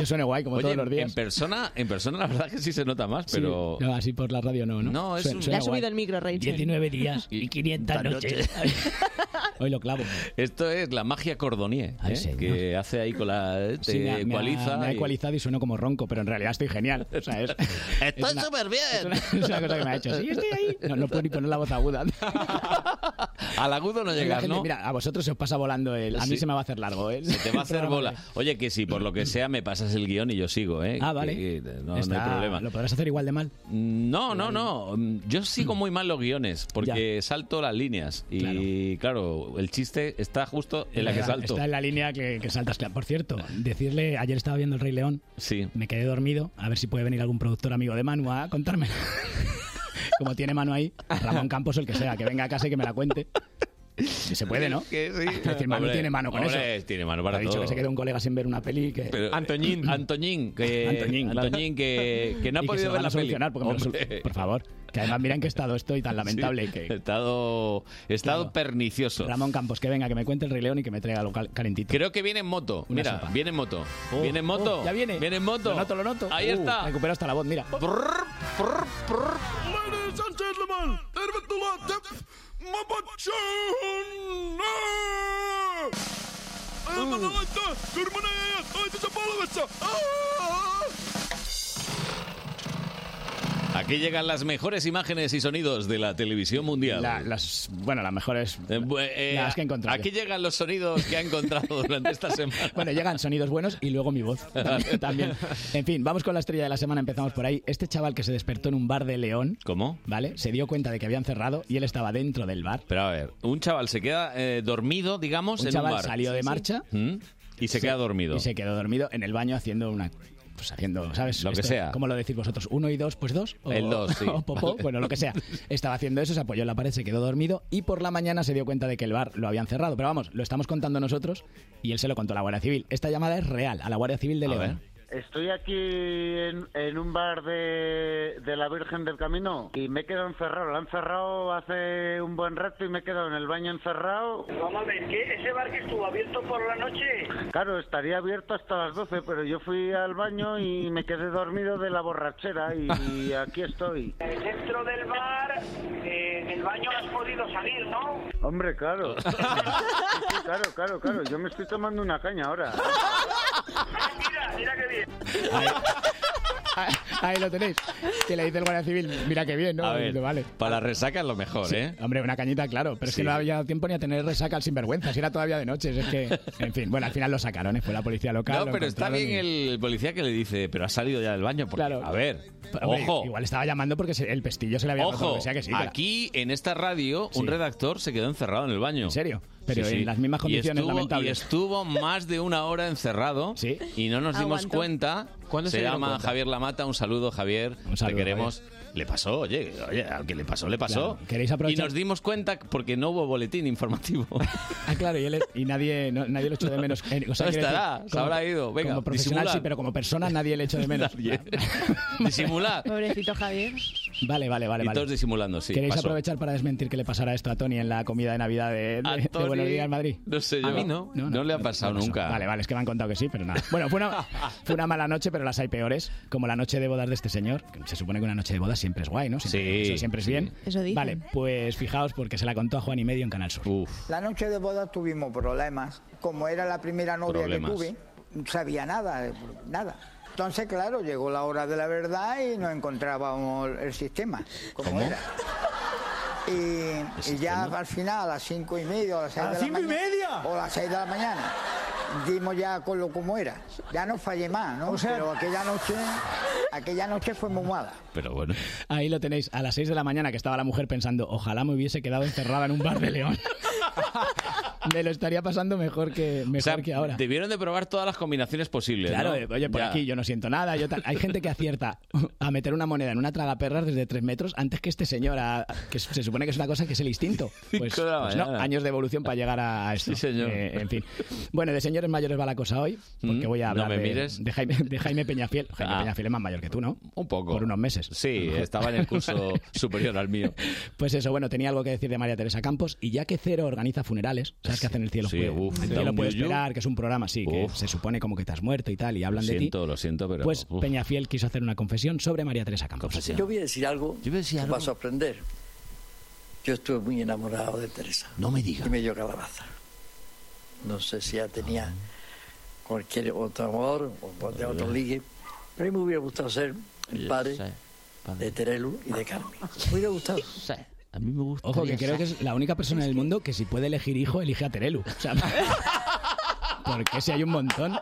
[SPEAKER 29] Yo sueno guay como
[SPEAKER 1] Oye,
[SPEAKER 29] todos los días.
[SPEAKER 1] En persona, en persona la verdad que sí se nota más,
[SPEAKER 29] Sí,
[SPEAKER 1] pero...
[SPEAKER 29] no, así por la radio no, ¿no?
[SPEAKER 1] No, es
[SPEAKER 29] Suena-
[SPEAKER 1] un-
[SPEAKER 29] suena
[SPEAKER 1] Le ha
[SPEAKER 29] guay.
[SPEAKER 4] subido el micro, Rachel.
[SPEAKER 29] 19 días y 500 noches. [laughs] Hoy lo clavo.
[SPEAKER 1] Esto es la magia cordonier,
[SPEAKER 29] Ay,
[SPEAKER 1] ¿eh?
[SPEAKER 29] señor.
[SPEAKER 1] que hace ahí con la... Te
[SPEAKER 29] Sí, me ha- me ha-
[SPEAKER 1] ecualiza.
[SPEAKER 29] me ha
[SPEAKER 1] y-
[SPEAKER 29] ecualizado y sueno como ronco, pero en realidad estoy genial. O sea, es,
[SPEAKER 1] [laughs] Estoy
[SPEAKER 29] una-
[SPEAKER 1] súper
[SPEAKER 29] [laughs]
[SPEAKER 1] bien.
[SPEAKER 29] es una cosa que me ha hecho. Sí, estoy ahí. No, no puedo ni poner la voz
[SPEAKER 1] [laughs]
[SPEAKER 29] aguda.
[SPEAKER 1] Al agudo no
[SPEAKER 29] La
[SPEAKER 1] llegas,
[SPEAKER 29] gente,
[SPEAKER 1] ¿no?
[SPEAKER 29] Mira, a vosotros se os pasa volando el... A mí
[SPEAKER 1] Sí.
[SPEAKER 29] se me va a hacer largo, ¿eh?
[SPEAKER 1] Se te va a hacer bola. Oye, que si por lo que sea me pasas el guión y yo sigo, ¿eh?
[SPEAKER 29] [laughs] Ah, vale.
[SPEAKER 1] Que- que no, no
[SPEAKER 29] Está-
[SPEAKER 1] hay problema. Mm,
[SPEAKER 29] Lo podrás hacer igual de mal.
[SPEAKER 1] No, no, no. mm, Yo sigo muy mal los guiones porque salto las líneas. Y claro. el chiste está justo en la que
[SPEAKER 29] Está-
[SPEAKER 1] salto.
[SPEAKER 29] Está en la línea que, que saltas. Claro, Por cierto, decirle, ayer estaba viendo El Rey León,
[SPEAKER 1] sí.
[SPEAKER 29] me quedé dormido, a ver si puede venir algún productor amigo de Manu a contarme. [laughs] Como tiene Manu ahí, Ramón Campos o el que sea, que venga a casa y que me la cuente. Que se puede, ¿no?
[SPEAKER 1] [laughs] Que sí.
[SPEAKER 29] Es decir, Manu
[SPEAKER 1] Hombre,
[SPEAKER 29] tiene mano con
[SPEAKER 1] hombre,
[SPEAKER 29] eso.
[SPEAKER 1] tiene mano
[SPEAKER 29] Ha
[SPEAKER 1] para
[SPEAKER 29] dicho
[SPEAKER 1] todo.
[SPEAKER 29] que se quedó un colega sin ver una peli que...
[SPEAKER 1] Pero- Antoñín. [clears throat] Antoñín, que,
[SPEAKER 29] Antoñín.
[SPEAKER 1] Antoñín, que, que no ha
[SPEAKER 29] Y que se
[SPEAKER 1] podido
[SPEAKER 29] lo van a
[SPEAKER 1] ver la peli.
[SPEAKER 29] solucionar, porque me lo sol-
[SPEAKER 1] Hombre.
[SPEAKER 29] Por favor. Que además mira en qué estado estoy tan lamentable
[SPEAKER 1] [laughs] Sí,
[SPEAKER 29] que...
[SPEAKER 1] Estado, estado pernicioso.
[SPEAKER 29] Ramón Campos, que venga, que me cuente el Rey León y que me traiga algo cal- calentito.
[SPEAKER 1] Creo que viene en moto.
[SPEAKER 29] Una
[SPEAKER 1] Mira,
[SPEAKER 29] sopa.
[SPEAKER 1] viene en moto.
[SPEAKER 29] Oh,
[SPEAKER 1] viene en moto.
[SPEAKER 29] oh, ya viene.
[SPEAKER 1] Viene en moto.
[SPEAKER 29] Lo noto, lo noto.
[SPEAKER 1] Ahí
[SPEAKER 29] Uh,
[SPEAKER 1] está.
[SPEAKER 29] Recupero hasta la voz, mira.
[SPEAKER 1] Mm. Aquí llegan las mejores imágenes y sonidos de la televisión mundial. Eh,
[SPEAKER 29] las, bueno, las mejores. las que he encontrado.
[SPEAKER 1] Aquí llegan los sonidos que ha encontrado
[SPEAKER 29] [laughs]
[SPEAKER 1] durante esta semana.
[SPEAKER 29] Bueno, llegan sonidos buenos y luego mi voz también, también. En fin, vamos con la estrella de la semana, empezamos por ahí. Este chaval que se despertó en un bar de León.
[SPEAKER 1] ¿Cómo?
[SPEAKER 29] ¿Vale? Se dio cuenta de que habían cerrado y él estaba dentro del bar.
[SPEAKER 1] Pero a ver, un chaval se queda eh, dormido, digamos,
[SPEAKER 29] Un
[SPEAKER 1] en
[SPEAKER 29] chaval
[SPEAKER 1] un bar.
[SPEAKER 29] salió de marcha.
[SPEAKER 1] ¿Mm? Y se queda dormido.
[SPEAKER 29] Y se quedó dormido en el baño haciendo una... Pues haciendo, ¿sabes? Este,
[SPEAKER 1] Lo que sea.
[SPEAKER 29] ¿Cómo lo decís vosotros? ¿Uno y dos? Pues dos. O,
[SPEAKER 1] El dos, sí.
[SPEAKER 29] [laughs] o popó,
[SPEAKER 1] Vale.
[SPEAKER 29] bueno, lo que sea. Estaba haciendo eso, se apoyó en la pared, se quedó dormido y por la mañana se dio cuenta de que el bar lo habían cerrado. Pero vamos, lo estamos contando nosotros y él se lo contó a la Guardia Civil. Esta llamada es real, a la Guardia Civil de León.
[SPEAKER 30] Estoy aquí en, en un bar de, de la Virgen del Camino y me he quedado encerrado. Lo han cerrado hace un buen rato y me he quedado en el baño encerrado.
[SPEAKER 31] Vamos a ver, ¿qué? ¿Ese bar que estuvo abierto por la noche?
[SPEAKER 30] Claro, estaría abierto hasta las 12, pero yo fui al baño y me quedé dormido de la borrachera y, y aquí estoy.
[SPEAKER 31] Dentro del bar, eh, del baño has podido salir, ¿no?
[SPEAKER 30] Hombre, claro. Sí, sí, claro, claro, claro. Yo me estoy tomando una caña ahora.
[SPEAKER 31] Mira qué bien.
[SPEAKER 29] Ahí lo tenéis. Que le dice el Guardia Civil, mira qué bien, ¿no?
[SPEAKER 1] A ver,
[SPEAKER 29] Dice, vale.
[SPEAKER 1] para resaca es lo mejor,
[SPEAKER 29] Sí,
[SPEAKER 1] ¿eh?
[SPEAKER 29] Hombre, una cañita, claro. Pero es
[SPEAKER 1] Sí.
[SPEAKER 29] que no había dado tiempo ni a tener resaca al sinvergüenza. Si era todavía de noche. Es que, en fin, bueno, al final lo sacaron. ¿eh? Fue la policía local.
[SPEAKER 1] No,
[SPEAKER 29] lo
[SPEAKER 1] pero está
[SPEAKER 29] encontraron
[SPEAKER 1] bien el policía que le dice, pero ha salido ya del baño. Porque,
[SPEAKER 29] Claro.
[SPEAKER 1] A ver,
[SPEAKER 29] y- Hombre,
[SPEAKER 1] ojo,
[SPEAKER 29] Igual estaba llamando porque se- el pestillo se le había roto.
[SPEAKER 1] ojo.
[SPEAKER 29] o sea que sí. que la-
[SPEAKER 1] aquí en esta radio un
[SPEAKER 29] Sí.
[SPEAKER 1] redactor se quedó encerrado en el baño. ¿En serio?
[SPEAKER 29] Pero en las mismas condiciones
[SPEAKER 1] y estuvo,
[SPEAKER 29] lamentables.
[SPEAKER 1] Y estuvo más de una hora encerrado y no nos dimos
[SPEAKER 29] Aguantó.
[SPEAKER 1] cuenta.
[SPEAKER 29] ¿Cuándo
[SPEAKER 1] se,
[SPEAKER 29] se dieron
[SPEAKER 1] llama
[SPEAKER 29] cuenta?
[SPEAKER 1] Javier Lamata, un saludo Javier,
[SPEAKER 29] saludo,
[SPEAKER 1] te queremos. Le pasó, oye, oye, al que le pasó, le pasó.
[SPEAKER 29] Claro. ¿Queréis aprovechar?
[SPEAKER 1] Y nos dimos cuenta porque no hubo boletín
[SPEAKER 29] [laughs]
[SPEAKER 1] informativo. [laughs]
[SPEAKER 29] Ah, claro, y, él es- y nadie, no- nadie lo echó de menos. Eh, o sea,
[SPEAKER 1] No
[SPEAKER 29] quiero
[SPEAKER 1] estará, se habrá ido. Venga,
[SPEAKER 29] como profesional
[SPEAKER 1] disimulad.
[SPEAKER 29] sí, pero como persona nadie le echó de
[SPEAKER 1] [laughs]
[SPEAKER 29] menos.
[SPEAKER 1] Disimular.
[SPEAKER 4] Pobrecito Javier.
[SPEAKER 29] Vale, vale, vale.
[SPEAKER 1] y
[SPEAKER 29] vale.
[SPEAKER 1] todos disimulando, sí.
[SPEAKER 29] ¿Queréis
[SPEAKER 1] pasó.
[SPEAKER 29] aprovechar para desmentir que le pasará esto a Tony en la comida de Navidad de, de-
[SPEAKER 1] A
[SPEAKER 29] de
[SPEAKER 1] Tony,
[SPEAKER 29] Buenos Días Madrid?
[SPEAKER 1] No sé yo.
[SPEAKER 29] A mí no.
[SPEAKER 1] No, le ha pasado
[SPEAKER 29] Bueno, eso.
[SPEAKER 1] nunca.
[SPEAKER 29] Vale, vale, es que me han contado que sí, pero
[SPEAKER 1] [laughs]
[SPEAKER 29] nada. Bueno, fue una, fue una mala noche, pero las hay peores, como la noche de bodas de este señor. que Se supone que una noche de bodas siempre es guay, ¿no? Siempre,
[SPEAKER 1] Sí,
[SPEAKER 29] eso siempre es bien.
[SPEAKER 32] Eso dicen.
[SPEAKER 29] Vale, pues fijaos porque se la contó a Juan y medio en Canal Sur.
[SPEAKER 32] La noche de boda tuvimos problemas. Como era la primera novia
[SPEAKER 29] Problemas.
[SPEAKER 32] que tuve, no sabía nada, eh, nada. Entonces, claro, llegó la hora de la verdad y no encontrábamos el sistema, como era. Y, y ya al final, a las cinco y media, o a las seis
[SPEAKER 33] ¿A
[SPEAKER 32] de
[SPEAKER 33] las
[SPEAKER 32] la
[SPEAKER 33] cinco y
[SPEAKER 32] mañana. O a las seis de la mañana. Dimos ya con lo como era. Ya no fallé más, ¿no? Pero aquella noche, aquella noche fue muy mala.
[SPEAKER 1] Pero bueno.
[SPEAKER 29] Ahí lo tenéis, a las 6 de la mañana que estaba la mujer pensando, ojalá me hubiese quedado encerrada en un bar de
[SPEAKER 1] [laughs]
[SPEAKER 29] León. me lo estaría pasando mejor que, mejor
[SPEAKER 1] O sea,
[SPEAKER 29] que ahora.
[SPEAKER 1] Debieron de probar todas las combinaciones posibles.
[SPEAKER 29] Claro,
[SPEAKER 1] ¿no?
[SPEAKER 29] eh, oye, por
[SPEAKER 1] Ya.
[SPEAKER 29] aquí yo no siento nada, yo tal. Hay gente que acierta a meter una moneda en una traga perras desde tres metros antes que este señor, a- que se supone que es una cosa que es el
[SPEAKER 1] [laughs]
[SPEAKER 29] instinto. Pues,
[SPEAKER 1] de la
[SPEAKER 29] pues no,
[SPEAKER 1] mañana.
[SPEAKER 29] años de evolución para llegar a esto. Eh, en fin. Bueno, de señores mayores va la cosa hoy, porque voy a
[SPEAKER 1] Mm. no
[SPEAKER 29] hablar de,
[SPEAKER 1] me mires. Ah.
[SPEAKER 29] de Jaime, de Jaime
[SPEAKER 1] [laughs]
[SPEAKER 29] Peñafiel. Jaime Peñafiel es más mayor que tú, ¿no?
[SPEAKER 1] Un poco.
[SPEAKER 29] Por unos meses.
[SPEAKER 1] Sí, estaba en
[SPEAKER 29] [laughs]
[SPEAKER 1] el curso superior al mío.
[SPEAKER 29] Pues eso, bueno, tenía algo que decir de María Teresa Campos y ya que Cero organiza funerales, ¿sabes qué hacen el cielo?
[SPEAKER 1] Sí,
[SPEAKER 29] puede?
[SPEAKER 1] uf,
[SPEAKER 29] el
[SPEAKER 1] da
[SPEAKER 29] cielo
[SPEAKER 1] un
[SPEAKER 29] puede
[SPEAKER 1] yuyu.
[SPEAKER 29] esperar, que es un programa así, que se supone como que te has muerto y tal, y
[SPEAKER 1] Lo
[SPEAKER 29] hablan de ti.
[SPEAKER 1] siento, lo siento, pero.
[SPEAKER 29] Pues
[SPEAKER 1] uf.
[SPEAKER 29] Peñafiel quiso hacer una confesión sobre María Teresa Campos.
[SPEAKER 34] Pues Yo voy a decir algo que va a sorprender. Yo estuve muy enamorado de Teresa. No me digas. Y me dio calabaza. No sé si ya tenía cualquier otro amor o de otro ligue, pero a mí me hubiera gustado ser el padre de Terelu y de Carmen. Me hubiera gustado.
[SPEAKER 29] A mí me gusta. Ojo, que creo que es la única persona en el mundo que si puede elegir hijo, elige a Terelu. O sea, [laughs] porque si hay un montón.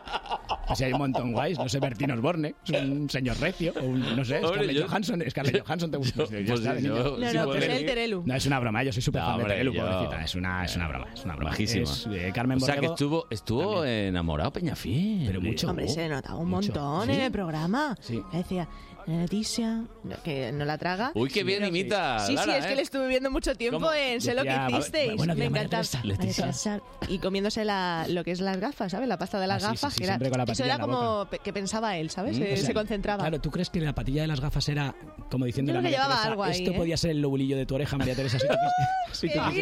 [SPEAKER 29] Si hay un montón guays, no sé, Bertín Osborne, es un señor recio, o un, no sé,
[SPEAKER 1] Hombre,
[SPEAKER 29] Scarlett
[SPEAKER 1] yo-
[SPEAKER 29] Johansson, Scarlett Johansson te gusta. Ya
[SPEAKER 1] pues
[SPEAKER 29] está, de
[SPEAKER 1] yo-
[SPEAKER 29] niño.
[SPEAKER 1] No, no, si pero puedo es el elegir- Terelu.
[SPEAKER 29] No, es una broma, yo soy súper fan de
[SPEAKER 1] hombre,
[SPEAKER 29] Terelu,
[SPEAKER 1] yo-
[SPEAKER 29] pobrecita, ¿eh? es una, es una broma, es una broma.
[SPEAKER 1] Bajísima.
[SPEAKER 29] Es, eh, Carmen
[SPEAKER 1] o sea que
[SPEAKER 29] Borrego,
[SPEAKER 1] estuvo, estuvo enamorado Peñafiel. Pero mucho.
[SPEAKER 4] Hombre, se notaba un montón en el programa. Le decía, Leticia, que no la traga.
[SPEAKER 1] Uy, qué bien imita.
[SPEAKER 4] Sí,
[SPEAKER 1] Lara,
[SPEAKER 4] sí, es
[SPEAKER 1] ¿eh?
[SPEAKER 4] que le estuve viendo mucho tiempo
[SPEAKER 1] ¿Cómo?
[SPEAKER 4] en Sé lo que
[SPEAKER 29] "Ah,
[SPEAKER 1] Decía, a ver,
[SPEAKER 4] hicisteis.
[SPEAKER 1] bueno,
[SPEAKER 4] Me
[SPEAKER 1] María
[SPEAKER 4] encantaba.
[SPEAKER 1] Teresa,
[SPEAKER 4] María
[SPEAKER 1] Leticia.
[SPEAKER 4] Teresa. Y comiéndose la, lo que es las gafas, ¿sabes? La pasta de las
[SPEAKER 29] Ah, sí, sí,
[SPEAKER 4] gafas.
[SPEAKER 29] sí,
[SPEAKER 4] que era-
[SPEAKER 29] siempre con la
[SPEAKER 4] eso
[SPEAKER 29] patilla
[SPEAKER 4] era
[SPEAKER 29] en la
[SPEAKER 4] como pe- que pensaba él, ¿sabes?
[SPEAKER 29] Mm,
[SPEAKER 4] Eh,
[SPEAKER 29] o sea,
[SPEAKER 4] se concentraba.
[SPEAKER 29] Claro, ¿tú crees que la patilla de las gafas era como diciendo
[SPEAKER 4] Yo creo que llevaba algo ahí,
[SPEAKER 29] esto
[SPEAKER 4] ¿eh?
[SPEAKER 29] podía ser el lobulillo de tu oreja, María Teresa,
[SPEAKER 4] [laughs]
[SPEAKER 29] si tú, quis- si tú
[SPEAKER 4] ¡Que
[SPEAKER 29] quisieras?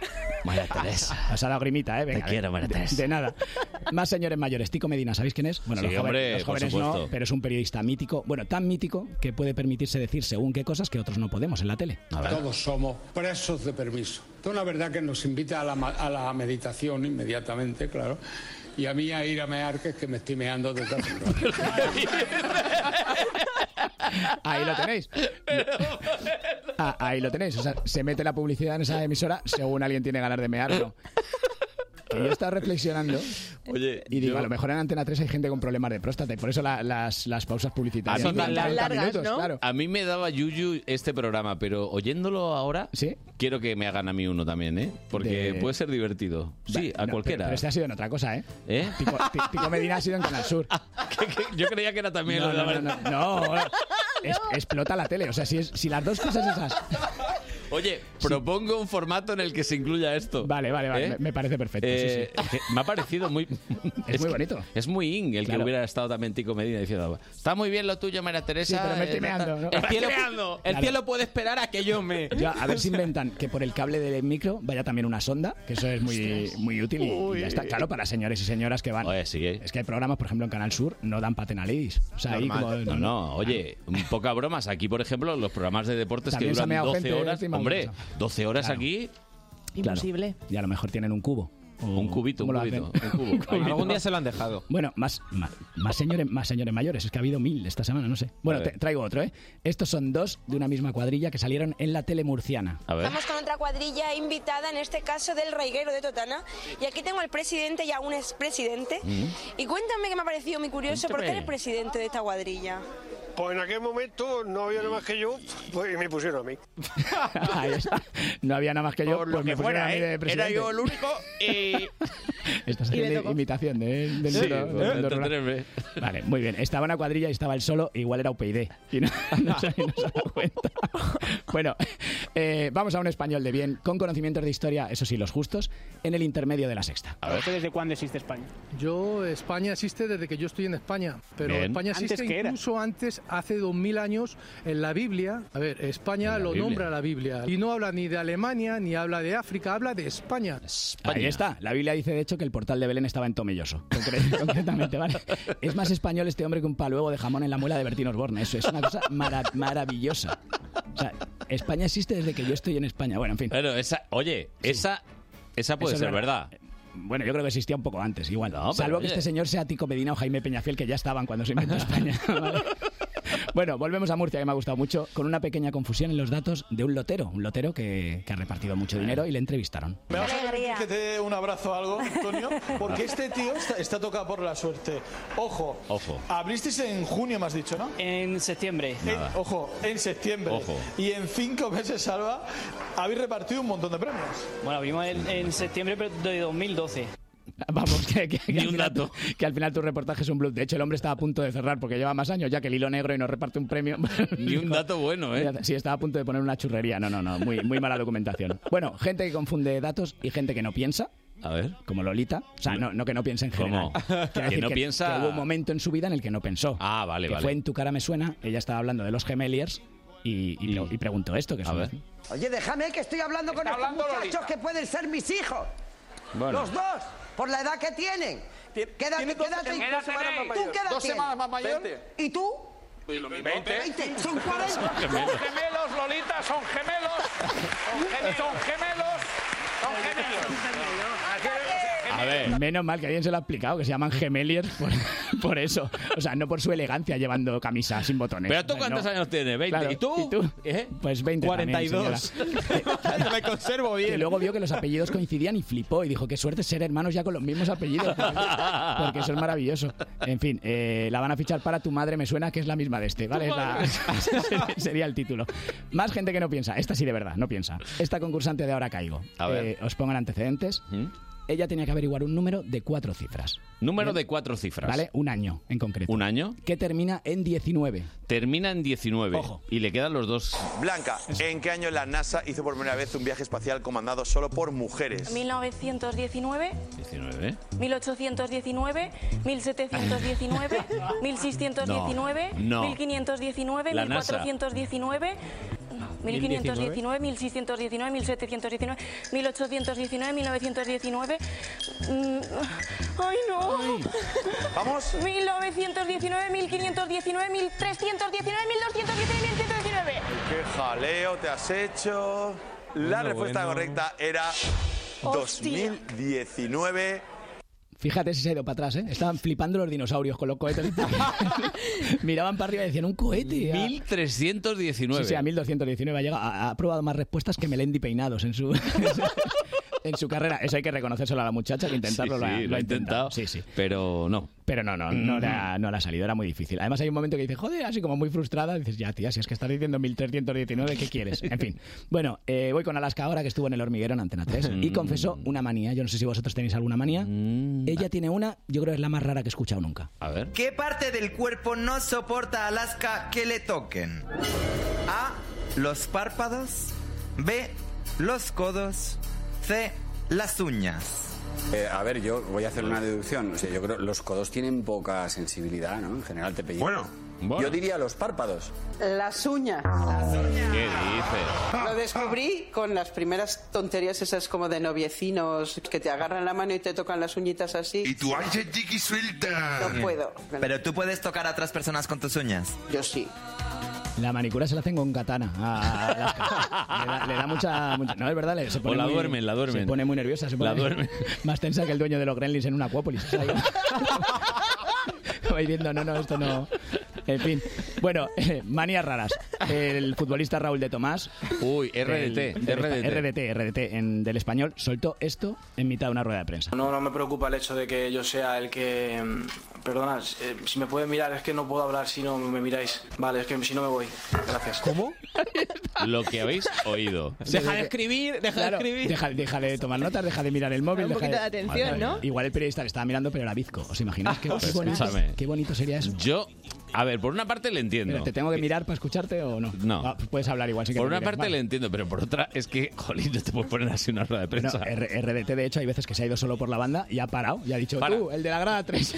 [SPEAKER 4] viva!
[SPEAKER 29] María Teresa. [laughs] Os ha dado grimita, ¿eh? Venga, Te quiero, María Teresa. De, nada. Más señores mayores. Tico Medina, ¿sabéis quién es?
[SPEAKER 1] Sí,
[SPEAKER 29] los, joven-
[SPEAKER 1] hombre,
[SPEAKER 29] los
[SPEAKER 1] por
[SPEAKER 29] jóvenes
[SPEAKER 1] supuesto.
[SPEAKER 29] no, pero es un periodista mítico. Bueno, tan mítico que puede permitirse decir según qué cosas que otros no podemos en la tele.
[SPEAKER 9] Todos somos presos de permiso. Esto es una verdad que nos invita a la, ma- a la meditación inmediatamente, claro. Y a mí a ir a mear, que es que me estoy meando desde hace un rato.
[SPEAKER 29] Ahí lo tenéis. Ah, ahí lo tenéis. O sea, se mete la publicidad en esa emisora según alguien tiene ganas de mearlo. Que yo estaba reflexionando
[SPEAKER 1] Oye,
[SPEAKER 29] y digo,
[SPEAKER 1] yo-
[SPEAKER 29] a lo mejor en Antena 3 hay gente con problemas de próstata y por eso la- las, las pausas
[SPEAKER 1] A
[SPEAKER 29] publicitarias.
[SPEAKER 1] mí,
[SPEAKER 29] duran 30 minutos, claro.
[SPEAKER 1] a mí me daba yuyu este programa, pero oyéndolo ahora, quiero que me hagan a mí uno también, ¿eh? Porque
[SPEAKER 29] De-
[SPEAKER 1] puede ser divertido. Sí, a
[SPEAKER 29] No,
[SPEAKER 1] cualquiera.
[SPEAKER 29] Pero, pero este ha sido en otra cosa, ¿eh?
[SPEAKER 1] ¿Eh? [laughs]
[SPEAKER 29] Tico, Ti- Tico Medina ha sido en Canal Sur.
[SPEAKER 1] Yo creía que era también
[SPEAKER 29] No,
[SPEAKER 1] lo de la
[SPEAKER 29] no, no, no, no. Es- explota la tele. O sea, si, es- si las dos cosas esas.
[SPEAKER 1] Oye, propongo un formato en el que se incluya esto. Vale,
[SPEAKER 29] Vale, vale, me, me parece perfecto. sí, sí.
[SPEAKER 1] Me ha parecido muy.
[SPEAKER 29] [laughs] Es muy bonito.
[SPEAKER 1] Es muy in el que
[SPEAKER 29] Claro.
[SPEAKER 1] hubiera estado también Tico Medina diciendo. Está muy bien lo tuyo, María Teresa.
[SPEAKER 29] Sí, pero me estoy
[SPEAKER 1] eh, ta-
[SPEAKER 29] meando, ¿no?
[SPEAKER 1] El,
[SPEAKER 29] Me
[SPEAKER 1] cielo,
[SPEAKER 29] estoy meando.
[SPEAKER 1] el
[SPEAKER 29] Claro.
[SPEAKER 1] cielo puede esperar a que yo me.
[SPEAKER 29] Ya, a ver si inventan que por el cable del micro vaya también una sonda, que eso es muy, muy útil y- y,
[SPEAKER 1] Uy. eh.
[SPEAKER 29] ya está. Claro, para señores y señoras que van. Es que hay programas, por ejemplo, en Canal Sur, no dan paten a ladies. O sea, ahí
[SPEAKER 1] Normal.
[SPEAKER 29] como.
[SPEAKER 1] no, no, oye, un poca bromas. Aquí, por ejemplo, los programas de deportes
[SPEAKER 29] También
[SPEAKER 1] que
[SPEAKER 29] se ha
[SPEAKER 1] duran
[SPEAKER 29] meado
[SPEAKER 1] 12
[SPEAKER 29] gente
[SPEAKER 1] horas.
[SPEAKER 29] encima de
[SPEAKER 1] Hombre,
[SPEAKER 29] una
[SPEAKER 1] 12 horas aquí.
[SPEAKER 29] Imposible. Y a lo mejor tienen un cubo. un
[SPEAKER 1] cubito, un cubito,
[SPEAKER 29] [laughs]
[SPEAKER 1] un cubo. Algún día se lo han dejado.
[SPEAKER 29] Bueno, más, más, más señores, más señores mayores. Es que ha habido mil esta semana, no sé. Bueno,
[SPEAKER 1] A ver.
[SPEAKER 29] te- traigo otro, ¿eh? Estos son dos de una misma cuadrilla que salieron en la tele murciana.
[SPEAKER 1] A ver.
[SPEAKER 28] Estamos con otra cuadrilla invitada, en este caso del Reiguero de Totana. Y aquí tengo al presidente y a un expresidente. Y cuéntame qué me ha parecido muy curioso, ¿por qué
[SPEAKER 35] Cuéntame.
[SPEAKER 28] eres presidente de esta cuadrilla?
[SPEAKER 35] Pues en aquel momento no había nada más que yo pues, y me pusieron a mí.
[SPEAKER 29] [laughs] Ahí está. no había nada más que yo, pues me pusieron a
[SPEAKER 1] ¿eh?
[SPEAKER 29] mí de presidente.
[SPEAKER 35] único
[SPEAKER 12] eh,
[SPEAKER 35] y...
[SPEAKER 29] Estás
[SPEAKER 35] Y le
[SPEAKER 29] haciendo
[SPEAKER 35] tocó.
[SPEAKER 29] imitación de, del
[SPEAKER 1] Sí,
[SPEAKER 29] toro-
[SPEAKER 1] pues,
[SPEAKER 29] del toro-
[SPEAKER 1] entretenme.
[SPEAKER 29] Vale, muy bien. Estaba una cuadrilla y estaba el solo, e igual era UPyD. Y no, [laughs] no se, no se ha dado cuenta. Bueno, eh, vamos a un español de bien, con conocimientos de historia, eso sí, los justos, en el intermedio de la sexta.
[SPEAKER 18] [laughs] ¿Desde cuándo existe España? Yo, España existe desde que yo estoy en España, pero
[SPEAKER 29] Bien.
[SPEAKER 18] España
[SPEAKER 29] ¿Antes
[SPEAKER 18] existe
[SPEAKER 29] qué era?
[SPEAKER 18] incluso antes, hace 2000 años, en la Biblia. A ver, España lo
[SPEAKER 29] Biblia.
[SPEAKER 18] nombra la Biblia y no habla ni de Alemania, ni habla de África, habla de España.
[SPEAKER 29] Ahí está. La Biblia dice, de hecho, que el portal de Belén estaba en Tomelloso. concre- [laughs] concretamente, ¿vale? Es más español este hombre que un paluego de jamón en la muela de Bertín Osborne. Eso es una cosa mara- maravillosa. O sea, España existe desde que yo estoy en España. Bueno, en fin.
[SPEAKER 1] Bueno, esa, oye, esa, esa puede
[SPEAKER 29] Eso es
[SPEAKER 1] ser verdad.
[SPEAKER 29] Bueno, yo creo que existía un poco antes, igual.
[SPEAKER 1] No, pero
[SPEAKER 29] Salvo que
[SPEAKER 1] Ah, oye.
[SPEAKER 29] este señor sea Tico Medina o Jaime Peñafiel, que ya estaban cuando se
[SPEAKER 1] [laughs]
[SPEAKER 29] inventó España. ¿vale? Bueno, volvemos a Murcia, que me ha gustado mucho, con una pequeña confusión en los datos de un lotero. Un lotero que, que ha repartido mucho dinero y le entrevistaron. [laughs]
[SPEAKER 9] ¿Me vas a permitir que te dé un abrazo o algo, Antonio? Porque este tío está, está tocado por la suerte. Ojo.
[SPEAKER 1] Ojo.
[SPEAKER 9] Abristeis en junio, me has dicho, ¿no? En septiembre.
[SPEAKER 1] Nada.
[SPEAKER 9] ojo, en septiembre.
[SPEAKER 1] Ojo.
[SPEAKER 9] Y en cinco meses, Salva, habéis repartido un montón de premios.
[SPEAKER 24] Bueno, abrimos en, en septiembre pero de 2012.
[SPEAKER 29] Vamos, que, que- que al final, tu- que al final tu reportaje es un bluff. De hecho, el hombre estaba a punto de cerrar porque lleva más años ya que el hilo negro y no reparte un premio. [laughs]
[SPEAKER 1] Ni un dato bueno, ¿eh? [laughs]
[SPEAKER 29] Sí, estaba a punto de poner una churrería. No, no, no. Muy, muy mala documentación. Bueno, gente que confunde datos y gente que no piensa.
[SPEAKER 1] A ver.
[SPEAKER 29] Como Lolita. O sea, no, no que no piensa en general.
[SPEAKER 1] ¿Cómo?
[SPEAKER 29] Quiero
[SPEAKER 1] Que
[SPEAKER 29] decir
[SPEAKER 1] no piensa-
[SPEAKER 29] que hubo un momento en su vida en el que no pensó.
[SPEAKER 1] Ah, vale,
[SPEAKER 29] que
[SPEAKER 1] vale.
[SPEAKER 29] fue en Tu cara me suena. Ella estaba hablando de los gemeliers y, y, pre- y preguntó esto. Que es
[SPEAKER 1] A
[SPEAKER 29] una-
[SPEAKER 1] ver.
[SPEAKER 23] Oye, déjame que estoy hablando con
[SPEAKER 24] Está
[SPEAKER 23] estos
[SPEAKER 24] hablando
[SPEAKER 23] muchachos
[SPEAKER 24] Lolita.
[SPEAKER 23] que pueden ser mis hijos.
[SPEAKER 24] Bueno.
[SPEAKER 23] Los dos, por la edad que tienen. Quédate,
[SPEAKER 24] tiene doce-
[SPEAKER 23] quédate.
[SPEAKER 24] ¿Qué edad tenéis?
[SPEAKER 23] ¿Tú qué edad
[SPEAKER 24] Dos
[SPEAKER 23] tienes?
[SPEAKER 24] semanas más mayor. Veinte.
[SPEAKER 23] ¿Y tú?
[SPEAKER 24] 20.
[SPEAKER 23] 20. Son 40.
[SPEAKER 24] Son gemelos, Lolita, son gemelos. Son gemelos, son gemelos. Son gemelos. Así es.
[SPEAKER 29] A ver. Menos mal que alguien se lo ha explicado, que se llaman gemeliers por, [laughs] por eso. O sea, no por su elegancia llevando camisa sin botones.
[SPEAKER 1] Pero
[SPEAKER 29] O
[SPEAKER 1] tú
[SPEAKER 29] sea,
[SPEAKER 1] cuántos
[SPEAKER 29] no.
[SPEAKER 1] años tienes, 20.
[SPEAKER 29] Claro,
[SPEAKER 1] ¿Y tú? ¿Eh?
[SPEAKER 29] Pues 20 también,
[SPEAKER 1] 42.
[SPEAKER 29] señora.
[SPEAKER 1] Me conservo
[SPEAKER 29] Que luego vio que los apellidos coincidían y flipó y dijo, qué suerte ser hermanos ya con los mismos apellidos. Porque eso es maravilloso. En fin, eh, la van a fichar para Tu madre me suena, que es la misma de este, ¿vale?
[SPEAKER 36] Tu
[SPEAKER 29] Es la- [laughs] sería el título. Más gente que no piensa. Esta sí de verdad, no piensa. Esta concursante de Ahora Caigo.
[SPEAKER 1] A ver. ¿Mm?
[SPEAKER 29] Eh, os pongan antecedentes. Ella tenía que averiguar un número de cuatro cifras.
[SPEAKER 1] [laughs] Número de cuatro cifras.
[SPEAKER 29] ¿Vale? Un año en concreto.
[SPEAKER 1] ¿Un año?
[SPEAKER 29] Que termina en 19.
[SPEAKER 1] Termina en 19. Y le quedan los dos.
[SPEAKER 23] Blanca, ¿en qué Este año la NASA hizo por primera vez un viaje espacial comandado solo por mujeres?
[SPEAKER 28] 1919,
[SPEAKER 1] 19. ¿eh?
[SPEAKER 28] 1819,
[SPEAKER 1] [laughs]
[SPEAKER 28] 1719, 1619,
[SPEAKER 1] No, no.
[SPEAKER 28] 1519,
[SPEAKER 1] La NASA.
[SPEAKER 28] 1419. no, 1519, 1619, 1719, 1819, 1919. mm, ¡Ay, no! [laughs]
[SPEAKER 23] ¿Vamos?
[SPEAKER 28] 1919, 1519, 1319, 1219, 1119.
[SPEAKER 23] ¿Qué jaleo te has hecho? La
[SPEAKER 24] Bueno,
[SPEAKER 23] respuesta
[SPEAKER 24] bueno.
[SPEAKER 23] correcta era
[SPEAKER 28] Hostia.
[SPEAKER 23] 2019.
[SPEAKER 29] Fíjate si se ha ido para atrás, ¿eh? Estaban flipando los dinosaurios con los
[SPEAKER 1] [laughs]
[SPEAKER 29] cohetes. [laughs] Miraban para arriba y decían, un cohete. ah".
[SPEAKER 1] 1319.
[SPEAKER 29] Sí, sí, a 1219 ha llegado. Ha, ha probado más respuestas que Melendi peinados en su, [laughs] en su carrera. Eso hay que reconocérselo a la muchacha, que intentarlo
[SPEAKER 1] Sí,
[SPEAKER 29] lo ha-
[SPEAKER 1] sí,
[SPEAKER 29] lo,
[SPEAKER 1] lo
[SPEAKER 29] ha
[SPEAKER 1] he
[SPEAKER 29] intentado.
[SPEAKER 1] intentado. Pero no.
[SPEAKER 29] Pero no, no, no, era- no la ha salido, era muy difícil. Además hay un momento que dice, joder, así como muy frustrada, dices, ya tía, si es que estás diciendo 1319, ¿qué quieres? En fin. Bueno, eh, voy con Alaska ahora, que estuvo en El Hormiguero en Antena 3, y confesó una manía, yo no sé si vosotros tenéis alguna manía, ella tiene una, yo creo que es la más rara que he escuchado nunca.
[SPEAKER 1] A ver.
[SPEAKER 2] ¿Qué parte del cuerpo no soporta Alaska que le toquen? A. Los párpados. B. Los codos. C. Las uñas.
[SPEAKER 3] Eh, a ver, yo voy a hacer una deducción. O sea, yo creo los codos tienen poca sensibilidad, ¿no? En general te pellizcan. Bueno, yo diría los párpados.
[SPEAKER 16] Las uñas.
[SPEAKER 1] ¿Qué dices?
[SPEAKER 16] Lo descubrí con las primeras tonterías esas como de noviecinos que te agarran la mano y te tocan las uñitas así.
[SPEAKER 2] Y tu
[SPEAKER 16] haces
[SPEAKER 2] chiqui suelta.
[SPEAKER 16] No puedo.
[SPEAKER 2] Pero tú puedes tocar a otras personas con tus uñas.
[SPEAKER 16] Yo sí.
[SPEAKER 29] La manicura se la tengo con katana a Alaska. Le
[SPEAKER 1] [laughs]
[SPEAKER 29] da, le da mucha, mucha- No, es verdad, le- se pone
[SPEAKER 1] O la
[SPEAKER 29] muy-
[SPEAKER 1] duermen, la duermen.
[SPEAKER 29] Se pone muy nerviosa, se pone
[SPEAKER 1] La duermen.
[SPEAKER 29] [laughs] más tensa que el dueño de los Gremlins en una acuópolis. O sea, yo- [laughs] Voy viendo, no, no, esto no... En fin, bueno, [laughs] manías raras. El futbolista Raúl de Tomás...
[SPEAKER 1] Uy,
[SPEAKER 29] del-
[SPEAKER 1] RDT,
[SPEAKER 29] del-
[SPEAKER 1] RDT.
[SPEAKER 29] RDT, RDT, en- del español, soltó esto en mitad de una rueda de prensa.
[SPEAKER 17] No, no me preocupa el hecho de que yo sea el que... mm, Perdona, eh, si me pueden mirar, es que no puedo hablar si no me miráis. Vale, es que si no me voy. Gracias. ¿Cómo?
[SPEAKER 1] [laughs] Lo que habéis oído.
[SPEAKER 29] Deja de
[SPEAKER 17] escribir,
[SPEAKER 29] [laughs] deja de escribir. Deja, deja de tomar notas, deja de mirar el móvil.
[SPEAKER 4] Un
[SPEAKER 29] deja
[SPEAKER 4] poquito de atención,
[SPEAKER 29] Madre
[SPEAKER 4] ¿no?
[SPEAKER 29] mía. Igual el periodista le estaba mirando, pero era bizco. ¿Os imagináis? Qué,
[SPEAKER 1] Pues
[SPEAKER 29] qué bonito,
[SPEAKER 1] escúchame.
[SPEAKER 29] qué bonito sería eso.
[SPEAKER 1] Yo, a ver, por una parte le entiendo. Eh,
[SPEAKER 29] Pero, ¿Te tengo que mirar para escucharte o no?
[SPEAKER 1] No.
[SPEAKER 29] Ah, puedes hablar igual. sí que
[SPEAKER 1] Por
[SPEAKER 29] te
[SPEAKER 1] una
[SPEAKER 29] miras.
[SPEAKER 1] parte
[SPEAKER 29] Vale.
[SPEAKER 1] le entiendo, pero por otra es que, jolín, no te puedes poner así una rueda de
[SPEAKER 29] No,
[SPEAKER 1] prensa.
[SPEAKER 29] R- RDT, de hecho, hay veces que se ha ido solo por la banda y ha parado y ha dicho,
[SPEAKER 1] Para.
[SPEAKER 29] tú, el de la grada 3.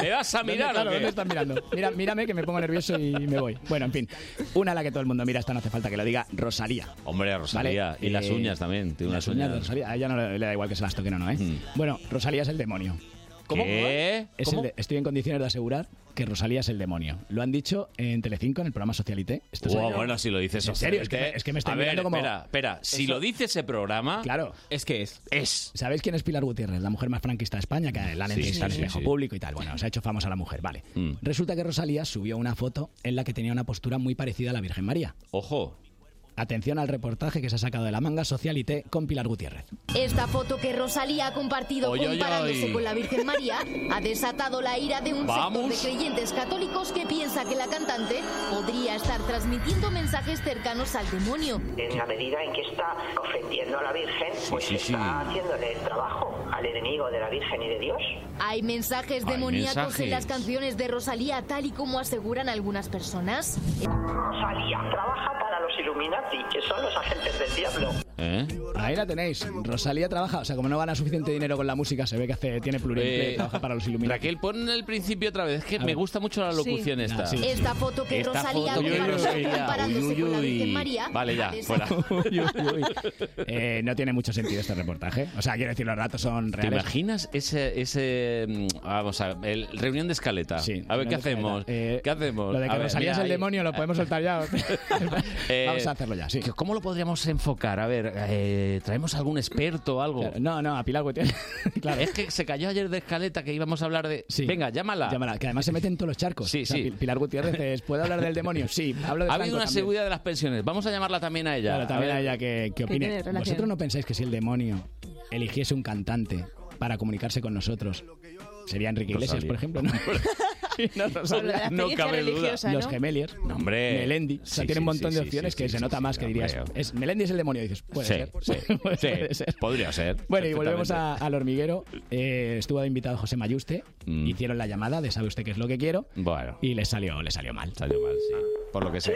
[SPEAKER 1] ¿Me vas [laughs] a mirar o
[SPEAKER 29] ¿Dónde, claro,
[SPEAKER 1] qué?
[SPEAKER 29] ¿dónde estás mirando? Mira, mírame que me pongo nervioso y me voy. Bueno, en fin. Una a la que todo el mundo mira, esta no hace falta que lo diga, Rosalía.
[SPEAKER 1] Hombre, Rosalía.
[SPEAKER 29] Vale,
[SPEAKER 1] Y las
[SPEAKER 29] eh,
[SPEAKER 1] uñas también. Tiene
[SPEAKER 29] Las
[SPEAKER 1] unas
[SPEAKER 29] uñas de
[SPEAKER 1] uñas.
[SPEAKER 29] Rosalía, a ella no le, le da igual que se las toquen o no, ¿eh? Bueno, Rosalía es el demonio.
[SPEAKER 1] Mm. ¿Cómo? ¿Qué?
[SPEAKER 29] Es
[SPEAKER 1] ¿Cómo?
[SPEAKER 29] el de- estoy en condiciones de asegurar que Rosalía es el demonio. Lo han dicho en Telecinco, en el programa Socialité. Esto es-
[SPEAKER 1] Guau, bueno, si lo dices
[SPEAKER 29] este En serio, es que, me-
[SPEAKER 1] obviamente.
[SPEAKER 29] es que me estoy
[SPEAKER 1] A ver,
[SPEAKER 29] mirando como...
[SPEAKER 1] Espera, espera. Si
[SPEAKER 29] Eso-
[SPEAKER 1] lo dice ese programa.
[SPEAKER 29] Claro.
[SPEAKER 1] Es que es. Es.
[SPEAKER 29] ¿Sabéis quién es Pilar Gutiérrez? La mujer más franquista de España, que la han
[SPEAKER 1] Sí,
[SPEAKER 29] entrevistado
[SPEAKER 1] sí,
[SPEAKER 29] en espejo
[SPEAKER 1] sí.
[SPEAKER 29] público y tal. Bueno, se ha hecho famosa la mujer, vale. Resulta que Rosalía subió una foto en la que tenía una postura muy parecida a la Virgen María.
[SPEAKER 1] Ojo.
[SPEAKER 29] Atención al reportaje que se ha sacado de la manga Socialité con Pilar Gutiérrez.
[SPEAKER 19] Esta foto que Rosalía ha compartido
[SPEAKER 29] Oy, oy,
[SPEAKER 19] comparándose
[SPEAKER 29] oy.
[SPEAKER 19] con la Virgen María ha desatado la ira de un
[SPEAKER 29] Vamos.
[SPEAKER 19] sector de creyentes católicos que piensa que la cantante podría estar transmitiendo mensajes cercanos al demonio.
[SPEAKER 26] en la medida en que está ofendiendo a la Virgen, pues
[SPEAKER 1] sí, sí.
[SPEAKER 26] está haciéndole el trabajo al enemigo de la Virgen y de Dios.
[SPEAKER 19] ¿Hay mensajes
[SPEAKER 26] Hay
[SPEAKER 19] demoníacos
[SPEAKER 26] mensajes.
[SPEAKER 19] en las canciones de Rosalía tal y como aseguran algunas personas?
[SPEAKER 26] Rosalía trabaja para los Illuminati, que son los agentes del diablo.
[SPEAKER 29] Ahí la tenéis. Rosalía trabaja, o sea, como no gana suficiente dinero con la música, se ve que hace, tiene pluriempleo y
[SPEAKER 1] Eh,
[SPEAKER 29] trabaja para los iluminados.
[SPEAKER 1] Raquel, pon el principio otra vez. Es que me gusta mucho la
[SPEAKER 19] Sí.
[SPEAKER 1] locución esta.
[SPEAKER 29] Sí, sí.
[SPEAKER 19] Esta foto que
[SPEAKER 1] Esta
[SPEAKER 19] Rosalía
[SPEAKER 1] foto- Uy, uy,
[SPEAKER 19] compartió
[SPEAKER 1] uy, uy,
[SPEAKER 19] comparándose con la
[SPEAKER 1] uy.
[SPEAKER 19] Virgen María
[SPEAKER 1] Vale, ya,
[SPEAKER 19] ha desatado
[SPEAKER 1] fuera.
[SPEAKER 29] [laughs] Uy, uy, uy. Eh, no tiene mucho sentido este reportaje. O sea, quiero decir, los datos son
[SPEAKER 1] ¿Te
[SPEAKER 29] reales.
[SPEAKER 1] imaginas ese, ese mm, vamos a ver, el- reunión de escaleta? a ver, ¿qué
[SPEAKER 29] reunión de Eh,
[SPEAKER 1] hacemos? ¿Qué hacemos?
[SPEAKER 29] Lo de que
[SPEAKER 1] A ver,
[SPEAKER 29] Rosalía
[SPEAKER 1] mira,
[SPEAKER 29] es el
[SPEAKER 1] ahí-
[SPEAKER 29] demonio lo podemos soltar
[SPEAKER 1] [laughs]
[SPEAKER 29] ya.
[SPEAKER 1] eh,
[SPEAKER 29] Vamos a hacerlo ya, sí.
[SPEAKER 1] ¿Cómo lo podríamos enfocar? A ver, eh, ¿traemos algún experto o algo?
[SPEAKER 29] No, no, a Pilar Gutiérrez. [laughs] claro.
[SPEAKER 1] Es que se cayó ayer de escaleta que íbamos a hablar de... Venga, llámala.
[SPEAKER 29] Llámala, que además se meten todos los charcos.
[SPEAKER 1] Ah. Sí,
[SPEAKER 29] O sea,
[SPEAKER 1] sí.
[SPEAKER 29] Pi- Pilar Gutiérrez, es, ¿puede hablar del demonio? Sí, hablo de
[SPEAKER 1] ha habido
[SPEAKER 29] Franco
[SPEAKER 1] una
[SPEAKER 29] también.
[SPEAKER 1] seguridad de las pensiones. Vamos a llamarla también a ella.
[SPEAKER 29] Claro, también
[SPEAKER 1] ver.
[SPEAKER 29] a ella que, que Eh, opine.
[SPEAKER 1] tiene relación.
[SPEAKER 29] ¿Vosotros no pensáis que si el demonio eligiese un cantante para comunicarse con nosotros, sería Enrique Iglesias,
[SPEAKER 1] Rosalía.
[SPEAKER 29] por ejemplo?
[SPEAKER 1] [laughs]
[SPEAKER 29] No, no,
[SPEAKER 1] Por la No experiencia cabe duda. religiosa, ¿no?
[SPEAKER 29] Los gemeliers.
[SPEAKER 1] No, hombre.
[SPEAKER 29] Melendi. O sea,
[SPEAKER 1] Sí,
[SPEAKER 29] tiene un
[SPEAKER 1] sí,
[SPEAKER 29] montón
[SPEAKER 1] sí,
[SPEAKER 29] de
[SPEAKER 1] sí,
[SPEAKER 29] opciones
[SPEAKER 1] sí,
[SPEAKER 29] que
[SPEAKER 1] sí,
[SPEAKER 29] se
[SPEAKER 1] sí,
[SPEAKER 29] nota
[SPEAKER 1] sí,
[SPEAKER 29] más que
[SPEAKER 1] hombre.
[SPEAKER 29] dirías. es- Melendi es el demonio, dices. Puede
[SPEAKER 1] Sí,
[SPEAKER 29] ser.
[SPEAKER 1] sí, sí, podría ser.
[SPEAKER 29] Bueno, y volvemos
[SPEAKER 1] perfectamente.
[SPEAKER 29] a- al hormiguero. Eh, estuvo de invitado José Mayuste. Hicieron la llamada de ¿Sabe usted qué es lo que quiero?
[SPEAKER 1] Mm. Bueno.
[SPEAKER 29] Y le salió, le salió mal.
[SPEAKER 1] Salió mal, sí. Por lo que sea.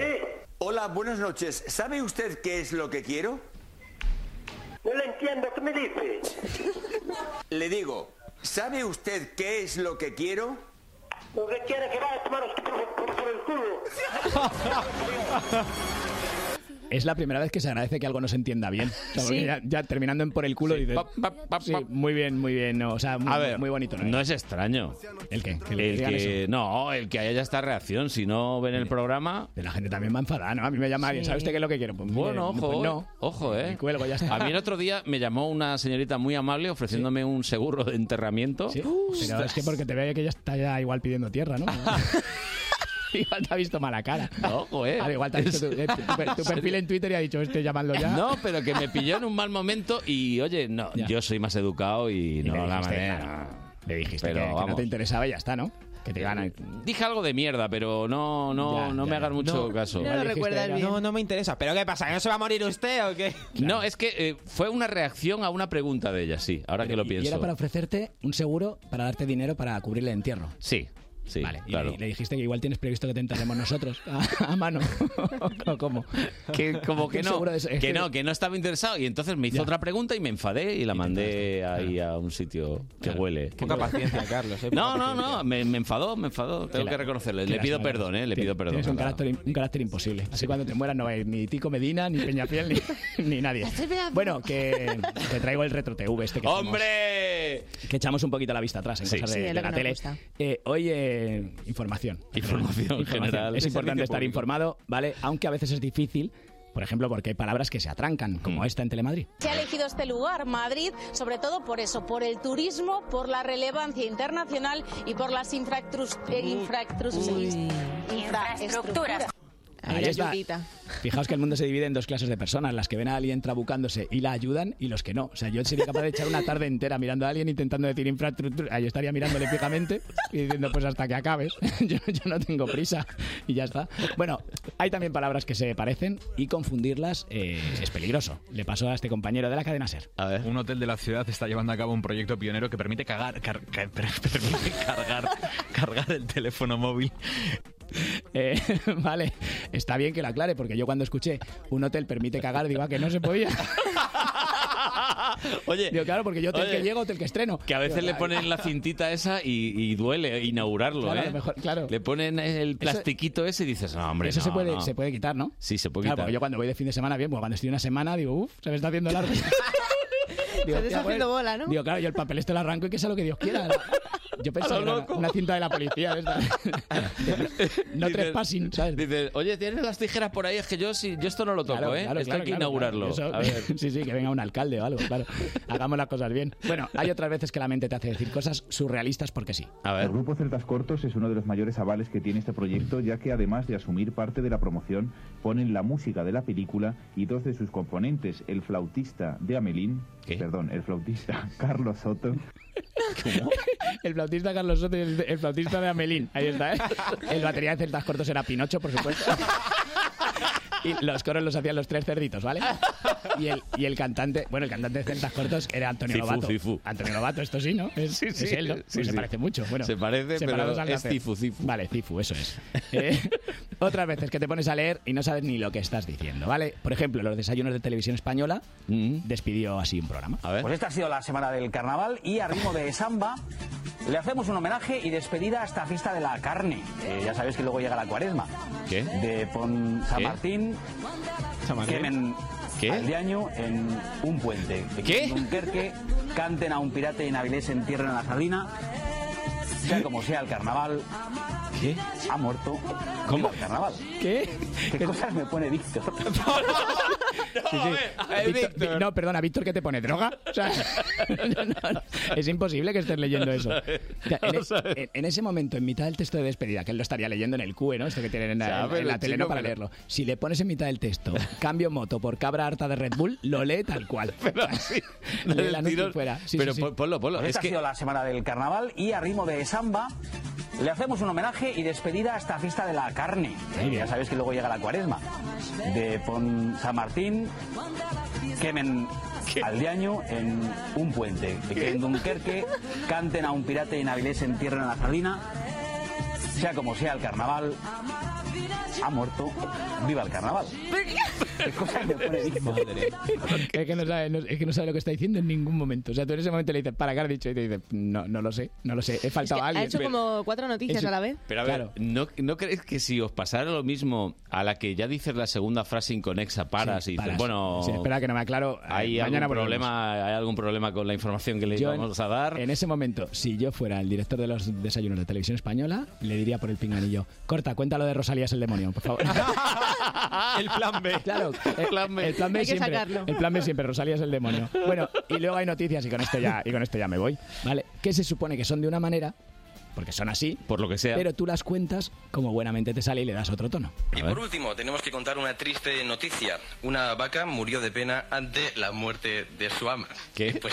[SPEAKER 22] Hola, buenas noches. ¿Sabe usted qué es lo que quiero?
[SPEAKER 26] No lo entiendo, ¿qué me dices?
[SPEAKER 22] Le digo, ¿sabe usted qué es lo que quiero?
[SPEAKER 26] Lo que quiere que vaya a tomar por, por- por el culo.
[SPEAKER 29] es la primera vez que se agradece que algo no se entienda bien. O sea, porque
[SPEAKER 1] Sí.
[SPEAKER 29] ya, ya terminando en por el culo dices, sí, muy bien, muy bien. no, o sea, muy,
[SPEAKER 1] A ver,
[SPEAKER 29] muy bonito. ¿no?
[SPEAKER 1] No es extraño.
[SPEAKER 29] ¿El qué? Que
[SPEAKER 1] El
[SPEAKER 29] le digan
[SPEAKER 1] que,
[SPEAKER 29] eso.
[SPEAKER 1] no, el que haya esta reacción, si no ven el programa...
[SPEAKER 29] La gente también va enfadada, ¿no? A mí me llama alguien,
[SPEAKER 1] Sí.
[SPEAKER 29] ¿sabe usted qué es lo que quiero? Pues, mire,
[SPEAKER 1] Bueno,
[SPEAKER 29] pues
[SPEAKER 1] ojo,
[SPEAKER 29] no.
[SPEAKER 1] ojo, eh.
[SPEAKER 29] Me cuelgo, ya está.
[SPEAKER 1] A mí el otro día me llamó una señorita muy amable ofreciéndome un seguro de enterramiento.
[SPEAKER 29] Sí, Pero es que porque te veo que ella está ya igual pidiendo
[SPEAKER 1] [laughs]
[SPEAKER 29] tierra, ¿no? igual te ha visto mala cara.
[SPEAKER 1] Ojo, eh.
[SPEAKER 29] Al igual te ha visto tu, eh, tu- tu-
[SPEAKER 1] [laughs]
[SPEAKER 29] tu perfil en Twitter y ha dicho, este llamadlo ya.
[SPEAKER 1] No, pero que me pilló en un mal momento y oye, no, yo soy más educado y, no
[SPEAKER 29] le
[SPEAKER 1] la
[SPEAKER 29] dijiste,
[SPEAKER 1] manera.
[SPEAKER 29] Le dijiste
[SPEAKER 1] pero
[SPEAKER 29] que, que no
[SPEAKER 1] vamos. Eh,
[SPEAKER 29] te interesaba y ya está, ¿no? Que te ganan.
[SPEAKER 1] Dije algo de mierda, pero no, no,
[SPEAKER 29] Ya,
[SPEAKER 1] no
[SPEAKER 29] ya,
[SPEAKER 1] me hagas mucho
[SPEAKER 6] No,
[SPEAKER 1] caso.
[SPEAKER 6] no lo recuerdas bien. No, no me interesa. ¿Pero qué pasa? ¿Que no se va a morir usted o qué?
[SPEAKER 1] No, es que eh, fue una reacción a una pregunta de ella, sí, ahora que lo
[SPEAKER 29] Y era
[SPEAKER 1] pienso.
[SPEAKER 29] para ofrecerte un seguro para darte dinero para cubrir el entierro.
[SPEAKER 1] Sí, sí,
[SPEAKER 29] Vale, y
[SPEAKER 1] claro.
[SPEAKER 29] le, le dijiste que igual tienes previsto que te enterremos nosotros a, a mano. ¿O cómo?
[SPEAKER 1] Que, como que
[SPEAKER 29] Un
[SPEAKER 1] no,
[SPEAKER 29] seguro de eso, es
[SPEAKER 1] que
[SPEAKER 29] que-
[SPEAKER 1] no, que no estaba interesado y entonces me hizo otra pregunta y me enfadé y la mandé ahí a un sitio que huele.
[SPEAKER 6] Poca paciencia, Carlos. ¿eh?
[SPEAKER 1] No, no, no, me, me enfadó, me enfadó, tengo
[SPEAKER 29] la-
[SPEAKER 1] que reconocerle.
[SPEAKER 29] qué
[SPEAKER 1] Le pido
[SPEAKER 29] lástima,
[SPEAKER 1] perdón, eh, le pido perdón.
[SPEAKER 29] Tienes un carácter, un carácter imposible. Así cuando te mueras no va a ir ni Tico Medina, ni Peñafiel, ni, [laughs] ni nadie. Bueno, que te traigo el retro TV este que hacemos.
[SPEAKER 1] ¡Hombre!
[SPEAKER 29] que echamos un poquito la vista atrás en
[SPEAKER 1] Sí.
[SPEAKER 29] cosas
[SPEAKER 1] Sí,
[SPEAKER 29] de,
[SPEAKER 1] es
[SPEAKER 29] de
[SPEAKER 1] lo
[SPEAKER 29] la
[SPEAKER 1] que nos
[SPEAKER 29] tele.
[SPEAKER 1] gusta.
[SPEAKER 29] Eh, hoy, eh, información.
[SPEAKER 1] Información general.
[SPEAKER 29] Es
[SPEAKER 1] De
[SPEAKER 29] importante
[SPEAKER 1] servicio
[SPEAKER 29] estar
[SPEAKER 1] público.
[SPEAKER 29] informado, ¿vale? Aunque a veces es difícil, por ejemplo, porque hay palabras que se atrancan,
[SPEAKER 1] Mm.
[SPEAKER 29] como esta en Telemadrid.
[SPEAKER 5] Se ha elegido este lugar, Madrid, sobre todo por eso, por el turismo, por la relevancia internacional y por las infraestructuras. infraestructuras.
[SPEAKER 29] Ahí
[SPEAKER 4] Mira,
[SPEAKER 29] está.
[SPEAKER 4] Yurita.
[SPEAKER 29] Fijaos que el mundo se divide en dos clases de personas, las que ven a alguien trabucándose y la ayudan y los que no. O sea, yo sería capaz de echar una tarde entera mirando a alguien intentando decir infraestructura. Ah, Yo estaría mirándole fijamente y diciendo, pues hasta que acabes. [laughs] Yo, yo no tengo prisa y ya está. Bueno, hay también palabras que se parecen y confundirlas eh, es peligroso. Le pasó a este compañero de la cadena SER.
[SPEAKER 14] Un hotel de la ciudad está llevando a cabo un proyecto pionero que permite cagar, car- ca- per- [laughs] permite cargar, cargar el teléfono móvil.
[SPEAKER 29] Eh, [laughs] vale, está bien que lo aclare, porque yo cuando escuché un hotel permite cagar, digo, ah, que no se podía.
[SPEAKER 1] [laughs] Oye,
[SPEAKER 29] Digo, claro, porque yo hotel
[SPEAKER 1] oye,
[SPEAKER 29] que llego, hotel que estreno.
[SPEAKER 1] Que a veces
[SPEAKER 29] Digo,
[SPEAKER 1] le
[SPEAKER 29] "Ah,
[SPEAKER 1] ponen la cintita esa y, y duele inaugurarlo,
[SPEAKER 29] Claro, a
[SPEAKER 1] ¿eh?
[SPEAKER 29] lo mejor, claro.
[SPEAKER 1] Le ponen el plastiquito ese y dices, no, hombre,
[SPEAKER 29] Eso se,
[SPEAKER 1] no,
[SPEAKER 29] puede,
[SPEAKER 1] no".
[SPEAKER 29] se puede quitar, ¿no?
[SPEAKER 1] Sí, se puede
[SPEAKER 29] Claro,
[SPEAKER 1] quitar.
[SPEAKER 29] porque yo cuando voy de fin de semana, bien, pues cuando estoy una semana, digo, uff, se me está haciendo
[SPEAKER 4] [laughs]
[SPEAKER 29] largo.
[SPEAKER 4] Se te está
[SPEAKER 29] "Tía, pues".
[SPEAKER 4] haciendo bola, ¿no?
[SPEAKER 29] Digo, claro, yo el papel este lo arranco y que sea lo que Dios
[SPEAKER 1] [laughs]
[SPEAKER 29] quiera. Yo
[SPEAKER 1] A
[SPEAKER 29] pensaba
[SPEAKER 1] lo
[SPEAKER 29] que era
[SPEAKER 1] loco.
[SPEAKER 29] una cinta de la policía. de esta. No
[SPEAKER 1] Dices-
[SPEAKER 29] tres passing, ¿sabes?
[SPEAKER 1] Dices, oye, ¿tienes las tijeras por ahí? Es que yo, si, yo esto no lo toco,
[SPEAKER 29] Claro,
[SPEAKER 1] ¿eh?
[SPEAKER 29] claro,
[SPEAKER 1] esto
[SPEAKER 29] claro,
[SPEAKER 1] hay que
[SPEAKER 29] claro,
[SPEAKER 1] inaugurarlo.
[SPEAKER 29] claro. Eso-
[SPEAKER 1] A
[SPEAKER 29] [laughs]
[SPEAKER 1] ver.
[SPEAKER 29] Sí, sí, que venga un alcalde o algo, claro. Hagamos las cosas bien. Bueno, hay otras veces que la mente te hace decir cosas surrealistas porque sí.
[SPEAKER 7] El grupo Celtas Cortos es uno de los mayores avales que tiene este proyecto, ya que además de asumir parte de la promoción, ponen la música de la película y dos de sus componentes, el flautista de Amelín, perdón, el flautista [laughs] Carlos Soto
[SPEAKER 29] [laughs] El flautista Carlos Soto y el, el flautista de Amelín. Ahí está, ¿eh? El batería de celtas cortos era Pinocho, por supuesto. Y los coros los hacían los tres cerditos, ¿vale? Y el, y el cantante, bueno, el cantante de celtas cortos era Antonio
[SPEAKER 1] Cifú,
[SPEAKER 29] Lobato.
[SPEAKER 1] Cifú.
[SPEAKER 29] Antonio Lobato, esto sí,
[SPEAKER 1] [laughs]
[SPEAKER 29] ¿no? Es,
[SPEAKER 1] Sí, sí,
[SPEAKER 29] es él, ¿no?
[SPEAKER 1] sí,
[SPEAKER 29] Pues se
[SPEAKER 1] sí.
[SPEAKER 29] parece mucho. Bueno,
[SPEAKER 1] Se parece,
[SPEAKER 29] separados
[SPEAKER 1] pero
[SPEAKER 29] al
[SPEAKER 1] es
[SPEAKER 29] nacer.
[SPEAKER 1] Cifu, Cifu.
[SPEAKER 29] Vale, Cifu, eso es. Eh, otras veces que te pones a leer y no sabes ni lo que estás diciendo, ¿vale? Por ejemplo, los desayunos de televisión española despidió así un programa. Mm. A ver.
[SPEAKER 21] Pues esta ha sido la semana del carnaval y a ritmo de samba le hacemos un homenaje y despedida a esta fiesta de la carne. que ya sabéis que luego llega la cuaresma.
[SPEAKER 1] ¿Qué?
[SPEAKER 21] De Pon San
[SPEAKER 1] ¿Qué?
[SPEAKER 21] Martín. Quemen
[SPEAKER 1] ¿Qué?
[SPEAKER 21] al diaño en un puente.
[SPEAKER 1] ¿Qué?
[SPEAKER 21] En Dunkerque canten a un pirata y en Avilés entierren a la sardina. Sea como sea el carnaval. ¿Qué? Ha muerto. ¿Cómo? El carnaval.
[SPEAKER 29] ¿Qué?
[SPEAKER 21] ¿Qué cosas me pone Víctor?
[SPEAKER 29] Sí, sí. Víctor- Vi- no, perdona, Víctor, que te pone droga.
[SPEAKER 12] [laughs]
[SPEAKER 29] O sea, no, no, no. [laughs] es imposible que estés leyendo eso.
[SPEAKER 1] Vamos a ver,
[SPEAKER 29] O sea, en, e-
[SPEAKER 1] [laughs] vamos a ver.
[SPEAKER 29] en- en ese momento, en mitad del texto de despedida, que él lo estaría leyendo en el QE, ¿no? Esto que tienen en,
[SPEAKER 1] Ya,
[SPEAKER 29] la- en- en
[SPEAKER 1] pero
[SPEAKER 29] la tele,
[SPEAKER 1] chico,
[SPEAKER 29] ¿no? Para
[SPEAKER 1] pero-
[SPEAKER 29] leerlo. Si le pones en mitad del texto, cambio moto por cabra harta de Red Bull, lo lee tal
[SPEAKER 1] [laughs]
[SPEAKER 29] cual. O sea, lee el anuncio y fuera. Sí, sí, sí.
[SPEAKER 21] Pues esta ha sido la semana del carnaval y a ritmo de samba le hacemos un homenaje y despedida a esta fiesta de la carne. Eh, ya sabéis que luego llega la cuaresma. De Pon San Martín quemen al diaño en un puente. Que en Dunkerque canten a un pirata y en Avilés entierren a la sardina. Sea como sea el carnaval,
[SPEAKER 35] ha muerto. ¡Viva el carnaval! Es cosa que pone ahí.
[SPEAKER 29] [laughs] Es que, no sabe, no- es que no sabe lo que está diciendo en ningún momento. O sea, tú en ese momento le dices, ¿para qué has dicho? Y te dice, no, no lo sé, no lo sé, he faltado a
[SPEAKER 4] Ha
[SPEAKER 29] alguien.
[SPEAKER 4] hecho como cuatro noticias
[SPEAKER 29] Eso-
[SPEAKER 4] a la vez.
[SPEAKER 1] Pero a ver,
[SPEAKER 29] Claro.
[SPEAKER 1] ¿no, no crees que si os pasara lo mismo a la que ya dices la segunda frase inconexa, paras
[SPEAKER 29] Sí,
[SPEAKER 1] y dices,
[SPEAKER 29] paras.
[SPEAKER 1] bueno,
[SPEAKER 29] Sí, espera que no me aclaro. eh,
[SPEAKER 1] ¿hay,
[SPEAKER 29] mañana volvemos.
[SPEAKER 1] algún problema, ¿hay algún problema con la información que le
[SPEAKER 29] Yo en-
[SPEAKER 1] vamos a dar?
[SPEAKER 29] En ese momento, si yo fuera el director de los desayunos de televisión española, le diría por el pinganillo, corta, cuéntalo de Rosalía es el demonio, por favor.
[SPEAKER 37] El plan B.
[SPEAKER 29] Claro, el plan B. El plan B
[SPEAKER 37] Hay que
[SPEAKER 29] siempre.
[SPEAKER 37] sacarlo.
[SPEAKER 29] El plan B siempre, Rosalía es el demonio. Bueno, y luego hay noticias y con esto ya, y con esto ya me voy. ¿Vale? Que se supone que son de una manera, porque son así.
[SPEAKER 1] Por lo que sea.
[SPEAKER 29] Pero tú las cuentas como buenamente te sale y le das otro tono.
[SPEAKER 9] Y por último, tenemos que contar una triste noticia. Una vaca murió de pena ante la muerte de su ama.
[SPEAKER 1] ¿Qué?
[SPEAKER 9] [laughs]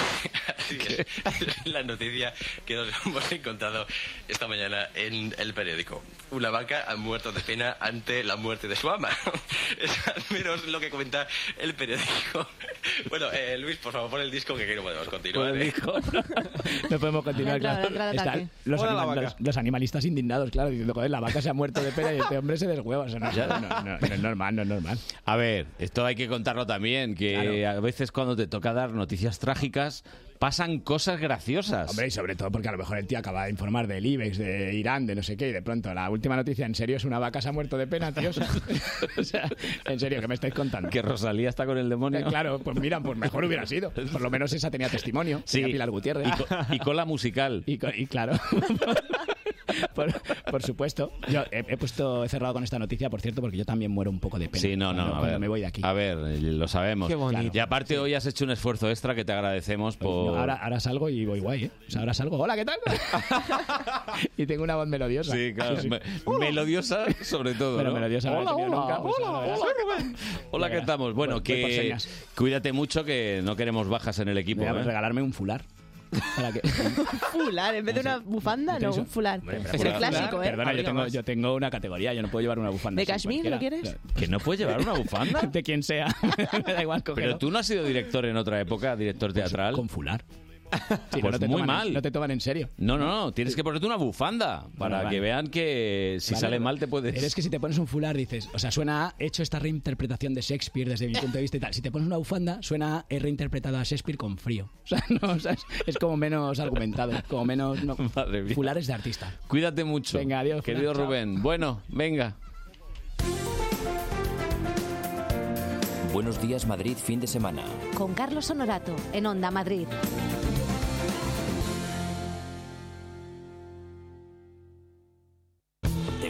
[SPEAKER 9] Pues así es [laughs] la noticia que nos [laughs] hemos encontrado esta mañana en el periódico. Una vaca ha muerto de pena ante la muerte de su ama. [laughs] Es al menos lo que cuenta el periódico. [laughs] Bueno, eh, Luis, por favor, pon el disco que aquí no podemos continuar.
[SPEAKER 29] Pon el
[SPEAKER 9] ¿eh?
[SPEAKER 29] No podemos continuar,
[SPEAKER 9] Entra,
[SPEAKER 29] claro.
[SPEAKER 9] entra al
[SPEAKER 29] Están
[SPEAKER 9] ataque.
[SPEAKER 29] los,
[SPEAKER 9] Hola, la
[SPEAKER 29] anima-
[SPEAKER 9] vaca.
[SPEAKER 29] los- los animalistas indignados, claro, diciendo, joder, la vaca se ha muerto de pena y este hombre se deshueva. O sea, no,
[SPEAKER 1] Ya.
[SPEAKER 29] no, no, no es Eh, normal, no es normal.
[SPEAKER 1] A ver, esto hay que contarlo también, que a veces cuando te toca dar noticias trágicas pasan cosas graciosas.
[SPEAKER 29] Hombre, y sobre todo porque a lo mejor el tío acaba de informar del IBEX, de Irán, de no sé qué, y de pronto la última noticia, en serio, es una vaca se ha muerto de pena, tío. [laughs] O sea, o sea, en serio, ¿qué me estáis contando?
[SPEAKER 1] Que Rosalía está con el demonio.
[SPEAKER 29] Claro, pues mira, pues mejor hubiera sido. Por lo menos esa tenía testimonio. Sí. Pilar Gutiérrez.
[SPEAKER 1] Y co- Y, cola musical.
[SPEAKER 29] [laughs] Y, co- y claro. por, por supuesto. Yo he, he puesto, he cerrado con esta noticia, por cierto, porque yo también muero un poco de pena.
[SPEAKER 1] Sí, no, no,
[SPEAKER 29] cuando-
[SPEAKER 1] a
[SPEAKER 29] cuando
[SPEAKER 1] ver.
[SPEAKER 29] me voy de aquí.
[SPEAKER 1] A ver, lo sabemos.
[SPEAKER 29] Qué bonito.
[SPEAKER 1] Y aparte hoy has hecho un esfuerzo extra que te agradecemos por...
[SPEAKER 29] Pues, No, ahora, ahora salgo y voy guay, ¿eh? O sea, ahora salgo, hola, ¿qué tal? [laughs] y tengo una voz melodiosa.
[SPEAKER 1] Sí, claro.
[SPEAKER 29] Sí, sí.
[SPEAKER 1] Me- melodiosa sobre todo.
[SPEAKER 29] Pero
[SPEAKER 1] ¿no?
[SPEAKER 29] melodiosa no la he tenido nunca, pues ahora verás.
[SPEAKER 1] Hola, ¿qué estamos? Bueno,
[SPEAKER 29] Voy- voy por
[SPEAKER 1] que
[SPEAKER 29] señas.
[SPEAKER 1] cuídate mucho que no queremos bajas en el equipo.
[SPEAKER 29] Voy a
[SPEAKER 1] ¿eh?
[SPEAKER 29] regalarme un fular. Para que-
[SPEAKER 4] Fular, en vez de una bufanda, no, un fular. Es el
[SPEAKER 29] Fular.
[SPEAKER 4] clásico, ¿eh?
[SPEAKER 29] Perdona, yo tengo, yo tengo una categoría, yo no puedo llevar una bufanda.
[SPEAKER 4] ¿De
[SPEAKER 29] así
[SPEAKER 4] cashmere lo
[SPEAKER 29] cualquiera.
[SPEAKER 4] quieres?
[SPEAKER 1] ¿Que no puedes llevar una
[SPEAKER 29] [laughs]
[SPEAKER 1] bufanda?
[SPEAKER 29] De quien sea. Me da igual
[SPEAKER 1] Pero
[SPEAKER 29] cogerlo.
[SPEAKER 1] tú no has sido director en otra época, director teatral. Con
[SPEAKER 29] Pues,
[SPEAKER 1] [laughs]
[SPEAKER 29] fular. Sí,
[SPEAKER 1] Pues
[SPEAKER 29] no te toman
[SPEAKER 1] muy
[SPEAKER 29] en-
[SPEAKER 1] mal.
[SPEAKER 29] No te toman en serio.
[SPEAKER 1] No, no, no. Tienes que ponerte una bufanda para
[SPEAKER 29] vale.
[SPEAKER 1] que vean que si
[SPEAKER 29] Vale,
[SPEAKER 1] sale
[SPEAKER 29] pero-
[SPEAKER 1] mal te puedes.
[SPEAKER 29] Pero es que si te pones un fular dices, o sea, suena a, he hecho esta reinterpretación de Shakespeare desde mi punto de vista y tal. Si te pones una bufanda, suena a, he reinterpretado a Shakespeare con frío. [laughs] O sea, no, o sea, es, es como menos argumentado, como menos...
[SPEAKER 1] [laughs]
[SPEAKER 29] No, fulares de artista.
[SPEAKER 1] Cuídate mucho.
[SPEAKER 29] Venga, adiós,
[SPEAKER 1] Querido
[SPEAKER 29] Fran, chao.
[SPEAKER 1] Rubén. Bueno, venga.
[SPEAKER 7] Buenos días Madrid, fin de semana.
[SPEAKER 5] Con Carlos Honorato, en Onda Madrid.
[SPEAKER 7] ¿Te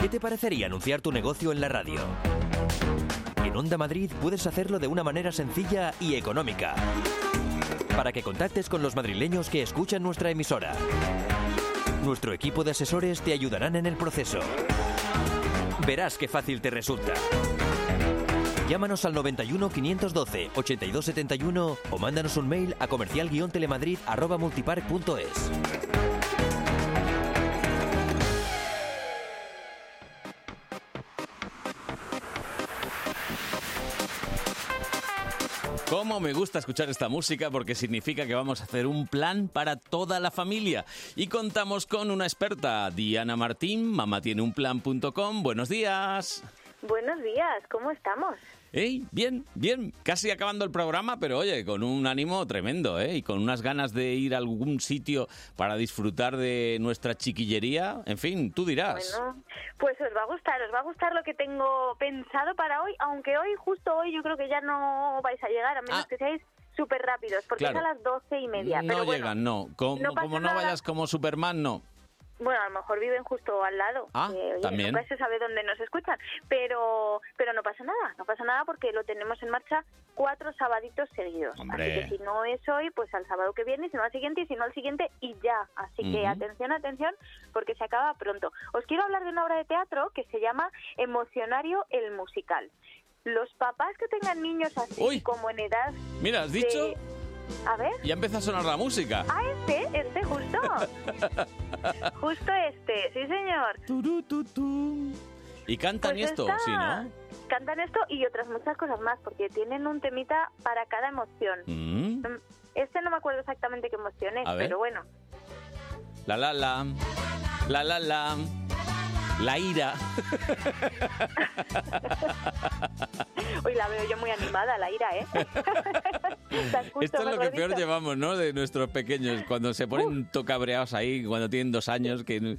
[SPEAKER 7] ¿Qué te parecería anunciar tu negocio en la radio? En Onda Madrid puedes hacerlo de una manera sencilla y económica. Para que contactes con los madrileños que escuchan nuestra emisora. Nuestro equipo de asesores te ayudarán en el proceso. Verás qué fácil te resulta. Llámanos al 91 512 8271 o mándanos un mail a comercial-telemadrid@multipark.es.
[SPEAKER 1] ¿Cómo me gusta escuchar esta música? Porque significa que vamos a hacer un plan para toda la familia. Y contamos con una experta, Diana Martín, mamatieneunplan.com. Buenos días.
[SPEAKER 12] Buenos días, ¿cómo estamos?
[SPEAKER 1] ¡Ey! Bien, bien. Casi acabando el programa, pero oye, con un ánimo tremendo, ¿eh? Y con unas ganas de ir a algún sitio para disfrutar de nuestra chiquillería. En fin, tú dirás.
[SPEAKER 12] Bueno, pues os va a gustar, os va a gustar lo que tengo pensado para hoy, aunque hoy, justo hoy, yo creo que ya no vais a llegar, a menos que seáis súper rápidos, porque
[SPEAKER 1] Ah. Claro.
[SPEAKER 12] es a las doce y media.
[SPEAKER 1] no
[SPEAKER 12] pero bueno,
[SPEAKER 1] llegan, no. Como como no,
[SPEAKER 12] pasa nada.
[SPEAKER 1] vayas como Superman, no.
[SPEAKER 12] Bueno, a lo mejor viven justo al lado.
[SPEAKER 1] Ah,
[SPEAKER 12] que, oye,
[SPEAKER 1] también.
[SPEAKER 12] Nunca se sabe dónde nos escuchan. Pero, pero no pasa nada, no pasa nada porque lo tenemos en marcha cuatro sabaditos seguidos. Así
[SPEAKER 1] Hombre.
[SPEAKER 12] que si no es hoy, pues al sábado que viene, y si no al siguiente, y si no al siguiente, y ya. Así que
[SPEAKER 13] Ujú.
[SPEAKER 12] atención, atención, porque se acaba pronto. Os quiero hablar de una obra de teatro que se llama Emocionario el Musical. Los papás que tengan niños así, como en edad...
[SPEAKER 1] Mira, has dicho,
[SPEAKER 12] A ver...
[SPEAKER 1] ya empieza a sonar la música. [laughs]
[SPEAKER 12] Ah, este, este justo. justo este, sí señor.
[SPEAKER 1] Y cantan
[SPEAKER 12] Pues
[SPEAKER 1] esto,
[SPEAKER 12] está-
[SPEAKER 1] sí, ¿no?
[SPEAKER 12] Cantan esto y otras muchas cosas más, porque tienen un temita para cada emoción.
[SPEAKER 1] Mm.
[SPEAKER 12] Mm, Este no me acuerdo exactamente qué emoción es,
[SPEAKER 1] A ver.
[SPEAKER 12] pero bueno.
[SPEAKER 1] La la la. La la la.
[SPEAKER 12] [laughs]
[SPEAKER 1] La ira.
[SPEAKER 12] Hoy la veo yo muy animada, la ira,
[SPEAKER 1] [laughs]
[SPEAKER 12] ¿eh? Tan justo
[SPEAKER 1] Esto
[SPEAKER 12] me
[SPEAKER 1] es lo
[SPEAKER 12] lo
[SPEAKER 1] que
[SPEAKER 12] has
[SPEAKER 1] peor
[SPEAKER 12] dicho.
[SPEAKER 1] llevamos, ¿no? De nuestros pequeños, cuando se ponen tocabreados ahí, cuando tienen dos años, que, que no,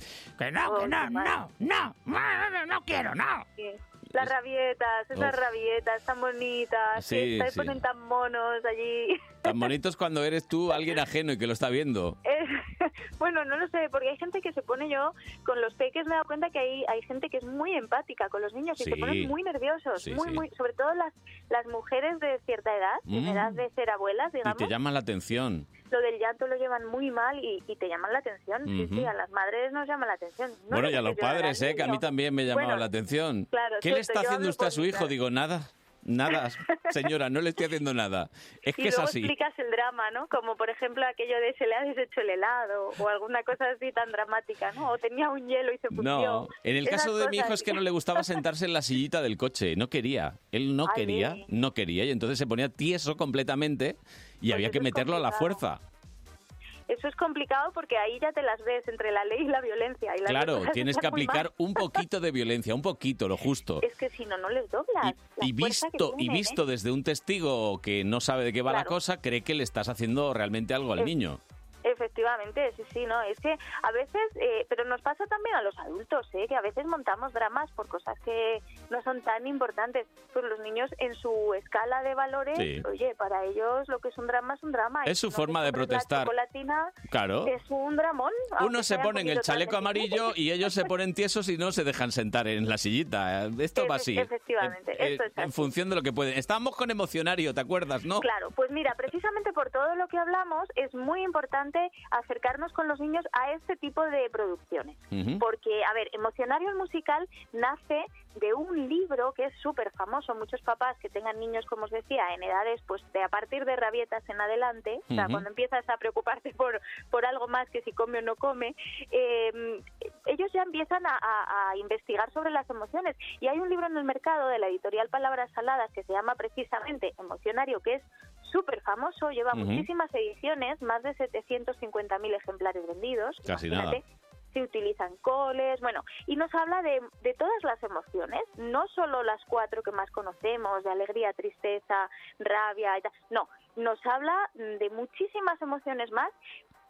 [SPEAKER 12] [laughs]
[SPEAKER 1] que no, no, no, no, no, no quiero, no.
[SPEAKER 12] Sí. Las rabietas, esas
[SPEAKER 1] Uf.
[SPEAKER 12] rabietas tan bonitas,
[SPEAKER 1] Sí,
[SPEAKER 12] que se
[SPEAKER 1] sí.
[SPEAKER 12] ponen tan monos allí. [laughs]
[SPEAKER 1] Tan bonitos cuando eres tú alguien ajeno y que lo está viendo.
[SPEAKER 12] Eh, [laughs] bueno, no lo sé, porque hay gente que se pone yo, con los peques me he dado cuenta que hay, hay gente que es muy empática con los niños y se
[SPEAKER 1] Sí.
[SPEAKER 12] ponen muy nerviosos,
[SPEAKER 1] Sí,
[SPEAKER 12] muy,
[SPEAKER 1] sí.
[SPEAKER 12] muy, sobre todo las, las mujeres de cierta edad,
[SPEAKER 1] Mm.
[SPEAKER 12] de edad de ser abuelas,
[SPEAKER 1] Y
[SPEAKER 12] digamos,
[SPEAKER 1] te llama la atención.
[SPEAKER 12] lo del llanto lo llevan muy mal y, y te llaman la atención. Sí,
[SPEAKER 1] Ujú.
[SPEAKER 12] sí, a las madres nos llama la atención. No
[SPEAKER 1] bueno,
[SPEAKER 12] sé
[SPEAKER 1] y a
[SPEAKER 12] si
[SPEAKER 1] los
[SPEAKER 12] llorar al
[SPEAKER 1] padres, ¿eh? Que a mí
[SPEAKER 12] niño.
[SPEAKER 1] también me llamaba
[SPEAKER 12] Bueno,
[SPEAKER 1] la atención.
[SPEAKER 12] claro,
[SPEAKER 1] ¿Qué le
[SPEAKER 12] cierto,
[SPEAKER 1] está
[SPEAKER 12] yo
[SPEAKER 1] haciendo
[SPEAKER 12] hablo
[SPEAKER 1] usted a
[SPEAKER 12] por
[SPEAKER 1] su
[SPEAKER 12] mí,
[SPEAKER 1] hijo?
[SPEAKER 12] claro.
[SPEAKER 1] Digo, nada, nada,
[SPEAKER 12] [laughs]
[SPEAKER 1] señora, no le estoy haciendo nada. Es
[SPEAKER 12] y
[SPEAKER 1] que es
[SPEAKER 12] luego
[SPEAKER 1] así.
[SPEAKER 12] explicas el drama, ¿no? Como por ejemplo aquello de se le ha deshecho el helado o alguna cosa así tan dramática, ¿no? O tenía un hielo y se fundió.
[SPEAKER 1] No, en el
[SPEAKER 12] Esas
[SPEAKER 1] caso de mi hijo
[SPEAKER 12] cosas.
[SPEAKER 1] es que no le gustaba sentarse en la sillita del coche, no quería. Él no
[SPEAKER 12] Ay,
[SPEAKER 1] quería,
[SPEAKER 12] mire.
[SPEAKER 1] no quería, y entonces se ponía tieso completamente y había que meterlo a la
[SPEAKER 12] Pues complicado.
[SPEAKER 1] fuerza.
[SPEAKER 12] Eso es complicado porque ahí ya te las ves entre la ley y la violencia. Y las dos
[SPEAKER 1] Claro,
[SPEAKER 12] cosas
[SPEAKER 1] tienes que
[SPEAKER 12] están muy
[SPEAKER 1] aplicar
[SPEAKER 12] mal.
[SPEAKER 1] un poquito de violencia, un poquito, lo justo.
[SPEAKER 12] Es que si no, no les doblas. la
[SPEAKER 1] Y
[SPEAKER 12] fuerza que
[SPEAKER 1] visto, y
[SPEAKER 12] tienen, ¿eh?
[SPEAKER 1] visto desde un testigo que no sabe de qué va la
[SPEAKER 12] Claro.
[SPEAKER 1] cosa, cree que le estás haciendo realmente algo al
[SPEAKER 12] Es-
[SPEAKER 1] niño.
[SPEAKER 12] Efectivamente, sí, sí, no. Es que a veces, eh, pero nos pasa también a los adultos, ¿eh? que a veces montamos dramas por cosas que no son tan importantes. Pues los niños, en su escala de valores,
[SPEAKER 1] Sí.
[SPEAKER 12] oye, para ellos lo que es un drama es un drama.
[SPEAKER 1] Es su
[SPEAKER 12] Y si no
[SPEAKER 1] forma
[SPEAKER 12] te
[SPEAKER 1] de
[SPEAKER 12] compras
[SPEAKER 1] protestar.
[SPEAKER 12] La chocolatina
[SPEAKER 1] Claro.
[SPEAKER 12] es un dramón. aunque
[SPEAKER 1] Unos se
[SPEAKER 12] sea un
[SPEAKER 1] ponen el
[SPEAKER 12] poquito tarde.
[SPEAKER 1] chaleco amarillo y ellos se ponen tiesos y no se dejan sentar en la sillita. Esto va
[SPEAKER 12] Efe-
[SPEAKER 1] así.
[SPEAKER 12] efectivamente,
[SPEAKER 1] En-
[SPEAKER 12] esto es
[SPEAKER 1] Eh, en
[SPEAKER 12] así.
[SPEAKER 1] función de lo que pueden. Estábamos con emocionario, ¿te acuerdas, no?
[SPEAKER 12] Claro, pues mira, precisamente por todo lo que hablamos es muy importante acercarnos con los niños a este tipo de producciones.
[SPEAKER 1] Ujú.
[SPEAKER 12] Porque, a ver, Emocionario el musical nace de un libro que es súper famoso. Muchos papás que tengan niños, como os decía, en edades pues de a partir de rabietas en adelante, o sea,
[SPEAKER 13] Ujú.
[SPEAKER 12] cuando empiezas a preocuparte [laughs] por, por algo más que si come o no come, eh, ellos ya empiezan a, a- a investigar sobre las emociones. Y hay un libro en el mercado de la editorial Palabras Saladas que se llama precisamente Emocionario, que es súper famoso, lleva
[SPEAKER 13] Ujú.
[SPEAKER 12] muchísimas ediciones, más de 750.000 ejemplares vendidos.
[SPEAKER 13] Casi
[SPEAKER 12] Imagínate,
[SPEAKER 13] nada.
[SPEAKER 12] Se utilizan coles, bueno, y nos habla de, de todas las emociones, no solo las cuatro que más conocemos, de alegría, tristeza, rabia, y tal. no, nos habla de muchísimas emociones más,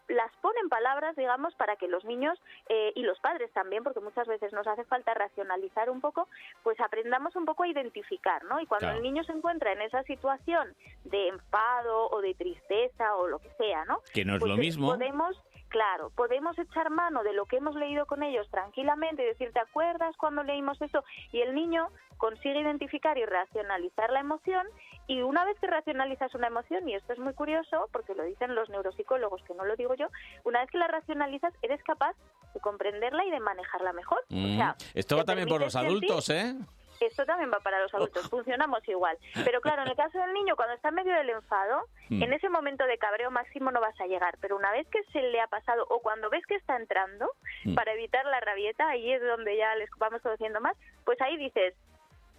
[SPEAKER 12] las pone en palabras, digamos, para que los niños eh, y los padres también, porque muchas veces nos hace falta racionalizar un poco, pues aprendamos un poco a identificar, ¿no? Y cuando
[SPEAKER 13] Claro.
[SPEAKER 12] el niño se encuentra en esa situación de enfado o de tristeza o lo que sea, ¿no?
[SPEAKER 1] Que no es lo
[SPEAKER 12] eh,
[SPEAKER 1] mismo.
[SPEAKER 12] Podemos, claro, podemos echar mano de lo que hemos leído con ellos tranquilamente y decir, ¿te acuerdas cuando leímos esto? Y el niño consigue identificar y racionalizar la emoción y una vez que racionalizas una emoción, y esto es muy curioso porque lo dicen los neuropsicólogos, que no lo digo yo, una vez que la racionalizas eres capaz de comprenderla y de manejarla mejor.
[SPEAKER 1] Mm.
[SPEAKER 12] O sea,
[SPEAKER 1] Esto va
[SPEAKER 12] te
[SPEAKER 1] también por
[SPEAKER 12] permite
[SPEAKER 1] los
[SPEAKER 12] sentir-
[SPEAKER 1] adultos, ¿eh?
[SPEAKER 12] esto también va para los
[SPEAKER 13] Oh.
[SPEAKER 12] adultos, funcionamos igual. Pero claro, en el caso del niño, cuando está en medio del enfado,
[SPEAKER 1] Mm.
[SPEAKER 12] en ese momento de cabreo máximo no vas a llegar, pero una vez que se le ha pasado o cuando ves que está entrando,
[SPEAKER 1] Mm.
[SPEAKER 12] para evitar la rabieta, ahí es donde ya les vamos conociendo más, pues ahí dices,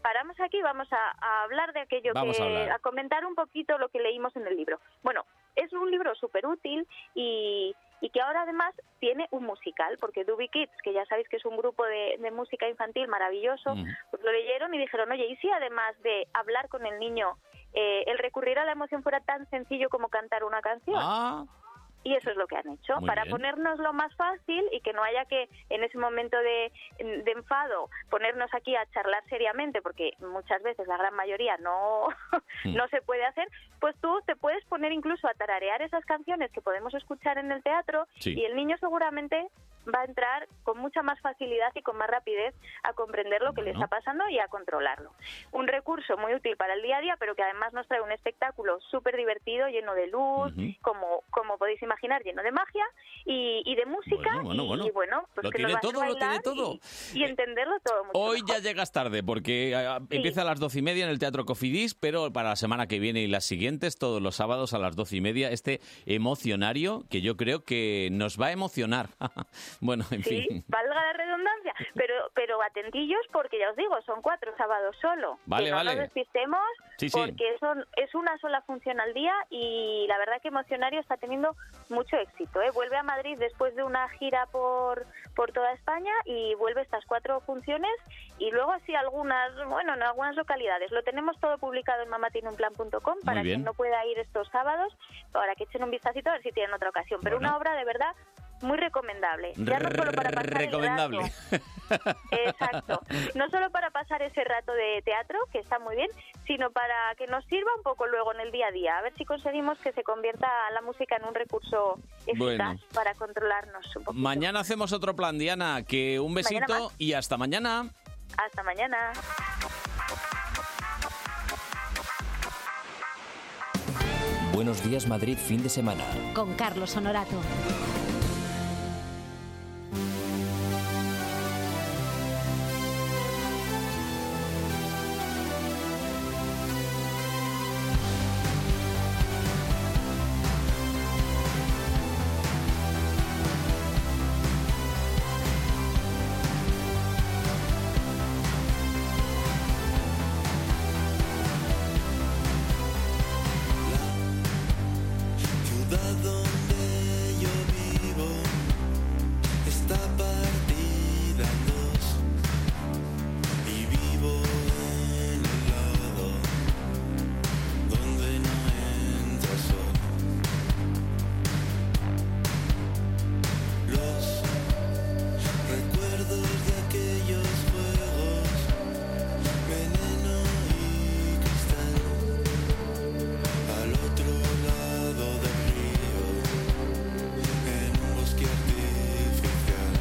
[SPEAKER 12] paramos aquí, vamos a, a hablar de aquello
[SPEAKER 13] Vamos
[SPEAKER 12] que...
[SPEAKER 13] a hablar.
[SPEAKER 12] a comentar un poquito lo que leímos en el libro. Bueno, es un libro súper útil y, y que ahora además tiene un musical, porque Duby Kids, que ya sabéis que es un grupo de, de música infantil maravilloso, pues lo leyeron y dijeron, oye, ¿y si además de hablar con el niño, eh, el recurrir a la emoción fuera tan sencillo como cantar una canción?
[SPEAKER 23] Ah,
[SPEAKER 12] Y eso es lo que han hecho,
[SPEAKER 13] Muy
[SPEAKER 12] para
[SPEAKER 13] bien.
[SPEAKER 12] ponernos lo más fácil y que no haya que en ese momento de, de enfado ponernos aquí a charlar seriamente, porque muchas veces la gran mayoría no, [laughs]
[SPEAKER 13] Mm.
[SPEAKER 12] no se puede hacer, pues tú te puedes poner incluso a tararear esas canciones que podemos escuchar en el teatro
[SPEAKER 13] Sí.
[SPEAKER 12] y el niño seguramente va a entrar con mucha más facilidad y con más rapidez a comprender lo que le
[SPEAKER 5] Bueno.
[SPEAKER 12] está pasando y a controlarlo. Un recurso muy útil para el día a día, pero que además nos trae un espectáculo súper divertido, lleno de luz,
[SPEAKER 1] Ujú.
[SPEAKER 12] como, como podéis imaginar, lleno de magia y, y de música.
[SPEAKER 1] Bueno, bueno,
[SPEAKER 12] y-
[SPEAKER 1] bueno.
[SPEAKER 12] Y, bueno, pues
[SPEAKER 1] Lo
[SPEAKER 12] que nos
[SPEAKER 1] tiene
[SPEAKER 12] va a hacer
[SPEAKER 1] todo, lo tiene
[SPEAKER 12] bailar
[SPEAKER 1] todo.
[SPEAKER 12] Y, y entenderlo todo mucho
[SPEAKER 1] Hoy ya llegas tarde porque eh, empieza a las doce y media en el Teatro Cofidis, pero para la semana que viene y las siguientes, todos los sábados a las doce y media, este emocionario que yo creo que nos va a emocionar. [laughs] bueno, [laughs] en
[SPEAKER 12] Sí,
[SPEAKER 1] fin.
[SPEAKER 12] valga la
[SPEAKER 1] [laughs]
[SPEAKER 12] redundancia, pero pero atentillos porque ya os digo, son cuatro sábados solo.
[SPEAKER 1] Vale,
[SPEAKER 12] que no
[SPEAKER 1] vale.
[SPEAKER 12] nos despistemos
[SPEAKER 1] Sí, sí.
[SPEAKER 12] porque son, es una sola función al día y la verdad que Emocionario está teniendo mucho éxito. ¿eh? Vuelve a Madrid después de una gira por, por toda España y vuelve estas cuatro funciones y luego así algunas, bueno, en algunas localidades. Lo tenemos todo publicado en mamatieneunplan.com para
[SPEAKER 38] bien.
[SPEAKER 12] quien no pueda ir estos sábados, para que echen un vistacito a ver si tienen otra ocasión. Pero una obra de verdad muy recomendable. Ya no solo para pasar el
[SPEAKER 1] Recomendable.
[SPEAKER 12] rato, no solo para pasar ese rato de teatro, que está muy bien, sino para que nos sirva un poco luego en el día a día. A ver si conseguimos que se convierta la música en un recurso eficaz
[SPEAKER 1] Bueno.
[SPEAKER 12] para controlarnos un poco.
[SPEAKER 1] Mañana hacemos otro plan, Diana. Que un
[SPEAKER 12] Mañana
[SPEAKER 1] besito
[SPEAKER 12] más.
[SPEAKER 1] y hasta mañana.
[SPEAKER 12] Hasta mañana.
[SPEAKER 7] Buenos días Madrid fin de semana.
[SPEAKER 39] Con Carlos Honorato.
[SPEAKER 35] ciudad donde yo vivo está partida en dos y vivo en un lado donde no entra sol. Los recuerdos de aquellos fuegos, veneno y cristal al otro lado del río, en un bosque artificial.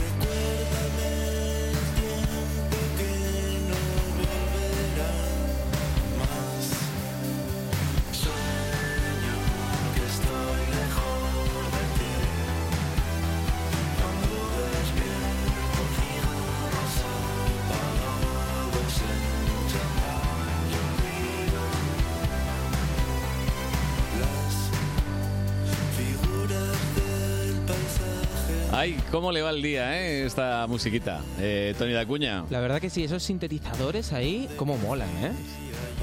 [SPEAKER 35] Recuérdame el tiempo que no volverá más. Sueño que estoy lejos de ti. Cuando despierto, giros apagados en llamar y olvido. Las figuras del paisaje
[SPEAKER 1] Ay, ¿cómo le va el día, eh? Esta musiquita. Eh, Tony Dacuña.
[SPEAKER 6] La verdad que sí, esos sintetizadores ahí, cómo molan, ¿eh?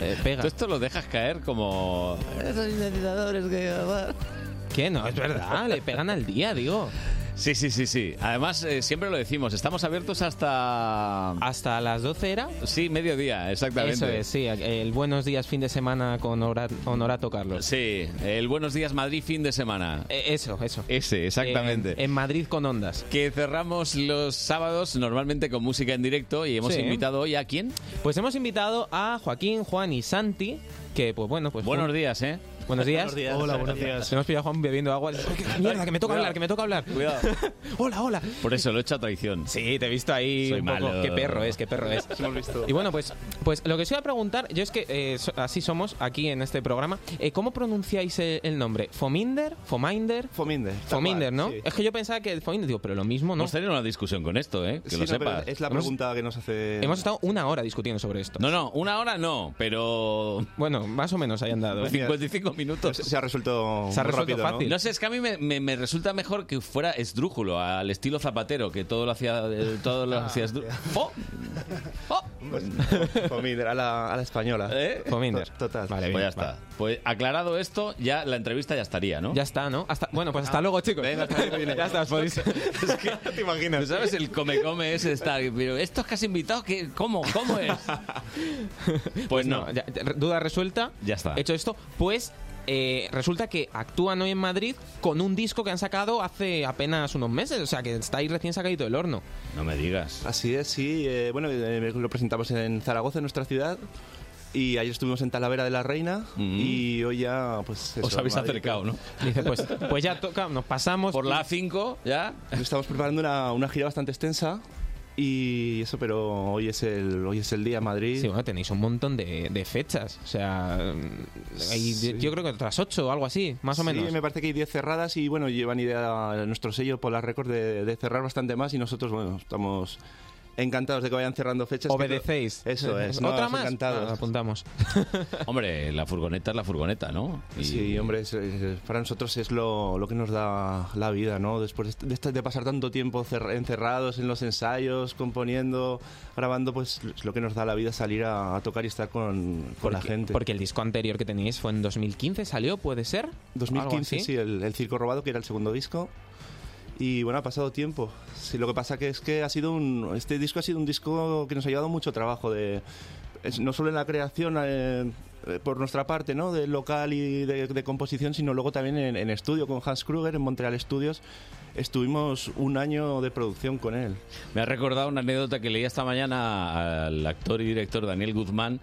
[SPEAKER 6] Eh, pega.
[SPEAKER 1] Tú esto lo dejas caer como... eh,
[SPEAKER 6] Esos sintetizadores que... ¿Qué? No, es verdad, le pegan al día, digo.
[SPEAKER 1] Sí, sí, sí, sí. Además, eh, siempre lo decimos, estamos abiertos hasta...
[SPEAKER 6] ¿Hasta las 12 era?
[SPEAKER 1] Sí, mediodía, exactamente.
[SPEAKER 6] Eso es, sí, el buenos días fin de semana Ah, con Hora- Honorato Carlos.
[SPEAKER 1] Sí, el Buenos Días Madrid fin de semana.
[SPEAKER 6] Eso, eso.
[SPEAKER 1] Ese, exactamente.
[SPEAKER 6] En, en Madrid con ondas.
[SPEAKER 1] Que cerramos los sábados normalmente con música en directo y hemos
[SPEAKER 6] Sí.
[SPEAKER 1] invitado hoy a quién?
[SPEAKER 6] Pues hemos invitado a Joaquín, Juan y Santi, que pues bueno, pues...
[SPEAKER 1] Buenos días, ¿eh?
[SPEAKER 6] Buenos días.
[SPEAKER 1] Buenos días. Hola, buenos días.
[SPEAKER 6] Hemos pillado a Juan bebiendo agua. Mierda, que me toca
[SPEAKER 1] Cuidado.
[SPEAKER 6] hablar, que me toca hablar.
[SPEAKER 1] Cuidado.
[SPEAKER 6] hola, hola.
[SPEAKER 1] Por eso lo he hecho a traición.
[SPEAKER 6] Sí, te he visto ahí
[SPEAKER 1] Soy
[SPEAKER 6] un poco.
[SPEAKER 1] malo.
[SPEAKER 6] Qué perro es, qué
[SPEAKER 40] [laughs]
[SPEAKER 6] perro es.
[SPEAKER 1] Hemos visto.
[SPEAKER 6] Y bueno, pues, pues lo que os iba a preguntar, yo es que eh, so- así somos aquí en este programa. Eh, ¿Cómo pronunciáis el, el nombre? ¿Fominder? ¿Fominder? Fominder. Fominder,
[SPEAKER 40] cual,
[SPEAKER 6] ¿no?
[SPEAKER 40] sí.
[SPEAKER 6] Es que yo pensaba que el Fominder, digo, pero lo mismo, ¿no?
[SPEAKER 1] Hemos tenido una discusión con esto, ¿eh? Que
[SPEAKER 40] Sí,
[SPEAKER 1] lo
[SPEAKER 40] no, pero
[SPEAKER 1] sepas.
[SPEAKER 40] es la
[SPEAKER 1] Hemos-
[SPEAKER 40] pregunta que nos hace.
[SPEAKER 6] Hemos estado una hora discutiendo sobre esto.
[SPEAKER 1] No, no, una hora no, pero...
[SPEAKER 6] Bueno, más o menos hayan dado. ¿eh?
[SPEAKER 1] 55 minutos.
[SPEAKER 40] Se ha resuelto,
[SPEAKER 6] Se ha
[SPEAKER 40] muy
[SPEAKER 6] resuelto
[SPEAKER 40] rápido, ¿no?
[SPEAKER 6] fácil.
[SPEAKER 1] No sé, es que a mí me, me- me resulta mejor que fuera esdrújulo, al estilo zapatero, que todo lo hacía, eh, todo
[SPEAKER 40] Ah,
[SPEAKER 1] lo hacía esdrú- ¡Oh!
[SPEAKER 40] Pues,
[SPEAKER 6] ¡Oh!
[SPEAKER 40] [laughs] Fominder, a la, a la española.
[SPEAKER 1] ¿Eh?
[SPEAKER 6] Fominder.
[SPEAKER 40] Total.
[SPEAKER 1] Pues ya está. Pues aclarado esto, ya la entrevista ya estaría, ¿no? Ah.
[SPEAKER 6] Ya está, ¿no? Hasta, bueno, pues hasta luego, chicos.
[SPEAKER 1] Venga, hasta luego,
[SPEAKER 6] [laughs] ya está,
[SPEAKER 1] [laughs]
[SPEAKER 6] os podéis.
[SPEAKER 40] [laughs] ¿Te imaginas?
[SPEAKER 1] ¿Tú sabes el come-come ese de estar? Pero estos que has invitado, ¿qué- ¿cómo? ¿Cómo
[SPEAKER 6] [laughs]
[SPEAKER 1] es?
[SPEAKER 6] Pues no, ya- ya- duda resuelta.
[SPEAKER 1] Ya está.
[SPEAKER 6] Hecho esto, pues eh, resulta que actúan hoy en Madrid con un disco que han sacado hace apenas unos meses, o sea que está ahí recién sacadito del horno.
[SPEAKER 1] No me digas.
[SPEAKER 40] Así es, sí. eh, bueno, eh, lo presentamos en Zaragoza, en nuestra ciudad. Y ayer estuvimos en Talavera de la Reina y hoy ya, pues.
[SPEAKER 1] Os habéis acercado, ¿no?
[SPEAKER 40] [laughs] Dice,
[SPEAKER 6] pues- pues ya toca, nos pasamos.
[SPEAKER 1] Por la A5, ya.
[SPEAKER 40] Estamos preparando una, una gira bastante extensa y eso, pero hoy es el, hoy es el día en Madrid.
[SPEAKER 6] Sí, bueno, tenéis un montón de, de fechas. O sea, hay-
[SPEAKER 40] Sí.
[SPEAKER 6] yo creo que otras ocho o algo así, más o
[SPEAKER 40] Sí,
[SPEAKER 6] menos.
[SPEAKER 40] me parece que hay 10 cerradas y bueno, llevan idea nuestro sello Polar Records de, de cerrar bastante más y nosotros, bueno, estamos encantados de que vayan cerrando fechas.
[SPEAKER 6] Obedecéis. [laughs]
[SPEAKER 40] Eso es. no,
[SPEAKER 6] ¿Otra
[SPEAKER 40] nos
[SPEAKER 6] más?
[SPEAKER 40] encantados.
[SPEAKER 6] Ah, apuntamos.
[SPEAKER 1] Hombre, la furgoneta es la furgoneta, ¿no? Y-
[SPEAKER 40] [laughs] Sí, hombre, es- es- para nosotros es lo, lo que nos da la vida, ¿no? Después de est- de, esta- de pasar tanto tiempo cer- encerrados en los ensayos, componiendo, grabando, pues es lo que nos da la vida salir a, a tocar y estar con, con la
[SPEAKER 6] Porque-
[SPEAKER 40] gente.
[SPEAKER 6] Porque el disco anterior que teníais fue en 2015, ¿salió? ¿Puede ser?
[SPEAKER 40] 2015,
[SPEAKER 6] ¿Algo así?
[SPEAKER 40] sí, el, el Circo Robado, que era el segundo disco. Y bueno, ha pasado tiempo. Sí, lo que pasa que es que ha sido un, este disco ha sido un disco que nos ha llevado mucho trabajo, de, es- no solo en la creación eh, eh, por nuestra parte, ¿no? de local y de, de composición, sino luego también en, en estudio con Hans Kruger en Montreal Studios. Estuvimos un año de producción con él.
[SPEAKER 1] Me ha recordado una anécdota que leí esta mañana al actor y director Daniel Guzmán,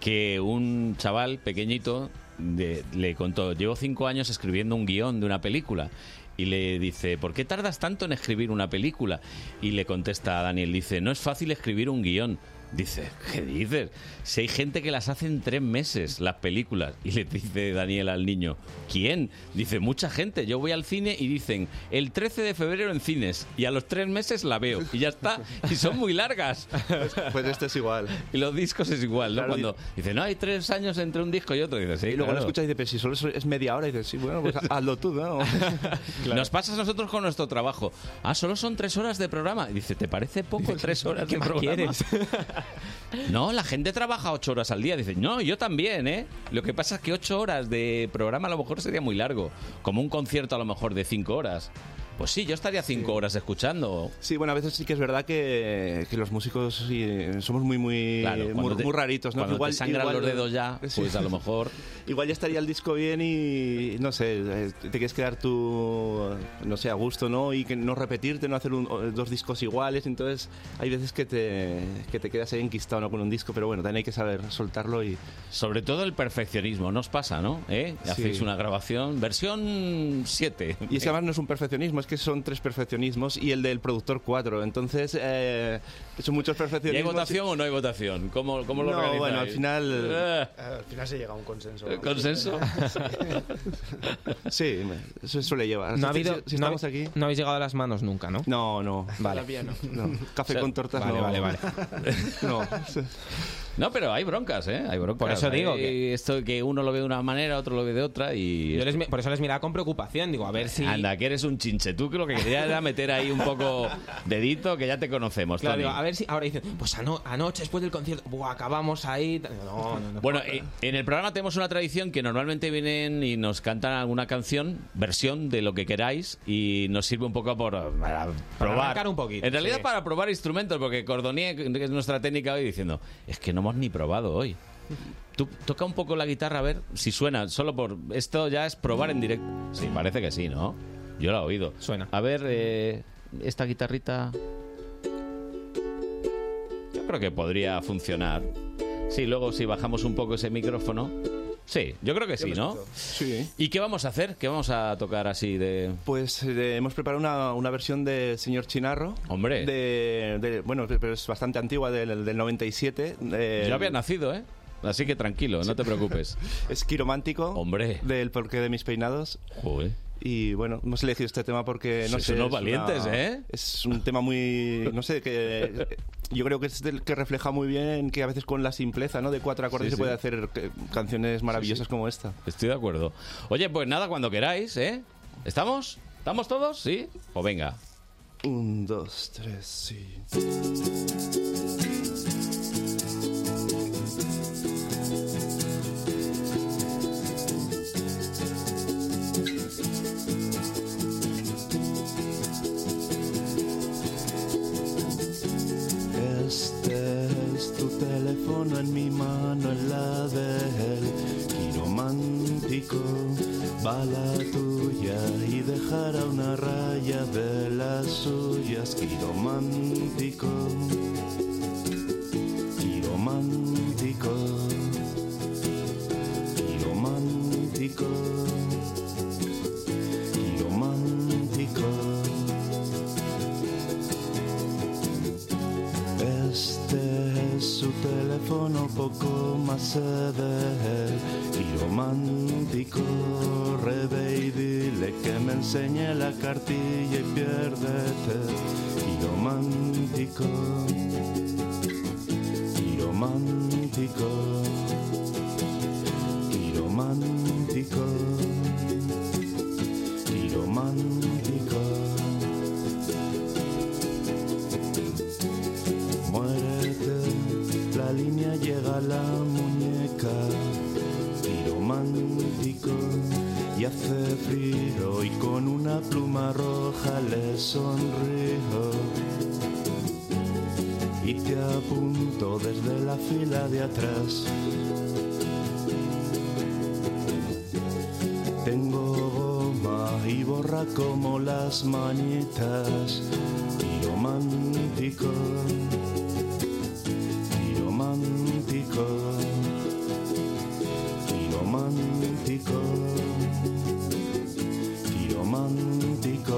[SPEAKER 1] que un chaval pequeñito de- le contó, llevo cinco años escribiendo un guión de una película. Y le dice, ¿por qué tardas tanto en escribir una película? Y le contesta a Daniel, dice, no es fácil escribir un guión. Dice, ¿qué dices? Si hay gente que las hace en tres meses, las películas. Y le dice Daniel al niño, ¿quién? Dice, mucha gente. Yo voy al cine y dicen, el 13 de febrero en cines. Y a los tres meses la veo. Y ya está. Y son muy largas. Pues,
[SPEAKER 40] esto es igual.
[SPEAKER 1] Y los discos es igual, ¿no?
[SPEAKER 40] Claro,
[SPEAKER 1] Cuando dice, no, hay tres años entre un disco y otro. Dice, sí,
[SPEAKER 40] Y luego
[SPEAKER 1] claro.
[SPEAKER 40] lo escuchas y dices, pero si solo es- es media hora, y dices, sí, bueno, pues [laughs] hazlo tú, ¿no?
[SPEAKER 1] Nos pasa a nosotros con nuestro trabajo. Ah, solo son tres horas de programa. Y dice, ¿te parece
[SPEAKER 40] [laughs]
[SPEAKER 1] poco tres horas
[SPEAKER 6] ¿qué
[SPEAKER 1] de
[SPEAKER 6] más
[SPEAKER 1] programa? [laughs]
[SPEAKER 6] quieres?
[SPEAKER 1] No, la gente trabaja ocho horas al día. Dice, no, yo también, ¿eh? Lo que pasa es que ocho horas de programa a lo mejor sería muy largo. Como un concierto a lo mejor de cinco horas. Pues sí, yo estaría cinco horas escuchando.
[SPEAKER 40] Sí, bueno, a veces sí que es verdad que, que los músicos sí, eh, somos muy, muy,
[SPEAKER 1] Claro, cuando
[SPEAKER 40] muy,
[SPEAKER 1] te-
[SPEAKER 40] muy raritos. ¿no?
[SPEAKER 1] cuando te sangran los dedos ya,
[SPEAKER 40] Sí.
[SPEAKER 1] pues a lo mejor-
[SPEAKER 40] igual ya estaría el disco bien y, no sé, eh, te quieres quedar tú, no sé, a gusto, ¿no? Y que no repetirte, no hacer un- o- dos discos iguales. Entonces, hay veces que te, que te quedas ahí enquistado ¿no? con un disco, pero bueno, también hay que saber soltarlo y...
[SPEAKER 1] Sobre todo el perfeccionismo, nos pasa, ¿no? ¿Eh? Hacéis
[SPEAKER 40] Sí.
[SPEAKER 1] una grabación, versión 7.
[SPEAKER 40] Y es que además no es un perfeccionismo, es que son tres perfeccionismos y el del productor cuatro. Entonces, eh, son
[SPEAKER 1] [laughs] ¿Y
[SPEAKER 40] muchos
[SPEAKER 1] hay
[SPEAKER 40] perfeccionismos.
[SPEAKER 1] votación o no hay votación? ¿Cómo, cómo lo
[SPEAKER 40] No,
[SPEAKER 1] organizáis?
[SPEAKER 40] bueno, al final-
[SPEAKER 1] Eh,
[SPEAKER 3] Al final se llega a un consenso. [laughs]
[SPEAKER 1] ¿El consenso?
[SPEAKER 40] [laughs] Sí, me- eso suele llevar.
[SPEAKER 6] No, ha
[SPEAKER 40] Si-
[SPEAKER 6] habido,
[SPEAKER 40] si- si
[SPEAKER 6] no,
[SPEAKER 40] estamos
[SPEAKER 6] habe-
[SPEAKER 40] aquí.
[SPEAKER 6] no habéis llegado a las manos nunca, ¿no?
[SPEAKER 40] No, no.
[SPEAKER 6] Vale.
[SPEAKER 40] Todavía no. [laughs] No, café con tortas
[SPEAKER 6] vale,
[SPEAKER 40] no.
[SPEAKER 6] Vale, vale.
[SPEAKER 40] No.
[SPEAKER 1] No, pero hay broncas, ¿eh? Hay broncas.
[SPEAKER 6] Por eso digo
[SPEAKER 1] Hay
[SPEAKER 6] que-
[SPEAKER 1] esto que uno lo ve de una manera, otro lo ve de otra y
[SPEAKER 6] Yo les mi- por eso les miraba con preocupación, digo, a ver si...
[SPEAKER 1] Anda, que eres un chinche. Tú que lo que querías era meter ahí un poco dedito, que ya te conocemos,
[SPEAKER 6] Claro,
[SPEAKER 1] Tony.
[SPEAKER 6] digo, a ver si ahora dicen, pues ano- anoche después del concierto, buah, acabamos ahí. No, no, no.
[SPEAKER 1] Bueno, eh, en el programa tenemos una tradición que normalmente vienen y nos cantan alguna canción, versión de lo que queráis, y nos sirve un poco por, para probar.
[SPEAKER 6] arrancar un poquito,
[SPEAKER 1] En realidad
[SPEAKER 6] sí.
[SPEAKER 1] para probar instrumentos, porque Cordonier, que es nuestra técnica hoy, diciendo, es que no hemos ni probado hoy. Tú toca un poco la guitarra a ver si suena, solo por... Esto ya es probar en directo. Sí, parece que sí, ¿no? Yo la he oído. Suena. A ver, eh, esta guitarrita... Yo creo que podría funcionar. Sí, luego si bajamos un poco ese micrófono. Sí, yo creo que sí, ¿no?
[SPEAKER 40] Sí.
[SPEAKER 1] ¿Y qué vamos a hacer? ¿Qué vamos a tocar así de...?
[SPEAKER 40] Pues eh, hemos preparado una, una versión de Señor Chinarro.
[SPEAKER 1] Hombre.
[SPEAKER 40] De, de- bueno, pero es bastante antigua, del, del 97. eh,
[SPEAKER 1] Yo había nacido, ¿eh? Así que tranquilo, no te preocupes.
[SPEAKER 40] [laughs] es quiromántico.
[SPEAKER 1] Hombre.
[SPEAKER 40] Del porqué de mis peinados.
[SPEAKER 1] Joder.
[SPEAKER 40] Y bueno, hemos elegido este tema porque, no
[SPEAKER 1] Sois
[SPEAKER 40] sé...
[SPEAKER 1] unos
[SPEAKER 40] es una-
[SPEAKER 1] valientes, ¿eh?
[SPEAKER 40] Es un tema muy... No sé, que... Yo creo que es del que refleja muy bien que a veces con la simpleza, ¿no? De cuatro acordes
[SPEAKER 1] Sí,
[SPEAKER 40] se puede
[SPEAKER 1] sí.
[SPEAKER 40] hacer eh, canciones maravillosas como esta.
[SPEAKER 1] Estoy de acuerdo. Oye, pues nada, cuando queráis, ¿eh? ¿Estamos? ¿Estamos todos? ¿Sí? Pues venga.
[SPEAKER 40] Un, dos, tres, sí.
[SPEAKER 33] Este es tu teléfono en mi mano, en la de él. Quiromántico, va la tuya y dejará una raya de las suyas. Quiromántico, quiromántico. Este es su teléfono, poco más sé de él. Y romántico, rebe y dile que me enseñe la cartilla y piérdete. Y romántico, y romántico, y romántico, y romántico. Muérete, la línea llega a la muñeca. Piromántico y hace frío y con una pluma roja le sonrío. Y te apunto desde la fila de atrás. Tengo goma y borra como las manitas. Piromántico, piromántico, piromántico, piromántico.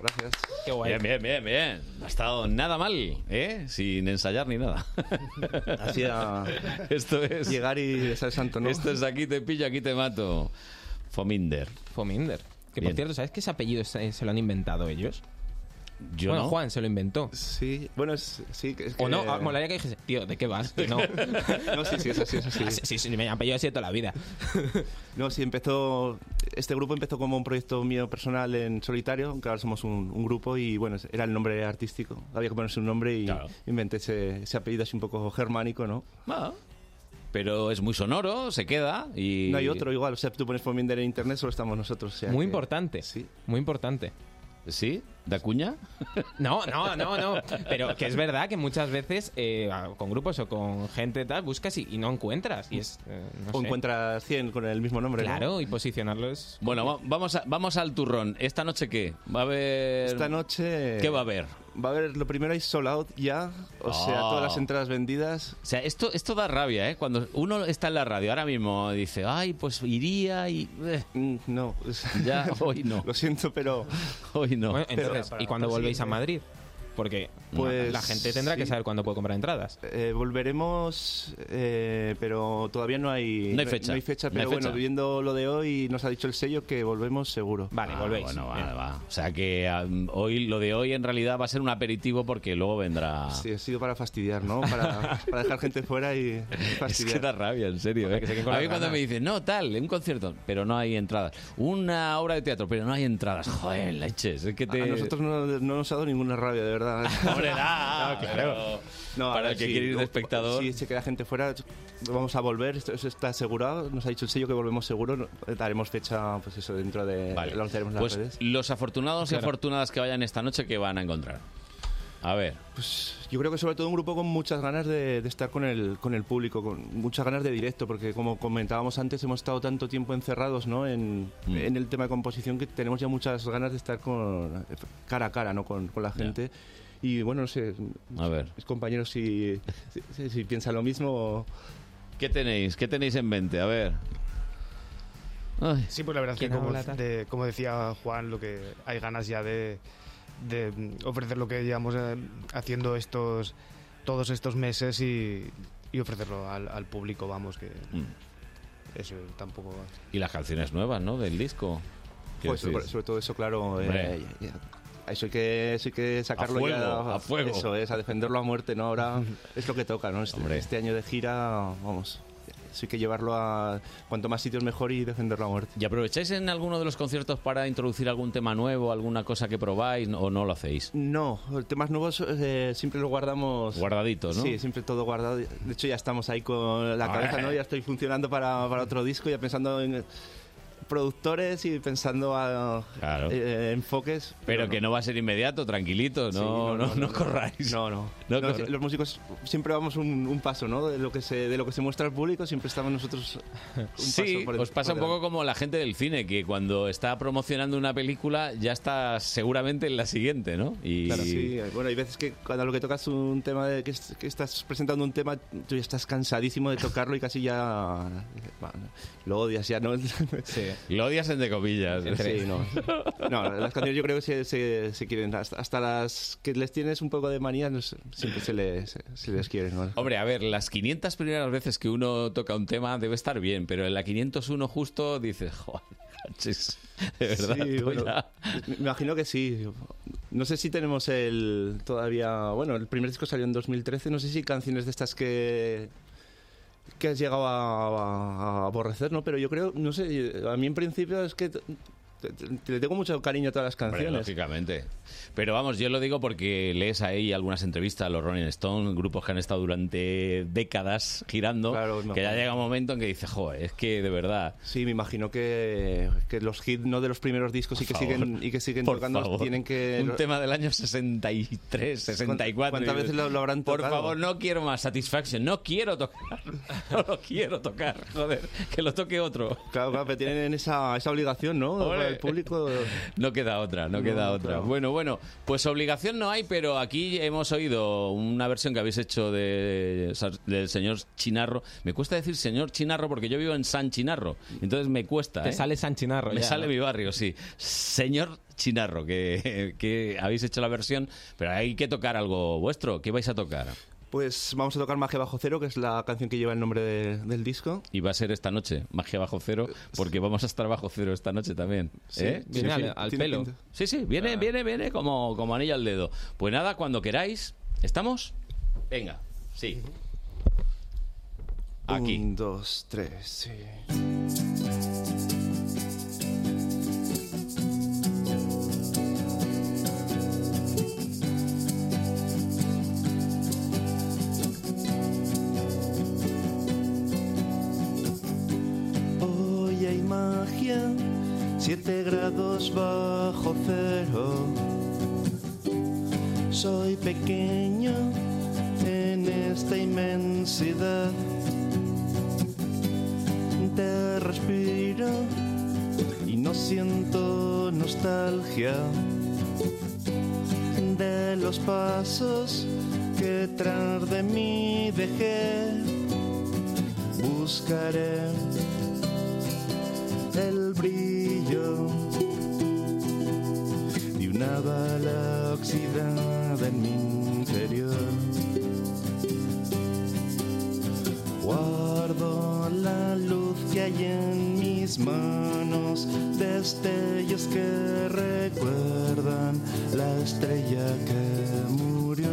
[SPEAKER 40] Gracias.
[SPEAKER 6] Qué guay.
[SPEAKER 1] Bien, bien, bien, bien. No ha estado nada mal, ¿eh? Sin ensayar ni nada.
[SPEAKER 40] Así a-
[SPEAKER 1] [laughs] Esto es...
[SPEAKER 40] Llegar y ser santo, ¿no?
[SPEAKER 1] Esto es aquí te pillo, aquí te mato. Fominder.
[SPEAKER 6] Fominder. Que por
[SPEAKER 1] Bien.
[SPEAKER 6] cierto, ¿sabes que ese apellido eh, se, se lo han inventado ellos?
[SPEAKER 1] Yo
[SPEAKER 6] bueno,
[SPEAKER 1] no.
[SPEAKER 6] Juan se lo inventó.
[SPEAKER 40] Sí, bueno, es- sí. que- es
[SPEAKER 6] O no,
[SPEAKER 40] que-
[SPEAKER 6] ah, molaría que dijese, tío, ¿de qué vas? Que No.
[SPEAKER 40] No, [laughs] sí, sí, es así, es así.
[SPEAKER 6] Ah, sí, sí, sí, me han pillado así toda la vida.
[SPEAKER 40] No, sí, empezó. Este grupo empezó como un proyecto mío personal en solitario, aunque ahora somos un, un grupo y bueno, era el nombre artístico. Había que ponerse un nombre y inventé ese, ese apellido así un poco germánico, ¿no?
[SPEAKER 1] Pero es muy sonoro, se queda y...
[SPEAKER 40] No hay otro igual, o sea, tú pones Fominder en internet, solo estamos nosotros. o sea
[SPEAKER 6] Muy
[SPEAKER 40] que-
[SPEAKER 6] importante. Sí. Muy importante.
[SPEAKER 1] ¿Sí? ¿Da cuña?
[SPEAKER 6] No, no, no, no. Pero que es verdad que muchas veces eh, con grupos o con gente tal buscas y, y no encuentras. Y es, eh, no
[SPEAKER 40] o
[SPEAKER 6] sé.
[SPEAKER 40] encuentras 100 con el mismo nombre. ¿no?
[SPEAKER 6] Claro, y posicionarlo es...
[SPEAKER 1] Bueno, va- vamos, a- vamos al turrón. ¿Esta noche qué? ¿Va a haber...?
[SPEAKER 40] Esta noche.
[SPEAKER 1] ¿Qué va a haber?
[SPEAKER 40] Va a haber, lo primero hay sold out ya, o sea,
[SPEAKER 1] Oh.
[SPEAKER 40] todas las entradas vendidas.
[SPEAKER 1] O sea, esto, esto da rabia, ¿eh? Cuando uno está en la radio ahora mismo, dice, ay, pues iría y... eh,
[SPEAKER 40] [laughs] Mm, No.
[SPEAKER 1] Ya, hoy no.
[SPEAKER 40] Lo siento, pero...
[SPEAKER 1] [laughs] Hoy no.
[SPEAKER 6] Bueno, entonces, ¿y cuándo volvéis a Madrid?
[SPEAKER 40] ¿eh?
[SPEAKER 6] Porque
[SPEAKER 40] Pues,
[SPEAKER 6] la gente tendrá que
[SPEAKER 40] sí.
[SPEAKER 6] saber cuándo puede comprar entradas.
[SPEAKER 40] Eh, volveremos, eh, pero todavía no hay,
[SPEAKER 6] No hay fecha. No hay
[SPEAKER 40] pero
[SPEAKER 6] fecha.
[SPEAKER 40] bueno, viendo lo de hoy, nos ha dicho el sello que volvemos seguro.
[SPEAKER 6] Vale, volvéis.
[SPEAKER 1] Ah, Bueno, va, va. O sea que um, hoy lo de hoy en realidad va a ser un aperitivo porque luego vendrá...
[SPEAKER 40] Sí, ha sido para fastidiar, ¿no?
[SPEAKER 1] [laughs]
[SPEAKER 40] Para, para dejar gente fuera y
[SPEAKER 1] Es
[SPEAKER 40] fastidiar.
[SPEAKER 1] que da rabia, en serio. ¿eh?
[SPEAKER 40] que se queden con
[SPEAKER 1] A
[SPEAKER 40] las
[SPEAKER 1] mí cuando
[SPEAKER 40] ganas.
[SPEAKER 1] me dicen, no, tal, un concierto, pero no hay entradas. Una obra de teatro, pero no hay entradas. Joder, leches, es que te...
[SPEAKER 40] A nosotros no, no nos ha dado ninguna rabia, de
[SPEAKER 1] [laughs]
[SPEAKER 40] verdad.
[SPEAKER 1] Hombre,
[SPEAKER 6] Ah,
[SPEAKER 1] da, claro.
[SPEAKER 40] a
[SPEAKER 1] Para
[SPEAKER 40] ver,
[SPEAKER 1] el que
[SPEAKER 40] sí,
[SPEAKER 1] quiere ir de
[SPEAKER 40] no,
[SPEAKER 1] espectador.
[SPEAKER 40] Si se queda gente fuera, vamos a volver, esto eso está asegurado. Nos ha dicho el sello que volvemos seguro. no- Daremos fecha, pues eso, dentro de...
[SPEAKER 1] Vale.
[SPEAKER 40] lanzaremos las
[SPEAKER 1] Pues
[SPEAKER 40] redes.
[SPEAKER 1] los afortunados y
[SPEAKER 40] Claro.
[SPEAKER 1] afortunadas que vayan esta noche, ¿qué van a encontrar? A ver.
[SPEAKER 40] Pues, Yo creo que sobre todo un grupo con muchas ganas de, de estar con el, con el público, con muchas ganas de directo, porque como comentábamos antes, hemos estado tanto tiempo encerrados ¿no? en,
[SPEAKER 1] Mm.
[SPEAKER 40] en el tema de composición que tenemos ya muchas ganas de estar con, cara a cara ¿no? con, con la gente. Y bueno, no sé,
[SPEAKER 1] A ver.
[SPEAKER 40] mis compañeros si, si, si piensan lo mismo o-
[SPEAKER 1] ¿Qué tenéis? ¿Qué tenéis en mente? A ver. Ay.
[SPEAKER 3] Sí, pues la verdad es que
[SPEAKER 1] ¿Quién
[SPEAKER 3] como,
[SPEAKER 1] habla, tal?
[SPEAKER 3] de- como decía Juan, lo que hay ganas ya de, de, mm, ofrecer lo que llevamos eh, haciendo estos todos estos meses y, y ofrecerlo al, al público, vamos, que eso tampoco...
[SPEAKER 1] Mm. Y las canciones nuevas, ¿no? Del disco. Quiero
[SPEAKER 40] Joder, Pues, sobre,
[SPEAKER 1] decir,
[SPEAKER 40] sobre todo eso, claro. eh,
[SPEAKER 1] Hombre.
[SPEAKER 40] ya- ya. Eso hay que, eso hay que sacarlo
[SPEAKER 1] fuego,
[SPEAKER 40] ya,
[SPEAKER 1] a fuego.
[SPEAKER 40] Eso es, a defenderlo a muerte, ¿no?
[SPEAKER 1] [laughs]
[SPEAKER 40] Ahora es lo que toca, ¿no? Este, este año de gira, vamos, eso hay que llevarlo a cuanto más sitios mejor y defenderlo a muerte.
[SPEAKER 1] ¿Y aprovecháis en alguno de los conciertos para introducir algún tema nuevo, alguna cosa que probáis o no lo hacéis?
[SPEAKER 40] No, temas nuevos eh, siempre los guardamos.
[SPEAKER 1] Guardaditos, ¿no? Ah,
[SPEAKER 40] Sí, siempre todo guardado. De hecho, ya estamos ahí con la
[SPEAKER 1] Hombre.
[SPEAKER 40] cabeza, ¿no? Ya estoy funcionando para, para otro disco, ya pensando en. productores y pensando a eh, enfoques.
[SPEAKER 1] Pero que no va a ser inmediato, tranquilito, no,
[SPEAKER 40] Sí,
[SPEAKER 1] no, no, corráis.
[SPEAKER 40] No, no.
[SPEAKER 1] No
[SPEAKER 40] No, es
[SPEAKER 1] corra-
[SPEAKER 40] que los músicos siempre vamos un, un paso, ¿no? De lo que se de lo que se muestra al público siempre estamos nosotros. un
[SPEAKER 1] Sí,
[SPEAKER 40] paso por-
[SPEAKER 1] os pasa
[SPEAKER 40] por
[SPEAKER 1] un poco como la gente del cine, que cuando está promocionando una película ya está seguramente en la siguiente, ¿no? Y
[SPEAKER 40] Claro, sí. Bueno, hay veces que cuando lo que tocas un tema de que, es- que estás presentando un tema, tú ya estás cansadísimo de tocarlo y casi ya bueno, lo odias ya, ¿no? [laughs]
[SPEAKER 1] Lo odias entre comillas.
[SPEAKER 40] Sí, no.
[SPEAKER 1] [laughs]
[SPEAKER 40] No, las canciones yo creo que se, se- se quieren. Hasta, hasta las que les tienes un poco de manía, no sé, siempre se les, se les quiere, ¿no?
[SPEAKER 1] Hombre, a ver, las 500 primeras veces que uno toca un tema debe estar bien, pero en la 501 justo dices, joder, manches, de verdad.
[SPEAKER 40] Sí,
[SPEAKER 1] tú
[SPEAKER 40] bueno,
[SPEAKER 1] ya".
[SPEAKER 40] me imagino que sí. No sé si tenemos el todavía. Bueno, el primer disco salió en 2013. No sé si canciones de estas que que has llegado a, a- a aborrecer, ¿no? Pero yo creo, no sé, a mí en principio es que t- t- t- le tengo mucho cariño a todas las
[SPEAKER 1] Hombre,
[SPEAKER 40] canciones.
[SPEAKER 1] lógicamente. Pero vamos, yo lo digo porque lees ahí algunas entrevistas a los Rolling Stones, grupos que han estado durante décadas girando, que ya
[SPEAKER 40] imagino.
[SPEAKER 1] llega un momento en que dices, joder, es que de verdad.
[SPEAKER 40] Sí, me imagino que, que los hits no de los primeros discos y
[SPEAKER 1] Por
[SPEAKER 40] que
[SPEAKER 1] favor.
[SPEAKER 40] siguen y que siguen
[SPEAKER 1] Por
[SPEAKER 40] tocando
[SPEAKER 1] favor.
[SPEAKER 40] tienen que
[SPEAKER 1] Un tema del año 63, 64.
[SPEAKER 40] ¿Cuántas veces lo, lo habrán
[SPEAKER 1] Por
[SPEAKER 40] tocado?
[SPEAKER 1] favor, no quiero más Satisfaction, no quiero tocar, [laughs] no lo quiero tocar, joder, que lo toque otro.
[SPEAKER 40] Claro, claro, pero tienen esa, esa obligación, ¿no?
[SPEAKER 1] Hombre.
[SPEAKER 40] El público
[SPEAKER 1] No queda otra, no,
[SPEAKER 40] No,
[SPEAKER 1] queda otra.
[SPEAKER 40] claro.
[SPEAKER 1] Bueno, bueno, pues obligación no hay, pero aquí hemos oído una versión que habéis hecho de, del señor Chinarro. Me cuesta decir señor Chinarro porque yo vivo en San Chinarro, entonces me cuesta.
[SPEAKER 6] Te
[SPEAKER 1] ¿eh?
[SPEAKER 6] sale San Chinarro
[SPEAKER 1] Me
[SPEAKER 6] ya,
[SPEAKER 1] sale
[SPEAKER 6] ¿no?
[SPEAKER 1] mi barrio, sí. Señor Chinarro, que, que habéis hecho la versión, pero hay que tocar algo vuestro. ¿Qué vais a tocar?
[SPEAKER 40] Pues vamos a tocar Magia Bajo Cero, que es la canción que lleva el nombre de- del disco.
[SPEAKER 1] Y va a ser esta noche, magia bajo cero, porque vamos a estar bajo cero esta noche también.
[SPEAKER 40] Sí,
[SPEAKER 1] ¿eh?
[SPEAKER 40] sí, Viene sí, al- al tiene pelo. Ah. pinta.
[SPEAKER 1] Sí, sí, viene, viene, viene como, como anillo al dedo. Pues nada, cuando queráis, ¿estamos? Venga, sí.
[SPEAKER 40] Aquí. Un, dos, tres, sí.
[SPEAKER 33] Hoy hay magia, 7 grados bajo cero. Soy pequeño en esta inmensidad. Te respiro y no siento nostalgia de los pasos que tras de mí dejé. Buscaré el brillo de una bala oxidada en mi interior. Guardo la luz que hay en mis manos, destellos que recuerdan la estrella que murió.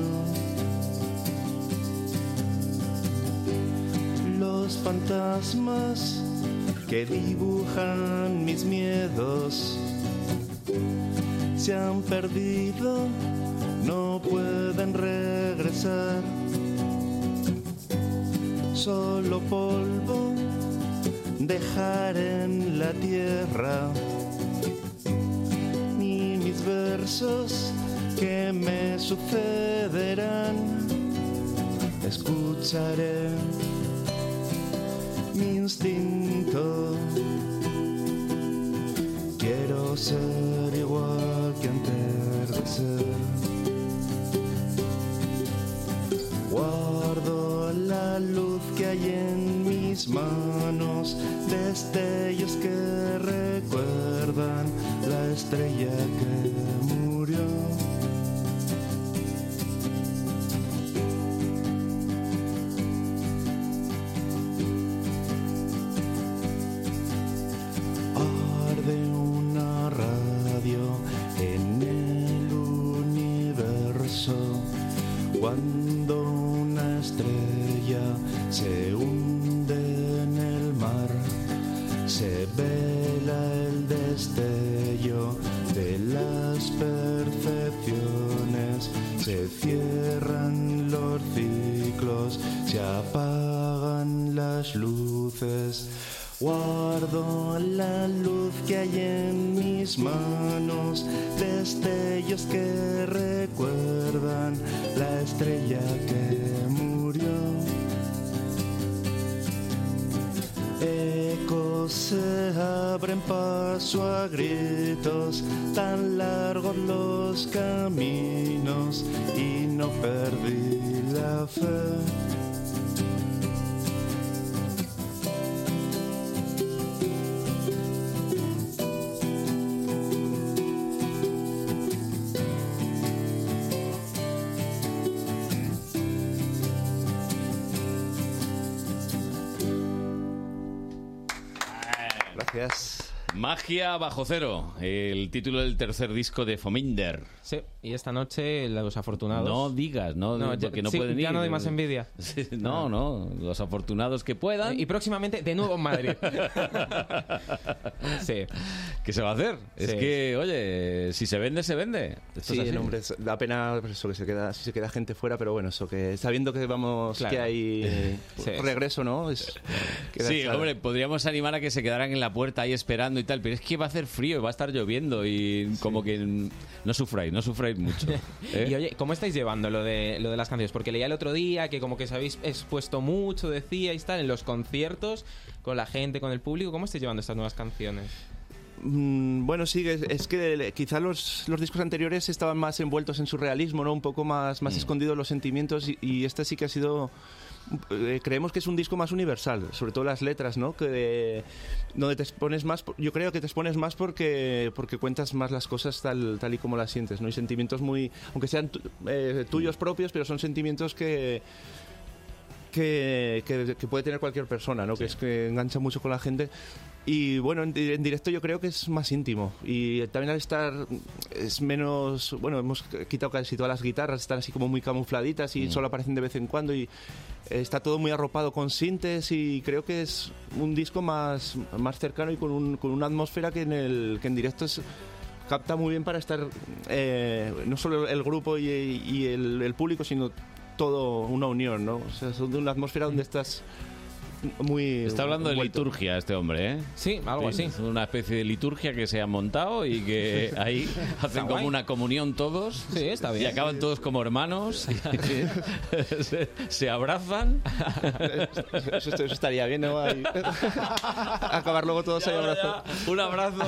[SPEAKER 33] los fantasmas que dibujan mis miedos se han perdido, no pueden regresar. Solo polvo dejar en la tierra, ni mis versos que me sucederán. Escucharé mi instinto. Quiero ser igual que atardecer. Guardo la luz que hay en mis manos, destellos que recuerdan la estrella que murió. arde una radio en el universo. Cuando una estrella se hunde en el mar, se vela el destello de las percepciones, se cierran los ciclos, se apagan las luces. Guardo la luz que hay en mis manos, destellos que recuerdan la estrella que murió. Ecos se abren paso a gritos, tan largos los caminos y no perdí la fe.
[SPEAKER 1] Gracias. Magia bajo cero, el título del tercer disco de Fominder.
[SPEAKER 6] Sí, y esta noche los afortunados.
[SPEAKER 1] No digas, no,
[SPEAKER 6] No, ya-
[SPEAKER 1] porque no
[SPEAKER 6] sí,
[SPEAKER 1] pueden ir.
[SPEAKER 6] ya no doy más envidia.
[SPEAKER 1] [laughs] Sí, no, no, los afortunados que puedan.
[SPEAKER 6] Y próximamente de nuevo
[SPEAKER 1] [laughs]
[SPEAKER 6] en Madrid.
[SPEAKER 1] sí. ¿Qué se va a hacer? Es
[SPEAKER 40] Sí.
[SPEAKER 1] que, oye, Eh, si se vende, se vende. Esto
[SPEAKER 40] Sí,
[SPEAKER 1] es así.
[SPEAKER 40] el hombre, es- da pena pues, eso que se queda, si se queda gente fuera, pero bueno, eso que sabiendo que vamos, que
[SPEAKER 1] Claro.
[SPEAKER 40] hay
[SPEAKER 1] [laughs] Sí.
[SPEAKER 40] regreso, ¿no? Es-
[SPEAKER 1] [laughs]
[SPEAKER 40] queda
[SPEAKER 1] Sí,
[SPEAKER 40] claro.
[SPEAKER 1] hombre, podríamos animar a que se quedaran en la puerta ahí esperando y tal, pero es que va a hacer frío y va a estar lloviendo y como que mm, no sufráis, no sufráis
[SPEAKER 6] [laughs]
[SPEAKER 1] mucho. ¿eh?
[SPEAKER 6] Y oye, ¿cómo estáis llevando lo de, lo de las canciones? Porque leía el otro día que como que os habéis expuesto mucho, decíais tal, en los conciertos, con la gente, con el público. ¿Cómo estáis llevando estas nuevas canciones?
[SPEAKER 40] Mm, bueno, sí, es, es que le- quizá los, los discos anteriores estaban más envueltos en su realismo, ¿no? Un poco más, más escondidos los sentimientos y, y este sí que ha sido... eh, creemos que es un disco más universal, sobre todo las letras, ¿no? Que de- donde te expones más, por- yo creo que te expones más porque, porque cuentas más las cosas tal, tal y como las sientes, ¿no? Y sentimientos muy, aunque sean tu- eh, tuyos propios, pero son sentimientos que, que, que- que puede tener cualquier persona, ¿no? Que es que engancha mucho con la gente. Y bueno, en, di- en directo yo creo que es más íntimo. Y también al estar es menos. Bueno, hemos quitado casi todas las guitarras, están así como muy camufladitas y solo aparecen de vez en cuando. Y eh, está todo muy arropado con sintes. Y creo que es un disco más, más cercano y con, un- con una atmósfera que en, el, que en directo es capta muy bien para estar eh, no solo el grupo y, y el, el público, sino todo una unión, ¿no? O sea, es de una atmósfera donde estás muy...
[SPEAKER 1] Está hablando de
[SPEAKER 40] envuelto.
[SPEAKER 1] liturgia este hombre, ¿eh?
[SPEAKER 6] Sí, algo así.
[SPEAKER 1] Es una especie de liturgia que se ha montado y
[SPEAKER 6] [laughs]
[SPEAKER 1] que ahí hacen como
[SPEAKER 6] guay.
[SPEAKER 1] una comunión todos.
[SPEAKER 6] Sí, está
[SPEAKER 1] Y
[SPEAKER 6] bien.
[SPEAKER 1] acaban todos como hermanos. [laughs] se, se
[SPEAKER 6] [laughs]
[SPEAKER 1] abrazan.
[SPEAKER 40] Eso, eso estaría bien,
[SPEAKER 1] [laughs]
[SPEAKER 40] ¿no? Ahí. Acabar luego todos ahí abrazo.
[SPEAKER 1] Un abrazo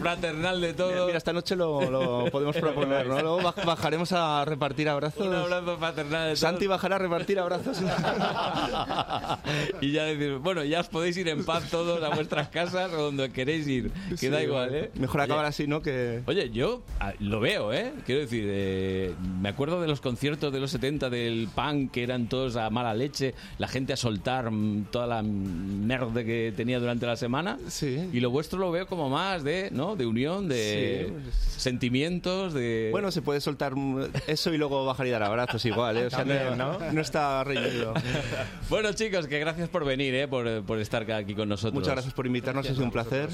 [SPEAKER 1] fraternal de todos.
[SPEAKER 40] Mira, esta noche lo, lo podemos proponer, ¿no? Luego baj- bajaremos a repartir abrazos.
[SPEAKER 1] Un abrazo fraternal de todos.
[SPEAKER 40] Santi bajará a repartir abrazos.
[SPEAKER 1] y ya decir, bueno, ya os podéis ir en paz todos a vuestras casas o donde queréis ir. [laughs] Que
[SPEAKER 40] Sí,
[SPEAKER 1] da igual, ¿eh?
[SPEAKER 40] Mejor
[SPEAKER 1] Oye,
[SPEAKER 40] acabar así, ¿no? Que...
[SPEAKER 1] Oye, yo ah, lo veo, ¿eh? Quiero decir, eh, me acuerdo de los conciertos de los 70 del punk que eran todos a mala leche, la gente a soltar mm, toda la mierda que tenía durante la semana. Y lo vuestro lo veo como más de, ¿no? De unión, de sentimientos, de...
[SPEAKER 40] Bueno, se puede soltar mm, eso y luego bajar y dar abrazos igual, ¿eh? O sea,
[SPEAKER 1] También,
[SPEAKER 40] no,
[SPEAKER 1] ¿no?
[SPEAKER 40] no
[SPEAKER 1] [laughs]
[SPEAKER 40] está reñido.
[SPEAKER 1] Bueno, chicos, que gracias por venir, ¿eh? por, por estar aquí con nosotros.
[SPEAKER 40] Muchas gracias por invitarnos, ha sido un placer.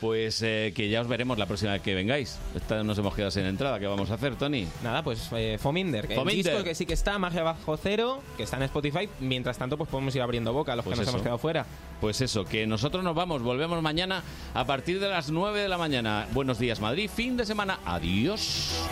[SPEAKER 1] Pues eh, que ya os veremos la próxima vez que vengáis. Esta nos hemos quedado sin entrada. ¿Qué vamos a hacer, Tony?
[SPEAKER 6] Nada, pues eh, Fominder, que
[SPEAKER 1] Fominder.
[SPEAKER 6] el disco que sí que está, Magia Bajo Cero, que está en Spotify. Mientras tanto, pues podemos ir abriendo boca a los
[SPEAKER 1] Pues
[SPEAKER 6] que nos
[SPEAKER 1] eso.
[SPEAKER 6] hemos quedado fuera.
[SPEAKER 1] Pues eso, que nosotros nos vamos, volvemos mañana a partir de las 9 de la mañana. Buenos días, Madrid, fin de semana. Adiós.